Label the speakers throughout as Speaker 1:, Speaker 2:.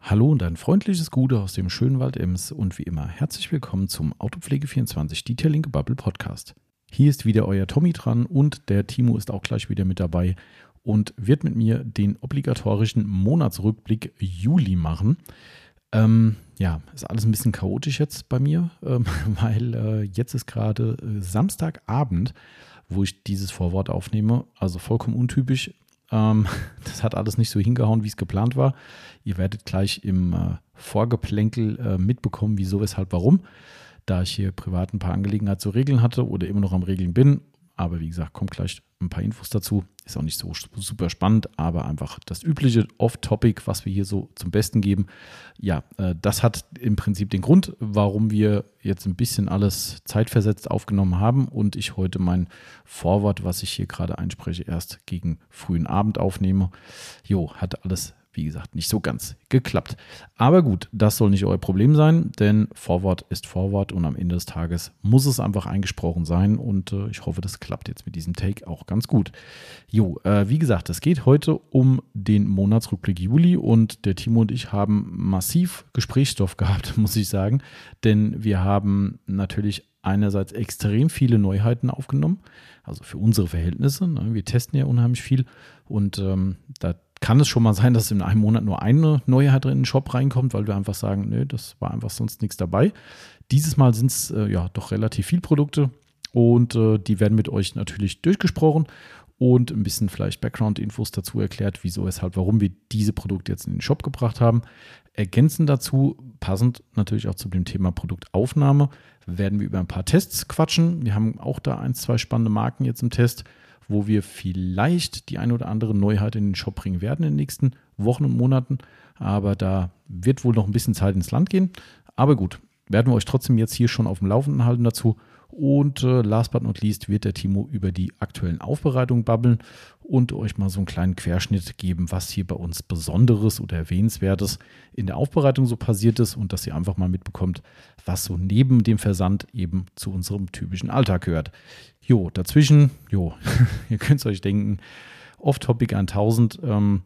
Speaker 1: Hallo und ein freundliches Gute aus dem schönen Wald Ems und wie immer herzlich willkommen zum Autopflege24 Detailing Bubble Podcast. Hier ist wieder euer Tommy dran und der Timo ist auch gleich wieder mit dabei und wird mit mir den obligatorischen Monatsrückblick Juli machen. Ähm, ja, ist alles ein bisschen chaotisch jetzt bei mir, ähm, weil äh, jetzt ist gerade äh, Samstagabend, wo ich dieses Vorwort aufnehme, also vollkommen untypisch. Ähm, das hat alles nicht so hingehauen, wie es geplant war. Ihr werdet gleich im äh, Vorgeplänkel äh, mitbekommen, wieso, weshalb, warum. Da ich hier privat ein paar Angelegenheiten zu regeln hatte oder immer noch am Regeln bin. Aber wie gesagt, kommt gleich ein paar Infos dazu. Ist auch nicht so super spannend, aber einfach das übliche Off-Topic, was wir hier so zum Besten geben. Ja, äh, das hat im Prinzip den Grund, warum wir jetzt ein bisschen alles zeitversetzt aufgenommen haben und ich heute mein Vorwort, was ich hier gerade einspreche, erst gegen frühen Abend aufnehme. Jo, hat alles wie gesagt, nicht so ganz geklappt. Aber gut, das soll nicht euer Problem sein, denn Vorwort ist Vorwort und am Ende des Tages muss es einfach eingesprochen sein und äh, ich hoffe, das klappt jetzt mit diesem Take auch ganz gut. Jo, äh, wie gesagt, es geht heute um den Monatsrückblick Juli und der Timo und ich haben massiv Gesprächsstoff gehabt, muss ich sagen, denn wir haben natürlich einerseits extrem viele Neuheiten aufgenommen, also für unsere Verhältnisse. Ne? Wir testen ja unheimlich viel und ähm, da kann es schon mal sein, dass in einem Monat nur eine Neuheit in den Shop reinkommt, weil wir einfach sagen, nee, das war einfach sonst nichts dabei. Dieses Mal sind es äh, ja doch relativ viel Produkte und äh, die werden mit euch natürlich durchgesprochen und ein bisschen vielleicht Background-Infos dazu erklärt, wieso, weshalb, warum wir diese Produkte jetzt in den Shop gebracht haben. Ergänzend dazu, passend natürlich auch zu dem Thema Produktaufnahme, werden wir über ein paar Tests quatschen. Wir haben auch da ein, zwei spannende Marken jetzt im Test wo wir vielleicht die ein oder andere Neuheit in den Shop bringen werden in den nächsten Wochen und Monaten. Aber da wird wohl noch ein bisschen Zeit ins Land gehen. Aber gut, werden wir euch trotzdem jetzt hier schon auf dem Laufenden halten dazu. Und äh, last but not least wird der Timo über die aktuellen Aufbereitungen babbeln und euch mal so einen kleinen Querschnitt geben, was hier bei uns Besonderes oder Erwähnenswertes in der Aufbereitung so passiert ist und dass ihr einfach mal mitbekommt, was so neben dem Versand eben zu unserem typischen Alltag gehört. Jo, dazwischen, jo, ihr könnt es euch denken, off-topic 1000, ähm,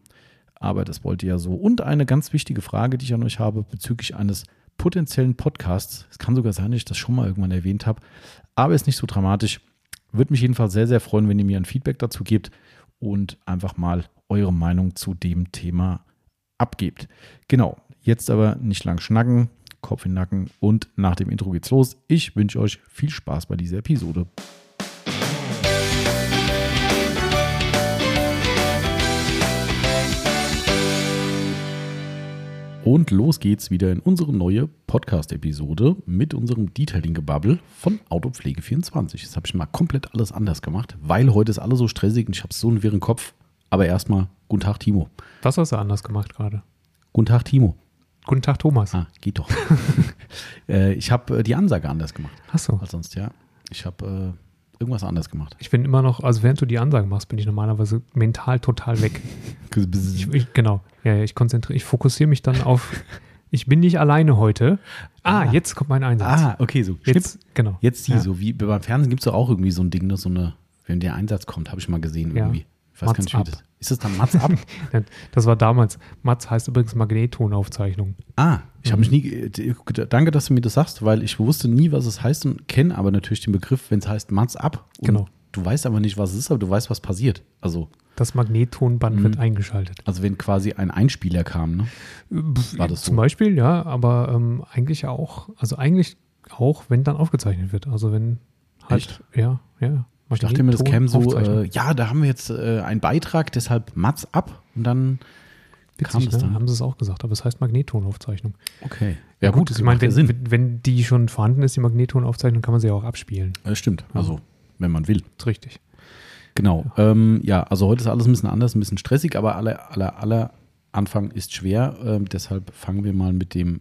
Speaker 1: aber das wollt ihr ja so. Und eine ganz wichtige Frage, die ich an euch habe bezüglich eines potenziellen Podcasts. Es kann sogar sein, dass ich das schon mal irgendwann erwähnt habe, aber ist nicht so dramatisch. Würde mich jedenfalls sehr, sehr freuen, wenn ihr mir ein Feedback dazu gebt und einfach mal eure Meinung zu dem Thema abgebt. Genau, jetzt aber nicht lang schnacken, Kopf in den Nacken und nach dem Intro geht's los. Ich wünsche euch viel Spaß bei dieser Episode. Und los geht's wieder in unsere neue Podcast-Episode mit unserem Detailing-Gebubble von Autopflege24. Das habe ich mal komplett alles anders gemacht, weil heute ist alles so stressig und ich habe so einen wirren Kopf. Aber erstmal, guten Tag, Timo.
Speaker 2: Was hast du anders gemacht gerade?
Speaker 1: Guten Tag, Timo.
Speaker 2: Guten Tag, Thomas.
Speaker 1: Ah, geht doch. äh, ich habe äh, die Ansage anders gemacht
Speaker 2: Ach so.
Speaker 1: als sonst, ja. Ich habe äh, irgendwas anders gemacht.
Speaker 2: Ich bin immer noch, also während du die Ansage machst, bin ich normalerweise mental total weg. Ich, ich, genau. Ja, ja, ich konzentriere, ich fokussiere mich dann auf. Ich bin nicht alleine heute. Ah,
Speaker 1: Ah.
Speaker 2: jetzt kommt mein Einsatz.
Speaker 1: ah, okay, so.
Speaker 2: jetzt,
Speaker 1: Schnipp.
Speaker 2: genau.
Speaker 1: Jetzt die,
Speaker 2: Ja.
Speaker 1: so wie beim Fernsehen gibt es doch auch irgendwie so ein Ding, das so eine, wenn der Einsatz kommt, habe ich mal gesehen
Speaker 2: Ja.
Speaker 1: irgendwie. Ich weiß
Speaker 2: Mats
Speaker 1: gar nicht, wie
Speaker 2: ab.
Speaker 1: das ist. das dann Mats ab?
Speaker 2: Das war damals. Mats heißt übrigens Magnettonaufzeichnung.
Speaker 1: ah, ich habe mich nie. ge- ge- Danke, dass du mir das sagst, weil ich wusste nie, was es heißt und kenne aber natürlich den Begriff, wenn es heißt Mats ab. Und
Speaker 2: Genau.
Speaker 1: Du weißt aber nicht, was es ist, aber du weißt, was passiert. Also,
Speaker 2: Das Magnettonband
Speaker 1: Mhm.
Speaker 2: wird eingeschaltet.
Speaker 1: also wenn quasi ein Einspieler kam, ne? War das
Speaker 2: Zum
Speaker 1: so?
Speaker 2: Beispiel, ja, aber ähm, eigentlich auch, also eigentlich auch, wenn dann aufgezeichnet wird. Also wenn halt,
Speaker 1: Echt?
Speaker 2: ja, ja.
Speaker 1: Ich dachte mir, das käme so,
Speaker 2: Magnettonaufzeichnung.
Speaker 1: äh, ja, da haben wir jetzt äh, einen Beitrag, deshalb Mats ab und dann kam
Speaker 2: Witzig,
Speaker 1: das
Speaker 2: ne?
Speaker 1: dann.
Speaker 2: haben sie es auch gesagt, aber es heißt Magnettonaufzeichnung.
Speaker 1: Okay. Ja, gut, das
Speaker 2: ich meine,
Speaker 1: macht ja
Speaker 2: wenn,
Speaker 1: Sinn.
Speaker 2: wenn- wenn die schon vorhanden ist, die Magnettonaufzeichnung, kann man sie ja auch abspielen.
Speaker 1: Äh, stimmt, also wenn man will.
Speaker 2: Das ist richtig.
Speaker 1: Genau. Ähm, ja, also heute ist alles ein bisschen anders, ein bisschen stressig, aber aller, aller, aller Anfang ist schwer. Ähm, deshalb fangen wir mal mit dem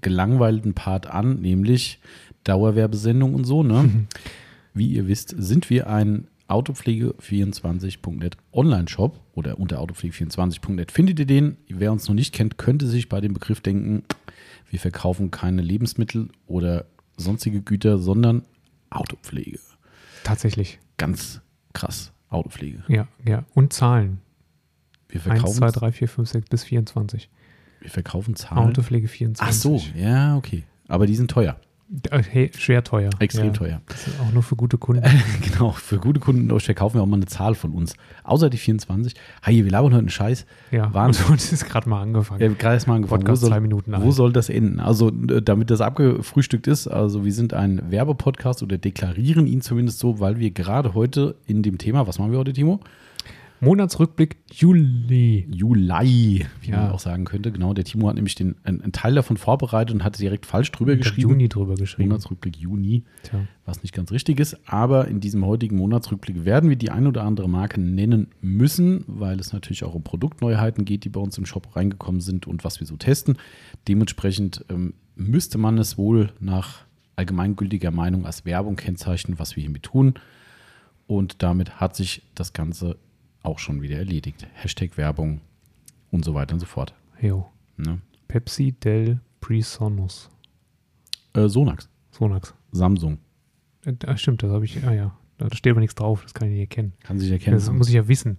Speaker 1: gelangweilten Part an, nämlich Dauerwerbesendung und so. Ne? Wie ihr wisst, sind wir ein autopflege24.net Online-Shop oder unter autopflege24.net findet ihr den. Wer uns noch nicht kennt, könnte sich bei dem Begriff denken, wir verkaufen keine Lebensmittel oder sonstige Güter, sondern Autopflege.
Speaker 2: Tatsächlich.
Speaker 1: Ganz krass, Autopflege.
Speaker 2: Ja, ja. Und Zahlen.
Speaker 1: Wir verkaufen
Speaker 2: 1, 2, 3, 4, 5, 6 bis 24.
Speaker 1: Wir verkaufen Zahlen.
Speaker 2: Autopflege 24.
Speaker 1: Ach so, ja, okay. Aber die sind teuer.
Speaker 2: Äh, Hey, schwer teuer.
Speaker 1: Extrem
Speaker 2: ja.
Speaker 1: teuer.
Speaker 2: Das ist auch nur für gute Kunden.
Speaker 1: genau, für gute Kunden euch verkaufen wir auch mal eine Zahl von uns. Außer die 24. Hey, wir labern heute einen Scheiß.
Speaker 2: Ja,
Speaker 1: Wahnsinn.
Speaker 2: und es ist gerade mal angefangen.
Speaker 1: Ja, gerade erst mal angefangen.
Speaker 2: Podcast
Speaker 1: wo
Speaker 2: zwei
Speaker 1: soll,
Speaker 2: Minuten
Speaker 1: wo
Speaker 2: alt.
Speaker 1: soll das enden? Also, äh, damit das abgefrühstückt ist, also wir sind ein Werbepodcast oder deklarieren ihn zumindest so, weil wir gerade heute in dem Thema, was machen wir heute, Timo?
Speaker 2: Monatsrückblick Juli.
Speaker 1: Juli, wie
Speaker 2: Ja.
Speaker 1: man auch sagen könnte. Genau, der Timo hat nämlich den, einen, einen Teil davon vorbereitet und hatte direkt falsch drüber
Speaker 2: Ich hab
Speaker 1: geschrieben.
Speaker 2: Juni drüber geschrieben.
Speaker 1: Monatsrückblick Juni,
Speaker 2: Tja.
Speaker 1: was nicht ganz richtig ist. Aber in diesem heutigen Monatsrückblick werden wir die ein oder andere Marke nennen müssen, weil es natürlich auch um Produktneuheiten geht, die bei uns im Shop reingekommen sind und was wir so testen. Dementsprechend ähm, müsste man es wohl nach allgemeingültiger Meinung als Werbung kennzeichnen, was wir hiermit tun. Und damit hat sich das Ganze auch schon wieder erledigt. Hashtag Werbung und so weiter und so fort.
Speaker 2: Jo.
Speaker 1: Ne?
Speaker 2: Pepsi Del Prisonus.
Speaker 1: Äh, Sonax,
Speaker 2: Sonax.
Speaker 1: Samsung,
Speaker 2: Äh, ah, stimmt, das habe ich. Ah ja, da steht aber nichts drauf, das kann ich nicht erkennen.
Speaker 1: kann sich erkennen.
Speaker 2: Das muss ich ja wissen.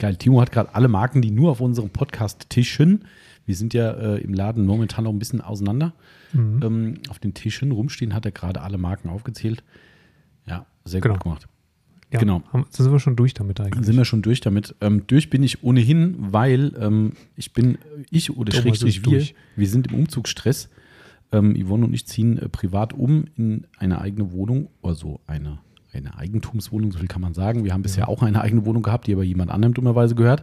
Speaker 1: Geil, Timo hat gerade alle Marken, die nur auf unserem Podcast tischen. Wir sind ja äh, im Laden momentan noch ein bisschen auseinander. Ähm, auf den Tischen rumstehen hat er gerade alle Marken aufgezählt. Ja, sehr
Speaker 2: Genau.
Speaker 1: gut gemacht.
Speaker 2: Ja,
Speaker 1: Genau. Also,
Speaker 2: Haben, so sind wir schon durch damit eigentlich.
Speaker 1: Sind wir schon durch damit? Ähm, durch bin ich ohnehin, weil ähm, ich bin, ich oder
Speaker 2: Thomas
Speaker 1: schrägstrich
Speaker 2: ist
Speaker 1: wir,
Speaker 2: durch.
Speaker 1: wir sind im Umzugsstress. Ähm, Yvonne und ich ziehen äh, privat um in eine eigene Wohnung, also eine, eine Eigentumswohnung, so viel kann man sagen. Wir haben bisher auch eine eigene Wohnung gehabt, die aber jemand anderem dummerweise gehört.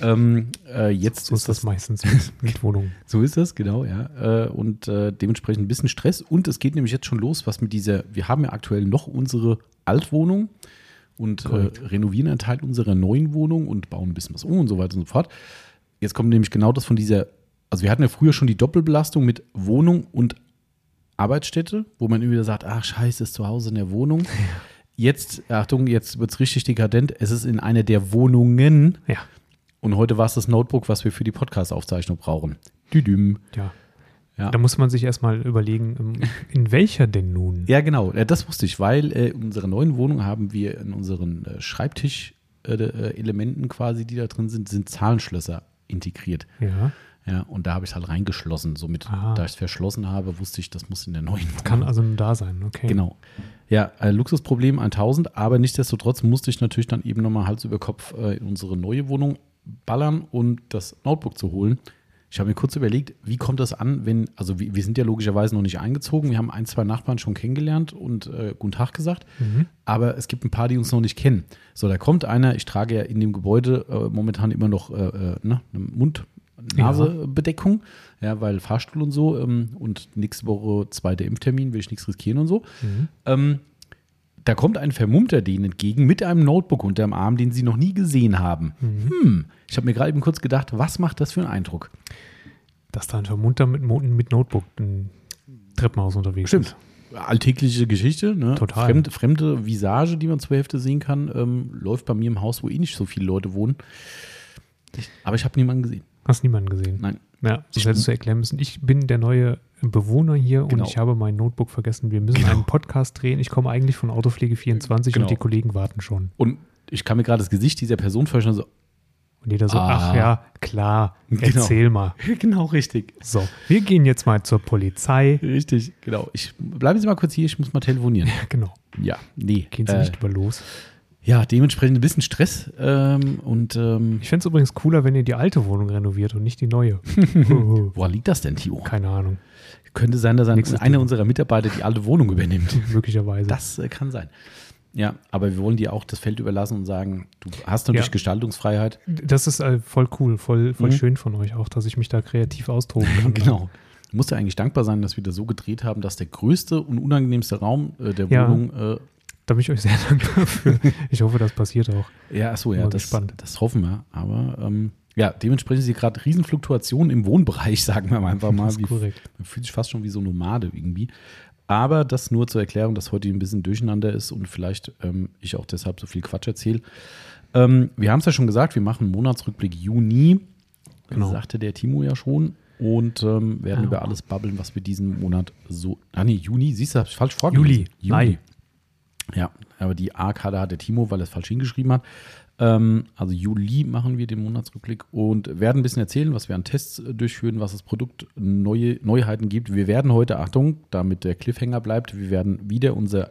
Speaker 1: Ähm, äh, jetzt
Speaker 2: so ist das
Speaker 1: das
Speaker 2: meistens mit, mit Wohnungen.
Speaker 1: so ist das, genau, ja. Äh, Und äh, dementsprechend ein bisschen Stress. Und es geht nämlich jetzt schon los, was mit dieser, wir haben ja aktuell noch unsere Altwohnung und äh,
Speaker 2: Korrekt.
Speaker 1: renovieren einen Teil unserer neuen Wohnung und bauen ein bisschen was um und so weiter und so fort. Jetzt kommt nämlich genau das von dieser, also wir hatten ja früher schon die Doppelbelastung mit Wohnung und Arbeitsstätte, wo man immer wieder sagt, ach scheiße, ist zu Hause in der Wohnung. Jetzt, Achtung, jetzt wird es richtig dekadent, es ist in einer der Wohnungen.
Speaker 2: Ja,
Speaker 1: Und heute war es das Notebook, was wir für die Podcast-Aufzeichnung brauchen. Düdüm.
Speaker 2: ja.
Speaker 1: Ja.
Speaker 2: Da muss man sich erstmal überlegen, ähm, in welcher denn nun?
Speaker 1: Ja, genau. Ja, Das wusste ich, weil äh, in unserer neuen Wohnung haben wir in unseren äh, Schreibtisch-Elementen äh, Elementen quasi, die da drin sind, sind Zahlenschlösser integriert.
Speaker 2: Ja.
Speaker 1: Ja, und da habe ich es halt reingeschlossen. Somit,
Speaker 2: Ah.
Speaker 1: da ich es verschlossen habe, wusste ich, das muss in der neuen Wohnung.
Speaker 2: Kann also nur da sein, okay.
Speaker 1: Genau. Ja, äh, Luxusproblem 1000, aber nichtsdestotrotz musste ich natürlich dann eben nochmal Hals über Kopf äh, in unsere neue Wohnung ballern, um das Notebook zu holen. Ich habe mir kurz überlegt, wie kommt das an, wenn, also wir, wir sind ja logischerweise noch nicht eingezogen, wir haben ein, zwei Nachbarn schon kennengelernt und äh, guten Tag gesagt, aber es gibt ein paar, die uns noch nicht kennen. So, da kommt einer, ich trage ja in dem Gebäude äh, momentan immer noch äh, äh, ne, eine Mund- Nasebedeckung, ja. weil Fahrstuhl und so ähm, und nächste Woche zweiter Impftermin, will ich nichts riskieren und so. Ähm, da kommt ein Vermummter denen entgegen mit einem Notebook unterm Arm, den sie noch nie gesehen haben. Hm, ich habe mir gerade eben kurz gedacht, was macht das für einen Eindruck?
Speaker 2: Dass da ein Vermunter mit, Mo- mit Notebook ein Treppenhaus unterwegs ist.
Speaker 1: Alltägliche Geschichte, ne?
Speaker 2: Total.
Speaker 1: Fremd, fremde Visage, die man zur Hälfte sehen kann, ähm, läuft bei mir im Haus, wo eh nicht so viele Leute wohnen. Aber ich habe niemanden gesehen.
Speaker 2: Hast niemanden gesehen.
Speaker 1: Nein.
Speaker 2: Ja, sonst hättest du erklären müssen, ich bin der neue Bewohner hier
Speaker 1: Genau.
Speaker 2: und ich habe mein Notebook vergessen. Wir müssen einen Podcast drehen. Ich komme eigentlich von Autopflege 24
Speaker 1: Genau.
Speaker 2: und die Kollegen warten schon.
Speaker 1: Und ich kann mir gerade das Gesicht dieser Person vorstellen, so,
Speaker 2: Und jeder so,
Speaker 1: Ah.
Speaker 2: ach ja, klar,
Speaker 1: Genau.
Speaker 2: erzähl mal.
Speaker 1: genau richtig.
Speaker 2: So, wir gehen jetzt mal zur Polizei.
Speaker 1: Richtig, genau. Ich bleiben Sie mal kurz hier, ich muss mal telefonieren.
Speaker 2: Genau,
Speaker 1: Ja, nee.
Speaker 2: gehen Sie
Speaker 1: äh,
Speaker 2: nicht über los.
Speaker 1: Ja, dementsprechend ein bisschen Stress ähm, und ähm,
Speaker 2: Ich fände es übrigens cooler, wenn ihr die alte Wohnung renoviert und nicht die neue. Oh,
Speaker 1: woran liegt das denn, Timo?
Speaker 2: Keine Ahnung,
Speaker 1: Könnte sein, dass ein,
Speaker 2: Nächstes
Speaker 1: einer unserer Mitarbeiter die alte Wohnung übernimmt.
Speaker 2: möglicherweise.
Speaker 1: Das äh, kann sein. Ja, aber wir wollen dir auch das Feld überlassen und sagen, du hast natürlich
Speaker 2: Ja.
Speaker 1: Gestaltungsfreiheit.
Speaker 2: Das ist äh, voll cool, voll, voll
Speaker 1: Mhm.
Speaker 2: schön von euch auch, dass ich mich da kreativ austoben kann.
Speaker 1: Genau. Du musst ja eigentlich dankbar sein, dass wir das so gedreht haben, dass der größte und unangenehmste Raum äh, der
Speaker 2: Ja.
Speaker 1: Wohnung.
Speaker 2: Da bin ich euch sehr dankbar für. Ich hoffe, das passiert auch.
Speaker 1: Äh, ja, achso, ja,
Speaker 2: Mal
Speaker 1: das,
Speaker 2: gespannt.
Speaker 1: das hoffen wir. Aber ähm, ja, dementsprechend ist hier gerade Riesenfluktuation im Wohnbereich, sagen wir mal einfach mal.
Speaker 2: Das ist
Speaker 1: Wie-
Speaker 2: korrekt.
Speaker 1: Man fühlt sich fast schon wie so Nomade irgendwie. Aber das nur zur Erklärung, dass heute ein bisschen durcheinander ist und vielleicht ähm, ich auch deshalb so viel Quatsch erzähle. Ähm, wir haben es ja schon gesagt, wir machen einen Monatsrückblick Juni.
Speaker 2: Genau.
Speaker 1: Sagte der Timo ja schon. Und ähm, werden
Speaker 2: Ja.
Speaker 1: über alles babbeln, was wir diesen Monat so. Ah, nee, Juni, siehst du, hab's falsch vorgelesen.
Speaker 2: Juli. Nein.
Speaker 1: Ja, aber die A-Kader hat der Timo, weil er es falsch hingeschrieben hat. Ähm, also Juli machen wir den Monatsrückblick und werden ein bisschen erzählen, was wir an Tests äh, durchführen, was das Produkt neue Neuheiten gibt. Wir werden heute, Achtung, damit der Cliffhanger bleibt, wir werden wieder unser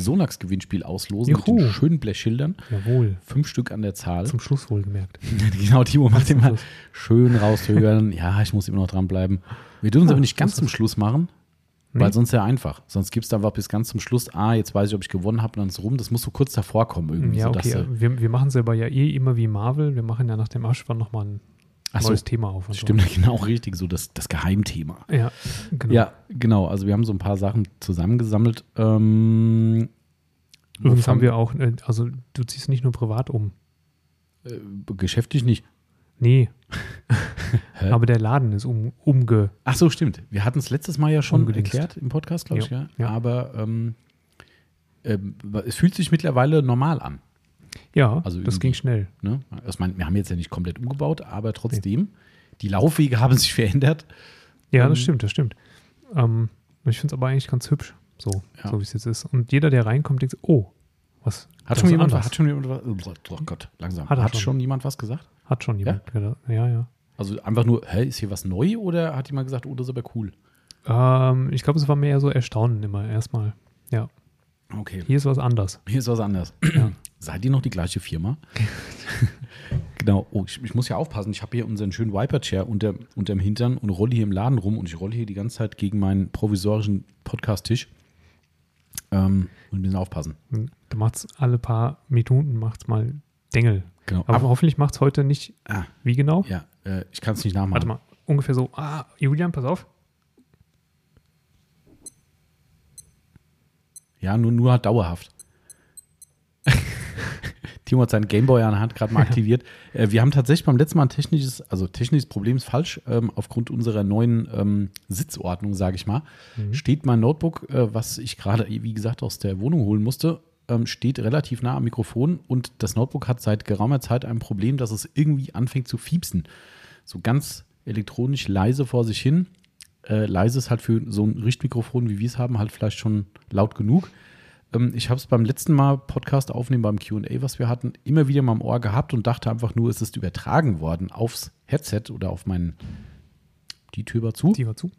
Speaker 1: Sonax-Gewinnspiel auslosen
Speaker 2: Juhu.
Speaker 1: mit den schönen Blechschildern.
Speaker 2: Jawohl.
Speaker 1: Fünf Stück an der Zahl.
Speaker 2: Zum Schluss wohlgemerkt.
Speaker 1: genau, Timo macht immer
Speaker 2: Schluss.
Speaker 1: schön raushören. ja, ich muss immer noch dranbleiben. Wir dürfen es
Speaker 2: Ah,
Speaker 1: aber nicht ganz
Speaker 2: das
Speaker 1: zum Schluss machen, weil sonst ja einfach. Sonst gibt es einfach bis ganz zum Schluss, ah, jetzt weiß ich, ob ich gewonnen habe und dann ist rum. Das muss so kurz davor kommen irgendwie.
Speaker 2: Ja,
Speaker 1: so, dass,
Speaker 2: okay.
Speaker 1: äh,
Speaker 2: Wir, wir machen selber ja eh immer wie Marvel. Wir machen ja nach dem Aschwan nochmal ein
Speaker 1: Ach so.
Speaker 2: neues Thema auf. und so.
Speaker 1: Stimmt, genau, richtig, so das, das Geheimthema.
Speaker 2: Ja, genau.
Speaker 1: Ja, genau. Also wir haben so ein paar Sachen zusammengesammelt. Ähm,
Speaker 2: Übrigens
Speaker 1: wovon-
Speaker 2: haben wir auch, äh, also du ziehst nicht nur privat um.
Speaker 1: äh, geschäftlich nicht.
Speaker 2: Nee. Aber der Laden ist um, umge.
Speaker 1: Ach so, stimmt. Wir hatten es letztes Mal ja schon
Speaker 2: Ungedingst.
Speaker 1: erklärt im Podcast, glaube ich,
Speaker 2: Ja,
Speaker 1: ja.
Speaker 2: ja.
Speaker 1: Aber ähm, ähm, es fühlt sich mittlerweile normal an.
Speaker 2: Ja,
Speaker 1: Also
Speaker 2: das
Speaker 1: irgendwie.
Speaker 2: ging schnell.
Speaker 1: Ne? Ich meine, wir haben jetzt ja nicht komplett umgebaut, aber trotzdem, die Laufwege haben sich verändert.
Speaker 2: Ja,
Speaker 1: Ähm,
Speaker 2: das stimmt, das stimmt. Ähm, ich finde es aber eigentlich ganz hübsch, so,
Speaker 1: Ja.
Speaker 2: so wie es jetzt ist. Und jeder, der reinkommt, denkt, so, oh, was?
Speaker 1: Hat
Speaker 2: ganz
Speaker 1: schon, jemand,
Speaker 2: anders.
Speaker 1: hat schon jemand was? Oh Gott, langsam.
Speaker 2: Hat
Speaker 1: Hat,
Speaker 2: er
Speaker 1: schon.
Speaker 2: schon.
Speaker 1: jemand was gesagt?
Speaker 2: Hat schon jemand. gedacht. Ja, ja.
Speaker 1: Also einfach nur, hä, ist hier was neu oder hat jemand gesagt, oh, das ist aber cool?
Speaker 2: Ähm, ich glaube, es war mehr so Erstaunen immer erstmal. Ja,
Speaker 1: Okay.
Speaker 2: hier ist was anders.
Speaker 1: Hier ist was anders. Seid ihr noch die gleiche Firma? genau. Oh, ich, ich muss ja aufpassen. Ich habe hier unseren schönen Wiper-Chair unter, unterm Hintern und rolle hier im Laden rum und ich rolle hier die ganze Zeit gegen meinen provisorischen Podcast-Tisch. Ähm, und ein bisschen aufpassen.
Speaker 2: Hm, Da macht es alle paar Minuten macht's mal Dengel.
Speaker 1: Genau.
Speaker 2: Aber hoffentlich macht es heute nicht,
Speaker 1: Ah,
Speaker 2: wie genau?
Speaker 1: ja, äh, ich kann es nicht
Speaker 2: Warte
Speaker 1: nachmachen.
Speaker 2: mal, ungefähr so, ah, Julian, pass auf.
Speaker 1: Ja, nur, nur halt dauerhaft. Timo hat seinen Gameboy an der Hand gerade mal aktiviert. Äh, wir haben tatsächlich beim letzten Mal ein technisches, also technisches Problem ist falsch. Ähm, aufgrund unserer neuen ähm, Sitzordnung, sage ich mal, steht mein Notebook, äh, was ich gerade, wie gesagt, aus der Wohnung holen musste, ähm, steht relativ nah am Mikrofon und das Notebook hat seit geraumer Zeit ein Problem, dass es irgendwie anfängt zu fiepsen. So ganz elektronisch leise vor sich hin. Äh, leise ist halt für so ein Richtmikrofon, wie wir es haben, halt vielleicht schon laut genug. Ähm, ich habe es beim letzten Mal Podcast aufnehmen, beim QA, was wir hatten, immer wieder mal im Ohr gehabt und dachte einfach nur, es ist übertragen worden aufs Headset oder auf meinen. Die Tür war zu
Speaker 2: Die war zu.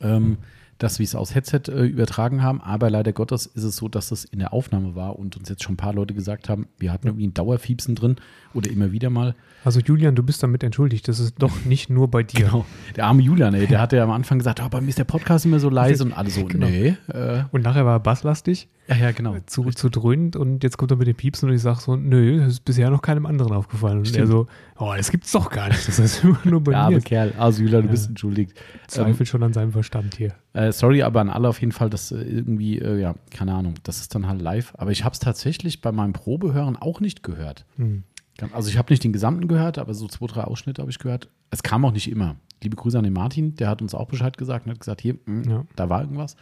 Speaker 1: ähm, dass wir es aus Headset äh, übertragen haben. Aber leider Gottes ist es so, dass das in der Aufnahme war und uns jetzt schon ein paar Leute gesagt haben, wir hatten irgendwie ein Dauerfiepsen drin oder immer wieder mal.
Speaker 2: Also Julian, du bist damit entschuldigt. Das ist doch nicht nur bei dir.
Speaker 1: Genau. Der arme Julian, ey, der hatte ja am Anfang gesagt, oh, bei mir ist der Podcast immer so leise und alle so,
Speaker 2: Genau.
Speaker 1: nee. Äh,
Speaker 2: Und nachher war er basslastig.
Speaker 1: ja, ja, genau.
Speaker 2: zu, zu dröhnend und jetzt kommt er mit dem Piepsen und ich sage so, nö, das ist bisher noch keinem anderen aufgefallen. Und er
Speaker 1: Stimmt.
Speaker 2: so, oh, das gibt's doch gar nicht. Das ist immer nur bei
Speaker 1: Der arme
Speaker 2: mir.
Speaker 1: Kerl. Also Julian, du
Speaker 2: Ja.
Speaker 1: bist entschuldigt. Ähm,
Speaker 2: Zweifelt schon an seinem Verstand hier.
Speaker 1: Äh, sorry, aber an alle auf jeden Fall, dass äh, irgendwie, äh, ja, keine Ahnung, das ist dann halt live. Aber ich habe es tatsächlich bei meinem Probehören auch nicht gehört.
Speaker 2: Hm.
Speaker 1: Ganz- Also ich habe nicht den gesamten gehört, aber so zwei, drei Ausschnitte habe ich gehört. Es kam auch nicht immer. Liebe Grüße an den Martin, der hat uns auch Bescheid gesagt und hat gesagt, hier, mh,
Speaker 2: Ja.
Speaker 1: da war irgendwas.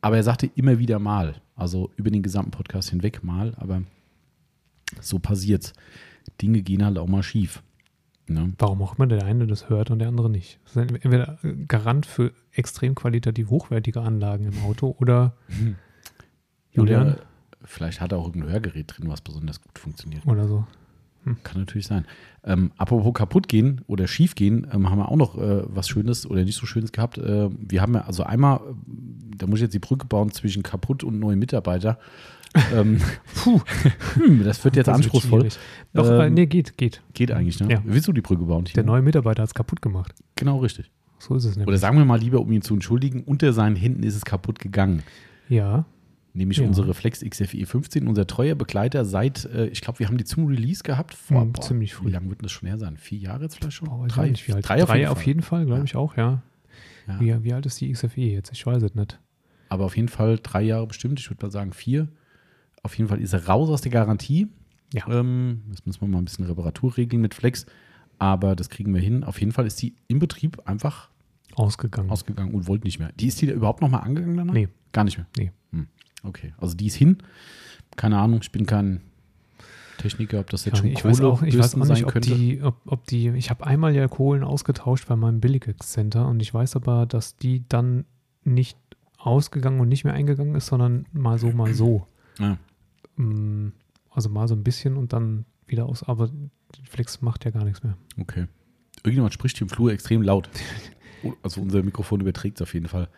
Speaker 1: Aber er sagte immer wieder mal, also über den gesamten Podcast hinweg mal, aber so passiert's. Dinge gehen halt auch mal schief. Ne?
Speaker 2: Warum auch immer der eine das hört und der andere nicht. Das ist ein- entweder Garant für extrem qualitativ hochwertige Anlagen im Auto oder Julian
Speaker 1: Oder äh, vielleicht hat er auch irgendein Hörgerät drin, was besonders gut funktioniert.
Speaker 2: oder so.
Speaker 1: Kann natürlich sein. Ähm, apropos kaputt gehen oder schief gehen, ähm, haben wir auch noch äh, was Schönes oder nicht so Schönes gehabt. Äh, wir haben ja, also einmal, ähm, da muss ich jetzt die Brücke bauen zwischen kaputt und neuen Mitarbeiter. ähm, puh, hm, das wird jetzt
Speaker 2: Das wird
Speaker 1: anspruchsvoll.
Speaker 2: schwierig. Doch,
Speaker 1: Ähm,
Speaker 2: äh, nee, geht, geht.
Speaker 1: Geht eigentlich, ne?
Speaker 2: Ja.
Speaker 1: Willst du die Brücke bauen? Timo?
Speaker 2: Der neue Mitarbeiter hat es kaputt gemacht.
Speaker 1: Genau richtig.
Speaker 2: So ist es nämlich.
Speaker 1: Oder sagen wir mal lieber, um ihn zu entschuldigen, unter seinen Händen ist es kaputt gegangen.
Speaker 2: ja,
Speaker 1: Nämlich
Speaker 2: Ja.
Speaker 1: unsere Flex XFE 15, unser treuer Begleiter seit, äh, ich glaube, wir haben die zum Release gehabt.
Speaker 2: Hm, ziemlich früh.
Speaker 1: Wie lange wird denn das schon her sein? Vier Jahre jetzt vielleicht schon?
Speaker 2: Boah, weiß Oh, ich nicht, wie alt.
Speaker 1: drei, auf, jeden
Speaker 2: auf
Speaker 1: Fall.
Speaker 2: jeden Fall, glaube
Speaker 1: Ja.
Speaker 2: ich auch, ja.
Speaker 1: Ja.
Speaker 2: Wie, wie alt ist die XFE jetzt? Ich weiß es nicht.
Speaker 1: Aber auf jeden Fall drei Jahre bestimmt. Ich würde mal sagen vier. Auf jeden Fall ist er raus aus der Garantie.
Speaker 2: Ja.
Speaker 1: Ähm, das müssen wir mal ein bisschen Reparatur regeln mit Flex. Aber das kriegen wir hin. Auf jeden Fall ist die im Betrieb einfach
Speaker 2: Ausgegangen.
Speaker 1: ausgegangen und wollte nicht mehr. Die ist die da überhaupt nochmal angegangen danach?
Speaker 2: Hm. Nee.
Speaker 1: Gar nicht mehr.
Speaker 2: Nee.
Speaker 1: Hm. Okay. Also die ist hin. Keine Ahnung, ich bin kein Techniker, ob das jetzt
Speaker 2: Ja,
Speaker 1: schon
Speaker 2: ich weiß auch, ich weiß
Speaker 1: Kohlebürsten
Speaker 2: auch
Speaker 1: sein
Speaker 2: nicht, ob
Speaker 1: könnte.
Speaker 2: die, ob, ob die, ich habe einmal ja Kohlen ausgetauscht bei meinem Billig-Center und ich weiß aber, dass die dann nicht ausgegangen und nicht mehr eingegangen ist, sondern mal so, mal so.
Speaker 1: ja.
Speaker 2: Mm, Also mal so ein bisschen und dann wieder aus, aber Netflix macht ja gar nichts mehr.
Speaker 1: Okay. Irgendjemand spricht hier im Flur extrem laut. Also unser Mikrofon überträgt es auf jeden Fall.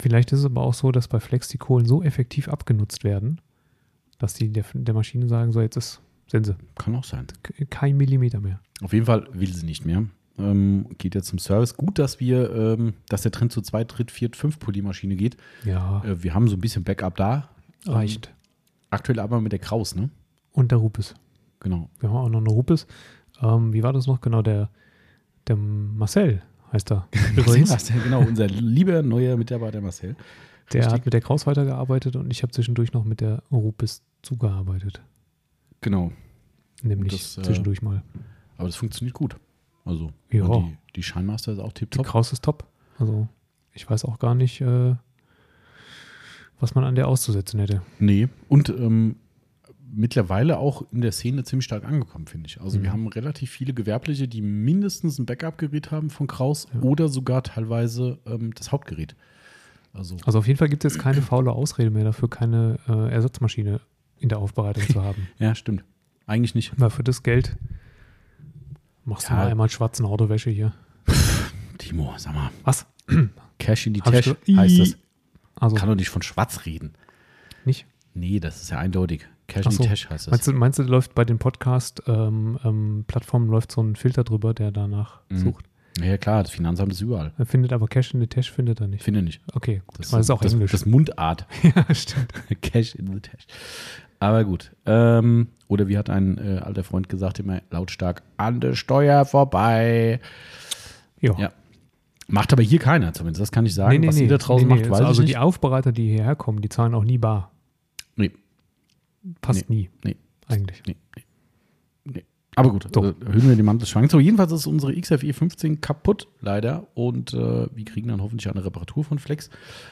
Speaker 2: Vielleicht ist es aber auch so, dass bei Flex die Kohlen so effektiv abgenutzt werden, dass die der, der Maschine sagen, so jetzt ist Sense.
Speaker 1: Kann auch sein.
Speaker 2: Kein Millimeter mehr.
Speaker 1: Auf jeden Fall will sie nicht mehr. Ähm, geht jetzt zum Service. Gut, dass wir, ähm, dass der Trend zu zwei, dritt, viert, fünf Polymaschine geht.
Speaker 2: Ja.
Speaker 1: Äh, wir haben so ein bisschen Backup da.
Speaker 2: Reicht.
Speaker 1: Ähm, aktuell aber mit der Kraus, ne?
Speaker 2: Und der Rupes.
Speaker 1: Genau.
Speaker 2: Wir haben auch noch eine Rupes. wie war das noch? Genau, der, der Marcel heißt er.
Speaker 1: Übrigens. Marcel, genau, unser lieber neuer Mitarbeiter Marcel.
Speaker 2: Der Richtig. hat mit der Kraus weitergearbeitet und ich habe zwischendurch noch mit der Rupes zugearbeitet.
Speaker 1: Genau.
Speaker 2: Nämlich das, äh, zwischendurch mal.
Speaker 1: Aber das funktioniert gut. Also
Speaker 2: Ja.
Speaker 1: die, die Scheinmaster ist auch
Speaker 2: Die
Speaker 1: tipptopp.
Speaker 2: Kraus ist top. Also ich weiß auch gar nicht, äh, was man an der auszusetzen hätte.
Speaker 1: Nee. Und ähm, mittlerweile auch in der Szene ziemlich stark angekommen, finde ich. Also
Speaker 2: Mhm.
Speaker 1: wir haben relativ viele Gewerbliche, die mindestens ein Backup-Gerät haben von Kraus oder sogar teilweise ähm, das Hauptgerät. Also
Speaker 2: Also auf jeden Fall gibt es jetzt keine faule Ausrede mehr dafür, keine äh, Ersatzmaschine in der Aufbereitung zu haben.
Speaker 1: ja, stimmt. Eigentlich nicht.
Speaker 2: Weil für das Geld machst
Speaker 1: Ja.
Speaker 2: du mal einmal schwarzen Autowäsche hier.
Speaker 1: Timo, sag mal,
Speaker 2: Was?
Speaker 1: Cash in die
Speaker 2: Hab ich
Speaker 1: Tasche
Speaker 2: schon-
Speaker 1: heißt das.
Speaker 2: Also
Speaker 1: Kann doch nicht von Schwarz reden.
Speaker 2: nicht.
Speaker 1: Nee, das ist ja eindeutig. Cash
Speaker 2: Ach
Speaker 1: in
Speaker 2: so.
Speaker 1: die Tasche heißt das.
Speaker 2: Meinst du, meinst du, läuft bei den Podcast-Plattformen läuft so ein Filter drüber, der danach
Speaker 1: Mhm.
Speaker 2: sucht?
Speaker 1: Ja klar, das Finanzamt ist überall.
Speaker 2: Er findet aber Cash in the Tash, findet er nicht.
Speaker 1: Finde nicht.
Speaker 2: Okay, gut. Das, weil es ist auch
Speaker 1: das,
Speaker 2: Englisch.
Speaker 1: das Mundart.
Speaker 2: ja, stimmt.
Speaker 1: Cash in the Tash. Aber gut. Ähm, oder wie hat ein äh, alter Freund gesagt, immer lautstark an der Steuer vorbei.
Speaker 2: Ja.
Speaker 1: Ja. Macht aber hier keiner zumindest. Das kann ich sagen. Was ihr da draußen
Speaker 2: Nee, nee,
Speaker 1: macht, weiß
Speaker 2: Also
Speaker 1: ich
Speaker 2: die
Speaker 1: nicht.
Speaker 2: Aufbereiter, die hierher kommen, die zahlen auch nie bar.
Speaker 1: Nee,
Speaker 2: Passt nie,
Speaker 1: nee,
Speaker 2: eigentlich.
Speaker 1: nee, nee, nee. Aber gut,
Speaker 2: So.
Speaker 1: so. erhöhen wir den Mantel des Schwanks. So, jedenfalls ist unsere XFE 15 kaputt, leider. Und äh, wir kriegen dann hoffentlich eine Reparatur von Flex.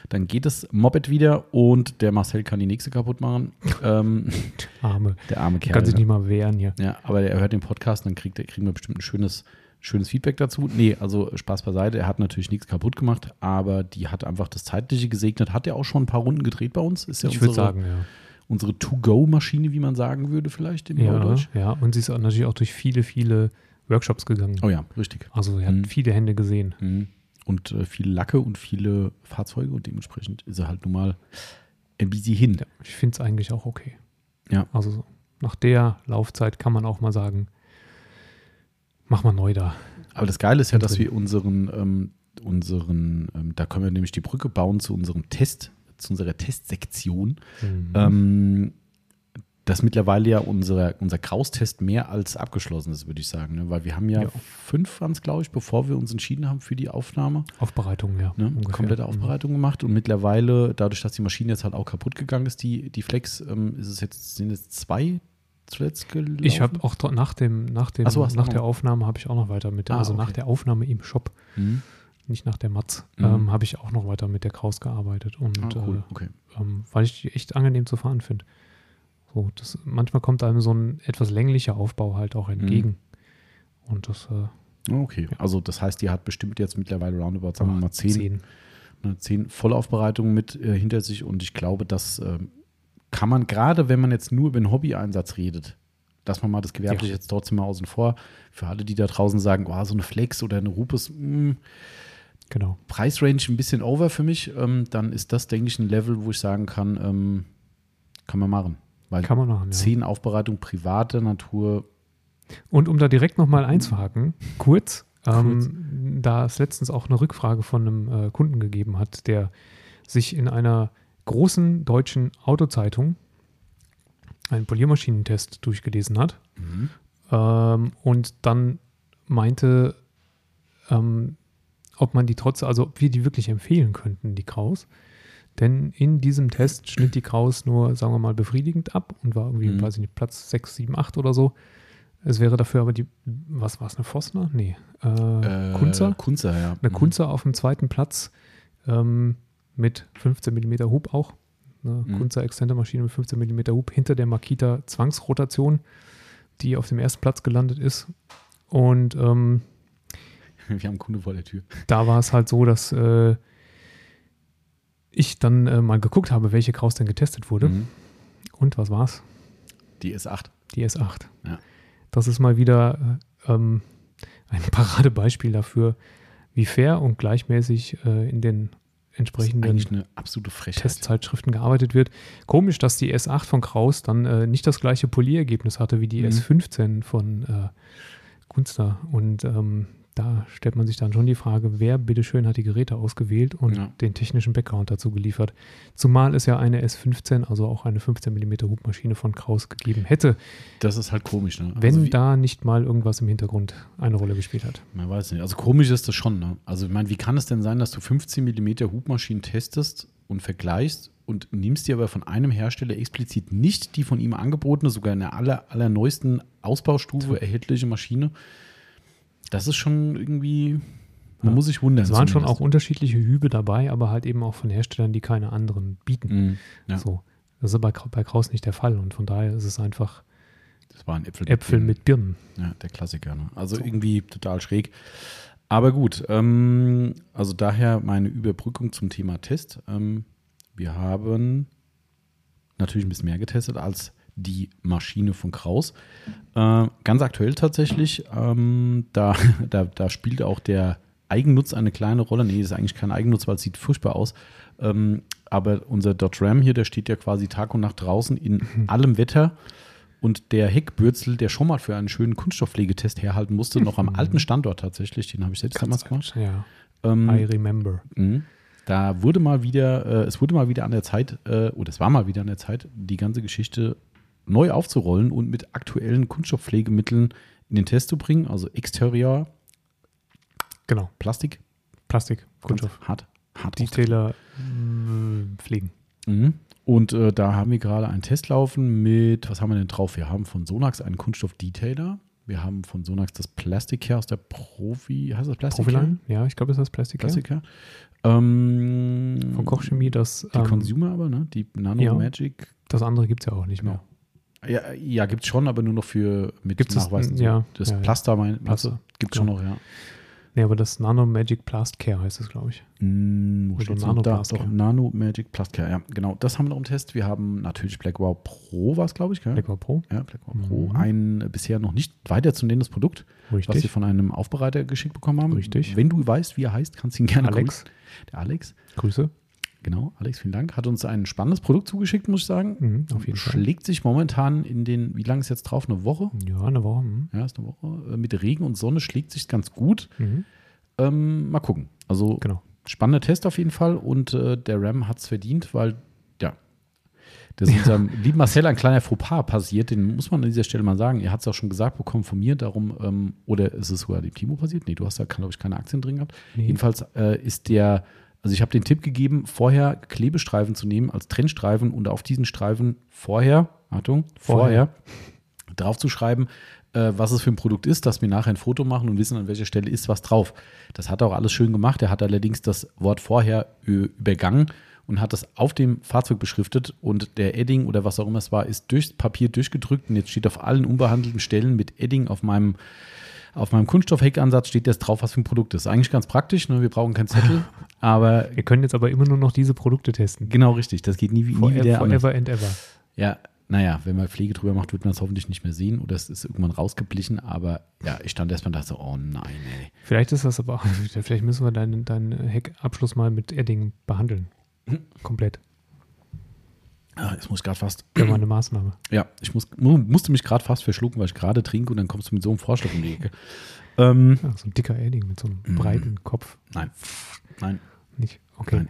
Speaker 1: Dann geht das Moped wieder und der Marcel kann die nächste kaputt machen. ähm,
Speaker 2: Arme.
Speaker 1: der arme Kerl.
Speaker 2: Kann sich
Speaker 1: ne?
Speaker 2: nicht mal wehren hier.
Speaker 1: Ja, aber er hört den Podcast, dann kriegt, er- kriegen wir bestimmt ein schönes, schönes Feedback dazu. Nee, also Spaß beiseite, er hat natürlich nichts kaputt gemacht, aber die hat einfach das Zeitliche gesegnet. Hat er auch schon ein paar Runden gedreht bei uns? Ist ja
Speaker 2: Ich
Speaker 1: unsere,
Speaker 2: würde sagen, ja.
Speaker 1: unsere To-Go-Maschine, wie man sagen würde, vielleicht im
Speaker 2: Ja,
Speaker 1: Neudeutsch.
Speaker 2: ja, und sie ist auch natürlich auch durch viele, viele Workshops gegangen.
Speaker 1: Oh ja, richtig.
Speaker 2: Also, er hat
Speaker 1: Mhm.
Speaker 2: viele Hände gesehen.
Speaker 1: Mhm. Und äh, viele Lacke und viele Fahrzeuge und dementsprechend ist er halt nun mal ein bisschen hin.
Speaker 2: Ja, ich finde es eigentlich auch okay.
Speaker 1: Ja.
Speaker 2: Also, so nach der Laufzeit kann man auch mal sagen, mach mal neu da.
Speaker 1: Aber das Geile ist ja, dass wir unseren, ähm, unseren ähm, da können wir nämlich die Brücke bauen zu unserem Test, zu unserer Testsektion.
Speaker 2: Mhm.
Speaker 1: Ähm, dass mittlerweile ja unser, unser Kraustest mehr als abgeschlossen ist, würde ich sagen. Ne? Weil wir haben ja,
Speaker 2: Ja.
Speaker 1: fünf waren es, glaube ich, bevor wir uns entschieden haben für die Aufnahme.
Speaker 2: Aufbereitung, ja.
Speaker 1: Ne?
Speaker 2: ungefähr. Mhm.
Speaker 1: Komplette Aufbereitung gemacht. Und mittlerweile, dadurch, dass die Maschine jetzt halt auch kaputt gegangen ist, die, die Flex, ähm, ist es jetzt, sind jetzt zwei zuletzt gelaufen.
Speaker 2: Ich habe auch dr- nach dem, nach dem,
Speaker 1: Ach so, hast du
Speaker 2: nach
Speaker 1: auch
Speaker 2: der
Speaker 1: noch-
Speaker 2: Aufnahme habe ich auch noch weiter mit der,
Speaker 1: Ah,
Speaker 2: also nach
Speaker 1: okay.
Speaker 2: der Aufnahme im Shop,
Speaker 1: Mhm.
Speaker 2: nicht nach der Matz,
Speaker 1: Mhm.
Speaker 2: ähm, habe ich auch noch weiter mit der Kraus gearbeitet und
Speaker 1: Ah, cool, okay.
Speaker 2: äh, ähm, weil ich die echt angenehm zu fahren finde. So, das, manchmal kommt einem so ein etwas länglicher Aufbau halt auch
Speaker 1: Mhm.
Speaker 2: entgegen. Und das äh,
Speaker 1: Ah, Okay, also das heißt, die hat bestimmt jetzt mittlerweile roundabout, sagen wir mal, zehn, zehn.
Speaker 2: zehn.
Speaker 1: Ne, zehn Vollaufbereitungen mit äh, hinter sich und ich glaube, das ähm, kann man gerade, wenn man jetzt nur über den Hobby-Einsatz redet, dass man mal das Gewerbliche
Speaker 2: Ja.
Speaker 1: jetzt trotzdem mal außen vor, für alle, die da draußen sagen, oh, so eine Flex oder eine Rupes, mh,
Speaker 2: Genau.
Speaker 1: Preisrange ein bisschen over für mich, ähm, dann ist das, denke ich, ein Level, wo ich sagen kann, ähm, kann man machen. Weil
Speaker 2: Kann man machen. Ja.
Speaker 1: Äh, zehn Aufbereitungen privater Natur,
Speaker 2: Und um da direkt nochmal einzuhaken, kurz,
Speaker 1: Kurz.
Speaker 2: ähm, da es letztens auch eine Rückfrage von einem äh, Kunden gegeben hat, der sich in einer großen deutschen Autozeitung einen Poliermaschinentest durchgelesen hat
Speaker 1: Mhm.
Speaker 2: ähm, und dann meinte, ähm, ob man die trotz, also ob wir die wirklich empfehlen könnten, die Kraus. Denn in diesem Test schnitt die Kraus nur, sagen wir mal, befriedigend ab und war irgendwie,
Speaker 1: Mhm.
Speaker 2: weiß ich nicht, Platz 6, 7, 8 oder so. Es wäre dafür aber die, was war es, eine Vossner? Nee. Äh,
Speaker 1: äh,
Speaker 2: Kunzer?
Speaker 1: Kunzer, ja.
Speaker 2: Eine
Speaker 1: Mhm.
Speaker 2: Kunze auf dem zweiten Platz ähm, mit 15 mm Hub auch. Eine
Speaker 1: Mhm.
Speaker 2: Kunze Extender Maschine mit 15 mm Hub hinter der Makita Zwangsrotation, die auf dem ersten Platz gelandet ist. Und ähm,
Speaker 1: Wir haben einen Kunde vor der Tür.
Speaker 2: da war es halt so, dass äh, ich dann äh, mal geguckt habe, welche Kraus denn getestet wurde.
Speaker 1: Mhm.
Speaker 2: Und was war's?
Speaker 1: Die S8.
Speaker 2: Die S8.
Speaker 1: Ja.
Speaker 2: Das ist mal wieder äh, ähm, ein Paradebeispiel dafür, wie fair und gleichmäßig äh, in den
Speaker 1: Das ist
Speaker 2: entsprechenden
Speaker 1: eigentlich eine absolute Frechheit.
Speaker 2: Testzeitschriften gearbeitet wird. Komisch, dass die S8 von Kraus dann äh, nicht das gleiche Polierergebnis hatte wie die
Speaker 1: Mhm.
Speaker 2: S15 von äh, Kunstler. Und ähm, da stellt man sich dann schon die Frage, wer bitteschön hat die Geräte ausgewählt und
Speaker 1: Ja.
Speaker 2: den technischen Background dazu geliefert. Zumal es ja eine S15, also auch eine 15 mm Hubmaschine von Kraus gegeben hätte,
Speaker 1: Das ist halt komisch, ne?
Speaker 2: wenn
Speaker 1: also wie,
Speaker 2: da nicht mal irgendwas im Hintergrund eine Rolle gespielt hat.
Speaker 1: man weiß nicht. Also komisch ist das schon, ne? Also ich meine, wie kann es denn sein, dass du 15 mm Hubmaschinen testest und vergleichst und nimmst dir aber von einem Hersteller explizit nicht die von ihm angebotene, sogar in der aller, allerneuesten Ausbaustufe erhältliche Maschine? Das ist schon irgendwie, man
Speaker 2: Ja.
Speaker 1: muss sich wundern.
Speaker 2: Es waren schon auch
Speaker 1: zumindest.
Speaker 2: unterschiedliche Hübe dabei, aber halt eben auch von Herstellern, die keine anderen bieten.
Speaker 1: Mhm. Ja,
Speaker 2: So. Das ist aber Kra- bei Kraus nicht der Fall und von daher ist es einfach
Speaker 1: das waren Äpfel.
Speaker 2: Äpfel mit Birnen.
Speaker 1: Ja, der Klassiker. Ne? Also irgendwie total schräg. Aber gut, ähm, also daher meine Überbrückung zum Thema Test. Ähm, wir haben natürlich ein bisschen mehr getestet als die Maschine von Kraus. Äh, ganz aktuell tatsächlich, ähm, da, da, da spielt auch der Eigennutz eine kleine Rolle. Nee, ist eigentlich kein Eigennutz, weil es sieht furchtbar aus. Ähm, aber unser Dodge Ram hier, der steht ja quasi Tag und Nacht draußen in allem Wetter. Und der Heckbürzel, der schon mal für einen schönen Kunststoffpflegetest herhalten musste, noch am alten Standort tatsächlich, den habe ich selbst damals gemacht.
Speaker 2: Ja,
Speaker 1: Ähm,
Speaker 2: I remember.
Speaker 1: Mhm. Da wurde mal wieder, äh, es wurde mal wieder an der Zeit, äh, oder es war mal wieder an der Zeit, die ganze Geschichte neu aufzurollen und mit aktuellen Kunststoffpflegemitteln in den Test zu bringen. Also Exterior,
Speaker 2: Genau,
Speaker 1: Plastik,
Speaker 2: Plastik,
Speaker 1: ganz
Speaker 2: Kunststoff.
Speaker 1: hart, hart
Speaker 2: Die
Speaker 1: ausgedrückt.
Speaker 2: Täler mm, mh, pflegen.
Speaker 1: Mhm. Und äh, da haben wir gerade einen Test laufen mit, was haben wir denn drauf? Wir haben von Sonax einen Kunststoff-Detailer. Wir haben von Sonax das Plastik her aus der Profi, heißt das Plastik?
Speaker 2: Profiline? Ja, ich glaube, es ist das Plastik. Plastik.
Speaker 1: Klassiker. Ähm,
Speaker 2: Von Kochchemie, das,
Speaker 1: Die
Speaker 2: ähm,
Speaker 1: Consumer aber, ne? Die Nano
Speaker 2: ja.
Speaker 1: Magic
Speaker 2: das andere gibt es ja auch nicht mehr.
Speaker 1: Genau. Ja, ja gibt es schon, aber nur noch für mit
Speaker 2: Gibt's das?
Speaker 1: Nachweisen. so.
Speaker 2: Ja,
Speaker 1: das
Speaker 2: ja, ja.
Speaker 1: Plaster mein,
Speaker 2: Plaster,
Speaker 1: gibt es schon
Speaker 2: genau.
Speaker 1: noch, ja.
Speaker 2: Nee, aber das Nano Magic Plast Care heißt es, glaube ich.
Speaker 1: Hm, wo
Speaker 2: Oder
Speaker 1: steht's
Speaker 2: Nano
Speaker 1: denn? da?
Speaker 2: Plast
Speaker 1: Doch,
Speaker 2: Care.
Speaker 1: Nano Magic Plastcare, ja, genau. Das haben wir noch im Test. Wir haben natürlich Black Wow Pro, war es, glaube ich, gell?
Speaker 2: Black War Pro,
Speaker 1: ja, Black Wow Pro.
Speaker 2: Mhm.
Speaker 1: Ein äh, bisher noch nicht weiterzunehmendes Produkt, was wir
Speaker 2: richtig.
Speaker 1: von einem Aufbereiter geschickt bekommen haben.
Speaker 2: Richtig.
Speaker 1: Wenn du weißt, wie er heißt, kannst du ihn gerne
Speaker 2: Alex,
Speaker 1: grüßen. Der Alex,
Speaker 2: Grüße.
Speaker 1: genau, Alex, vielen Dank. Hat uns ein spannendes Produkt zugeschickt, muss ich sagen.
Speaker 2: Mhm, auf jeden Fall.
Speaker 1: Schlägt sich momentan in den, wie lange ist jetzt drauf? Eine Woche?
Speaker 2: Ja, eine Woche. Mhm.
Speaker 1: Ja, ist eine Woche. Äh, Mit Regen und Sonne schlägt sich ganz gut.
Speaker 2: Mhm.
Speaker 1: Ähm, mal gucken. Also
Speaker 2: Genau.
Speaker 1: spannender Test auf jeden Fall und äh, der Ram hat es verdient, weil ja, das ist unserem lieben Marcel ein kleiner Fauxpas passiert, den muss man an dieser Stelle mal sagen. Er hat es auch schon gesagt bekommen von mir, darum, ähm, oder ist es sogar dem Timo passiert? Nee, du hast da, glaube ich, keine Aktien drin gehabt.
Speaker 2: Nee.
Speaker 1: Jedenfalls äh, ist der, also ich habe den Tipp gegeben, vorher Klebestreifen zu nehmen als Trennstreifen und auf diesen Streifen vorher, Achtung, vorher,
Speaker 2: Vorher.
Speaker 1: drauf zu schreiben, äh, was es für ein Produkt ist, dass wir nachher ein Foto machen und wissen, an welcher Stelle ist was drauf. Das hat er auch alles schön gemacht. Er hat allerdings das Wort vorher ö, übergangen und hat das auf dem Fahrzeug beschriftet und der Edding oder was auch immer es war, ist durchs Papier durchgedrückt und jetzt steht auf allen unbehandelten Stellen mit Edding auf meinem auf meinem Kunststoffheckansatz steht jetzt drauf, was für ein Produkt ist. Eigentlich ganz praktisch, ne? wir brauchen keinen Zettel, aber
Speaker 2: Wir können jetzt aber immer nur noch diese Produkte testen.
Speaker 1: genau richtig, das geht nie, wie- nie
Speaker 2: Forever,
Speaker 1: wieder anders.
Speaker 2: forever and ever.
Speaker 1: Ja, naja, wenn man Pflege drüber macht, wird man es hoffentlich nicht mehr sehen oder es ist irgendwann rausgeblichen, aber ja, ich stand erstmal und dachte so, oh nein, ey.
Speaker 2: Vielleicht ist das aber auch, vielleicht müssen wir deinen, deinen Heckabschluss mal mit Edding behandeln.
Speaker 1: Hm.
Speaker 2: Komplett.
Speaker 1: Ah, Jetzt muss ich gerade fast,
Speaker 2: Wäre mal eine Maßnahme.
Speaker 1: ja, ich muss, mu- musste mich gerade fast verschlucken, weil ich gerade trinke und dann kommst du mit so einem Vorschlag um die Ecke. ähm,
Speaker 2: Ja, so ein dicker Edding mit so einem
Speaker 1: Mhm.
Speaker 2: breiten Kopf.
Speaker 1: nein, nein.
Speaker 2: Nicht. Okay.
Speaker 1: Nein.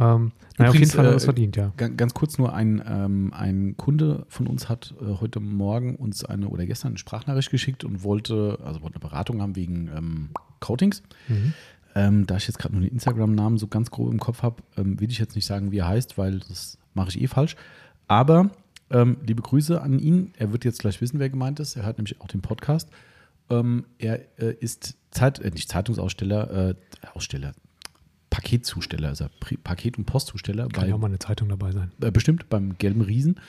Speaker 2: Ähm, naja, auf jeden
Speaker 1: Übrigens,
Speaker 2: Fall hat er es
Speaker 1: äh,
Speaker 2: verdient, ja.
Speaker 1: Ga- Ganz kurz nur, ein, ähm, ein Kunde von uns hat äh, heute Morgen uns eine oder gestern eine Sprachnachricht geschickt und wollte, also wollte eine Beratung haben wegen ähm, Coatings.
Speaker 2: Mhm.
Speaker 1: Ähm, da ich jetzt gerade nur den Instagram-Namen so ganz grob im Kopf habe, ähm, will ich jetzt nicht sagen, wie er heißt, weil das mache ich eh falsch. Aber ähm, liebe Grüße an ihn. Er wird jetzt gleich wissen, wer gemeint ist. Er hört nämlich auch den Podcast. Ähm, er äh, ist Zeit, äh, nicht Zeitungsaussteller, äh, Aussteller, Paketzusteller, also Pri Paket- und Postzusteller
Speaker 2: Kann
Speaker 1: bei
Speaker 2: ja auch mal eine Zeitung dabei sein.
Speaker 1: äh, bestimmt beim gelben Riesen.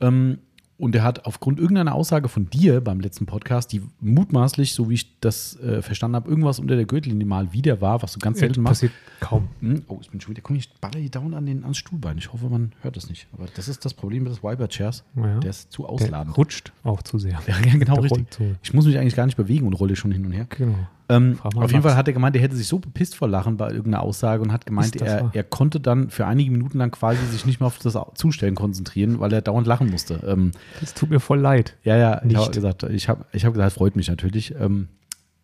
Speaker 1: Ähm, Und er hat aufgrund irgendeiner Aussage von dir beim letzten Podcast, die mutmaßlich, so wie ich das äh, verstanden habe, irgendwas unter der Gürtellinie mal wieder war, was du ganz selten machst.
Speaker 2: passiert kaum.
Speaker 1: Hm, Oh, ich bin schon wieder. Komm, ich baller hier dauernd an den, ans Stuhlbein. Ich hoffe, man hört das nicht. Aber das ist das Problem des Viber-Chairs.
Speaker 2: Ja.
Speaker 1: Der ist zu
Speaker 2: Der
Speaker 1: ausladend.
Speaker 2: rutscht auch zu sehr.
Speaker 1: Ja, ja, genau,
Speaker 2: Der
Speaker 1: richtig.
Speaker 2: rollt so.
Speaker 1: Ich muss mich eigentlich gar nicht bewegen und rolle schon hin und her.
Speaker 2: Genau.
Speaker 1: Ähm,
Speaker 2: Frag
Speaker 1: auf
Speaker 2: mal
Speaker 1: jeden
Speaker 2: Max.
Speaker 1: Fall hat er gemeint, er hätte sich so bepisst vor Lachen bei irgendeiner Aussage und hat gemeint,
Speaker 2: Ist das
Speaker 1: er,
Speaker 2: wahr?
Speaker 1: er konnte dann für einige Minuten lang quasi sich nicht mehr auf das Zustellen konzentrieren, weil er dauernd lachen musste. Ähm,
Speaker 2: Das tut mir voll leid.
Speaker 1: ja, ja, ich
Speaker 2: Nicht.
Speaker 1: habe gesagt, ich habe ich hab gesagt, freut mich natürlich. Ähm,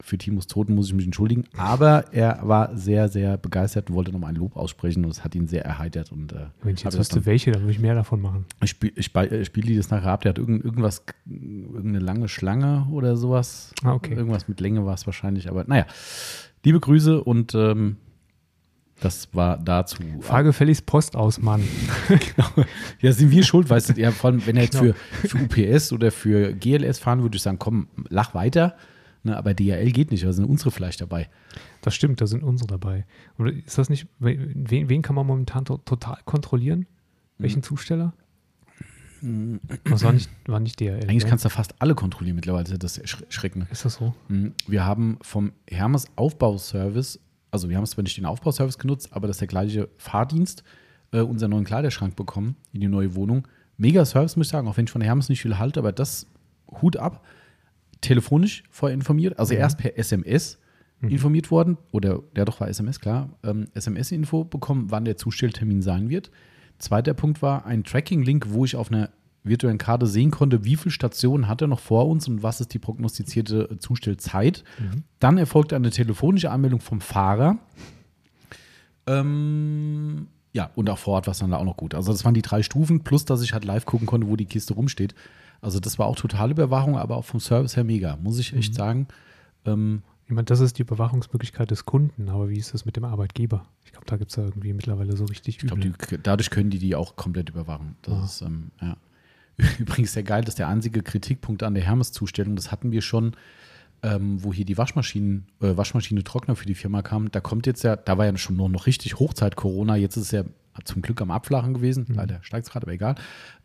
Speaker 1: für Timos Toten muss ich mich entschuldigen, aber er war sehr, sehr begeistert und wollte nochmal ein Lob aussprechen und es hat ihn sehr erheitert. Und, äh,
Speaker 2: Wenn
Speaker 1: habe
Speaker 2: ich jetzt
Speaker 1: das dann-
Speaker 2: wüsste, welche, dann würde ich mehr davon machen.
Speaker 1: ich spiele ich bei- äh, spiel die das nachher ab. Der hat irgend, irgendwas, irgendeine lange Schlange oder sowas.
Speaker 2: Ah, okay.
Speaker 1: Irgendwas mit Länge war es wahrscheinlich. Aber naja, liebe Grüße und ähm, das war dazu. Genau.
Speaker 2: Frage Felix Post aus, Mann.
Speaker 1: Ja, sind wir schuld, weißt du? Ja, vor allem, wenn er jetzt
Speaker 2: Genau.
Speaker 1: für, für UPS oder für GLS fahren würde, ich sagen, komm, lach weiter. Ne, aber DHL geht nicht, da sind unsere vielleicht dabei.
Speaker 2: Das stimmt, da sind unsere dabei. Oder ist das nicht, wen, wen kann man momentan to total
Speaker 1: Mhm.
Speaker 2: kontrollieren? Welchen Zusteller? Das war nicht, war nicht DRL.
Speaker 1: Eigentlich
Speaker 2: ne?
Speaker 1: kannst du fast alle kontrollieren mittlerweile, das ist ja das Ersch- Erschreckende.
Speaker 2: ist das so?
Speaker 1: Mhm. Wir haben vom Hermes Aufbauservice, also wir haben zwar nicht den Aufbauservice genutzt, aber das ist der gleiche Fahrdienst, äh, unseren neuen Kleiderschrank bekommen in die neue Wohnung. Mega Service, muss ich sagen, auch wenn ich von Hermes nicht viel halte, aber das Hut ab. Telefonisch vorher informiert, also erst per SMS informiert worden, oder der doch war SMS, klar, ähm, SMS-Info bekommen, wann der Zustelltermin sein wird. Zweiter Punkt war ein Tracking-Link, wo ich auf einer virtuellen Karte sehen konnte, wie viele Stationen hat er noch vor uns und was ist die prognostizierte Zustellzeit. Dann erfolgte eine telefonische Anmeldung vom Fahrer. Ähm, ja, und auch vor Ort war es dann da auch noch gut. Also das waren die drei Stufen, plus dass ich halt live gucken konnte, wo die Kiste rumsteht. Also das war auch totale Überwachung, aber auch vom Service her mega, muss ich echt sagen. Ähm,
Speaker 2: Ich meine, das ist die Überwachungsmöglichkeit des Kunden, aber wie ist das mit dem Arbeitgeber? Ich glaube, da gibt es ja irgendwie mittlerweile so richtig
Speaker 1: ich glaube,
Speaker 2: üble-
Speaker 1: die- dadurch können die die auch komplett überwachen. Das
Speaker 2: Ah.
Speaker 1: ist, ähm, ja. Übrigens sehr geil, dass der einzige Kritikpunkt an der Hermes-Zustellung, das hatten wir schon, ähm, wo hier die Waschmaschinen, äh, Waschmaschine Trockner für die Firma kam, da kommt jetzt ja, da war ja schon noch, noch richtig Hochzeit Corona, jetzt ist es ja zum Glück am Abflachen gewesen, leider steigt es gerade, aber egal.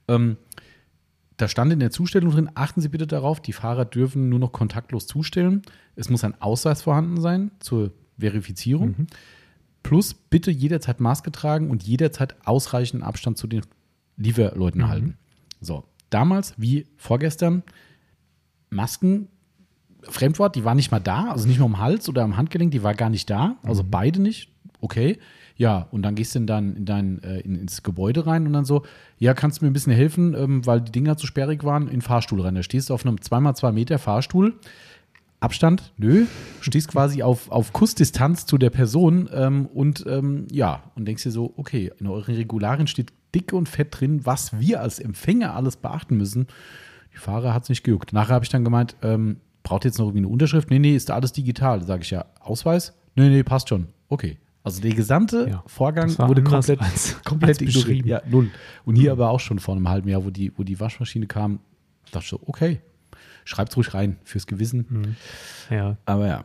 Speaker 1: Ähm, da stand in der Zustellung drin, achten Sie bitte darauf, die Fahrer dürfen nur noch kontaktlos zustellen. Es muss ein Ausweis vorhanden sein zur Verifizierung. Plus bitte jederzeit Maske tragen und jederzeit ausreichenden Abstand zu den Lieferleuten halten. So, damals wie vorgestern, Masken, Fremdwort, die war nicht mal da, also nicht mal am Hals oder am Handgelenk, die war gar nicht da, also beide nicht. Okay, ja, und dann gehst du in dein, in dein, äh, in, ins Gebäude rein und dann so, ja, kannst du mir ein bisschen helfen, ähm, weil die Dinger zu sperrig waren, in den Fahrstuhl rein. Da stehst du auf einem 2x2 Meter Fahrstuhl, Abstand, nö, stehst quasi auf, auf Kussdistanz zu der Person ähm, und ähm, ja, und denkst dir so, okay, in euren Regularien steht dick und fett drin, was wir als Empfänger alles beachten müssen. Die Fahrer hat es nicht gejuckt. Nachher habe ich dann gemeint, ähm, braucht ihr jetzt noch irgendwie eine Unterschrift? Nee, nee, ist da alles digital. Sage ich ja, Ausweis? Nee, nee, passt schon. Okay. Also der gesamte
Speaker 2: Ja,
Speaker 1: Vorgang
Speaker 2: das war
Speaker 1: wurde
Speaker 2: anders
Speaker 1: komplett,
Speaker 2: als-
Speaker 1: komplett
Speaker 2: als
Speaker 1: ignoriert.
Speaker 2: beschrieben.
Speaker 1: Ja, null. Und hier aber auch schon vor einem halben Jahr, wo die, wo die Waschmaschine kam, dachte ich so, okay, schreibt's ruhig rein, fürs Gewissen.
Speaker 2: Ja,
Speaker 1: Aber ja.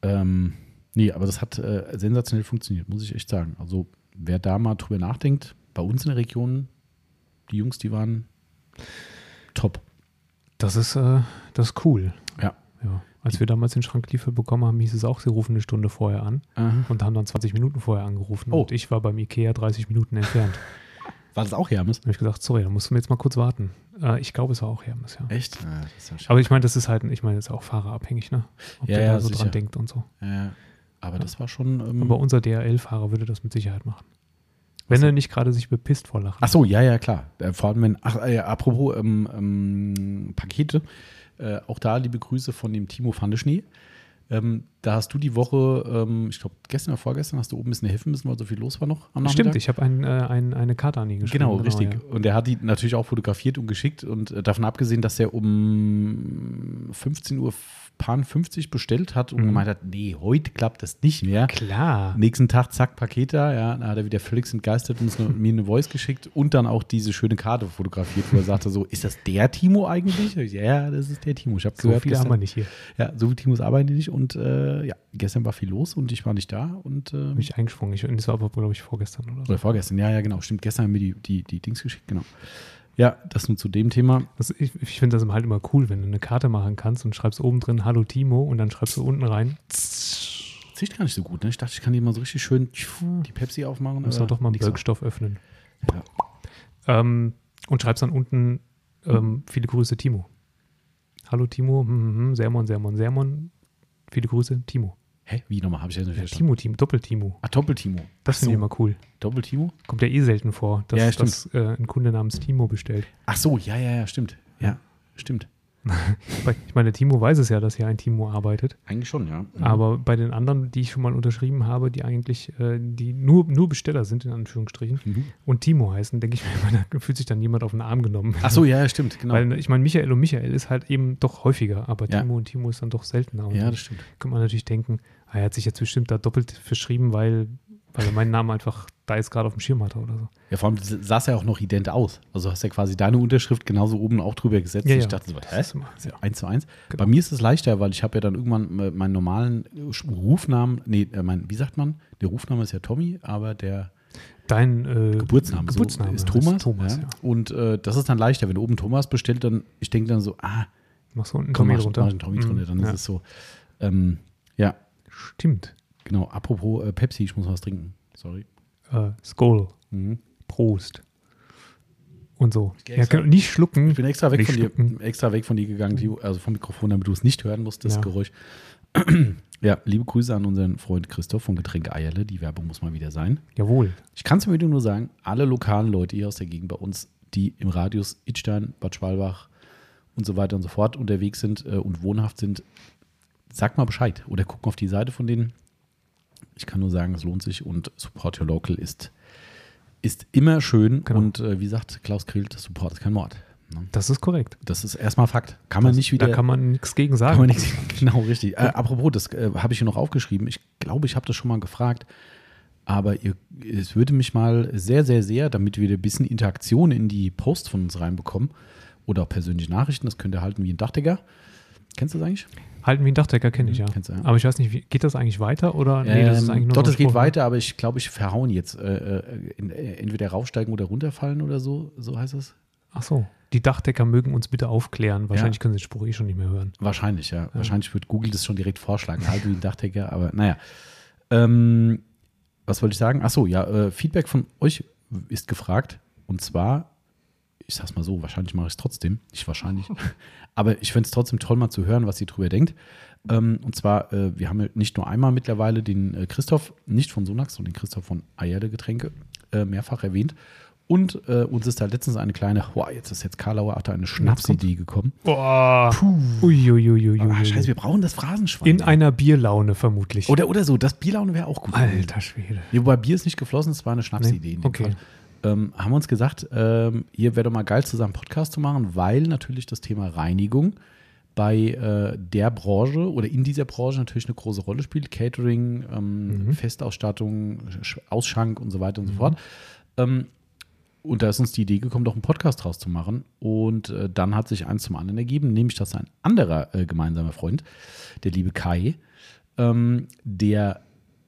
Speaker 1: Ähm, nee, aber das hat äh, sensationell funktioniert, muss ich echt sagen. Also, wer da mal drüber nachdenkt, bei uns in der Region, die Jungs, die waren top.
Speaker 2: das ist, äh, das ist cool.
Speaker 1: Ja.
Speaker 2: Ja. Als wir damals den Schrank geliefert bekommen haben, hieß es auch, sie rufen eine Stunde vorher an
Speaker 1: Aha.
Speaker 2: und haben dann 20 Minuten vorher angerufen.
Speaker 1: Oh.
Speaker 2: Und ich war beim Ikea 30 Minuten entfernt.
Speaker 1: War das auch Hermes?
Speaker 2: Da habe ich gesagt, sorry, da musst du mir jetzt mal kurz warten. Äh, ich glaube, es war auch Hermes, ja.
Speaker 1: Echt? Ja, das ist ja schade.
Speaker 2: Aber ich meine, das ist halt, ich meine, das ist auch fahrerabhängig, ne? Ob
Speaker 1: Ja,
Speaker 2: der
Speaker 1: ja,
Speaker 2: da so
Speaker 1: sicher.
Speaker 2: dran denkt und so.
Speaker 1: Ja, aber das war schon. Ähm,
Speaker 2: Aber unser DRL-Fahrer würde das mit Sicherheit machen. Wenn er nicht gerade sich bepisst vor Lachen.
Speaker 1: Ach so, ja, ja, klar. Äh, Vor allem, wenn, ach, äh, apropos ähm, ähm, Pakete, äh, auch da liebe Grüße von dem Timo Pfandeschnee. Ähm, da hast du die Woche, ähm, ich glaube, gestern oder vorgestern, hast du oben ein bisschen helfen müssen, weil so viel los war noch am Nachmittag.
Speaker 2: Stimmt, ich habe ein, äh, ein, eine Karte an ihn geschrieben.
Speaker 1: Genau, richtig.
Speaker 2: ja.
Speaker 1: Und er hat die natürlich auch fotografiert und geschickt und äh, davon abgesehen, dass er um 15 Uhr Pan 50 bestellt hat
Speaker 2: Mhm.
Speaker 1: und gemeint hat, nee, heute klappt das nicht mehr.
Speaker 2: Klar.
Speaker 1: Nächsten Tag, zack, Paket da, ja, da hat er wieder völlig entgeistert und uns eine, mir eine Voice geschickt und dann auch diese schöne Karte fotografiert, wo er sagte so, ist das der Timo eigentlich? Ich, Ja, das ist der Timo. Ich habe
Speaker 2: So
Speaker 1: gehört,
Speaker 2: viele haben wir nicht hier.
Speaker 1: ja, so wie Timos arbeiten nicht und äh, ja, gestern war viel los und ich war nicht da und äh,
Speaker 2: Bin ich eingesprungen. Ich, und das war aber, glaube ich, vorgestern oder so.
Speaker 1: oder vorgestern, ja, ja, genau. Stimmt, gestern haben wir die, die, die Dings geschickt, genau. Ja, das nur zu dem Thema.
Speaker 2: Das, ich ich finde das immer halt immer cool, wenn du eine Karte machen kannst und schreibst oben drin Hallo Timo und dann schreibst du unten rein.
Speaker 1: Das riecht gar nicht so gut, ne? Ich dachte, ich kann die mal so richtig schön die Pepsi aufmachen.
Speaker 2: Muss
Speaker 1: aber
Speaker 2: doch doch mal einen
Speaker 1: nix
Speaker 2: Wirkstoff öffnen.
Speaker 1: Ja. Hm.
Speaker 2: Ähm, und schreibst dann unten ähm, viele Grüße Timo. Hallo Timo, hm, hm, hm, Sermon, Sermon, Sermon. Viele Grüße Timo.
Speaker 1: Hä? Wie nochmal? Habe ich ja nicht
Speaker 2: Ja,
Speaker 1: verstanden.
Speaker 2: Timo, Timo, Doppel-Timo.
Speaker 1: Ah, Doppel-Timo.
Speaker 2: Das
Speaker 1: Ach so.
Speaker 2: finde ich immer cool.
Speaker 1: Doppel-Timo?
Speaker 2: Kommt ja eh selten vor, dass,
Speaker 1: Ja, stimmt.
Speaker 2: dass äh, ein Kunde namens Timo bestellt.
Speaker 1: Ach so, ja, ja, ja, stimmt. Ja, stimmt.
Speaker 2: Weil Ich meine, der Timo weiß es ja, dass hier ein Timo arbeitet.
Speaker 1: Eigentlich schon, ja. Mhm.
Speaker 2: Aber bei den anderen, die ich schon mal unterschrieben habe, die eigentlich äh, die nur, nur Besteller sind, in Anführungsstrichen,
Speaker 1: Mhm.
Speaker 2: und Timo heißen, denke ich mir immer, da fühlt sich dann jemand auf den Arm genommen.
Speaker 1: Ach so, ja, ja, stimmt, genau.
Speaker 2: Weil ne, ich meine, Michael und Michael ist halt eben doch häufiger, aber
Speaker 1: Ja.
Speaker 2: Timo und Timo ist dann doch seltener. Und
Speaker 1: ja,
Speaker 2: dann
Speaker 1: das stimmt.
Speaker 2: kann man natürlich denken, ah, er hat sich jetzt bestimmt da doppelt verschrieben, weil, weil er meinen Namen einfach da jetzt gerade auf dem Schirm hatte oder so.
Speaker 1: Ja, vor allem sah es ja auch noch ident aus. Also hast ja quasi deine Unterschrift genauso oben auch drüber gesetzt.
Speaker 2: Ja,
Speaker 1: ich
Speaker 2: ja.
Speaker 1: dachte so, hä?
Speaker 2: Das ist
Speaker 1: Das
Speaker 2: immer-
Speaker 1: ist ja 1 zu 1.
Speaker 2: Genau.
Speaker 1: Bei mir ist es leichter, weil ich habe ja dann irgendwann äh, meinen normalen äh, Rufnamen, nee, äh, mein, wie sagt man? Der Rufname ist ja Tommy, aber der
Speaker 2: Dein äh,
Speaker 1: Geburtsname,
Speaker 2: Geburtsname
Speaker 1: so, ist
Speaker 2: heißt
Speaker 1: Thomas.
Speaker 2: Thomas,
Speaker 1: ja.
Speaker 2: ja.
Speaker 1: Und äh, das ist dann leichter, wenn du oben Thomas bestellt, dann, ich denke dann so, ah,
Speaker 2: Machst du unten
Speaker 1: komm,
Speaker 2: Tommy
Speaker 1: mach,
Speaker 2: runter.
Speaker 1: mach einen Tommy
Speaker 2: Mhm,
Speaker 1: drunter, dann
Speaker 2: ja.
Speaker 1: ist es so. Ähm, ja,
Speaker 2: Stimmt.
Speaker 1: genau. Apropos äh, Pepsi, ich muss was trinken. Sorry.
Speaker 2: Äh, Skull.
Speaker 1: Mhm.
Speaker 2: Prost. Und so.
Speaker 1: geh
Speaker 2: Ja,
Speaker 1: extra-
Speaker 2: genau, nicht schlucken.
Speaker 1: Ich bin extra weg,
Speaker 2: Nicht
Speaker 1: von dir,
Speaker 2: schlucken.
Speaker 1: extra weg von dir gegangen, Theo, also vom Mikrofon, damit du es nicht hören musst, das
Speaker 2: Ja.
Speaker 1: Geräusch. Ja, liebe Grüße an unseren Freund Christoph von Getränke Eierle. Die Werbung muss mal wieder sein.
Speaker 2: Jawohl.
Speaker 1: Ich kann es im Video nur sagen, alle lokalen Leute hier aus der Gegend bei uns, die im Radius Idstein, Bad Schwalbach und so weiter und so fort unterwegs sind äh, und wohnhaft sind, sagt mal Bescheid oder gucken auf die Seite von denen. Ich kann nur sagen, es lohnt sich und Support Your Local ist, ist immer schön.
Speaker 2: Genau.
Speaker 1: Und äh, wie sagt Klaus Krill, das Support ist kein Mord. Ne?
Speaker 2: Das ist korrekt.
Speaker 1: Das ist erstmal Fakt. Kann man nicht wieder.
Speaker 2: da kann man nichts gegen sagen.
Speaker 1: kann man nichts- genau, richtig. Äh, apropos, das äh, habe ich hier noch aufgeschrieben. Ich glaube, ich habe das schon mal gefragt. Aber ihr, es würde mich mal sehr, sehr, sehr, damit wir ein bisschen Interaktion in die Posts von uns reinbekommen oder auch persönliche Nachrichten, das könnt ihr halten wie ein Dachdecker. Kennst du das eigentlich?
Speaker 2: Halten wie ein Dachdecker kenne ich ja.
Speaker 1: Mhm, Kennst du, ja.
Speaker 2: Aber ich weiß nicht, wie, geht das eigentlich weiter oder? Nee, das ist
Speaker 1: Ähm,
Speaker 2: eigentlich nur
Speaker 1: doch,
Speaker 2: so ein
Speaker 1: das geht
Speaker 2: Spruch, ne?
Speaker 1: weiter, aber ich glaube, ich verhauen jetzt. Äh, äh, in, äh, entweder raufsteigen oder runterfallen oder so, so heißt es.
Speaker 2: Ach so. Die Dachdecker mögen uns bitte aufklären. Wahrscheinlich können sie den Spruch eh schon nicht mehr hören.
Speaker 1: Wahrscheinlich, ja. Wahrscheinlich wird Google das schon direkt vorschlagen. Halb wie ein Dachdecker, aber naja. Ähm, was wollte ich sagen? Achso, ja, äh, Feedback von euch ist gefragt. Und zwar, ich sag's mal so, wahrscheinlich mache ich es trotzdem. Nicht wahrscheinlich. aber ich find's trotzdem toll, mal zu hören, was ihr drüber denkt. Ähm, und zwar, äh, wir haben ja nicht nur einmal mittlerweile den äh, Christoph, nicht von Sonax, sondern den Christoph von Ayerde Getränke, äh, mehrfach erwähnt. Und äh, uns ist da letztens eine kleine, boah, jetzt ist jetzt Karlauer Achter eine Schnapsidee gekommen.
Speaker 2: Boah. Uiuiuiui.
Speaker 1: Ah, scheiße, wir brauchen das Phrasenschwein.
Speaker 2: Mhm. In einer Bierlaune vermutlich.
Speaker 1: Oder, oder so, das Bierlaune wäre auch gut. gewesen.
Speaker 2: Alter Schwede.
Speaker 1: Nee, wobei Bier ist nicht geflossen, es war eine Schnapsidee
Speaker 2: Nee,
Speaker 1: in dem
Speaker 2: okay.
Speaker 1: Fall. Ähm, haben wir uns gesagt, ähm, hier wäre doch mal geil, zusammen einen Podcast zu machen, weil natürlich das Thema Reinigung bei äh, der Branche oder in dieser Branche natürlich eine große Rolle spielt. Catering, ähm,
Speaker 2: Mhm.
Speaker 1: Festausstattung, Sch- Ausschank und so weiter und so fort. Ähm, und da ist uns die Idee gekommen, doch einen Podcast draus zu machen. Und äh, dann hat sich eins zum anderen ergeben, nämlich dass ein anderer äh, gemeinsamer Freund, der liebe Kai, ähm, der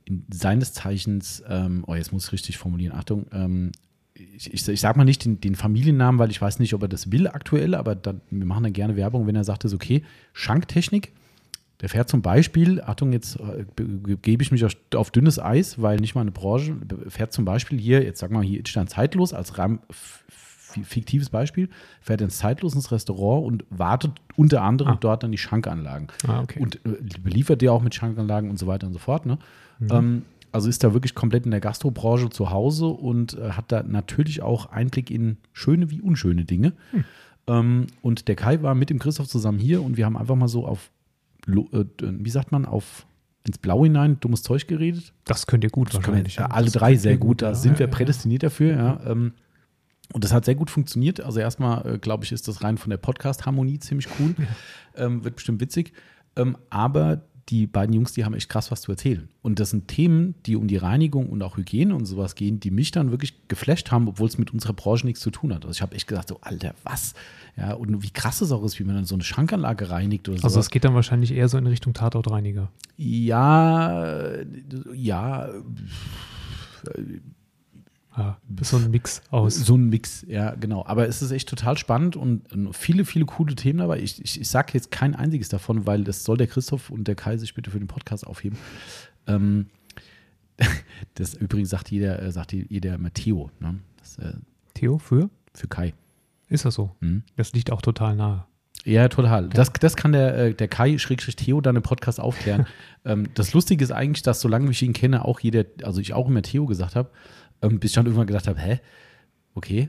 Speaker 1: in- seines Zeichens, ähm, oh, jetzt muss ich richtig formulieren, Achtung, ähm, ich, ich, ich sag mal nicht den, den Familiennamen, weil ich weiß nicht, ob er das will aktuell, aber dann, wir machen dann gerne Werbung, wenn er sagt, ist okay, Schanktechnik. Der fährt zum Beispiel, Achtung, jetzt äh, be- be- gebe ich mich auf, auf dünnes Eis, weil nicht meine Branche, be- fährt zum Beispiel hier, jetzt sag mal hier Itstein Zeitlos als Rahmen, f- f- fiktives Beispiel, fährt ins Zeitlos ins Restaurant und wartet unter anderem
Speaker 2: Ah.
Speaker 1: dort dann die Schankanlagen.
Speaker 2: Ah, okay.
Speaker 1: Und äh, beliefert ihr auch mit Schankanlagen und so weiter und so fort. Ne? Ähm, also ist da wirklich komplett in der Gastrobranche zu Hause und äh, hat da natürlich auch Einblick in schöne wie unschöne Dinge. Ähm, und der Kai war mit dem Christoph zusammen hier und wir haben einfach mal so auf, lo- äh, wie sagt man, auf ins Blau hinein dummes Zeug geredet.
Speaker 2: das könnt ihr gut
Speaker 1: Können wir,
Speaker 2: wahrscheinlich.
Speaker 1: äh,
Speaker 2: ja.
Speaker 1: alle
Speaker 2: Das
Speaker 1: drei
Speaker 2: könnt ihr
Speaker 1: sehr gut, da
Speaker 2: ja.
Speaker 1: sind wir
Speaker 2: Ja, ja,
Speaker 1: prädestiniert dafür. Ja, ähm, und das hat sehr gut funktioniert. Also erstmal, äh, glaube ich, ist das rein von der Podcast-Harmonie ziemlich cool. Ähm, wird bestimmt witzig. Ähm, aber die beiden Jungs, die haben echt krass was zu erzählen. Und das sind Themen, die um die Reinigung und auch Hygiene und sowas gehen, die mich dann wirklich geflasht haben, obwohl es mit unserer Branche nichts zu tun hat. Also ich habe echt gedacht, so, Alter, was? Ja, und wie krass es auch ist, wie man dann so eine Schrankanlage reinigt oder so.
Speaker 2: Also es geht dann wahrscheinlich eher so in Richtung Tatortreiniger.
Speaker 1: Ja, ja.
Speaker 2: Ja, das Ah, ist so ein Mix aus.
Speaker 1: So ein Mix, ja, genau. Aber es ist echt total spannend und äh, viele, viele coole Themen dabei. Ich, ich, ich sage jetzt kein einziges davon, weil das soll der Christoph und der Kai sich bitte für den Podcast aufheben. Ähm, das übrigens sagt jeder, äh, sagt jeder immer Theo, ne? Das, äh,
Speaker 2: Theo, für?
Speaker 1: für Kai.
Speaker 2: Ist das so?
Speaker 1: Mhm.
Speaker 2: Das liegt auch total nahe.
Speaker 1: Ja, total. Das, das kann der, äh, der Kai Schrägstrich Theo dann im Podcast aufklären. ähm, das Lustige ist eigentlich, dass solange ich ihn kenne, auch jeder, also ich auch immer Theo gesagt habe, ähm, bis ich dann irgendwann gedacht habe, hä? Okay,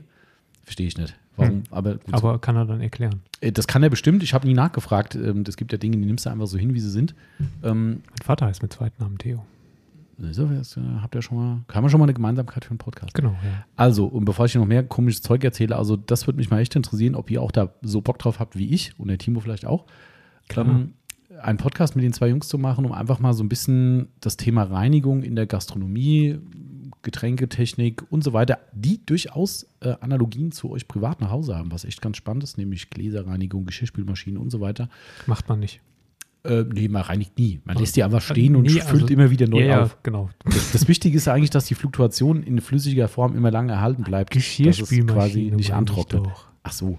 Speaker 1: verstehe ich nicht. Warum? Aber gut,
Speaker 2: Aber kann er dann erklären.
Speaker 1: Äh, das kann er bestimmt. Ich habe nie nachgefragt. Ähm, Es gibt ja Dinge, die nimmst du einfach so hin, wie sie sind. Ähm,
Speaker 2: Mein Vater heißt mit zweiten Namen Theo.
Speaker 1: ist ja- ist, äh, habt ihr schon mal, haben wir schon mal eine Gemeinsamkeit für einen Podcast?
Speaker 2: Genau, ja.
Speaker 1: Also, und bevor ich hier noch mehr komisches Zeug erzähle, also das würde mich mal echt interessieren, ob ihr auch da so Bock drauf habt wie ich und der Timo vielleicht auch.
Speaker 2: Klar.
Speaker 1: Ähm, einen Podcast mit den zwei Jungs zu machen, um einfach mal so ein bisschen das Thema Reinigung in der Gastronomie, Getränketechnik und so weiter, die durchaus äh, Analogien zu euch privat nach Hause haben, was echt ganz spannend ist, nämlich Gläserreinigung, Geschirrspülmaschinen und so weiter.
Speaker 2: Macht man nicht.
Speaker 1: Äh, nee, man reinigt nie. Man lässt die einfach stehen und
Speaker 2: Nee,
Speaker 1: füllt
Speaker 2: also-
Speaker 1: immer wieder neu
Speaker 2: ja,
Speaker 1: auf.
Speaker 2: ja, genau.
Speaker 1: Das, das Wichtige ist ja eigentlich, dass die Fluktuation in flüssiger Form immer lange erhalten bleibt.
Speaker 2: Geschirrspülmaschine
Speaker 1: Dass es quasi nicht
Speaker 2: meine ich
Speaker 1: antrocknet.
Speaker 2: doch.
Speaker 1: Ach so.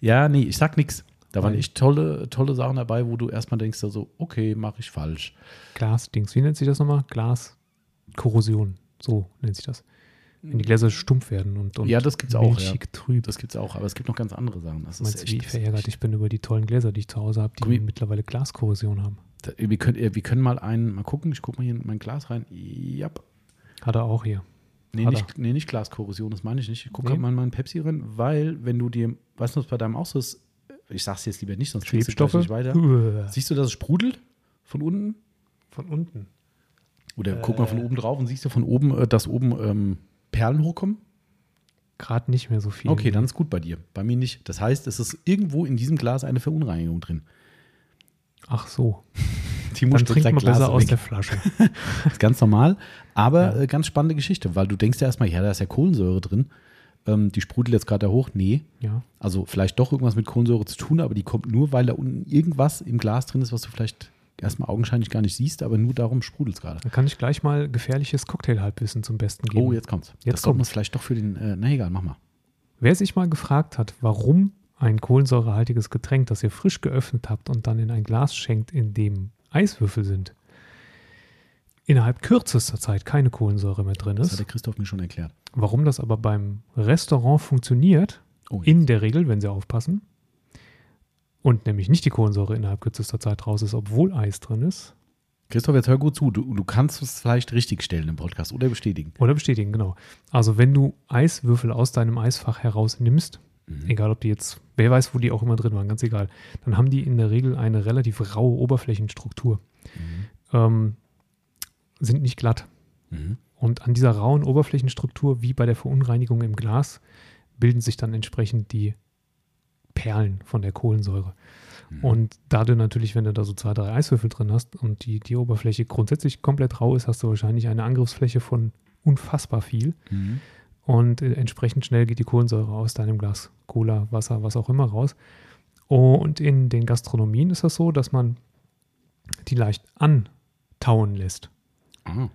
Speaker 1: Ja, nee, ich sag nix. Da waren
Speaker 2: Nein.
Speaker 1: echt tolle, tolle Sachen dabei, wo du erstmal denkst, so, also, okay, mache ich falsch.
Speaker 2: Glasdings. Wie nennt sich das nochmal? Glaskorrosion. So nennt sich das. Wenn die Gläser stumpf werden und, und
Speaker 1: Ja, das gibt's auch,
Speaker 2: milchig trüb.
Speaker 1: Das gibt's auch, aber es gibt noch ganz andere Sachen. Das ist
Speaker 2: Meinst du, wie
Speaker 1: echt,
Speaker 2: verärgert ich bin über die tollen Gläser, die ich zu Hause habe, die
Speaker 1: Guck mal.
Speaker 2: mittlerweile Glaskorrosion haben?
Speaker 1: da, wir, können, äh, wir können mal einen, mal gucken, ich guck mal hier in mein Glas rein. Jap.
Speaker 2: Hat er auch hier.
Speaker 1: Nee,
Speaker 2: Hat
Speaker 1: nicht, nee, nicht Glaskorrosion, das meine ich nicht. Ich gucke
Speaker 2: Nee.
Speaker 1: mal in meinen Pepsi rein, weil wenn du dir, weißt du, was bei deinem auch so ist, ich sag's jetzt lieber nicht, sonst kriegst du gleich nicht
Speaker 2: Schwebstoffe.
Speaker 1: weiter.
Speaker 2: Uah.
Speaker 1: Siehst du, dass es sprudelt von unten?
Speaker 2: Von unten. Äh.
Speaker 1: Oder guck mal von oben drauf und siehst du von oben, äh, dass oben ähm, Perlen hochkommen?
Speaker 2: Gerade nicht mehr so viel.
Speaker 1: Okay, dann ist gut bei dir. Bei mir nicht. Das heißt, es ist irgendwo in diesem Glas eine Verunreinigung drin.
Speaker 2: Ach so.
Speaker 1: Timo
Speaker 2: Dann
Speaker 1: steckt
Speaker 2: trinkt
Speaker 1: sein
Speaker 2: man
Speaker 1: Glas
Speaker 2: besser aus
Speaker 1: weg.
Speaker 2: der Flasche.
Speaker 1: Ist ganz normal. Aber äh, ganz spannende Geschichte, weil du denkst ja erstmal, ja, da ist ja Kohlensäure drin. Ähm, die sprudelt jetzt gerade da hoch. Nee.
Speaker 2: Ja.
Speaker 1: Also vielleicht doch irgendwas mit Kohlensäure zu tun, aber die kommt nur, weil da unten irgendwas im Glas drin ist, was du vielleicht erstmal augenscheinlich gar nicht siehst, aber nur darum sprudelt es gerade.
Speaker 2: Dann kann ich gleich mal gefährliches Cocktail-Halbwissen zum Besten geben.
Speaker 1: Oh, jetzt kommt's.
Speaker 2: Jetzt
Speaker 1: das kommt uns vielleicht doch für den. Äh, na egal, mach mal.
Speaker 2: Wer sich mal gefragt hat, warum ein kohlensäurehaltiges Getränk, das ihr frisch geöffnet habt und dann in ein Glas schenkt, in dem Eiswürfel sind, innerhalb kürzester Zeit keine Kohlensäure mehr drin
Speaker 1: Das hat
Speaker 2: ist,
Speaker 1: der Christoph mir schon erklärt.
Speaker 2: warum das aber beim Restaurant funktioniert,
Speaker 1: Oh, jetzt.
Speaker 2: in der Regel, wenn sie aufpassen, und nämlich nicht die Kohlensäure innerhalb kürzester Zeit raus ist, obwohl Eis drin ist,
Speaker 1: Christoph, jetzt hör gut zu. Du, du kannst es vielleicht richtig stellen im Podcast oder bestätigen.
Speaker 2: oder bestätigen, genau. Also wenn du Eiswürfel aus deinem Eisfach herausnimmst, egal ob die jetzt, wer weiß, wo die auch immer drin waren, ganz egal, dann haben die in der Regel eine relativ raue Oberflächenstruktur. Ähm, sind nicht glatt.
Speaker 1: Mhm.
Speaker 2: Und an dieser rauen Oberflächenstruktur, wie bei der Verunreinigung im Glas, bilden sich dann entsprechend die Perlen von der Kohlensäure. Und dadurch natürlich, wenn du da so zwei, drei Eiswürfel drin hast und die, die Oberfläche grundsätzlich komplett rau ist, hast du wahrscheinlich eine Angriffsfläche von unfassbar viel.
Speaker 1: Mhm.
Speaker 2: Und äh, entsprechend schnell geht die Kohlensäure aus deinem Glas Cola, Wasser, was auch immer raus. Und in den Gastronomien ist das so, dass man die leicht antauen lässt,
Speaker 1: Ah.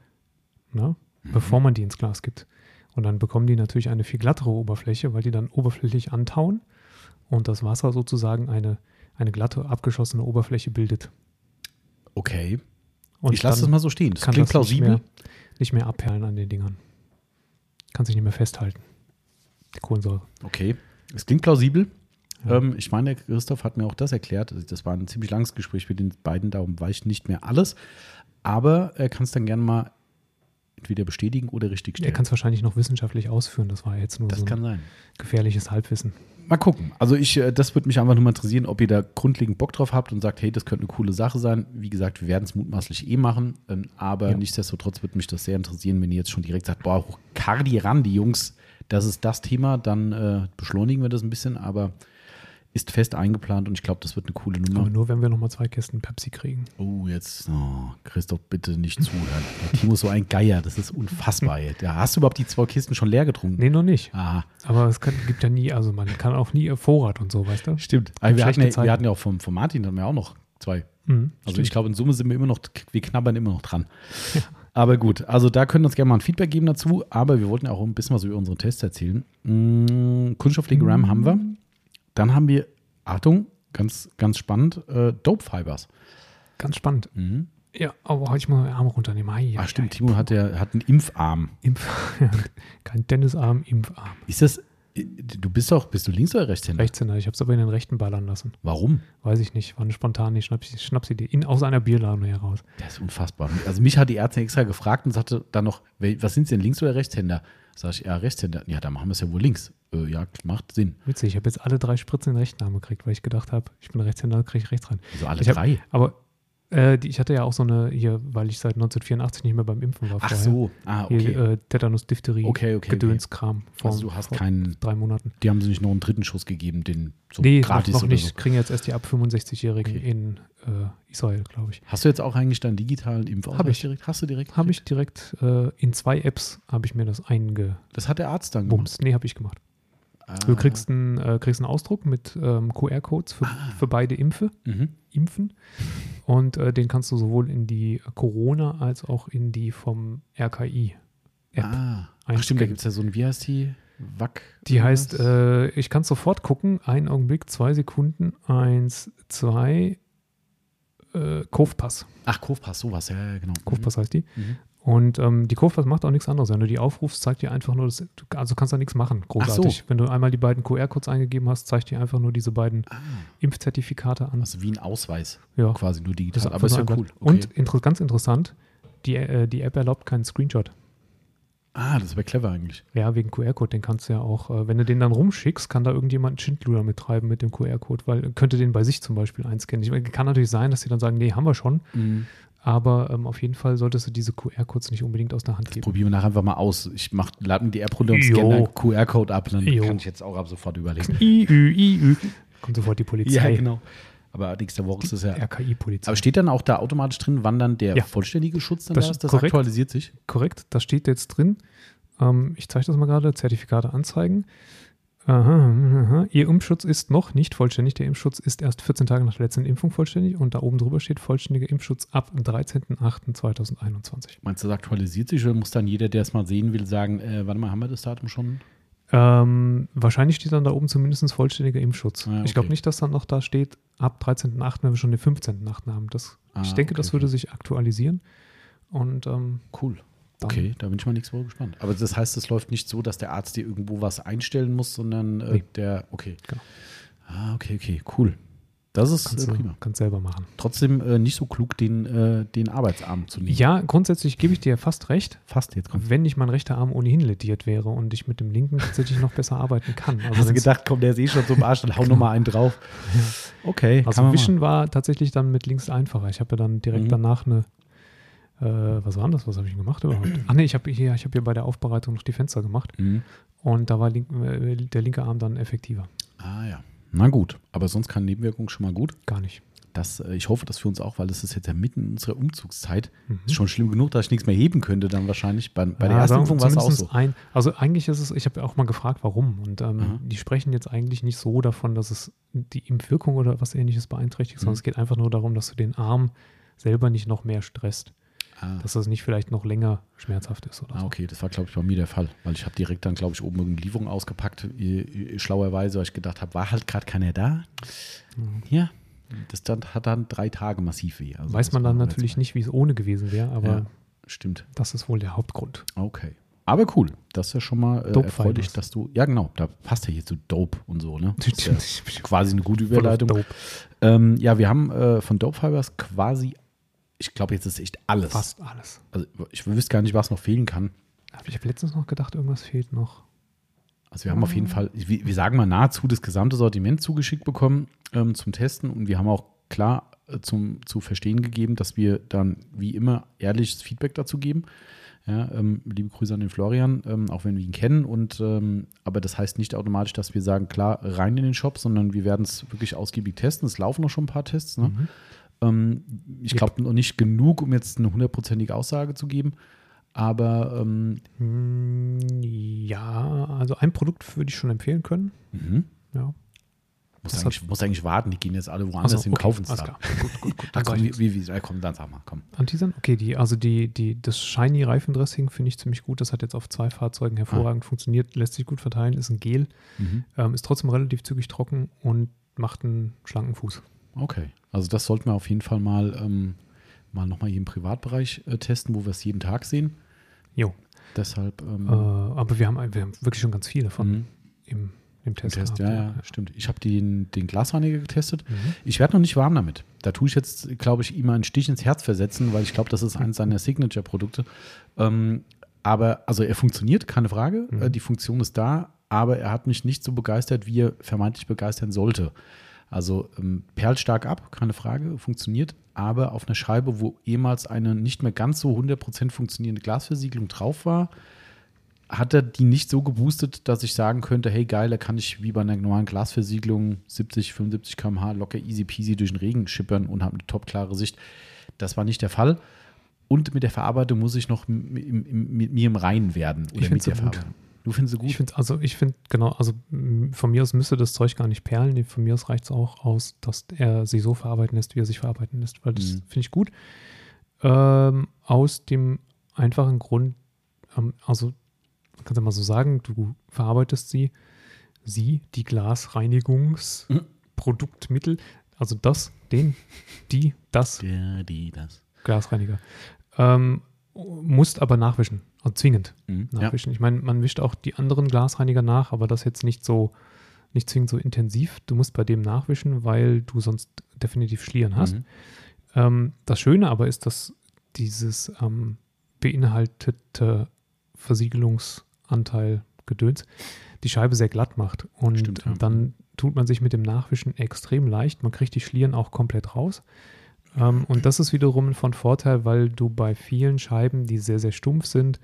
Speaker 2: ne?
Speaker 1: Mhm.
Speaker 2: bevor man die ins Glas gibt. Und dann bekommen die natürlich eine viel glattere Oberfläche, weil die dann oberflächlich antauen und das Wasser sozusagen eine, eine glatte, abgeschossene Oberfläche bildet.
Speaker 1: Okay.
Speaker 2: Und
Speaker 1: ich lasse das
Speaker 2: dann
Speaker 1: mal so stehen. Das
Speaker 2: kann
Speaker 1: klingt
Speaker 2: das
Speaker 1: plausibel.
Speaker 2: Nicht mehr, nicht mehr abperlen an den Dingern. Kann sich nicht mehr festhalten. Die Kohlensäure.
Speaker 1: Okay. Es klingt plausibel.
Speaker 2: Ja.
Speaker 1: Ähm, ich meine, der Christoph hat mir auch das erklärt. Also Das war ein ziemlich langes Gespräch mit den beiden. Darum weiß ich nicht mehr alles. Aber er kann es dann gerne mal entweder bestätigen oder richtig
Speaker 2: Er
Speaker 1: stellen.
Speaker 2: kann es wahrscheinlich noch wissenschaftlich ausführen. Das war jetzt nur
Speaker 1: das
Speaker 2: so ein
Speaker 1: kann sein.
Speaker 2: gefährliches Halbwissen.
Speaker 1: Mal gucken. Also ich, äh, das würde mich einfach nur mal interessieren, ob ihr da grundlegend Bock drauf habt und sagt, hey, das könnte eine coole Sache sein. Wie gesagt, wir werden es mutmaßlich eh machen, ähm, aber
Speaker 2: Ja.
Speaker 1: nichtsdestotrotz würde mich das sehr interessieren, wenn ihr jetzt schon direkt sagt, boah, Cardi ran, die Jungs, das ist das Thema, dann äh, beschleunigen wir das ein bisschen, aber ist fest eingeplant und ich glaube, das wird eine coole
Speaker 2: Aber
Speaker 1: Nummer.
Speaker 2: nur, wenn wir nochmal zwei Kästen Pepsi kriegen.
Speaker 1: Oh, jetzt, oh, Christoph, bitte nicht zuhören. Der Timo ist so ein Geier, das ist unfassbar. ey. Da hast du überhaupt die zwei Kisten schon leer getrunken?
Speaker 2: Nee, noch nicht.
Speaker 1: Aha.
Speaker 2: Aber es kann, gibt ja nie, also man kann auch nie Vorrat und so, weißt du?
Speaker 1: Stimmt. Aber wir, hatten
Speaker 2: Schlechte
Speaker 1: ja,
Speaker 2: Zeiten.
Speaker 1: wir hatten ja auch vom, vom Martin, hatten wir auch noch zwei.
Speaker 2: Mhm,
Speaker 1: Also
Speaker 2: stimmt.
Speaker 1: ich glaube, in Summe sind wir immer noch, wir knabbern immer noch dran. Aber gut, also da können uns gerne mal ein Feedback geben dazu. Aber wir wollten auch ein bisschen was über unsere Tests erzählen. Mm, Kunststoffpflege RAM haben wir. Dann haben wir, Achtung, ganz, ganz spannend, äh, Dope Fibers.
Speaker 2: Ganz spannend.
Speaker 1: Mhm.
Speaker 2: Ja, aber halt ich mal den Arm runternehmen. Ei,
Speaker 1: Ah,
Speaker 2: ei,
Speaker 1: stimmt,
Speaker 2: ei.
Speaker 1: Timo hat, ja, hat einen Impfarm.
Speaker 2: Impf. Kein Tennisarm, Impfarm.
Speaker 1: Ist das, äh, du bist doch, bist du links oder rechtshänder?
Speaker 2: Rechtshänder, ich habe es aber in den rechten ballern lassen.
Speaker 1: Warum?
Speaker 2: Weiß ich nicht, war eine spontane Schnaps- Schnapsidee. In, aus einer Bierlaune heraus.
Speaker 1: Das ist unfassbar. Also mich hat die Ärztin extra gefragt und sagte dann noch, wel- was sind Sie denn, links oder rechtshänder? Sag ich, ja, rechtshänder. Ja, dann machen wir es ja wohl links. Äh, ja, macht Sinn.
Speaker 2: Witzig, ich habe jetzt alle drei Spritzen in den rechten Arm gekriegt, weil ich gedacht habe, ich bin Rechtshänder, kriege ich rechts rein.
Speaker 1: Also alle
Speaker 2: Ich hab-
Speaker 1: drei.
Speaker 2: Aber äh, die, ich hatte ja auch so eine hier, weil ich seit 1984 nicht mehr beim Impfen war.
Speaker 1: Ach
Speaker 2: vorher.
Speaker 1: so. Ah, okay.
Speaker 2: Hier, äh, Tetanus, Diphtherie,
Speaker 1: Okay, okay,
Speaker 2: Gedönskram. Vor,
Speaker 1: also du hast
Speaker 2: vor
Speaker 1: keinen,
Speaker 2: drei Monaten.
Speaker 1: die haben sie nicht noch einen dritten Schuss gegeben, den so
Speaker 2: nee,
Speaker 1: gratis
Speaker 2: noch, noch
Speaker 1: oder
Speaker 2: nicht.
Speaker 1: so.
Speaker 2: Kriegen jetzt erst die ab 65-Jährigen
Speaker 1: Okay.
Speaker 2: in äh, Israel, glaube ich.
Speaker 1: Hast du jetzt auch eigentlich deinen digitalen Impfausweis
Speaker 2: Hab ich.
Speaker 1: direkt? Hast du direkt?
Speaker 2: Habe ich direkt äh, in zwei Apps habe ich mir das eingebumst.
Speaker 1: Das hat der Arzt dann gemacht.
Speaker 2: Nee, habe ich gemacht.
Speaker 1: Mhm. Ah.
Speaker 2: Du kriegst einen, äh, kriegst einen Ausdruck mit ähm, QR-Codes für,
Speaker 1: Ah.
Speaker 2: für beide Impfe,
Speaker 1: Mhm.
Speaker 2: Impfen. Und äh, den kannst du sowohl in die Corona als auch in die vom RKI. App
Speaker 1: Ah. Ach
Speaker 2: einscannen.
Speaker 1: stimmt, da gibt es ja so ein, wie heißt die? Wack.
Speaker 2: Die heißt,
Speaker 1: irgendwas?
Speaker 2: äh, ich kann sofort gucken, einen Augenblick, zwei Sekunden, eins, zwei, äh, Kofpass.
Speaker 1: Ach, Kofpass, sowas, ja, ja, genau. Mhm.
Speaker 2: Kofpass heißt die.
Speaker 1: Mhm.
Speaker 2: Und ähm, die Kofpass macht auch nichts anderes. Wenn du die aufrufst, zeigt dir einfach nur, das, du, also kannst da nichts machen, großartig. Wenn du einmal die beiden QR-Codes eingegeben hast, zeigt dir einfach nur diese beiden
Speaker 1: Ah.
Speaker 2: Impfzertifikate an.
Speaker 1: Also wie ein Ausweis,
Speaker 2: Ja,
Speaker 1: quasi nur digital.
Speaker 2: Das
Speaker 1: aber ist ja
Speaker 2: einfach nur
Speaker 1: cool.
Speaker 2: ein- Und inter ganz interessant, die, äh, die App erlaubt keinen Screenshot.
Speaker 1: ah, das wäre clever eigentlich.
Speaker 2: Ja, wegen QR-Code, den kannst du ja auch, äh, wenn du den dann rumschickst, kann da irgendjemand einen Schindluder mittreiben mit dem QR-Code, weil äh, könnte den bei sich zum Beispiel einscannen. Ich meine, kann natürlich sein, dass die dann sagen, nee, haben wir schon,
Speaker 1: Mhm.
Speaker 2: aber ähm, auf jeden Fall solltest du diese QR-Codes nicht unbedingt aus der Hand geben.
Speaker 1: Probieren wir nachher einfach mal aus. Ich mach, lade mir die App runter und
Speaker 2: Jo.
Speaker 1: scanne einen QR-Code ab. Dann
Speaker 2: Jo.
Speaker 1: kann ich jetzt auch ab sofort überlegen.
Speaker 2: I, Ü, I, Ü. Kommt sofort die Polizei.
Speaker 1: genau. Aber nächste Woche ist es ja.
Speaker 2: RKI-Polizei.
Speaker 1: Aber steht dann auch da automatisch drin, wann dann der
Speaker 2: Ja.
Speaker 1: vollständige Schutz dann
Speaker 2: Das
Speaker 1: da ist? Das
Speaker 2: ist korrekt.
Speaker 1: aktualisiert sich.
Speaker 2: Korrekt, das steht jetzt drin. Ähm, ich zeige das mal gerade, Zertifikate anzeigen. Aha, aha. Ihr Impfschutz ist noch nicht vollständig. Der Impfschutz ist erst 14 Tage nach der letzten Impfung vollständig und da oben drüber steht vollständiger Impfschutz ab 13.08.2021.
Speaker 1: Meinst du, das aktualisiert sich oder muss dann jeder, der es mal sehen will, sagen, äh, warte mal, haben wir das Datum schon?
Speaker 2: Ähm, wahrscheinlich steht dann da oben zumindest vollständiger Impfschutz.
Speaker 1: Ah, ja,
Speaker 2: Ich glaube
Speaker 1: okay.
Speaker 2: nicht, dass dann noch da steht, ab 13.08., wenn wir schon den 15.08. haben. Das,
Speaker 1: Ah,
Speaker 2: ich denke,
Speaker 1: okay,
Speaker 2: das würde sich aktualisieren. Und ähm,
Speaker 1: Cool.
Speaker 2: dann
Speaker 1: Okay, da bin ich mal nächste Woche gespannt. Aber das heißt, es läuft nicht so, dass der Arzt dir irgendwo was einstellen muss, sondern äh,
Speaker 2: Nee.
Speaker 1: der, okay.
Speaker 2: Genau.
Speaker 1: Ah, okay, okay, cool. Das ist
Speaker 2: kannst
Speaker 1: äh, prima.
Speaker 2: du kannst selber machen.
Speaker 1: Trotzdem äh, nicht so klug, den, äh, den Arbeitsarm zu nehmen.
Speaker 2: Ja, grundsätzlich gebe ich dir fast recht.
Speaker 1: Fast, jetzt kommt.
Speaker 2: wenn nicht mein rechter Arm ohnehin lediert wäre und ich mit dem linken tatsächlich noch besser arbeiten kann. Also,
Speaker 1: Hast du
Speaker 2: wenn's-
Speaker 1: gedacht, komm, der ist eh schon zum Arsch, dann hau nochmal einen drauf. Okay, kann
Speaker 2: also
Speaker 1: man
Speaker 2: Wischen war tatsächlich dann mit links einfacher. Ich habe ja dann direkt
Speaker 1: Mhm.
Speaker 2: danach eine, äh, was war denn das, was habe ich denn gemacht überhaupt? Ah ne, ich habe hier, ich habe hier bei der Aufbereitung noch die Fenster gemacht
Speaker 1: machen. Mhm.
Speaker 2: und da war link, äh, der linke Arm dann effektiver.
Speaker 1: Ah ja, na gut. Aber sonst keine Nebenwirkung schon mal gut.
Speaker 2: Gar nicht.
Speaker 1: Das, äh, ich hoffe das für uns auch, weil das ist jetzt ja mitten in unserer Umzugszeit.
Speaker 2: Mhm.
Speaker 1: Ist schon schlimm genug, dass ich nichts mehr heben könnte dann wahrscheinlich. Bei, bei der
Speaker 2: Ja,
Speaker 1: ersten
Speaker 2: sagen-
Speaker 1: Impfung war es auch so.
Speaker 2: zumindest Ein, also eigentlich ist es, ich habe ja auch mal gefragt, warum. Und ähm,
Speaker 1: Aha.
Speaker 2: die sprechen jetzt eigentlich nicht so davon, dass es die Impfwirkung oder was ähnliches beeinträchtigt, sondern
Speaker 1: Mhm.
Speaker 2: es geht einfach nur darum, dass du den Arm selber nicht noch mehr stresst.
Speaker 1: Ah.
Speaker 2: dass das nicht vielleicht noch länger schmerzhaft ist oder
Speaker 1: Ah,
Speaker 2: so.
Speaker 1: okay, das war, glaube ich, bei mir der Fall, weil ich habe direkt dann, glaube ich, oben irgendeine Lieferung ausgepackt, äh, äh, schlauerweise, weil ich gedacht habe, war halt gerade keiner da.
Speaker 2: Mhm.
Speaker 1: Ja, das dann, hat dann drei Tage massiv weh. Also
Speaker 2: Weiß
Speaker 1: das
Speaker 2: man dann
Speaker 1: war
Speaker 2: natürlich
Speaker 1: jetzt-
Speaker 2: nicht, wie es ohne gewesen wäre, aber
Speaker 1: Ja, stimmt.
Speaker 2: das ist wohl der Hauptgrund.
Speaker 1: Okay. Aber cool, das ist ja schon mal äh,
Speaker 2: Dope
Speaker 1: erfreulich,
Speaker 2: Fibers.
Speaker 1: dass du, ja genau, da passt ja hier zu Dope und so, ne? Das ist ja
Speaker 2: Ich bin
Speaker 1: quasi eine gute
Speaker 2: voll auf
Speaker 1: Überleitung.
Speaker 2: Dope.
Speaker 1: Ähm, ja, wir haben äh, von Dope Fibers quasi, ich glaube, jetzt ist echt alles.
Speaker 2: Fast alles.
Speaker 1: Also ich wüsste gar nicht, was noch fehlen kann.
Speaker 2: Aber Ich habe letztens noch gedacht, irgendwas fehlt noch.
Speaker 1: Also wir haben auf jeden Fall, wir, wir sagen mal nahezu das gesamte Sortiment zugeschickt bekommen ähm, zum Testen und wir haben auch klar äh, zum, zu verstehen gegeben, dass wir dann wie immer ehrliches Feedback dazu geben. Ja, ähm, liebe Grüße an den Florian, ähm, auch wenn wir ihn kennen. Und ähm, aber das heißt nicht automatisch, dass wir sagen, klar, rein in den Shop, sondern wir werden es wirklich ausgiebig testen. Es laufen noch schon ein paar Tests. Ne? Ähm, ich
Speaker 2: Yep.
Speaker 1: glaube noch nicht genug, um jetzt eine hundertprozentige Aussage zu geben. Aber ähm,
Speaker 2: Hm, ja, also ein Produkt würde ich schon empfehlen können.
Speaker 1: mhm.
Speaker 2: Ja.
Speaker 1: Muss
Speaker 2: Das
Speaker 1: eigentlich, muss eigentlich warten, die gehen jetzt alle woanders
Speaker 2: Achso,
Speaker 1: hin,
Speaker 2: Also, okay,
Speaker 1: kaufen es
Speaker 2: alles
Speaker 1: dann.
Speaker 2: klar. Gut, gut, gut.
Speaker 1: Dann
Speaker 2: Dann
Speaker 1: komm,
Speaker 2: sag ich
Speaker 1: wie, wie, wie, ja, komm, dann sag mal, komm.
Speaker 2: Antisand? Okay, die, also die, die, das shiny Reifendressing finde ich ziemlich gut. Das hat jetzt auf zwei Fahrzeugen
Speaker 1: Hm.
Speaker 2: hervorragend funktioniert, lässt sich gut verteilen, ist ein Gel,
Speaker 1: Mhm.
Speaker 2: ähm, ist trotzdem relativ zügig trocken und macht einen schlanken Fuß.
Speaker 1: Okay, also das sollten wir auf jeden Fall mal, ähm, mal nochmal hier im Privatbereich äh, testen, wo wir es jeden Tag sehen.
Speaker 2: Jo.
Speaker 1: Deshalb ähm,
Speaker 2: Äh, aber wir haben, ein- wir haben wirklich schon ganz viel davon
Speaker 1: mhm,
Speaker 2: im, im
Speaker 1: im
Speaker 2: Test.
Speaker 1: Test, ja,
Speaker 2: gehabt,
Speaker 1: ja, stimmt. Ich habe den, den Glasreiniger getestet.
Speaker 2: Mhm.
Speaker 1: Ich werde noch nicht warm damit. Da tue ich jetzt, glaube ich, ihm einen Stich ins Herz versetzen, weil ich glaube, das ist eines seiner Signature-Produkte. Ähm, aber, also er funktioniert, keine Frage.
Speaker 2: Mhm.
Speaker 1: Äh, die Funktion ist da, aber er hat mich nicht so begeistert, wie er vermeintlich begeistern sollte. Also ähm, perlt stark ab, keine Frage, funktioniert, aber auf einer Scheibe, wo ehemals eine nicht mehr ganz so 100% funktionierende Glasversiegelung drauf war, hat er die nicht so geboostet, dass ich sagen könnte, hey geil, da kann ich wie bei einer normalen Glasversiegelung 70, 75 km/h locker easy peasy durch den Regen schippern und habe eine topklare Sicht. Das war nicht der Fall. Und mit der Verarbeitung muss ich noch m- im, im, mit mir im Reinen werden. Oder
Speaker 2: find's
Speaker 1: mit der
Speaker 2: so gut.
Speaker 1: Verarbeitung. Du findest sie gut?
Speaker 2: Ich finde, also ich finde, genau, also m, von mir aus müsste das Zeug gar nicht perlen. Von mir aus reicht es auch aus, dass er sie so verarbeiten lässt, wie er sich verarbeiten lässt, weil das
Speaker 1: Mhm.
Speaker 2: finde ich gut. Ähm, aus dem einfachen Grund, ähm, also man kann es ja mal so sagen, du verarbeitest sie, sie, die
Speaker 1: Mhm.
Speaker 2: Glasreinigungsproduktmittel, also das, den, die, das
Speaker 1: Der, die, das.
Speaker 2: Glasreiniger, ähm, musst aber nachwischen, also zwingend
Speaker 1: Mhm. Ja.
Speaker 2: nachwischen. Ich meine, man wischt auch die anderen Glasreiniger nach, aber das jetzt nicht so, nicht zwingend so intensiv. Du musst bei dem nachwischen, weil du sonst definitiv Schlieren hast.
Speaker 1: Mhm.
Speaker 2: Ähm, das Schöne aber ist, dass dieses ähm, beinhaltete Versiegelungsanteil Gedöns die Scheibe sehr glatt macht. Und
Speaker 1: Stimmt, ja.
Speaker 2: dann tut man sich mit dem Nachwischen extrem leicht. Man kriegt die Schlieren auch komplett raus. Ähm, und das ist wiederum von Vorteil, weil du bei vielen Scheiben, die sehr, sehr stumpf sind,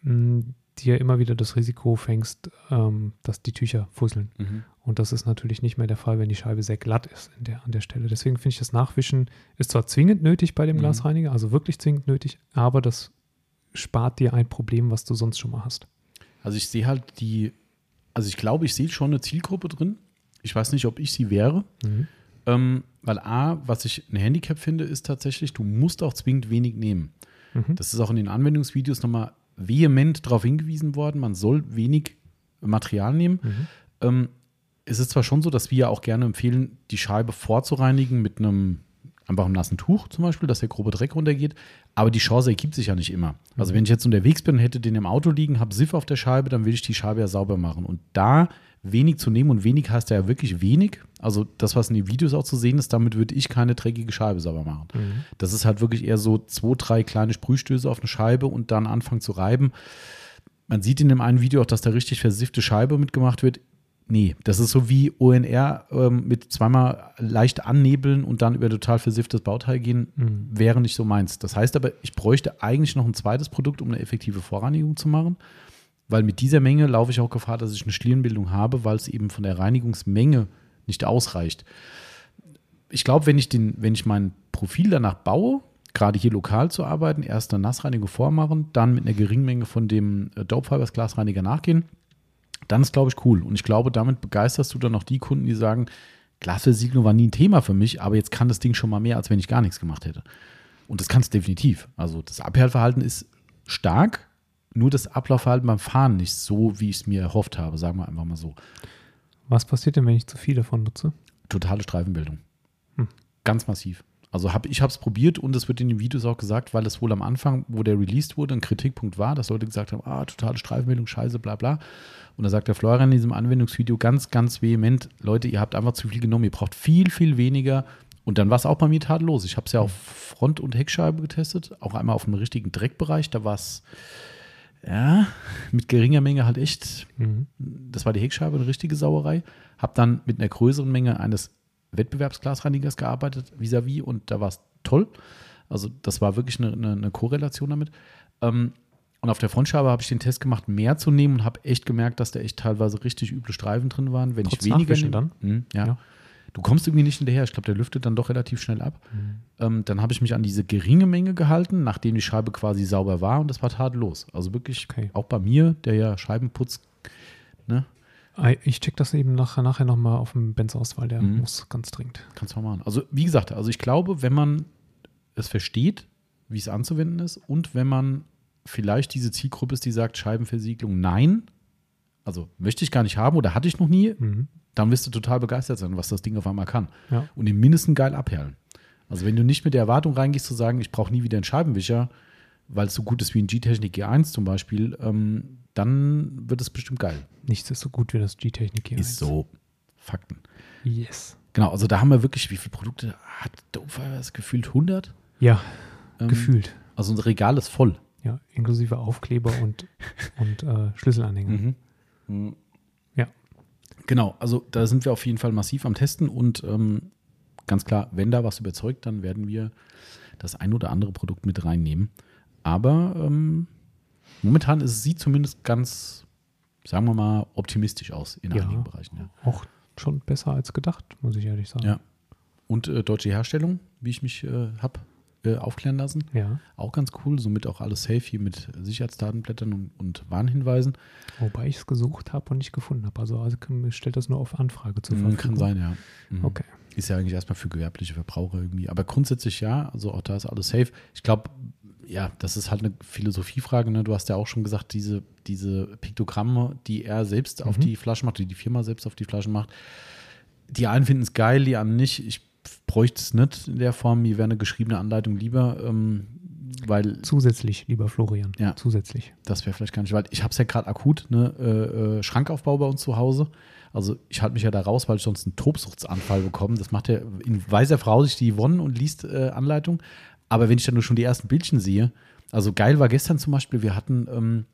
Speaker 2: mh, dir immer wieder das Risiko fängst, ähm, dass die Tücher fusseln.
Speaker 1: Mhm.
Speaker 2: Und das ist natürlich nicht mehr der Fall, wenn die Scheibe sehr glatt ist in der, an der Stelle. Deswegen finde ich, das Nachwischen ist zwar zwingend nötig bei dem
Speaker 1: Mhm.
Speaker 2: Glasreiniger, also wirklich zwingend nötig, aber das spart dir ein Problem, was du sonst schon mal hast.
Speaker 1: Also ich sehe halt die, also ich glaube, ich sehe schon eine Zielgruppe drin. Ich weiß nicht, ob ich sie wäre. Ähm, weil A, was ich ein Handicap finde, ist tatsächlich, du musst auch zwingend wenig nehmen.
Speaker 2: Mhm.
Speaker 1: Das ist auch in den Anwendungsvideos nochmal vehement darauf hingewiesen worden, man soll wenig Material nehmen.
Speaker 2: Mhm.
Speaker 1: Ähm, es ist zwar schon so, dass wir ja auch gerne empfehlen, die Scheibe vorzureinigen mit einem einfach einem nassen Tuch zum Beispiel, dass der grobe Dreck runtergeht, aber die Chance ergibt sich ja nicht immer. Also wenn ich jetzt unterwegs bin, hätte den im Auto liegen, habe Siff auf der Scheibe, dann will ich die Scheibe ja sauber machen. Und da wenig zu nehmen und wenig heißt ja wirklich wenig, also das, was in den Videos auch zu sehen ist, damit würde ich keine dreckige Scheibe sauber machen. Das ist halt wirklich eher so zwei, drei kleine Sprühstöße auf eine Scheibe und dann anfangen zu reiben. Man sieht in dem einen Video auch, dass da richtig versiffte Scheibe mitgemacht wird. Nee, das ist so wie ONR ähm, mit zweimal leicht annebeln und dann über total versifftes Bauteil gehen,
Speaker 2: Mhm.
Speaker 1: wäre nicht so meins. Das heißt aber, ich bräuchte eigentlich noch ein zweites Produkt, um eine effektive Vorreinigung zu machen, weil mit dieser Menge laufe ich auch Gefahr, dass ich eine Schlierenbildung habe, weil es eben von der Reinigungsmenge nicht ausreicht ich glaube, wenn ich den, wenn ich mein Profil danach baue, gerade hier lokal zu arbeiten, erst eine Nassreinigung vormachen, dann mit einer geringen Menge von dem äh, Dope Fibers Glasreiniger nachgehen, dann ist, glaube ich, cool. Und ich glaube, damit begeisterst du dann auch die Kunden, die sagen, Glasversiegelung war nie ein Thema für mich, aber jetzt kann das Ding schon mal mehr, als wenn ich gar nichts gemacht hätte. Und das kann es definitiv. Also das Abhärtverhalten ist stark, nur das Ablaufverhalten beim Fahren nicht so, wie ich es mir erhofft habe, sagen wir einfach mal so.
Speaker 2: Was passiert denn, wenn ich zu viel davon nutze?
Speaker 1: totale Streifenbildung.
Speaker 2: Hm.
Speaker 1: Ganz massiv. Also hab, ich habe es probiert und es wird in den Videos auch gesagt, weil das wohl am Anfang, wo der released wurde, ein Kritikpunkt war, dass Leute gesagt haben, ah, totale Streifenbildung, scheiße, bla bla. Und da sagt der Florian in diesem Anwendungsvideo ganz, ganz vehement, Leute, ihr habt einfach zu viel genommen, ihr braucht viel, viel weniger. Und dann war es auch bei mir tadellos. Ich habe es ja auf Front- und Heckscheibe getestet, auch einmal auf dem richtigen Dreckbereich. Da war es, ja, mit geringer Menge halt echt
Speaker 2: Mhm.
Speaker 1: das war die Heckscheibe, eine richtige Sauerei. Hab dann mit einer größeren Menge eines Wettbewerbsglasreinigers gearbeitet, vis-à-vis, und da war es toll. Also, das war wirklich eine, eine, eine Korrelation damit. Ähm, und auf der Frontscheibe habe ich den Test gemacht, mehr zu nehmen und habe echt gemerkt, dass da echt teilweise richtig üble Streifen drin waren. Wenn
Speaker 2: Trotz
Speaker 1: ich weniger
Speaker 2: Nachwischen
Speaker 1: nehme- Hm, ja.
Speaker 2: Ja.
Speaker 1: Du kommst irgendwie nicht hinterher. Ich glaube, der lüftet dann doch relativ schnell ab. Ähm, dann habe ich mich an diese geringe Menge gehalten, nachdem die Scheibe quasi sauber war und das war tadellos. Also wirklich
Speaker 2: Okay.
Speaker 1: auch bei mir, der ja Scheibenputz, ne,
Speaker 2: Ah, Ich check das eben nach, nachher nochmal auf dem Benz aus, weil der
Speaker 1: Mhm.
Speaker 2: muss ganz dringend.
Speaker 1: Kannst du mal machen. Also, wie gesagt, also ich glaube, wenn man es versteht, wie es anzuwenden ist und wenn man vielleicht diese Zielgruppe ist, die sagt, Scheibenversiegelung, nein, also möchte ich gar nicht haben oder hatte ich noch nie,
Speaker 2: Mhm.
Speaker 1: dann wirst du total begeistert sein, was das Ding auf einmal kann.
Speaker 2: Ja.
Speaker 1: Und im Mindesten geil abherlen. Also, wenn du nicht mit der Erwartung reingehst, zu sagen, ich brauche nie wieder einen Scheibenwischer, weil es so gut ist wie ein G-Technik G1 zum Beispiel, ähm, dann wird es bestimmt geil.
Speaker 2: Nichts ist so gut wie das G-Technik hier.
Speaker 1: Ist so. Fakten.
Speaker 2: Yes.
Speaker 1: Genau, also da haben wir wirklich, wie viele Produkte hat Dover das gefühlt? 100?
Speaker 2: Ja,
Speaker 1: Ähm,
Speaker 2: gefühlt.
Speaker 1: Also unser Regal ist voll.
Speaker 2: Ja, inklusive Aufkleber und, und äh, Schlüsselanhänger. Ja.
Speaker 1: Genau, also da sind wir auf jeden Fall massiv am Testen und ähm, ganz klar, wenn da was überzeugt, dann werden wir das ein oder andere Produkt mit reinnehmen. Aber ähm, momentan ist, sieht zumindest ganz, sagen wir mal, optimistisch aus in
Speaker 2: Ja.
Speaker 1: einigen Bereichen. Ja.
Speaker 2: Auch schon besser als gedacht, muss ich ehrlich sagen.
Speaker 1: Ja. Und äh, deutsche Herstellung, wie ich mich äh, habe äh, aufklären lassen,
Speaker 2: Ja.
Speaker 1: auch ganz cool. Somit auch alles safe hier mit Sicherheitsdatenblättern und, und Warnhinweisen.
Speaker 2: Wobei ich es gesucht habe und nicht gefunden habe. Also, also kann- stellt das nur auf Anfrage zur
Speaker 1: Mhm,
Speaker 2: Verfügung.
Speaker 1: Kann sein, ja. Mhm.
Speaker 2: Okay.
Speaker 1: Ist ja eigentlich erstmal für gewerbliche Verbraucher irgendwie. Aber grundsätzlich ja, also auch da ist alles safe. Ich glaube, ja, das ist halt eine Philosophiefrage. Ne? Du hast ja auch schon gesagt, diese, diese Piktogramme, die er selbst auf
Speaker 2: Mhm.
Speaker 1: die Flaschen macht, die die Firma selbst auf die Flaschen macht, die einen finden es geil, die anderen nicht. Ich bräuchte es nicht in der Form. Mir wäre eine geschriebene Anleitung lieber, ähm, weil
Speaker 2: Zusätzlich, lieber Florian.
Speaker 1: Ja.
Speaker 2: Zusätzlich.
Speaker 1: das wäre vielleicht gar nicht weit. Ich habe es ja gerade akut, ne, äh, äh, Schrankaufbau bei uns zu Hause. Also ich halte mich ja da raus, weil ich sonst einen Tobsuchtsanfall bekomme. Das macht ja in weiser Voraussicht die Yvonne und liest äh, Anleitung. Aber wenn ich dann nur schon die ersten Bildchen sehe, also geil war gestern zum Beispiel, wir hatten, ähm,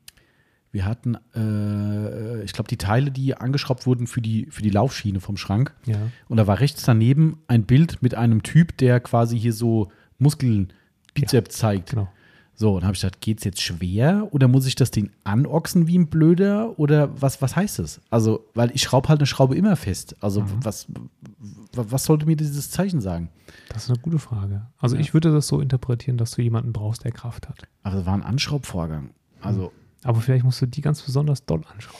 Speaker 1: wir hatten, äh, ich glaube, die Teile, die angeschraubt wurden für die, für die Laufschiene vom Schrank.
Speaker 2: Ja.
Speaker 1: Und da war rechts daneben ein Bild mit einem Typ, der quasi hier so Muskeln, Bizeps zeigt.
Speaker 2: Genau.
Speaker 1: So, und habe ich gedacht, geht's jetzt schwer oder muss ich das Ding anochsen wie ein Blöder oder was, was heißt das? Also, weil ich schraube halt eine Schraube immer fest. Also,
Speaker 2: Mhm.
Speaker 1: was, w- was sollte mir dieses Zeichen sagen?
Speaker 2: Das ist eine gute Frage. Also ich würde das so interpretieren, dass du jemanden brauchst, der Kraft hat.
Speaker 1: Aber Also, es war ein Anschraubvorgang. Also,
Speaker 2: Aber vielleicht musst du die ganz besonders doll anschauen.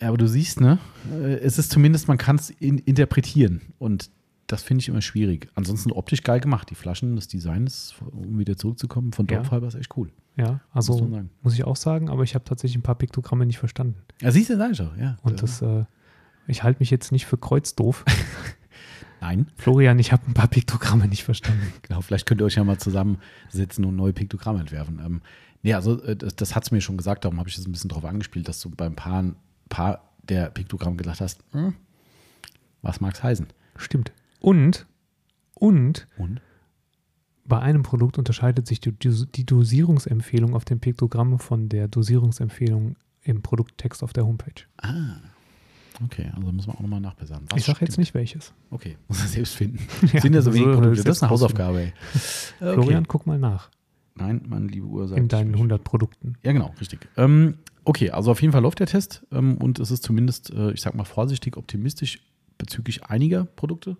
Speaker 1: ja, aber du siehst, ne? äh, Es ist zumindest, man kann es in, interpretieren und das finde ich immer schwierig. Ansonsten optisch geil gemacht. Die Flaschen, das Design ist, um wieder zurückzukommen, von
Speaker 2: Ja.
Speaker 1: Dorfhalber ist echt cool.
Speaker 2: Ja, also
Speaker 1: Muss man
Speaker 2: muss,
Speaker 1: sagen.
Speaker 2: ich auch sagen, aber ich habe tatsächlich ein paar Piktogramme nicht verstanden.
Speaker 1: Ja, siehst du, sag ich auch, ja.
Speaker 2: Und das, äh, ich halte mich jetzt nicht für kreuzdoof.
Speaker 1: Nein,
Speaker 2: Florian, ich habe ein paar Piktogramme nicht verstanden.
Speaker 1: Genau, vielleicht könnt ihr euch ja mal zusammensetzen und neue Piktogramme entwerfen. Ähm, nee, also äh, das, das hat es mir schon gesagt, darum habe ich jetzt ein bisschen drauf angespielt, dass du beim paar, paar der Piktogramme gedacht hast, hm, was mag es heißen?
Speaker 2: Stimmt. Und, und
Speaker 1: Und?
Speaker 2: bei einem Produkt unterscheidet sich die, Dos- die Dosierungsempfehlung auf dem Piktogramm von der Dosierungsempfehlung im Produkttext auf der Homepage.
Speaker 1: Okay, also muss man auch nochmal nachbessern. Was
Speaker 2: ich sage jetzt
Speaker 1: stimmt?
Speaker 2: nicht welches.
Speaker 1: Okay, muss er selbst finden.
Speaker 2: Ja,
Speaker 1: Sind ja so wenige
Speaker 2: so,
Speaker 1: Produkte, das
Speaker 2: selbst
Speaker 1: ist eine Hausaufgabe. Ey. Okay.
Speaker 2: Florian, guck mal nach
Speaker 1: Nein, meine liebe Uhr sagt,
Speaker 2: in
Speaker 1: ich
Speaker 2: deinen
Speaker 1: bin-
Speaker 2: 100 Produkten.
Speaker 1: Ja, genau, richtig. Ähm, okay, also auf jeden Fall läuft der Test ähm, und es ist zumindest, äh, ich sag mal, vorsichtig optimistisch bezüglich einiger Produkte.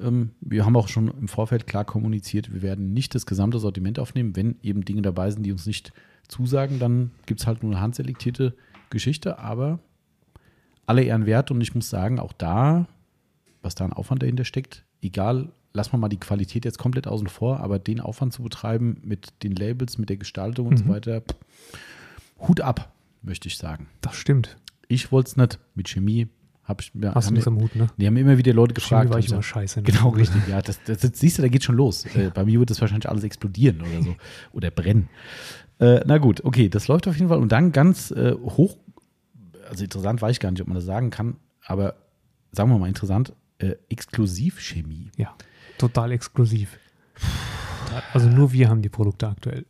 Speaker 1: Ähm, wir haben auch schon im Vorfeld klar kommuniziert, wir werden nicht das gesamte Sortiment aufnehmen. Wenn eben Dinge dabei sind, die uns nicht zusagen, dann gibt es halt nur eine handselektierte Geschichte, aber alle Ehren wert und ich muss sagen, auch da, was da an Aufwand dahinter steckt, egal, lassen wir mal die Qualität jetzt komplett außen vor, aber den Aufwand zu betreiben mit den Labels, mit der Gestaltung und so
Speaker 2: Mhm.
Speaker 1: weiter, pff, Hut ab, möchte ich sagen.
Speaker 2: Das stimmt.
Speaker 1: Ich wollte es nicht. Mit Chemie habe ich mir.
Speaker 2: Hast du
Speaker 1: haben
Speaker 2: nichts
Speaker 1: mir
Speaker 2: am Hut, ne?
Speaker 1: die haben mir immer wieder Leute
Speaker 2: Chemie
Speaker 1: gefragt.
Speaker 2: war
Speaker 1: hab Ah,
Speaker 2: ich
Speaker 1: ich
Speaker 2: immer
Speaker 1: gesagt,
Speaker 2: scheiße. Ne?
Speaker 1: genau, richtig. Ja, das, das, das siehst du, da geht schon los. Äh, bei mir wird das wahrscheinlich alles explodieren oder so. Oder brennen. Äh, na gut, okay, das läuft auf jeden Fall. Und dann ganz äh, hoch. Also interessant weiß ich gar nicht, ob man das sagen kann, aber sagen wir mal interessant. Äh, Exklusivchemie.
Speaker 2: Ja, total exklusiv. Also nur wir haben die Produkte aktuell.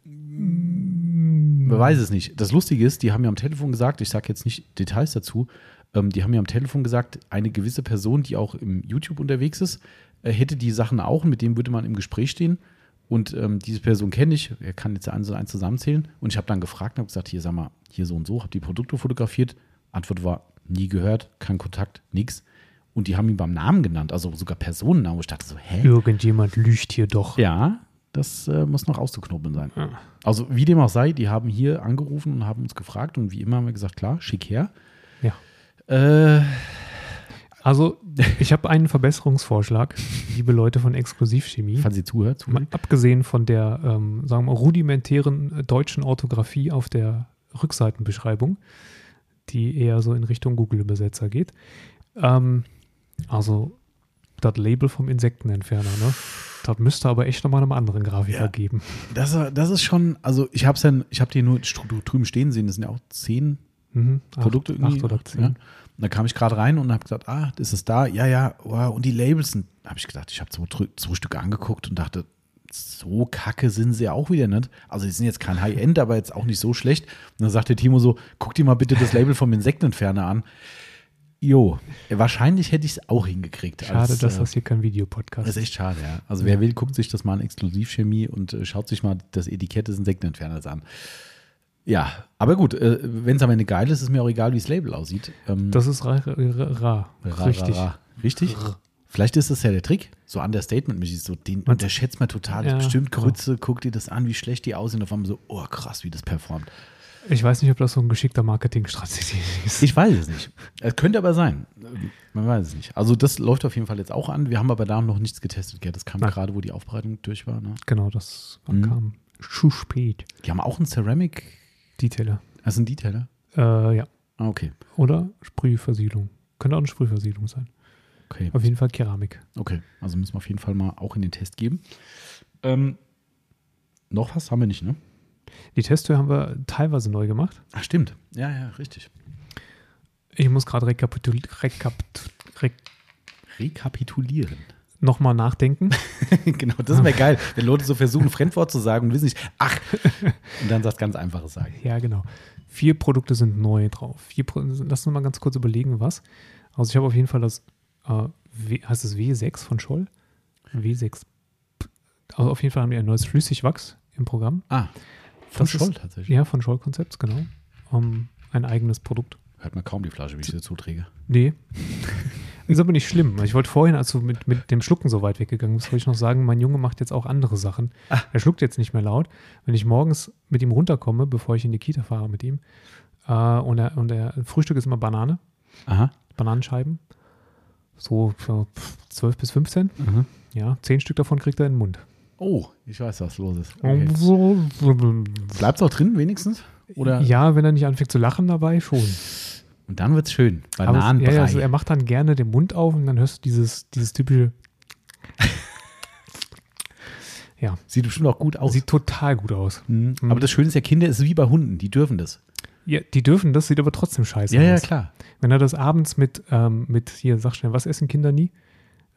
Speaker 1: Man weiß es nicht. Das Lustige ist, die haben mir am Telefon gesagt, ich sage jetzt nicht Details dazu, ähm, die haben mir am Telefon gesagt, eine gewisse Person, die auch im YouTube unterwegs ist, äh, hätte die Sachen auch und mit dem würde man im Gespräch stehen. Und ähm, diese Person kenne ich, er kann jetzt eins und eins zusammenzählen. Und ich habe dann gefragt und habe gesagt, hier sag mal, hier so und so, habe die Produkte fotografiert. Antwort war, nie gehört, kein Kontakt, nix. Und die haben ihn beim Namen genannt, also sogar Personennamen. wo Ich dachte so, hä?
Speaker 2: Irgendjemand lügt hier doch. Ah,
Speaker 1: Ja, das äh, muss noch auszuknobeln sein.
Speaker 2: Ja.
Speaker 1: Also, wie dem auch sei, die haben hier angerufen und haben uns gefragt und wie immer haben wir gesagt, klar, schick her.
Speaker 2: Ja.
Speaker 1: Äh,
Speaker 2: Also, ich habe einen Verbesserungsvorschlag, liebe Leute von Exklusivchemie.
Speaker 1: falls ihr zuhört,
Speaker 2: Mal
Speaker 1: zuhört.
Speaker 2: abgesehen von der, ähm, sagen wir mal, rudimentären äh, deutschen Orthographie auf der Rückseitenbeschreibung, die eher so in Richtung Google-Übersetzer geht. Ähm, also das Label vom Insektenentferner, ne? Das müsste aber echt nochmal einem anderen Grafiker
Speaker 1: Ja.
Speaker 2: geben.
Speaker 1: Das, das ist schon, also ich habe ja, ich hab die nur stru- drüben stehen sehen, das sind ja auch zehn
Speaker 2: Mhm. Acht-
Speaker 1: Produkte irgendwie. ne?
Speaker 2: Acht oder zehn.
Speaker 1: Ja. Und da kam ich gerade rein und habe gesagt, ah, ist es da? Ja, ja, wow. Und die Labels sind, habe ich gedacht, ich habe zwei, Drü- zwei Stücke angeguckt und dachte, so kacke sind sie ja auch wieder nicht. Also die sind jetzt kein High-End, aber jetzt auch nicht so schlecht. Und dann sagte Timo so, guck dir mal bitte das Label vom Insektenentferner an. Jo, wahrscheinlich hätte ich es auch hingekriegt.
Speaker 2: Schade,
Speaker 1: als,
Speaker 2: dass
Speaker 1: äh,
Speaker 2: das hier kein
Speaker 1: das
Speaker 2: Videopodcast
Speaker 1: ist
Speaker 2: ist.
Speaker 1: echt schade, ja. Also wer will, guckt sich das mal an Exklusivchemie und äh, schaut sich mal das Etikett des Insektenentferners an. Ja, aber gut, äh, wenn es am Ende geil ist, ist mir auch egal, wie das Label aussieht. Ähm,
Speaker 2: Das ist ra, ra, ra,
Speaker 1: ra-
Speaker 2: richtig.
Speaker 1: ra- ra. Richtig? Vielleicht ist das ja der Trick, so understatement-mäßig, so den
Speaker 2: Man-
Speaker 1: unterschätzt man total.
Speaker 2: Ja,
Speaker 1: Bestimmt
Speaker 2: genau.
Speaker 1: Grütze, guck dir das an, wie schlecht die aussehen, auf einmal so, oh krass, wie das performt.
Speaker 2: Ich weiß nicht, ob das so ein geschickter Marketingstrategie ist.
Speaker 1: Ich weiß es nicht. Es könnte aber sein. Ähm, Man weiß es nicht. Also das läuft auf jeden Fall jetzt auch an. Wir haben aber da noch nichts getestet, gell? Das kam
Speaker 2: Nein.
Speaker 1: gerade, wo die Aufbereitung durch war. Ne?
Speaker 2: genau, das
Speaker 1: Mhm.
Speaker 2: kam zu spät.
Speaker 1: Die haben auch einen Ceramic
Speaker 2: Detailer.
Speaker 1: Das sind die Teller?
Speaker 2: Äh, ja.
Speaker 1: Ah, okay.
Speaker 2: Oder Sprühversiegelung. Könnte auch eine Sprühversiegelung sein.
Speaker 1: Okay.
Speaker 2: Auf jeden Fall Keramik.
Speaker 1: Okay. Also müssen wir auf jeden Fall mal auch in den Test geben. Ähm, noch was haben wir nicht, ne?
Speaker 2: Die Testtür haben wir teilweise neu gemacht.
Speaker 1: Ach, stimmt. Ja, ja, richtig.
Speaker 2: Ich muss gerade rekapitul rekap rek
Speaker 1: Rekapitulieren.
Speaker 2: nochmal nachdenken.
Speaker 1: genau, das wäre geil, wenn Leute so versuchen, ein Fremdwort zu sagen und wissen nicht, ach, und dann das ganz einfache sagen.
Speaker 2: ja, genau. Vier Produkte sind neu drauf. Vier Pro Lass uns mal ganz kurz überlegen, was. Also ich habe auf jeden Fall das, äh, w heißt es W6 von Scholl? W6. Also auf jeden Fall haben die ein neues Flüssigwachs im Programm.
Speaker 1: Ah, von
Speaker 2: Das ist-
Speaker 1: Scholl tatsächlich.
Speaker 2: Ja, von Scholl Konzepts, genau. Ähm, ein eigenes Produkt.
Speaker 1: Hört man kaum die Flasche, wie ich sie zuträge.
Speaker 2: Nee. Ist aber nicht schlimm. Ich wollte vorhin, als du mit, mit dem Schlucken so weit weggegangen bist, wollte ich noch sagen, mein Junge macht jetzt auch andere Sachen.
Speaker 1: Ah.
Speaker 2: Er schluckt jetzt nicht mehr laut. Wenn ich morgens mit ihm runterkomme, bevor ich in die Kita fahre mit ihm, äh, und, er, und er Frühstück ist immer Banane,
Speaker 1: Aha.
Speaker 2: Bananenscheiben. So so, pff, 12 bis 15.
Speaker 1: Mhm.
Speaker 2: Ja, 10 Stück davon kriegt er in den Mund.
Speaker 1: Oh, ich weiß, was los ist. Okay.
Speaker 2: Und so-
Speaker 1: Bleibt's auch drin wenigstens? Oder?
Speaker 2: Ja, wenn er nicht anfängt zu lachen dabei, schon.
Speaker 1: Und dann wird's schön.
Speaker 2: Aber es-
Speaker 1: Bananenbrei.
Speaker 2: Ja, ja, also er macht dann gerne den Mund auf und dann hörst du dieses, dieses typische. ja,
Speaker 1: Sieht bestimmt auch gut aus.
Speaker 2: sieht total gut aus.
Speaker 1: Mhm. Aber das Schöne ist ja, Kinder ist wie bei Hunden, die dürfen das.
Speaker 2: Ja, die dürfen das, sieht aber trotzdem scheiße aus.
Speaker 1: klar.
Speaker 2: Wenn er das abends mit, ähm, mit hier, sag schnell, was essen Kinder nie?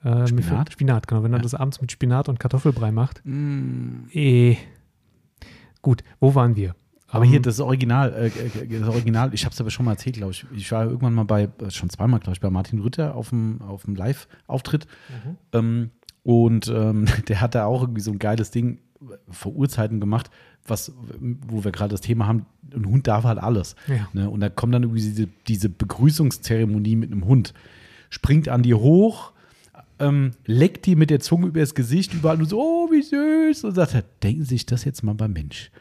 Speaker 2: Äh, mit-
Speaker 1: Spinat?
Speaker 2: Spinat, genau. Wenn er
Speaker 1: Ja.
Speaker 2: das abends mit Spinat und Kartoffelbrei macht.
Speaker 1: Mm.
Speaker 2: Eh. Gut, wo waren wir?
Speaker 1: Aber
Speaker 2: Ähm,
Speaker 1: hier, das ist Original, äh, äh, das Original, ich habe es aber schon mal erzählt, glaube ich. Ich war irgendwann mal bei, äh, schon zweimal, glaube ich, bei Martin Rütter auf dem, auf dem Live-Auftritt.
Speaker 2: Mhm.
Speaker 1: Ähm, und ähm, der hat da auch irgendwie so ein geiles Ding äh, vor Urzeiten gemacht, was, wo wir gerade das Thema haben, ein Hund darf halt alles.
Speaker 2: Ja.
Speaker 1: Ne? Und da kommt dann irgendwie diese, diese Begrüßungszeremonie mit einem Hund. Springt an dir hoch, ähm, leckt die mit der Zunge übers Gesicht, überall und so, oh, wie süß. Und sagt, er, denken Sie sich das jetzt mal beim Mensch.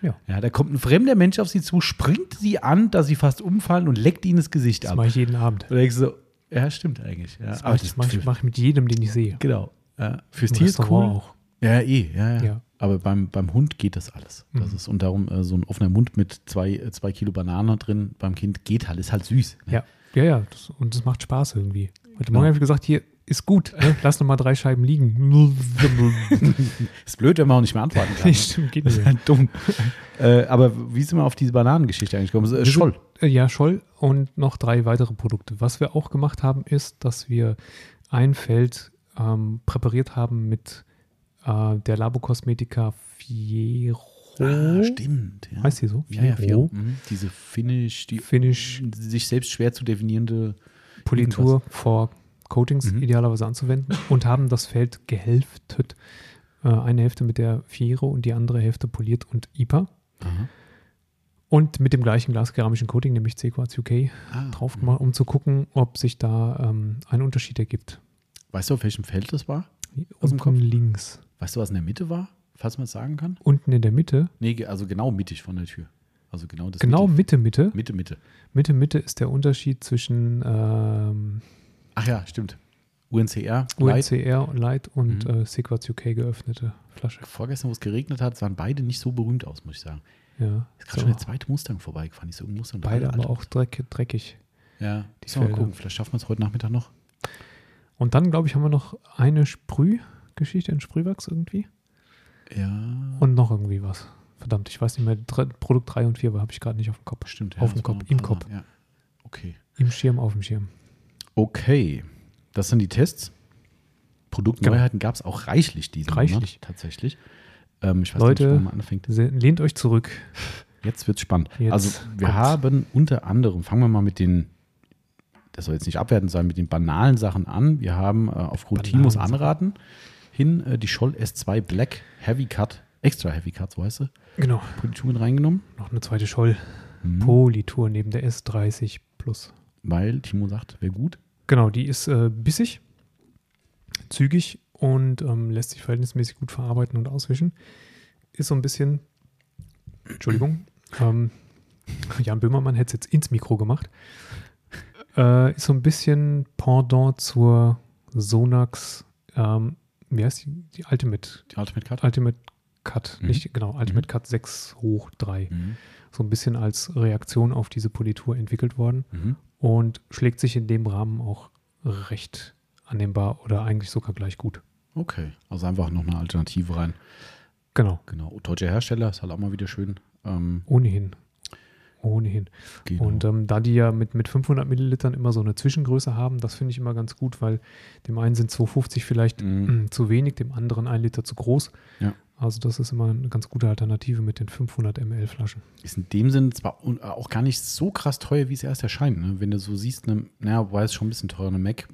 Speaker 2: ja.
Speaker 1: Ja, da kommt ein fremder Mensch auf sie zu, springt sie an, dass sie fast umfallen und leckt ihnen das Gesicht
Speaker 2: Das
Speaker 1: ab.
Speaker 2: mache ich jeden Abend.
Speaker 1: Und denkst du, so, ja, stimmt eigentlich. Ja,
Speaker 2: Das mache ich, mach ich, mach ich mit jedem, den ich sehe.
Speaker 1: genau. Ja, fürs
Speaker 2: Im
Speaker 1: Tier ist cool.
Speaker 2: Restaurant auch.
Speaker 1: Ja, eh, ja, ja.
Speaker 2: Ja. Mhm.
Speaker 1: Aber beim, beim Hund geht das alles. Das ist und darum äh, so ein offener Mund mit zwei, äh, zwei Kilo Banane drin beim Kind geht halt, ist halt süß.
Speaker 2: Ja, ja, ja. Das, und es macht Spaß irgendwie. Heute
Speaker 1: Genau.
Speaker 2: Morgen habe ich gesagt, hier ist gut, ne? lass noch mal drei Scheiben liegen.
Speaker 1: Ist blöd, wenn man auch nicht mehr antworten kann. ne?
Speaker 2: Stimmt, geht
Speaker 1: Das ist
Speaker 2: nicht.
Speaker 1: halt dumm. äh, aber wie sind wir auf diese Bananengeschichte eigentlich gekommen? Äh, Scholl.
Speaker 2: Äh, Ja, Scholl und noch drei weitere Produkte. Was wir auch gemacht haben, ist, dass wir ein Feld ähm, präpariert haben mit äh, der Labokosmetika Fiero.
Speaker 1: Ah, stimmt. Ja.
Speaker 2: Heißt die so?
Speaker 1: Ja, ja, Fio. Mhm. Diese Finish, die
Speaker 2: Finish
Speaker 1: sich selbst schwer zu definierende
Speaker 2: Politur vor Coatings
Speaker 1: Mhm.
Speaker 2: idealerweise anzuwenden und haben das Feld gehälftet. Äh, eine Hälfte mit der Fiere und die andere Hälfte poliert und IPA.
Speaker 1: Aha.
Speaker 2: Und mit dem gleichen glaskeramischen Coating, nämlich c UK,
Speaker 1: Ah,
Speaker 2: drauf gemacht, um zu gucken, ob sich da ähm, ein Unterschied ergibt.
Speaker 1: Weißt du, auf welchem Feld das war? Aus dem
Speaker 2: Unten
Speaker 1: Kopf?
Speaker 2: links.
Speaker 1: Weißt du, was in der Mitte war? Falls man es sagen kann?
Speaker 2: Unten in der Mitte.
Speaker 1: Nee, ge- also genau mittig von der Tür. Also genau das
Speaker 2: genau
Speaker 1: Mittel-
Speaker 2: Mitte, Mitte.
Speaker 1: Mitte, Mitte.
Speaker 2: Mitte, Mitte ist der Unterschied zwischen ähm,
Speaker 1: Ach ja, stimmt. UNCR, Light. Mhm.
Speaker 2: UNCR Light und äh, Sequats UK geöffnete Flasche.
Speaker 1: Vorgestern, wo es geregnet hat, sahen beide nicht so berühmt aus, muss ich sagen.
Speaker 2: Ja.
Speaker 1: Ist gerade
Speaker 2: So.
Speaker 1: schon der zweite Mustang vorbeigefahren. Ist irgendein Mustang
Speaker 2: Beide
Speaker 1: dabei?
Speaker 2: aber auch dreck, dreckig.
Speaker 1: Ja, die
Speaker 2: Felder.
Speaker 1: mal gucken. Vielleicht schaffen wir es heute Nachmittag noch.
Speaker 2: Und dann, glaube ich, haben wir noch eine Sprühgeschichte, ein Sprühwachs irgendwie.
Speaker 1: Ja.
Speaker 2: Und noch irgendwie was. Verdammt, ich weiß nicht mehr. Dre- Produkt 3 und 4 habe ich gerade nicht auf dem Kopf.
Speaker 1: Stimmt,
Speaker 2: Auf
Speaker 1: das
Speaker 2: dem Kopf,
Speaker 1: war ein
Speaker 2: im
Speaker 1: paar
Speaker 2: Kopf.
Speaker 1: Mal, Ja. Okay.
Speaker 2: Im Schirm, auf dem Schirm.
Speaker 1: Okay. Das sind die Tests. Produktneuheiten gab es auch reichlich diesen
Speaker 2: Genau. Reichlich.
Speaker 1: Monat. Tatsächlich. Ähm, ich weiß
Speaker 2: Leute.
Speaker 1: nicht, wo man anfängt.
Speaker 2: Se- Lehnt euch zurück.
Speaker 1: Jetzt wird's spannend.
Speaker 2: Jetzt
Speaker 1: also wir
Speaker 2: kommt's.
Speaker 1: haben unter anderem, fangen wir mal mit den, das soll jetzt nicht abwertend sein, mit den banalen Sachen an. Wir haben äh, aufgrund
Speaker 2: Banalen
Speaker 1: Timos
Speaker 2: Sachen.
Speaker 1: Anraten hin äh, die Scholl S2 Black Heavy Cut, Extra Heavy Cut, so heißt sie,
Speaker 2: Genau,
Speaker 1: Politur mit reingenommen.
Speaker 2: noch eine zweite Scholl.
Speaker 1: Mhm.
Speaker 2: Politour neben der S30 Plus.
Speaker 1: Weil Timo sagt, wäre gut.
Speaker 2: Genau, die ist äh, bissig, zügig und ähm, lässt sich verhältnismäßig gut verarbeiten und auswischen. Ist so ein bisschen, Entschuldigung, ähm, Jan Böhmermann hätte es jetzt ins Mikro gemacht. Äh, ist so ein bisschen Pendant zur Sonax, ähm, wie heißt die, die Ultimate,
Speaker 1: Die Ultimate Cut.
Speaker 2: Ultimate Cut,
Speaker 1: Mhm.
Speaker 2: nicht, genau, Ultimate Cut 6 hoch 3.
Speaker 1: Mhm.
Speaker 2: So ein bisschen als Reaktion auf diese Politur entwickelt worden
Speaker 1: Mhm.
Speaker 2: und schlägt sich in dem Rahmen auch recht annehmbar oder eigentlich sogar gleich gut.
Speaker 1: Okay, also einfach noch eine Alternative rein.
Speaker 2: Genau,
Speaker 1: Genau, deutscher Hersteller, ist halt auch mal wieder schön. Ähm,
Speaker 2: ohnehin. Ohnehin.
Speaker 1: genau.
Speaker 2: Und ähm, da die ja mit, mit 500 Millilitern immer so eine Zwischengröße haben, das finde ich immer ganz gut, weil dem einen sind 250 vielleicht
Speaker 1: Mhm.
Speaker 2: mm, zu wenig, dem anderen ein Liter zu groß.
Speaker 1: Ja.
Speaker 2: Also das ist immer eine ganz gute Alternative mit den 500 ml Flaschen.
Speaker 1: Ist in dem Sinne zwar un- äh, auch gar nicht so krass teuer, wie es erst erscheint. Ne? Wenn du so siehst, ne, naja, wobei es schon ein bisschen teurer, eine Mac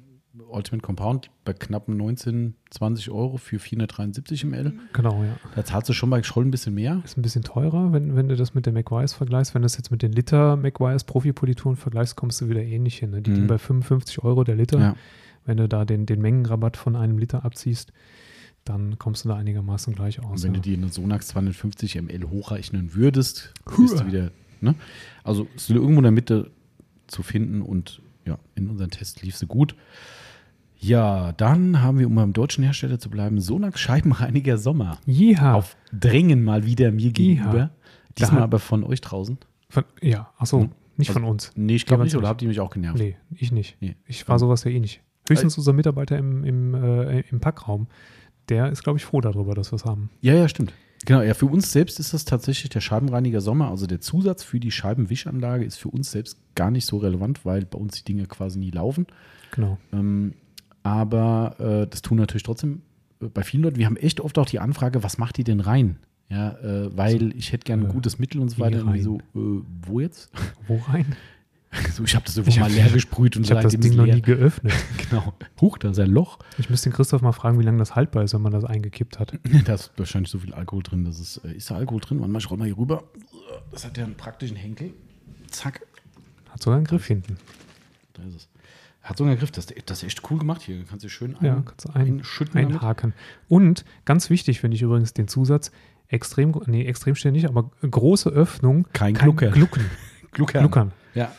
Speaker 1: Ultimate Compound bei knappen 19, 20 Euro für 473 ml.
Speaker 2: Genau, ja.
Speaker 1: Da zahlst du schon bei Scholl ein bisschen mehr.
Speaker 2: Ist ein bisschen teurer, wenn, wenn du das mit der McWise vergleichst. Wenn du das jetzt mit den Liter McWise Profi-Polituren vergleichst, kommst du wieder ähnlich hin. Ne? Die
Speaker 1: Mhm.
Speaker 2: liegen bei 55 Euro der Liter.
Speaker 1: Ja.
Speaker 2: Wenn du da den, den Mengenrabatt von einem Liter abziehst, dann kommst du da einigermaßen gleich
Speaker 1: Und
Speaker 2: aus.
Speaker 1: wenn
Speaker 2: ja.
Speaker 1: du dir eine Sonax 250 ml hochrechnen würdest,
Speaker 2: Huh.
Speaker 1: bist du wieder, ne? Also ist irgendwo in der Mitte zu finden und ja, in unseren Test lief sie gut. Ja, dann haben wir, um beim deutschen Hersteller zu bleiben, Sonax Scheibenreiniger Sommer.
Speaker 2: Jeha.
Speaker 1: Auf Drängen mal wieder mir gegenüber. Diesmal
Speaker 2: Ah. Da-
Speaker 1: aber von euch draußen.
Speaker 2: Von, ja, achso,
Speaker 1: Hm.
Speaker 2: nicht
Speaker 1: Also-
Speaker 2: von uns.
Speaker 1: Nee, ich glaube
Speaker 2: Ja,
Speaker 1: nicht, oder
Speaker 2: natürlich.
Speaker 1: habt ihr mich auch genervt?
Speaker 2: Nee, ich nicht.
Speaker 1: Nee. Also-
Speaker 2: Ich war sowas ja eh nicht. Höchstens unser Mitarbeiter im, im, äh, im Packraum. Der ist, glaube ich, froh darüber, dass wir es haben.
Speaker 1: Ja, ja, stimmt. Genau, ja, für uns selbst ist das tatsächlich der Scheibenreiniger Sommer. Also der Zusatz für die Scheibenwischanlage ist für uns selbst gar nicht so relevant, weil bei uns die Dinge quasi nie laufen.
Speaker 2: Genau.
Speaker 1: Ähm, aber äh, das tun natürlich trotzdem äh, bei vielen Leuten. Wir haben echt oft auch die Anfrage, was macht ihr denn rein? Ja, äh, weil ich hätte gerne ein
Speaker 2: Äh,
Speaker 1: gutes Mittel und so
Speaker 2: wie
Speaker 1: weiter. Und
Speaker 2: rein?
Speaker 1: So, äh, wo jetzt?
Speaker 2: Wo rein?
Speaker 1: so, ich habe das
Speaker 2: Ich
Speaker 1: irgendwo mal
Speaker 2: hab-
Speaker 1: leer gesprüht und
Speaker 2: Ich habe das
Speaker 1: seitdem ist
Speaker 2: Ding noch
Speaker 1: leer.
Speaker 2: nie geöffnet.
Speaker 1: Genau. Huch, da ist ein Loch.
Speaker 2: Ich müsste den Christoph mal fragen, wie lange das haltbar ist, wenn man das eingekippt hat.
Speaker 1: Da ist wahrscheinlich so viel Alkohol drin. Das ist, äh, ist da Alkohol drin? Warte mal, ich roll mal hier rüber. Das hat ja einen praktischen Henkel. Zack,
Speaker 2: Hat sogar einen Griff hinten.
Speaker 1: da ist es. Hat so einen Griff. Das, das ist echt cool gemacht hier. Du kannst du schön ein,
Speaker 2: Ja, kannst du ein-
Speaker 1: einschütten. damit.
Speaker 2: Einhaken. Und ganz wichtig finde ich übrigens den Zusatz, extrem, nee, extrem schnell nicht, aber große Öffnung.
Speaker 1: Kein Gluckern.
Speaker 2: Glucken.
Speaker 1: Gluckern.
Speaker 2: Gluckern.
Speaker 1: Ja.